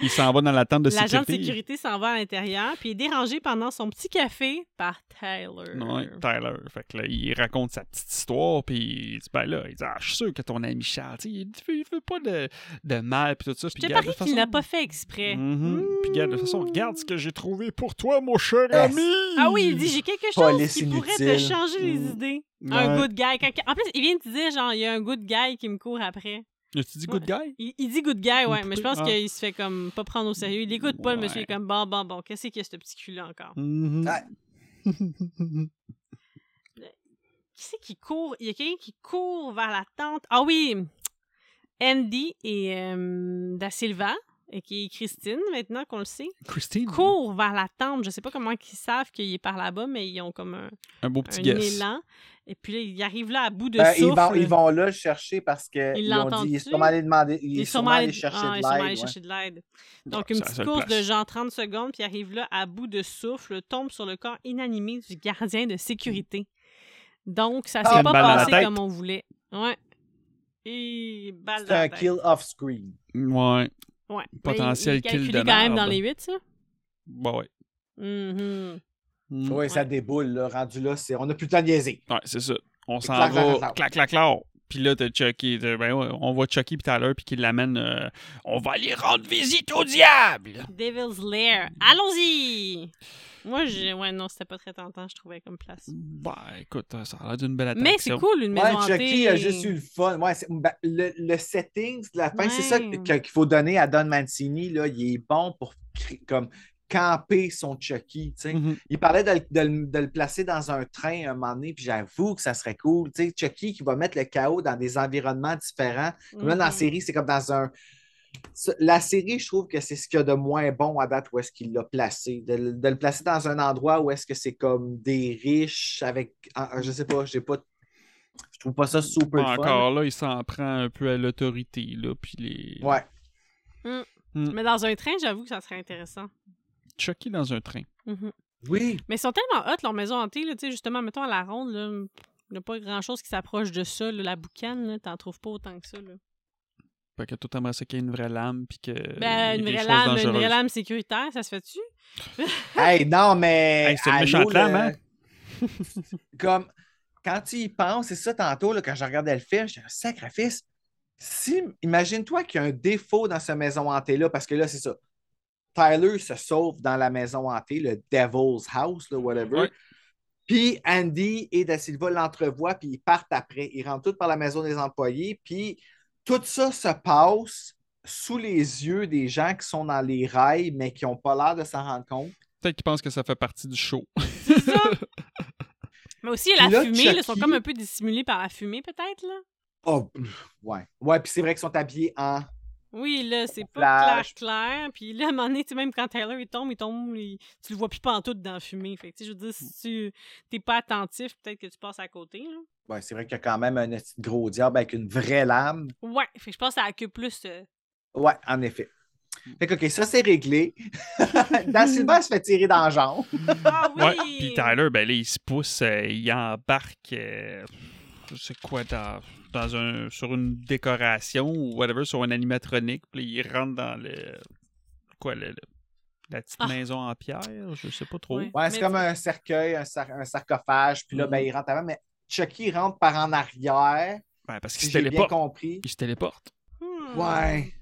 S3: il s'en va dans la tente de
S2: L'agent de
S3: sécurité.
S2: sécurité s'en va à l'intérieur, puis il est dérangé pendant son petit café par Tyler.
S3: Ouais, Tyler. Fait que là, il raconte sa petite histoire, puis il dit, ben là, il dit, ah, je suis sûr que ton ami Charles, tu sais, il veut, il veut pas de, de mal, puis tout ça.
S2: Je
S3: Puis
S2: te
S3: regarde, de
S2: parie
S3: toute
S2: qu'il
S3: façon-
S2: n'a pas fait exprès. Mm.
S3: Mhm. Puis regarde, de toute façon, regarde ce que j'ai trouvé pour toi, mon cher
S1: Ah,
S3: ami!
S2: Ah oui, il dit j'ai quelque chose
S1: Police
S2: qui pourrait te
S1: inutile.
S2: changer les
S3: Mm.
S2: idées.
S3: Ouais.
S2: Un good guy. Quand- En plus, il vient de te dire genre il y a un good guy qui me court après.
S3: As-tu dit good guy?
S2: Il, il dit good guy, ouais,
S3: Une
S2: mais je
S3: poupée,
S2: pense
S3: ah.
S2: qu'il se fait comme pas prendre au sérieux. Il écoute pas le monsieur, il est
S3: Ouais.
S2: comme bon, bon, bon, qu'est-ce qu'il y a ce petit cul-là encore?
S3: Mhm.
S2: Qui c'est qui court? Il y a quelqu'un qui court vers la tente. Ah oui! Andy et euh, Da Silva, et qui est Christine maintenant qu'on le sait,
S3: Christine,
S2: courent vers la tente. Je sais pas comment ils savent qu'il est par là-bas, mais ils ont comme un,
S3: un beau petit
S2: un
S3: guess.
S2: élan. Et puis là, ils arrivent là à bout de
S1: Ben,
S2: souffle.
S1: ils, vont, ils vont là le chercher parce que
S2: Ils
S1: ils ont dit,
S2: l'entendent-tu?
S1: ils sont allés demander, ils,
S2: Ils
S1: sont
S2: sûrement
S1: allés
S2: allés-
S1: chercher
S2: ah, ils sont
S1: de
S2: allés
S1: l'aide. ouais.
S2: chercher de l'aide. Donc, une
S3: Ouais, c'est la
S2: petite
S3: seule
S2: course
S3: place.
S2: de genre 30 secondes, puis arrive là à bout de souffle, tombe sur le corps inanimé du gardien de sécurité. Donc, ça
S1: Ah,
S2: s'est
S1: une
S2: pas
S3: balle dans la
S2: passé
S3: tête.
S2: comme on voulait. Ouais. Et balle
S1: C'est
S2: dans la
S1: un
S2: tête.
S1: kill off screen.
S3: Ouais.
S2: Ouais.
S3: potentiel
S2: Mais il- il est
S3: kill de
S2: calculé quand même
S3: merde.
S2: dans les 8, ça.
S3: Bah ouais.
S2: Mhm.
S3: Mm.
S1: Oui, ça déboule, là, rendu là, c'est... on n'a plus le temps de niaiser.
S3: Ouais, c'est ça. On s'en
S1: clac, clac,
S3: va.
S1: clac,
S3: Clac, clac, clac. Puis là, t'as Chucky. t'as- ben ouais, on voit Chucky puis Tyler, puis qu'il l'amène. euh, on va aller rendre visite au diable!
S2: Devil's Lair. Allons-y! Moi, j'ai... Ouais, non, c'était pas très tentant, je trouvais, comme place.
S3: Bah écoute, euh, ça a l'air d'une belle attaque.
S2: Mais c'est
S3: ça.
S2: cool, une
S1: Ouais,
S2: maison
S1: Chucky a
S2: hantée.
S1: juste eu le fun. Ouais, c'est- ben, le, le setting de la fin, c'est ça
S2: Ouais.
S1: que- qu'il faut donner à Don Mancini. Là. Il est bon pour cré- comme, camper son Chucky. tu
S2: Mm.
S1: sais.
S3: Mhm.
S1: Il parlait de, le- de le- de le placer dans un train un moment donné, puis j'avoue que ça serait cool. tu sais, Chucky qui va mettre le chaos dans des environnements différents. Comme là, dans la
S2: Mhm.
S1: série, c'est comme dans un. Ce- La série, je trouve que c'est ce qu'il y a de moins bon à date où est-ce qu'il l'a placé. De, le- de le placer dans un endroit où est-ce que c'est comme des riches avec. en- en- Je sais pas, j'ai pas. Je trouve pas ça super
S3: Bon,
S1: fun.
S3: Ben, encore là, il s'en prend un peu à l'autorité, là. Puis les.
S1: Ouais.
S2: Mais dans un train, j'avoue que ça serait intéressant.
S3: Chucky dans un train.
S2: Mhm.
S1: Oui.
S2: Mais ils sont tellement hot, leur maison hantée, là, tu sais, justement, mettons à la ronde, là, il n'y a pas grand-chose qui s'approche de ça, là, la boucane, là, t'en trouves pas autant que ça, là.
S3: Fait que tout aimerait ça qu'il y ait une vraie lame, puis que.
S2: Ben,
S3: Euh, il y
S2: une
S3: ait des
S2: vraie,
S3: choses
S2: lame, une
S3: dangereuses.
S2: vraie lame sécuritaire, ça se fait-tu?
S1: Hey, non, mais.
S3: Hey, c'est une
S1: allô,
S3: méchante
S1: là,
S3: lame, hein?
S1: *laughs* comme, quand tu y penses, c'est ça tantôt, là, quand je regardais le film, j'ai un sacrifice. Si, imagine-toi qu'il y a un défaut dans cette maison hantée-là, parce que là, c'est ça. Tyler se sauve dans la maison hantée, le Devil's House, là, whatever.
S3: Ouais.
S1: Puis Andy et Da Silva l'entrevoient, puis ils partent après. Ils rentrent tous par la maison des employés, puis tout ça se passe sous les yeux des gens qui sont dans les rails, mais qui n'ont pas l'air de s'en rendre compte.
S3: Peut-être qu'il pense que ça fait partie du show.
S2: C'est
S3: *laughs*
S2: ça! Mais aussi, la
S1: Puis là,
S2: fumée, là, ils sont
S1: Chucky-
S2: comme un peu dissimulés par la fumée, peut-être, là?
S1: Oh, pff, ouais. Ouais, puis c'est vrai qu'ils sont habillés en.
S2: Oui, là, c'est pas
S1: Plage.
S2: clair, clair. Puis là, à un moment donné, tu sais, même quand Tyler, il tombe, il tombe, il- tu le vois plus pantoute dans la fumée. Fait que, tu sais, je veux dire, si tu t'es pas attentif, peut-être que tu passes à côté, là.
S1: Ouais, c'est vrai qu'il y a quand même un petit gros diable avec une vraie lame.
S2: Ouais, fait que je pense à la queue plus... euh,
S1: Ouais, en effet. Fait que, OK, ça, c'est
S2: *laughs*
S1: réglé. dans Sylvain, se fait tirer dans le jambe.
S2: Ah oui!
S3: Ouais, puis Tyler, ben là, il se pousse, euh, il embarque, euh, c'est quoi, dans, dans un, sur une décoration ou whatever, sur un animatronique, puis il rentre dans le, quoi, le, le- la petite
S2: Ah.
S3: maison en pierre, je sais pas trop.
S2: Ouais.
S1: Ouais, c'est
S2: Mais
S1: comme
S2: tu- Mm.
S1: un cercueil, un, sar- un sarcophage. Puis là, ben,
S3: Mhm.
S1: il rentre avant, mais Chucky rentre par en arrière.
S3: Ouais, Ben, parce qu'il se
S1: Si j'ai bien
S3: téléporte.
S1: compris.
S3: Il se téléporte.
S2: Hmm.
S1: Ouais.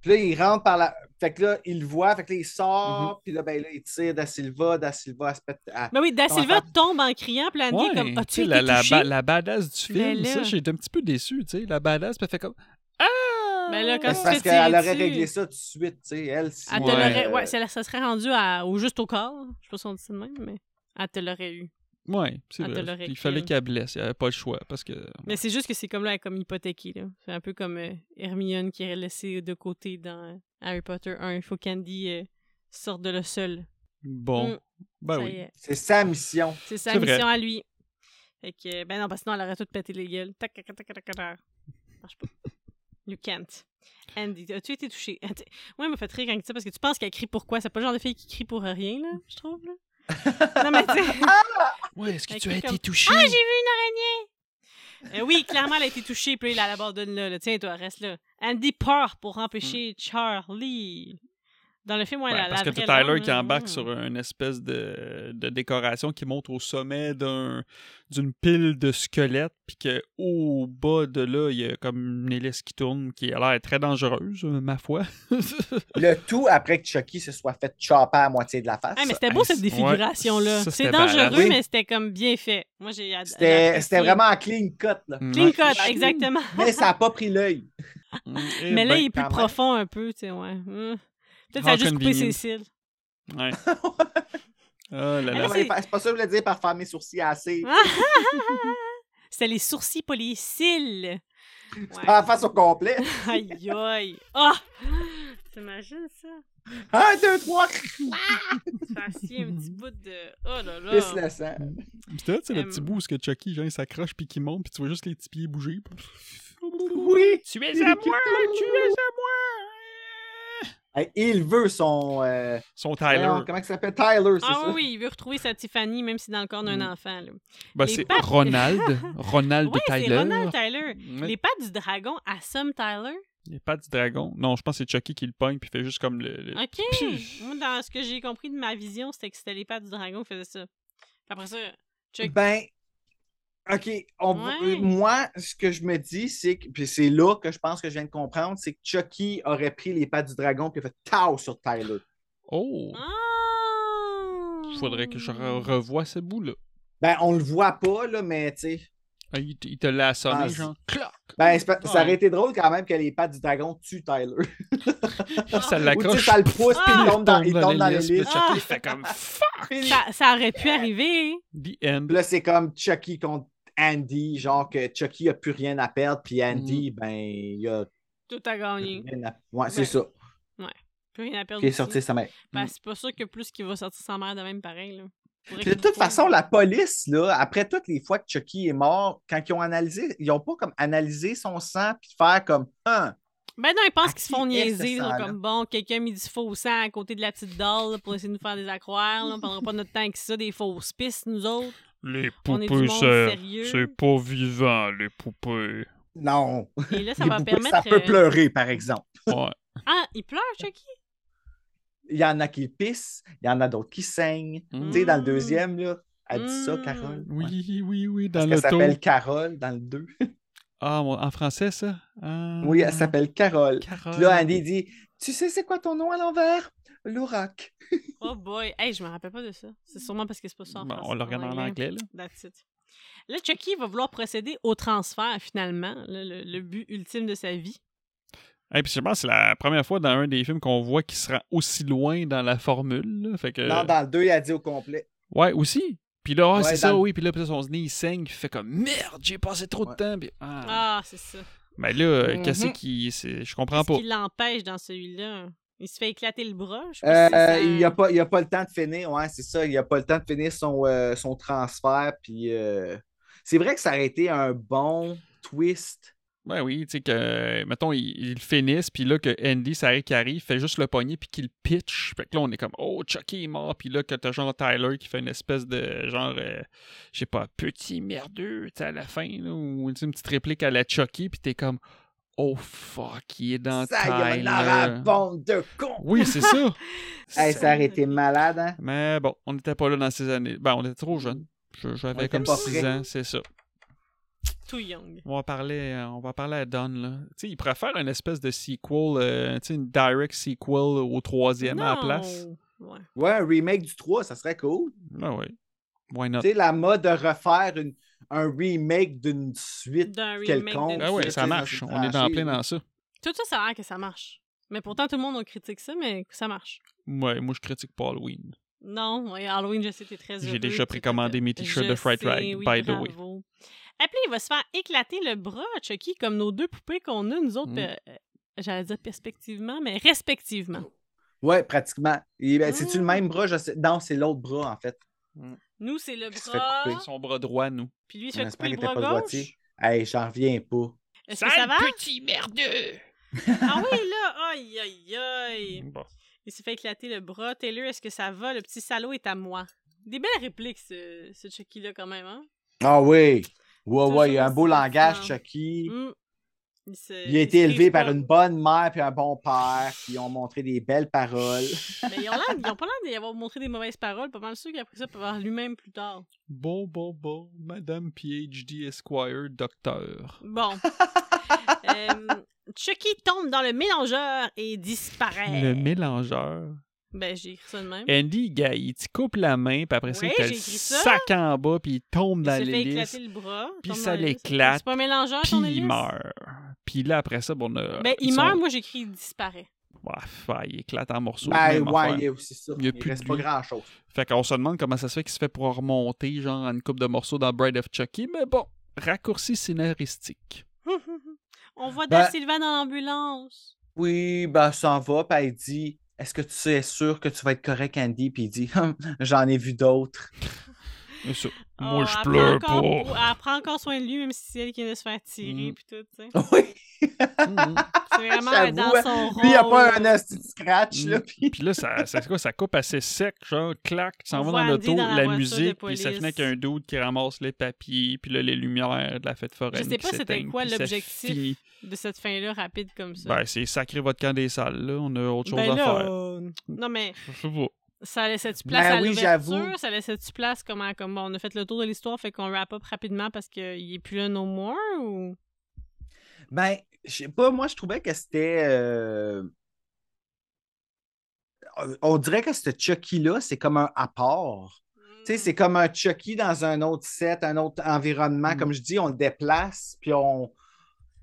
S1: Puis là, il rentre par la. Fait que là, il le voit, fait que là, il
S2: Mm-hmm.
S1: sort, puis là, ben là, il tire Da Silva, Da Silva, elle se pète. elle-
S2: Mais oui, Da
S1: Comment
S2: Silva tombe en criant, puis Andy est
S3: Ouais,
S2: comme
S3: tu sais,
S2: As-tu
S3: la,
S2: été
S3: la,
S2: touché?
S3: ba- la badass du
S2: Mais
S3: film,
S2: là-
S3: ça, j'ai été un petit peu déçu, tu sais. La badass, puis elle fait comme Ah!
S2: Mais Ben là, quand
S1: Mais
S2: tu te
S1: c'est parce
S2: fais tirer
S1: qu'elle aurait
S2: dessus.
S1: réglé ça tout de suite, tu sais, elle. si-
S2: Elle te
S3: Ouais.
S2: l'aurait- ouais, ça, ça serait rendu à, au juste au corps. hein. Je sais pas si on dit ça de même, mais elle te l'aurait eu.
S3: Ouais, c'est
S2: Elle te
S3: vrai.
S2: l'aurait
S3: Puis Il fallait
S2: kill.
S3: qu'elle blesse, il n'y avait pas le choix, parce que.
S2: Mais c'est juste que c'est comme là, comme hypothéquée. là. C'est un peu comme euh, Hermione qui est laissée de côté dans euh, Harry Potter 1. Il faut qu'Andy euh, sorte de le seul.
S3: Bon,
S2: Mm,
S3: ben
S2: ça
S3: oui.
S2: y est.
S1: C'est sa mission.
S2: C'est sa
S3: C'est vrai.
S2: mission à lui. Fait que, ben non, parce que sinon, elle aurait tout pété les gueules. Tac, tac, tac, tac, tac, tac. Marche pas. You can't. Andy, as-tu été touché? *laughs* Ouais, elle m'a fait rire quand elle dit ça parce que tu penses qu'elle crie pourquoi? C'est pas le genre de fille qui crie pour rien, là, je trouve. Là. non, mais tu
S3: *laughs*
S2: sais-
S3: Ah, Ouais, est-ce que
S2: Fait
S3: tu
S2: que
S3: as été
S2: comme-
S3: touché?
S2: Ah, *laughs* j'ai vu une araignée! Euh, oui, clairement, elle a été touchée, puis là, il l'abandonne là, là. Tiens, toi, reste là. Andy part
S3: Hmm.
S2: pour empêcher Charlie. Dans le film, ouais,
S3: Ben,
S2: la,
S3: parce
S2: la
S3: que t'as
S2: vraie
S3: Tyler
S2: blonde,
S3: qui
S2: là, Hmm.
S3: embarque
S2: ouais.
S3: sur une espèce de, de décoration qui monte au sommet d'un d'une pile de squelettes, puis que au bas de là, il y a comme une hélice qui tourne, qui a l'air très dangereuse, euh,
S2: *laughs*
S3: ma foi.
S1: Le tout après que Chucky se soit fait chopper à moitié de la face.
S2: Ah, mais c'était beau
S3: Ça,
S2: cette
S3: hey, ouais,
S2: défiguration-là.
S3: ça,
S2: c'est
S3: c'était
S2: dangereux,
S1: badass.
S2: mais c'était comme bien fait. Moi, j'ai ad-
S1: C'était
S2: apprécié.
S1: c'était vraiment en clean cut, là.
S2: Clean
S3: Ouais.
S2: cut, exactement.
S1: Mais ça n'a pas pris l'œil.
S3: Mm, *laughs* eh
S2: Mais là,
S3: ben,
S2: il est plus
S1: quand même.
S2: profond un peu, tu sais, ouais. Hmm. Peut-être
S3: How
S2: ça a juste coupé ses
S3: convenient.
S2: cils. *laughs*
S3: ouais. Oh là là.
S2: Ah,
S1: Ouais, C'est pas ça que je voulais dire par faire mes sourcils assez.
S2: C'était les sourcils, pas les cils.
S1: Faire la face
S2: *laughs*
S1: au complet.
S2: Aïe, aïe. Ah! T'imagines ça?
S1: Un, deux, trois,
S2: Tu fais assis un petit
S3: Mm-hmm.
S2: bout de. Oh là là!
S1: pisse le sang.
S3: Puis là, tu sais, le
S2: Euh,
S3: petit bout où ce que Chucky, genre, il s'accroche puis qu'il monte, puis tu vois juste les petits pieds bouger.
S1: Oui.
S3: Tu es à moi! Tu es à moi!
S1: Hey, Il veut son. euh,
S3: Son Tyler.
S1: voyons, comment il s'appelle Tyler, c'est
S2: Ah
S1: ça?
S2: oui, oui, il veut retrouver sa Tiffany, même si dans le corps d'un
S3: Mm.
S2: enfant. Là.
S3: Ben,
S2: Les
S3: c'est
S2: pattes-
S3: Ronald. Ronald
S2: Ouais,
S3: Tyler.
S2: c'est Ronald Tyler.
S3: Ouais.
S2: Les pattes du dragon assomment Tyler.
S3: Les pattes du dragon. Non, je pense que c'est Chucky qui le pogne puis il fait juste comme le. le-
S2: OK. Moi, dans ce que j'ai compris de ma vision, c'était que c'était les pattes du dragon qui faisaient ça. Puis Après ça, Chuck.
S1: Ben, OK. on va-
S2: Ouais.
S1: Moi, ce que je me dis, c'est que. Puis c'est là que je pense que je viens de comprendre, c'est que Chucky aurait pris les pattes du dragon puis il a fait tao sur Tyler.
S3: Oh!
S2: Ah!
S3: Faudrait que je re- revoie ce bout-là.
S1: Ben, on le voit pas, là, mais tu sais.
S3: Ah, Il, te- il te l'a
S1: Ah,
S3: sonné,
S1: c'est-
S3: genre. Cloc!
S1: Ben, c'est pas-
S3: Ouais.
S1: ça aurait été drôle quand même que les pattes du dragon tuent Tyler.
S3: Ça
S1: Ou tu sais,
S3: l'accroche.
S1: ça le pousse puis il
S3: il
S1: tombe Ah! dans, il tombe dans les
S3: l'hélice, puis
S1: listes. *laughs*
S3: Chucky il fait comme fuck!
S2: *laughs* Ça, ça aurait pu arriver.
S3: The end.
S1: Puis là, c'est comme Chucky contre Andy, genre que Chucky a plus rien à perdre, puis Andy, ben, il a
S2: Tout a gagné.
S1: rien à Ouais, c'est
S2: Ouais.
S1: ça.
S2: Plus rien à perdre.
S1: Qui est
S2: aussi.
S1: sorti sa mère.
S2: Ben, c'est pas sûr que plus qu'il va sortir sa mère de même pareil. Là. Faudrait
S1: Puis de
S2: qu'il
S1: toute
S2: trouve.
S1: façon, la police, là, après toutes les fois que Chucky est mort, quand ils ont analysé, ils n'ont pas comme analysé son sang puis faire comme Hein,
S2: Ben non, ils pensent
S1: À
S2: qu'ils se
S1: qui
S2: font
S1: est ce
S2: niaiser. Ils sont
S1: sang-là?
S2: comme bon, quelqu'un mis du faux sang à côté de la petite doll là, pour essayer de nous faire des accroires. là. On prendra pas notre temps avec ça, des fausses pistes, nous autres.
S3: Les
S2: On est du monde sérieux.
S3: pas vivant, les poupées.
S1: Non.
S2: Et là, ça
S1: Les
S2: va
S1: poupées,
S2: permettre.
S1: ça peut
S2: euh,
S1: pleurer, par exemple. *laughs*
S3: Ouais.
S2: Ah, il pleure, Chucky?
S1: Il y en a qui pissent, il y en a d'autres qui saignent.
S3: Mm.
S1: Tu sais, dans le deuxième, là, elle dit ça,
S2: Mm.
S1: Carole. Ouais.
S3: Oui, oui, oui, dans
S1: Parce qu'elle
S3: l'auto.
S1: s'appelle Carole dans le 2.
S3: Ah, mon- en français, ça? Ah.
S1: Oui, elle s'appelle Carole.
S3: Carole.
S1: Puis là, Andy dit Tu sais, c'est quoi ton nom à l'envers L'orac.
S2: Oh boy. Hey, je me rappelle pas de ça. C'est sûrement parce que c'est pas ça en
S3: Bon,
S2: français,
S3: on le regarde en anglais, là.
S2: That's it. Là, Chucky va vouloir procéder au transfert, finalement, là, le, le but ultime de sa vie.
S3: Et puis je pense que c'est la première fois dans un des films qu'on voit qu'il se rend aussi loin dans la formule. là. Fait que...
S1: Non, dans le 2, il a dit au complet.
S3: Ouais, aussi. Puis là, ah,
S1: Ouais,
S3: c'est
S1: dans
S3: ça,
S1: le-
S3: oui. Puis là, puis là, son nez, il saigne. Il fait comme merde, j'ai passé trop de
S1: Ouais.
S3: temps. Puis, ah.
S2: Ah, c'est ça.
S3: Mais là, euh, qu'est-ce
S1: Mhm.
S3: qui. c'est- Je comprends
S2: Qu'est-ce
S3: pas.
S2: qui l'empêche dans celui-là? Il se fait éclater le bras? Je sais pas
S1: Euh,
S2: si ça-
S1: il n'a pas, il a pas le temps de finir. Ouais, c'est ça. Il n'a pas le temps de finir son, euh, son transfert. Puis euh, c'est vrai que ça aurait été un bon twist.
S3: Ouais, Ben oui, tu sais que. Mettons, ils ils le finissent. Puis là, que Andy, ça arrive, qui arrive, fait juste le poignet. Puis qu'il le pitch. Fait que là, on est comme, oh, Chucky est mort. Puis là, que t'as genre Tyler qui fait une espèce de genre. euh, je sais pas, petit merdeux, tu sais, à la fin. Là, ou tu sais, une petite réplique à la Chucky. Puis t'es comme, oh fuck, il est dans euh.
S1: ça,
S3: Tyler.
S1: il y en aura bande de cons.
S3: Oui, c'est ça.
S1: *laughs* Hey,
S3: C'est-
S1: ça aurait été malade. Hein?
S3: Mais bon, on n'était pas là dans ces années. Ben, on était trop jeunes. Je- J'avais
S1: était
S3: comme
S1: pas
S3: 6
S1: prêts.
S3: ans, c'est ça.
S2: Too young.
S3: On va parler, euh, on va parler à Don. Là. Tu sais, Il pourrait faire une espèce de sequel, euh, tu sais, une direct sequel au troisième à la place.
S2: Ouais.
S1: Ouais, un remake du 3, ça serait cool.
S3: Ben oui. Why not?
S1: Tu sais, la mode de refaire une- un remake d'une suite.
S2: D'un remake.
S1: Quelconque.
S2: de-
S3: Ben oui, ça
S1: c'est-
S3: marche.
S1: c'est
S3: On est en
S1: tranché,
S3: plein
S1: là.
S3: dans ça.
S2: Tout ça, ça a l'air que ça marche. Mais pourtant, tout le monde on critique ça, mais ça marche.
S3: Ouais, moi, je critique pas Halloween.
S2: Non, et Halloween, je sais, t'es très
S3: J'ai
S2: heureux,
S3: déjà
S2: t'es
S3: précommandé
S2: tout-
S3: mes t-shirts
S2: Je
S3: de Fright
S2: sais,
S3: Rag,
S2: oui,
S3: by the
S2: bravo.
S3: way.
S2: Après, il va se faire éclater le bras, Chucky, comme nos deux poupées qu'on a, nous autres,
S3: Mm.
S2: euh, euh, j'allais dire perspectivement, mais respectivement.
S1: Ouais, pratiquement. Et ben, C'est-tu
S2: Mm.
S1: le même bras? Je sais- Non, c'est l'autre bras, en fait.
S2: Nous, c'est le
S1: Qui se fait
S2: bras,
S1: couper.
S3: Son bras droit, nous.
S2: puis lui, il se
S1: On
S2: fait couper
S1: espère
S2: le
S1: qu'il
S2: bras
S1: était pas
S2: gauche.
S1: droitier. Hey, j'en reviens pas.
S2: Est-ce que ça va?
S3: petit merdeux!
S2: Ah oui, là! Aïe, aïe, aïe!
S3: Bon.
S2: Il s'est fait éclater le bras. Taylor, est-ce que ça va? Le petit salaud est à moi. Des belles répliques, ce, ce Chucky-là, quand même, hein?
S1: Ah oui! Ouais,
S2: Toujours
S1: ouais, il a un beau
S2: aussi
S1: langage,
S2: puissant.
S1: Chucky.
S2: Mm. Il, se-
S1: Il a été
S2: se
S1: élevé
S2: prive
S1: par
S2: pas.
S1: une bonne mère puis un bon père, qui ont montré des belles paroles.
S2: Mais Ben, ils ont, l'air- ils ont pas l'air d'y avoir montré des mauvaises paroles. Pas mal sûr qu'après ça, peut avoir lui-même plus tard.
S3: Bon, bon, bon, Madame PhD Esquire, docteur. *laughs*
S2: Bon. Euh, Chucky tombe dans le mélangeur et disparaît.
S3: Le mélangeur.
S2: Ben, j'ai écrit ça de même.
S3: Andy, gars, il te coupe la main, puis après ça,
S2: Oui,
S3: il te
S2: j'ai
S3: le
S2: écrit ça.
S3: sac en bas, puis il tombe
S2: Il
S3: dans
S2: se fait éclater
S3: l'hélice,
S2: le bras.
S3: puis
S2: tombe
S3: ça
S2: dans l'hélice.
S3: l'éclate,
S2: C'est pas un mélangeur,
S3: puis
S2: ton
S3: il
S2: hélice?
S3: meurt. Puis là, après ça, bon, on a...
S2: Ben, il
S3: ils sont-
S2: meurt, moi j'écris il disparaît. *laughs*
S3: Ouais, fa- il éclate en morceaux.
S1: Ben
S3: même
S1: ouais,
S3: affaire.
S1: il y a aussi ça.
S3: Il y a
S1: Il,
S3: plus de
S1: reste pas
S3: lui.
S1: grand-chose.
S3: Fait qu'on se demande comment ça se fait qu'il se fait pour remonter, genre, en une coupe de morceaux dans Bride of Chucky, mais bon, raccourci scénaristique.
S2: On voit
S1: Ben-
S2: Da Silva dans l'ambulance.
S1: Oui, ben elle s'en va, puis elle dit Est-ce que tu es sûr que tu vas être correct, Andy? Puis il dit *laughs* Hum, J'en ai vu d'autres.
S3: Mais ça,
S2: Oh,
S3: moi, je
S2: elle
S3: pleure
S2: prend encore-
S3: *laughs* pas.
S2: Elle prend encore soin de lui, même si c'est elle qui vient de se faire tirer,
S3: Mm.
S2: puis tout,
S3: *laughs*
S2: tu sais.
S1: Oui,
S3: Mhm.
S2: C'est vraiment
S1: J'avoue,
S3: hein.
S2: dans son rôle.
S1: lui, il a pas un asti de scratch,
S3: Mm.
S1: là. Puis
S3: Puis là, ça, ça, c'est quoi, ça coupe assez sec, genre, clac, ça
S2: On
S3: s'en va
S2: voit
S3: dans
S2: Andy
S3: l'auto,
S2: dans la
S3: la,
S2: voiture de
S3: musique, puis ça
S2: police.
S3: finit avec un dude qui ramasse les papiers, puis là, les lumières de la fête
S2: Je
S3: foraine.
S2: sais
S3: qui
S2: pas c'était
S3: s'éteignent,
S2: quoi
S3: puis ça
S2: l'objectif
S3: finit.
S2: De cette fin-là, rapide comme ça.
S3: Ben, c'est sacré votre camp des salles, là, on a autre chose
S2: Ben
S3: à
S2: là,
S3: faire.
S2: euh, non mais
S3: Je sais pas.
S2: ça laissait-tu
S1: Ben
S2: place à
S1: oui, j'avoue.
S2: l'ouverture? Ça laissait-tu place comment? Comme, bon, on a fait le tour de l'histoire, fait qu'on wrap up rapidement parce qu'il est plus là no more? Ou...
S1: Ben, je sais pas, moi je trouvais que c'était. euh, on- On dirait que ce Chucky-là, c'est comme un apport. Tu sais, c'est comme un Chucky dans un autre set, un autre environnement.
S3: Mm.
S1: Comme je dis, on le déplace, puis on.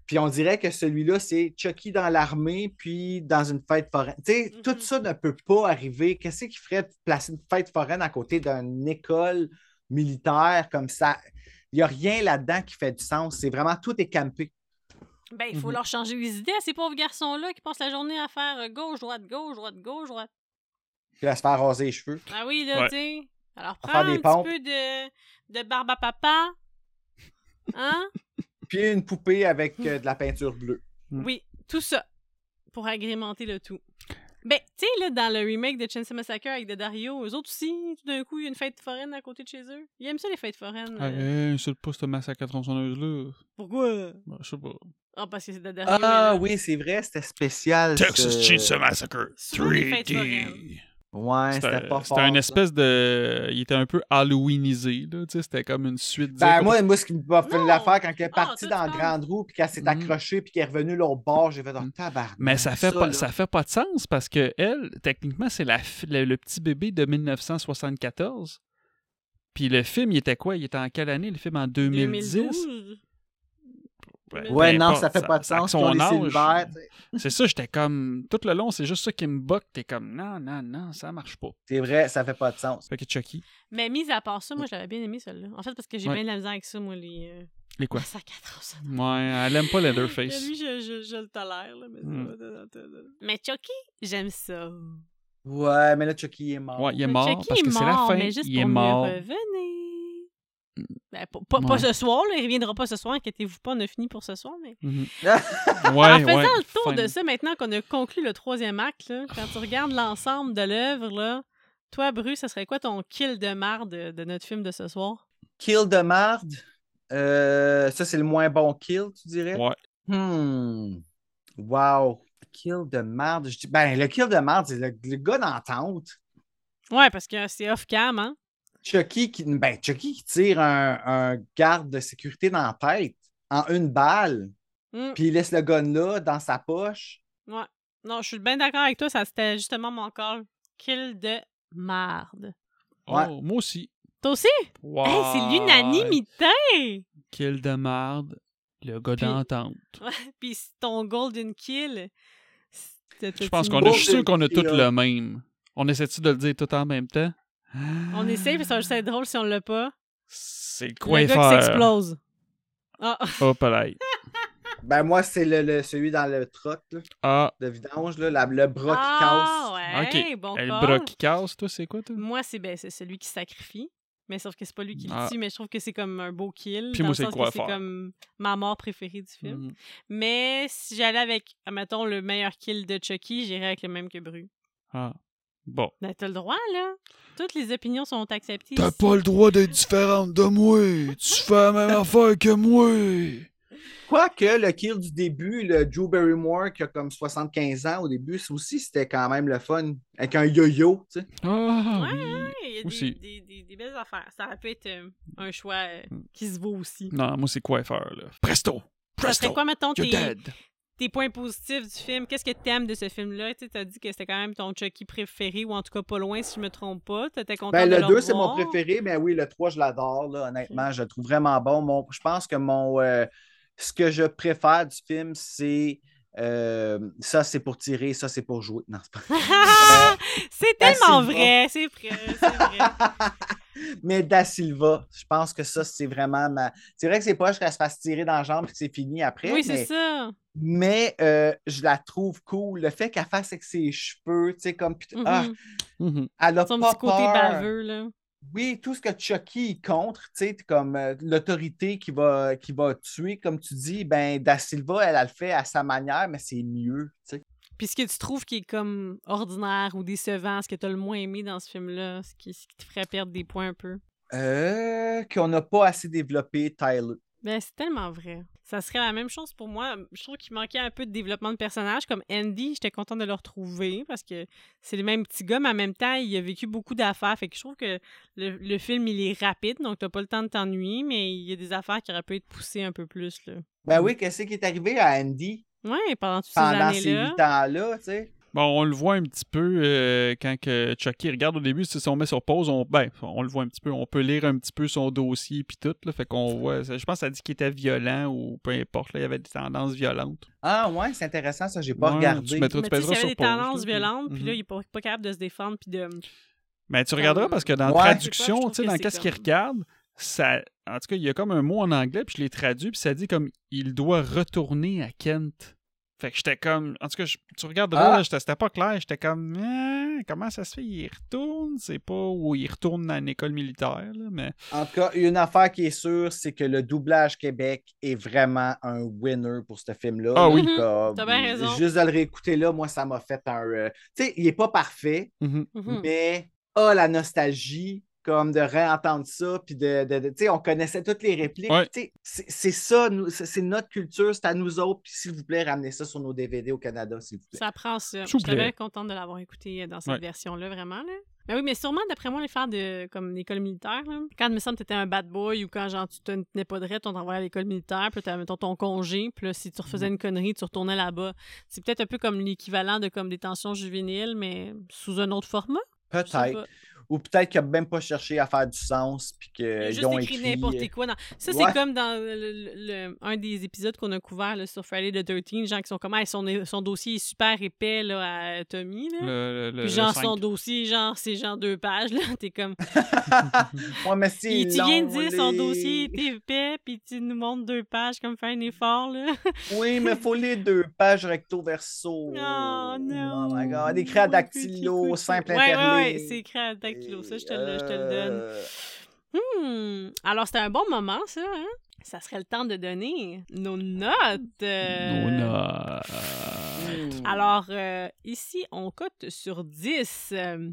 S1: Puis on dirait que celui-là, c'est Chucky dans l'armée, puis dans une fête foraine. Tu sais,
S2: Mhm.
S1: tout ça ne peut pas arriver. Qu'est-ce qui ferait de placer une fête foraine à côté d'une école militaire comme ça? Il n'y a rien là-dedans qui fait du sens. C'est vraiment tout est campé.
S2: Ben, il faut
S3: Mhm.
S2: leur changer les idées à ces pauvres garçons-là qui passent la journée à faire euh, gauche, droite, gauche, droite, gauche, droite.
S1: Puis elle se faire raser les cheveux.
S2: Ah oui, là,
S3: Ouais.
S2: tu sais. Alors,
S1: À
S2: prends
S1: faire des
S2: un
S1: pompes.
S2: petit peu de, de barbe à papa. Hein?
S1: Puis une poupée avec euh, de la peinture bleue.
S3: Mm.
S2: Oui, tout ça pour agrémenter le tout. Ben, tu sais, là, dans le remake de Chainsaw Massacre avec de Dario, eux autres aussi, tout d'un coup, il y a une fête foraine à côté de chez eux. Ils aiment ça, les fêtes foraines.
S1: Ah
S2: euh.
S3: Arrête, c'est le poste massacre à tronçonneuse, là.
S2: Pourquoi?
S3: Ben, je sais pas.
S2: Ah, parce que c'est de Dario.
S1: Ah
S2: elle,
S1: oui, c'est vrai, c'était spécial. ce-
S3: Massacre
S2: Souvent, les fêtes 3D. foraines.
S1: Ouais, c'était
S3: C'était
S1: pas fort.
S3: c'était une
S1: ça.
S3: espèce de. Il était un peu Halloweenisé, là. Tu sais, c'était comme une suite.
S1: Ben,
S3: directe.
S1: moi, moi, ce qui m'a fait
S2: Non.
S1: l'affaire quand elle est
S2: Ah,
S1: partie
S2: toi,
S1: dans
S2: tu
S1: le Grande Roue, puis qu'elle s'est
S3: Mhm.
S1: accrochée, puis qu'elle est revenue l'autre bord, j'ai fait un
S3: Mhm.
S1: tabarnak.
S3: Mais ça fait, pas,
S1: là.
S3: ça fait pas de sens parce que elle, techniquement, c'est la, fi- le, le petit bébé de 1974. Puis le film, il était quoi? Il était en quelle année? Le film en 2010?
S2: 2012.
S3: Ben,
S1: Ouais,
S3: peu
S1: non,
S3: importe,
S1: ça fait pas de
S3: ça-
S1: sens.
S3: avec
S1: Son
S3: son âge.
S1: Silver, tu sais.
S3: C'est ça, j'étais comme... Tout le long, c'est juste ça qui me boque. T'es comme, non, non, non, ça marche pas.
S1: C'est vrai, ça fait pas de sens.
S3: Fait que Chucky,
S2: Mais mis à part ça, moi, je l'avais bien aimé, celle-là. En fait, parce que j'ai
S3: Ouais.
S2: bien de la misère avec ça, moi, les. Euh...
S3: les quoi?
S2: Massacre à
S3: *laughs*
S2: tronçonneuse.
S3: Ouais, elle aime pas Leatherface.
S2: Lui, je, je, je le tolère, là, mais ça
S3: Hmm.
S2: va- Mais Chucky, j'aime ça.
S1: Ouais, mais là, Chucky est mort.
S3: Ouais, il est
S2: Mais
S3: mort
S2: Chucky
S3: parce
S2: est
S3: que c'est la
S2: mort,
S3: fin.
S2: Mais juste
S3: il
S2: pour
S3: est
S2: mieux
S3: mort. Hmm.
S2: revenir. Ben, pas, pas- pas
S3: Ouais.
S2: ce soir, là, il reviendra pas ce soir, inquiétez-vous pas, on a fini pour ce soir. Mais...
S3: Mhm.
S1: *laughs*
S2: en
S3: Ouais,
S2: faisant
S3: ouais,
S2: le tour
S3: fin.
S2: de ça, maintenant qu'on a conclu le troisième acte, là, quand tu regardes l'ensemble de l'œuvre, là, toi, Bruce, ça serait quoi ton kill de marde de, de notre film de ce soir?
S1: Kill de marde. Euh, ça, c'est le moins bon kill, tu dirais?
S3: Ouais.
S1: Hmm. Wow. Kill de marde. Je dis- Ben, le kill de marde, c'est le, le gars d'entente.
S2: Ouais, parce que c'est off-cam, hein?
S1: Chucky qui, ben, Chucky qui tire un, un garde de sécurité dans la tête. en une balle,
S2: Mm.
S1: puis il laisse le gun là, dans sa poche.
S2: Non, je suis bien d'accord avec toi, ça c'était justement mon call. Kill de marde.
S3: Oh,
S1: Ouais.
S3: Moi aussi.
S2: Toi aussi?
S3: Wow.
S2: Hey, c'est l'unanimité!
S3: Kill de marde, le gars
S2: Puis-
S3: d'entente.
S2: Puis ton golden kill. c'était-
S3: Je pense
S2: t'as-tu-
S3: qu'on
S1: Bon,
S3: a, je suis sûr qu'on a
S1: c'est-
S3: tout le même. On essaie-tu de le dire tout en même temps?
S2: On essaye, puis ça va juste être drôle si on l'a pas.
S3: *gasps* C'est Oh,
S2: le
S3: quoi
S2: gars qui
S3: faire?
S2: s'explose. Ah,
S3: Hop là.
S1: Ben, moi, c'est le, le- celui dans le troc là,
S3: Ah,
S1: de vidange, là, la- le bras qui
S2: ah
S1: casse.
S2: ouais, bon
S3: le
S2: call.
S3: bras qui casse, toi, c'est quoi, toi?
S2: Moi, c'est ben, c'est celui qui sacrifie. Mais sauf que c'est pas lui qui le
S3: Ah.
S2: tue, mais je trouve que c'est comme un beau kill.
S3: Puis
S2: dans
S3: moi,
S2: le
S3: c'est
S2: sens
S3: quoi
S2: que c'est
S3: faire?
S2: comme ma mort préférée du film.
S3: Mhm.
S2: Mais si j'allais avec, mettons, le meilleur kill de Chucky, j'irais avec le même que Bru.
S3: Ah. Bon.
S2: Ben, t'as le droit, là. Toutes les opinions sont acceptées.
S3: T'as
S2: ici.
S3: pas le droit d'être différente de moi! Tu fais la
S2: *laughs*
S3: même affaire que moi!
S1: Quoique le kill du début, le Drew Barrymore qui a comme 75 ans au début, ça aussi c'était quand même le fun. Avec un yo-yo, tu sais.
S3: Ah,
S2: Ouais, hein?
S3: oui.
S2: Il y a des,
S3: Aussi.
S2: des- des- des belles affaires. Ça aurait pu être euh, un choix euh,
S3: Mmh.
S2: qui se vaut aussi.
S3: Non, moi, c'est quoi faire, là? Presto!
S2: Ça
S3: Presto!
S2: serait quoi, mettons,
S3: You're
S2: tes,
S3: dead!
S2: tes points positifs du film? Qu'est-ce que t'aimes de ce film-là? Tu sais, t'as dit que c'était quand même ton Chucky préféré, ou en tout cas pas loin, si je me trompe pas. T'étais content
S1: Ben,
S2: de
S1: le
S2: le
S1: 2, c'est mon
S2: revoir.
S1: préféré, mais oui, le 3, je l'adore, là, honnêtement. Je le trouve vraiment bon. Mon- je pense que mon euh, ce que je préfère du film, c'est euh, ça, c'est pour tirer, ça, c'est pour jouer. Non, c'est
S2: *laughs*
S1: pas.
S2: c'est tellement
S1: Ah, Ben, c'est
S2: vrai, c'est vrai, c'est
S1: *laughs*
S2: vrai.
S1: mais Da Silva, je pense que ça, c'est vraiment ma. C'est vrai que c'est pas qu'elle se fasse tirer dans la jambe et que c'est fini après.
S2: oui,
S1: mais...
S2: c'est ça.
S1: mais euh, je la trouve cool. Le fait qu'elle fasse avec ses cheveux, tu sais, comme. pis-
S2: Mhm.
S1: ah,
S3: Mhm.
S1: elle a
S2: Son
S1: pas
S2: petit côté
S1: peur.
S2: baveux, là.
S1: Oui, tout ce que Chucky il contre, tu sais, comme euh, l'autorité qui va, qui va tuer, comme tu dis, ben, Da Silva, elle, elle le fait à sa manière, mais c'est mieux, tu sais.
S2: Puis ce que tu trouves qui est comme ordinaire ou décevant, ce que t'as le moins aimé dans ce film-là, ce qui, ce qui te ferait perdre des points un peu.
S1: Euh, qu'on n'a pas assez développé Tyler.
S2: Ben, c'est tellement vrai. Ça serait la même chose pour moi. Je trouve qu'il manquait un peu de développement de personnage. Comme Andy, j'étais contente de le retrouver parce que c'est le même petit gars, mais en même temps, il a vécu beaucoup d'affaires. Fait que je trouve que le, le film, il est rapide, donc t'as pas le temps de t'ennuyer, mais il y a des affaires qui auraient pu être poussées un peu plus, là.
S3: Mm.
S1: Ben oui, qu'est-ce qui est arrivé à Andy
S2: Ouais, pendant toutes ces
S1: pendant ces
S2: années-là.
S1: huit ans-là, tu sais?
S3: Bon, on le voit un petit peu euh, quand que Chucky regarde au début, si on met sur pause, on, ben, on le voit un petit peu, on peut lire un petit peu son dossier puis tout, là, fait qu'on voit, ça- je pense que ça dit qu'il était violent ou peu importe, là, il y avait des tendances violentes.
S1: Ah ouais, c'est intéressant, ça, j'ai pas
S3: Ouais,
S1: regardé.
S3: Tu mettras, tu
S2: Mais tu sais,
S3: pèseras
S2: il y avait
S3: sur
S2: des
S3: pause,
S2: tendances
S3: là,
S2: violentes,
S3: puis- Mhm.
S2: puis là, il est pas, pas capable de se défendre, puis de...
S3: Mais tu regarderas parce que dans
S1: Ouais.
S3: traduction,
S2: Euh, Je trouve
S3: tu sais,
S2: que
S3: dans
S2: c'est
S3: qu'est-ce qu'il
S2: comme-
S3: regarde, ça, en tout cas, il y a comme un mot en anglais, puis je l'ai traduit, puis ça dit comme il doit retourner à Kent. Fait que j'étais comme, en tout cas, je- tu regarderas,
S1: Ah.
S3: là, j'étais- c'était pas clair, j'étais comme, Ah, comment ça se fait, il retourne, c'est pas où il retourne à une école militaire, là, mais
S1: En tout cas, une affaire qui est sûre, c'est que le doublage Québec est vraiment un winner pour ce film-là.
S3: Ah oui.
S1: Donc, euh,
S2: T'as bien raison.
S1: Juste de le réécouter là, moi, ça m'a fait un. euh, Tu sais, il n'est pas parfait,
S3: Mm-hmm.
S2: Mhm.
S1: mais ah, la nostalgie, comme de réentendre ça, puis de. de- de- tu sais, on connaissait toutes les répliques.
S3: Ouais.
S1: Tu sais, C'est c'est ça, nous- c'est c'est notre culture, c'est à nous autres. Puis s'il vous plaît, ramenez ça sur nos DVD au Canada, s'il vous plaît.
S2: Ça prend ça.
S3: S'il vous
S2: Je suis
S3: plaît.
S2: bien contente de l'avoir écouté euh, dans cette
S3: Ouais.
S2: version-là, vraiment. Là. Ben oui, mais sûrement, d'après moi, les faire de comme l'école militaire. là. Quand, me semble, t'étais un bad boy ou quand, genre, tu te ne tenais pas de règle, on t'envoyait à l'école militaire, puis t'avais, mettons, ton congé, puis là, si tu
S3: Mhm.
S2: refaisais une connerie, tu retournais là-bas. C'est peut-être un peu comme l'équivalent de comme détention juvénile, mais sous un autre format. Je sais
S1: Peut-être.
S2: pas.
S1: Ou peut-être qu'il n'a même pas cherché à faire du sens, puis
S2: Il a
S1: qu'ils
S2: juste
S1: ont
S2: écrit
S1: écrit. euh,
S2: n'importe quoi. dans- Ça,
S1: ouais.
S2: c'est comme dans le- le- le- un des épisodes qu'on a couvert là, sur Friday the 13, gens qui sont comme, Ah, son, son dossier est super épais là, à Tommy. Là.
S3: le, le- le-
S2: Puis
S3: le
S2: genre,
S3: cinq.
S2: son dossier, genre, c'est genre deux pages, là. T'es comme...
S1: Ouais, mais c'est
S2: Il- tu viens de
S1: long,
S2: dire son
S1: les-
S2: dossier
S1: *laughs*
S2: était épais, puis tu nous montres deux pages comme faire un effort, là.
S1: Oui, mais faut les deux pages recto verso.
S2: *laughs*
S1: Oh
S2: non.
S1: Oh my god. Écrit
S2: *laughs*
S1: à dactylo, simple Euh,
S2: ouais, ouais,
S1: interlé.
S2: ouais, c'est écrit à dactylo. Ça, je te, le, je te le donne. Hmm. Alors, c'était un bon moment, ça, hein? Ça serait le temps de donner nos notes. euh. Oh,
S3: Non, non.
S1: donne.
S2: Alors, euh, ici, on cote sur 10. euh,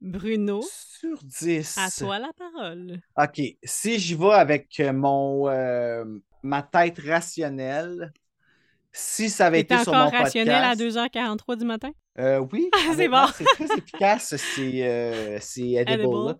S2: Bruno,
S1: Sur 10.
S2: Oh. à toi la parole.
S1: OK. Si j'y vais avec euh, mon, euh, ma tête rationnelle, si ça avait
S2: T'es
S1: été sur mon
S2: encore rationnel
S1: podcast...
S2: à 2h43 du matin?
S1: Euh, oui,
S2: Ah, *laughs* c'est
S1: honnêtement,
S2: bon.
S1: c'est très efficace, c'est euh, c'est
S2: *laughs*
S1: edible.
S2: Edible.
S1: là.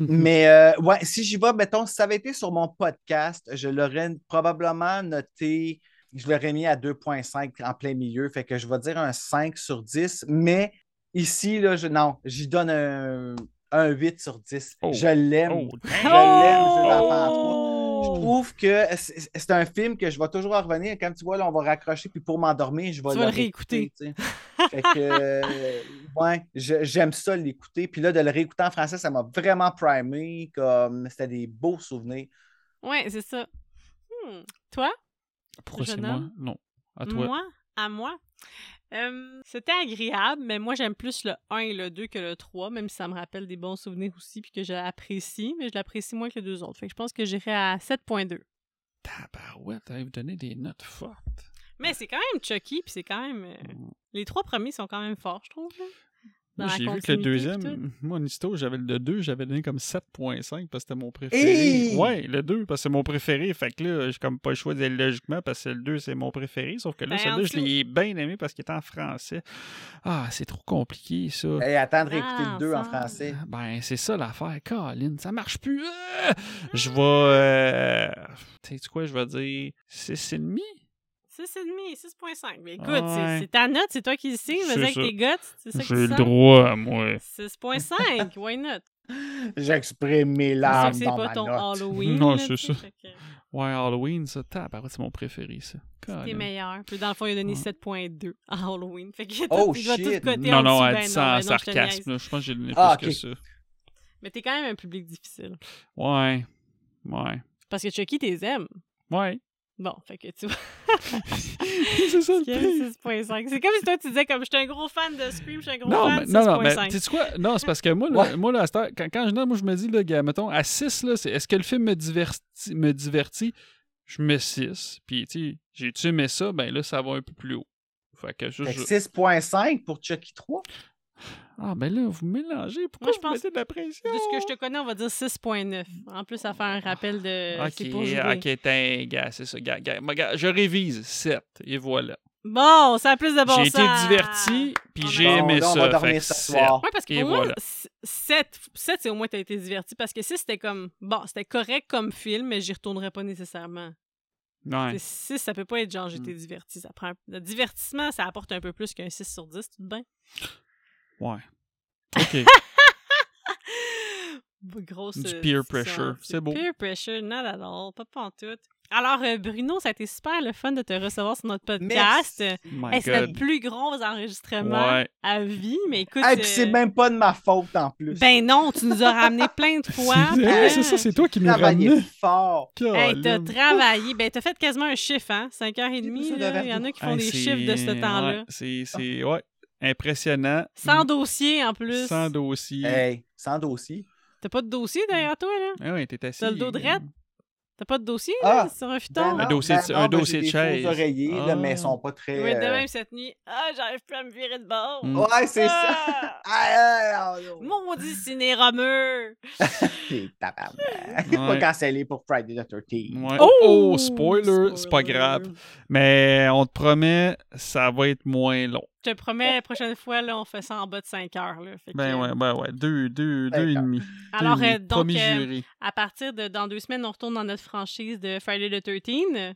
S1: Mais euh, ouais, si j'y vais, mettons, si ça avait été sur mon podcast, je l'aurais probablement noté, je l'aurais mis à 2,5 en plein milieu. Fait que je vais dire un 5 sur 10. Mais ici, là, je, non, j'y donne un, un 8 sur 10.
S3: Oh.
S1: Je l'aime.
S3: Oh,
S2: ben,
S1: Je l'aime, je l'entends Je
S4: Oh!
S1: trouve que c'est c'est un film que je vais toujours en revenir. Quand tu vois, là, on va raccrocher, puis pour m'endormir, je vais
S2: Tu vas le
S1: réécouter, tu sais. fait que, euh, ouais, je- j'aime ça l'écouter. Puis là, de le réécouter en français, ça m'a vraiment primé. Comme, c'était des beaux souvenirs.
S2: Ouais, c'est ça. Hmm. Toi?
S3: pourquoi c'est
S2: jeune
S3: moi?
S2: homme.
S3: Non, à toi.
S2: Moi? À moi? Euh, C'était agréable, mais moi j'aime plus le 1 et le 2 que le 3, même si ça me rappelle des bons souvenirs aussi, puis que j'apprécie, mais je l'apprécie moins que les deux autres. Fait que je pense que j'irai à 7.2.
S3: Tabarouette, elle vous donner des notes fortes.
S2: Mais c'est quand même Chucky, puis c'est quand même... euh, Les trois premiers sont quand même forts, je trouve. là. Dans
S3: Moi,
S2: la
S3: j'ai vu que le
S2: continuité, puis
S3: deuxième, moi, en histo, j'avais le 2, j'avais donné comme 7.5 parce que c'était mon préféré.
S1: Hey!
S3: Ouais, le 2, parce que c'est mon préféré. Fait que là, j'ai comme pas le choix d'aller logiquement parce que le 2, c'est mon préféré. Sauf que
S2: Ben,
S3: là,
S2: en
S3: celui-là, je
S2: dessous.
S3: l'ai bien aimé parce qu'il était en français. Ah, c'est trop compliqué, ça.
S1: Et attendre réécouter
S2: Ah,
S1: le 2 en
S2: ça.
S1: français.
S3: Ben, c'est ça l'affaire, Colin. Ça marche plus. Euh, je vais. Euh, tu sais quoi, je vais dire 6,5
S2: 6,5, 6.5. Mais écoute,
S3: Ouais.
S2: c'est- c'est ta note, c'est toi qui le sais,
S3: C'est
S2: vas-y avec
S3: ça.
S2: tes guts, c'est ça que tu
S3: J'ai le
S2: sens.
S3: droit, moi.
S2: 6.5, why
S1: *laughs*
S2: not?
S1: J'exprime mes
S2: C'est sûr
S1: larmes
S2: que
S1: dans
S2: c'est
S1: ma
S2: pas ton
S1: note.
S2: Halloween.
S3: Non,
S2: là,
S3: c'est
S2: tu sais,
S3: ça.
S2: fait que
S3: Ouais, Halloween, ça. Tabarouette, c'est mon préféré, ça. Colin.
S2: T'es meilleur. Puis dans le fond, il a donné
S3: Ouais.
S2: 7.2 à Halloween. *laughs* Fait que
S1: Oh,
S2: tu dois tout
S1: shit.
S2: côté en
S3: Non, non,
S2: dessous,
S3: elle
S2: ben
S3: dit
S2: non,
S3: ça
S2: ben
S3: en
S2: non, je te niaise.
S3: sarcasme. là. Je pense que j'ai donné plus
S1: Ah,
S3: que
S1: ok.
S3: ça.
S2: Mais t'es quand même un public difficile.
S3: Ouais. Ouais.
S2: Parce que Chucky, t'es aimes.
S3: Ouais. *laughs*
S2: Bon, fait que tu vois,
S3: c'est ça
S2: que
S3: le pire.
S2: 6.5. C'est comme si toi, tu disais, comme, je suis un gros fan de Scream, je suis un gros
S3: Non,
S2: fan
S3: mais,
S2: de
S3: non, non, mais
S2: 6.5.
S3: tu sais quoi? Non, c'est parce que moi, là,
S1: Ouais.
S3: moi là, à cette heure, quand, quand je note, moi, je me dis, là, gars, mettons, à 6, là, c'est, est-ce que le film me divertit? Me divertit? Je mets 6. Puis, tu sais, j'ai-tu aimé ça? Ben là, ça va un peu plus haut. Fait que je,
S1: Fait
S3: je-
S1: que 6.5 pour Chucky 3.
S3: Ah, ben là, vous mélangez. Pourquoi
S2: Moi, je
S3: vous
S2: pense-
S3: mettez de la pression?
S2: De ce que je te connais, on va dire 6.9. En plus, ça fait un rappel de. Euh, c'est pour jouer.
S3: Ah. Ok, ok, t'es gars, c'est ça. Gars, gars, moi, gars, je révise 7. Et voilà.
S2: Bon, ça a plus de bon
S3: j'ai
S2: sens.
S3: été diverti, puis
S2: On
S3: j'ai
S2: a-
S3: aimé
S1: Bon,
S3: ça.
S1: là, on va
S3: fait que
S1: dormir ce
S3: 7.
S1: soir.
S2: Ouais, parce que
S3: Et
S2: pour moi,
S3: voilà.
S2: 7, c'est au moins t'as été diverti. Parce que 6, c'était comme. Bon, c'était correct comme film, mais j'y retournerais pas nécessairement.
S3: Ouais. Mm.
S2: 6, ça peut pas être genre j'ai été diverti. Ça prend... Le divertissement, ça apporte un peu plus qu'un 6 sur 10, tout de bien.
S3: Ouais. *laughs* Ok.
S2: Grosse.
S3: Du
S2: euh,
S3: peer
S2: discussion,
S3: pressure.
S2: hein.
S3: C'est beau.
S2: Peer pressure, not at all. Pas pantoute. Alors, euh, Bruno, ça a été super le fun de te recevoir sur notre podcast.
S1: Merci.
S3: My
S2: Hey, c'est notre
S3: God.
S2: plus gros enregistrement
S3: Ouais.
S2: à vie, mais écoute.
S1: Hey, puis
S2: euh,
S1: c'est même pas de ma faute en plus.
S2: Ben non, tu nous as ramené plein
S3: *laughs*
S2: de fois.
S3: C'est-
S2: puis,
S3: ouais, c'est ça, c'est toi qui nous
S1: Travailler
S3: ramenais.
S1: fort.
S2: Hey, t'as
S3: Colin.
S2: travaillé. Ben, t'as fait quasiment un chiffre, hein? 5h30.
S1: Ça
S2: là,
S1: devrait
S2: Il y en a qui font
S3: Hey,
S2: des
S3: c'est-
S2: chiffres de ce temps-là.
S3: ouais, c'est, c'est, ouais, impressionnant. Mmh.
S2: Sans dossier, en plus.
S3: Sans dossier.
S1: Hey, sans dossier.
S2: T'as pas de dossier derrière toi, là?
S3: Ah ouais, t'es assis.
S2: T'as le dos droit? T'as pas de dossier,
S1: Ah,
S2: là, sur un
S1: Ben
S2: futon?
S1: non,
S3: dossier de-
S1: ben non,
S3: un
S1: ben
S3: dossier
S1: j'ai
S3: de
S1: des faux
S3: chaise.
S1: oreillés, là,
S3: Ah.
S1: mais ils sont pas très.
S2: Oui, de
S1: euh,
S2: même cette nuit. Ah, j'arrive plus à me virer de bord.
S3: Mm.
S1: Ouais, c'est ça.
S2: Ah!
S1: Ah, ah, *laughs* ah, ah.
S2: Maudit ciné-romeux!
S1: T'es tabarnak.
S3: Ouais.
S1: *laughs* Pas cancellé pour Friday the 13th.
S3: Ouais. Oh, spoiler, c'est pas grave. Mais on te promet, ça va être moins long.
S2: Je te promets, la prochaine fois, là, on fait ça en bas de 5 heures. Là. Fait que- euh,
S3: Ben ouais, ben ouais, deux, deux,
S1: D'accord.
S3: deux et demi.
S2: Alors,
S3: Deux et
S2: euh,
S3: demi.
S2: donc,
S3: Promis
S2: euh,
S3: juré.
S2: à partir de dans deux semaines, on retourne dans notre franchise de Friday the
S1: *gasps*
S2: 13th.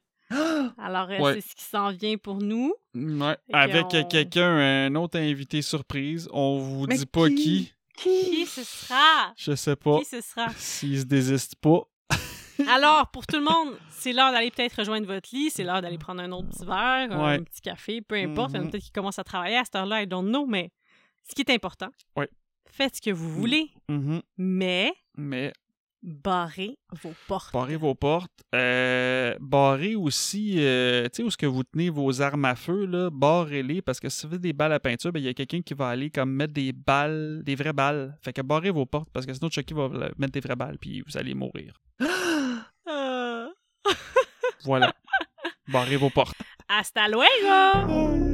S2: Alors, euh,
S3: Ouais.
S2: c'est ce qui s'en vient pour nous.
S3: Ouais.
S2: que
S3: Avec euh,
S2: on-
S3: quelqu'un, un autre invité surprise. On vous
S1: Mais
S3: dit pas qui.
S1: qui?
S2: Qui ce sera?
S3: Je sais pas.
S2: Qui ce sera?
S3: S'il se désiste pas.
S2: Alors, pour tout le monde, c'est l'heure d'aller peut-être rejoindre votre lit, c'est l'heure d'aller prendre un autre petit verre, un
S3: Ouais.
S2: petit café, peu importe. Il y en a
S3: Mhm.
S2: Peut-être qu'ils commencent à travailler à cette heure-là, I don't know, mais ce qui est important,
S3: Ouais.
S2: faites ce que vous voulez,
S3: Mhm.
S2: mais
S3: Mais
S2: barrez vos portes.
S3: Barrez vos portes. Euh, barrez aussi, euh, tu sais, où est-ce que vous tenez vos armes à feu, là, barrez-les, parce que si vous avez des balles à peinture, ben, il y a quelqu'un qui va aller comme mettre des balles, des vraies balles. Fait que barrez vos portes, parce que sinon Chucky va le- mettre des vraies balles, puis vous allez mourir.
S2: Euh,
S3: Voilà. barrez vos portes.
S2: hasta luego!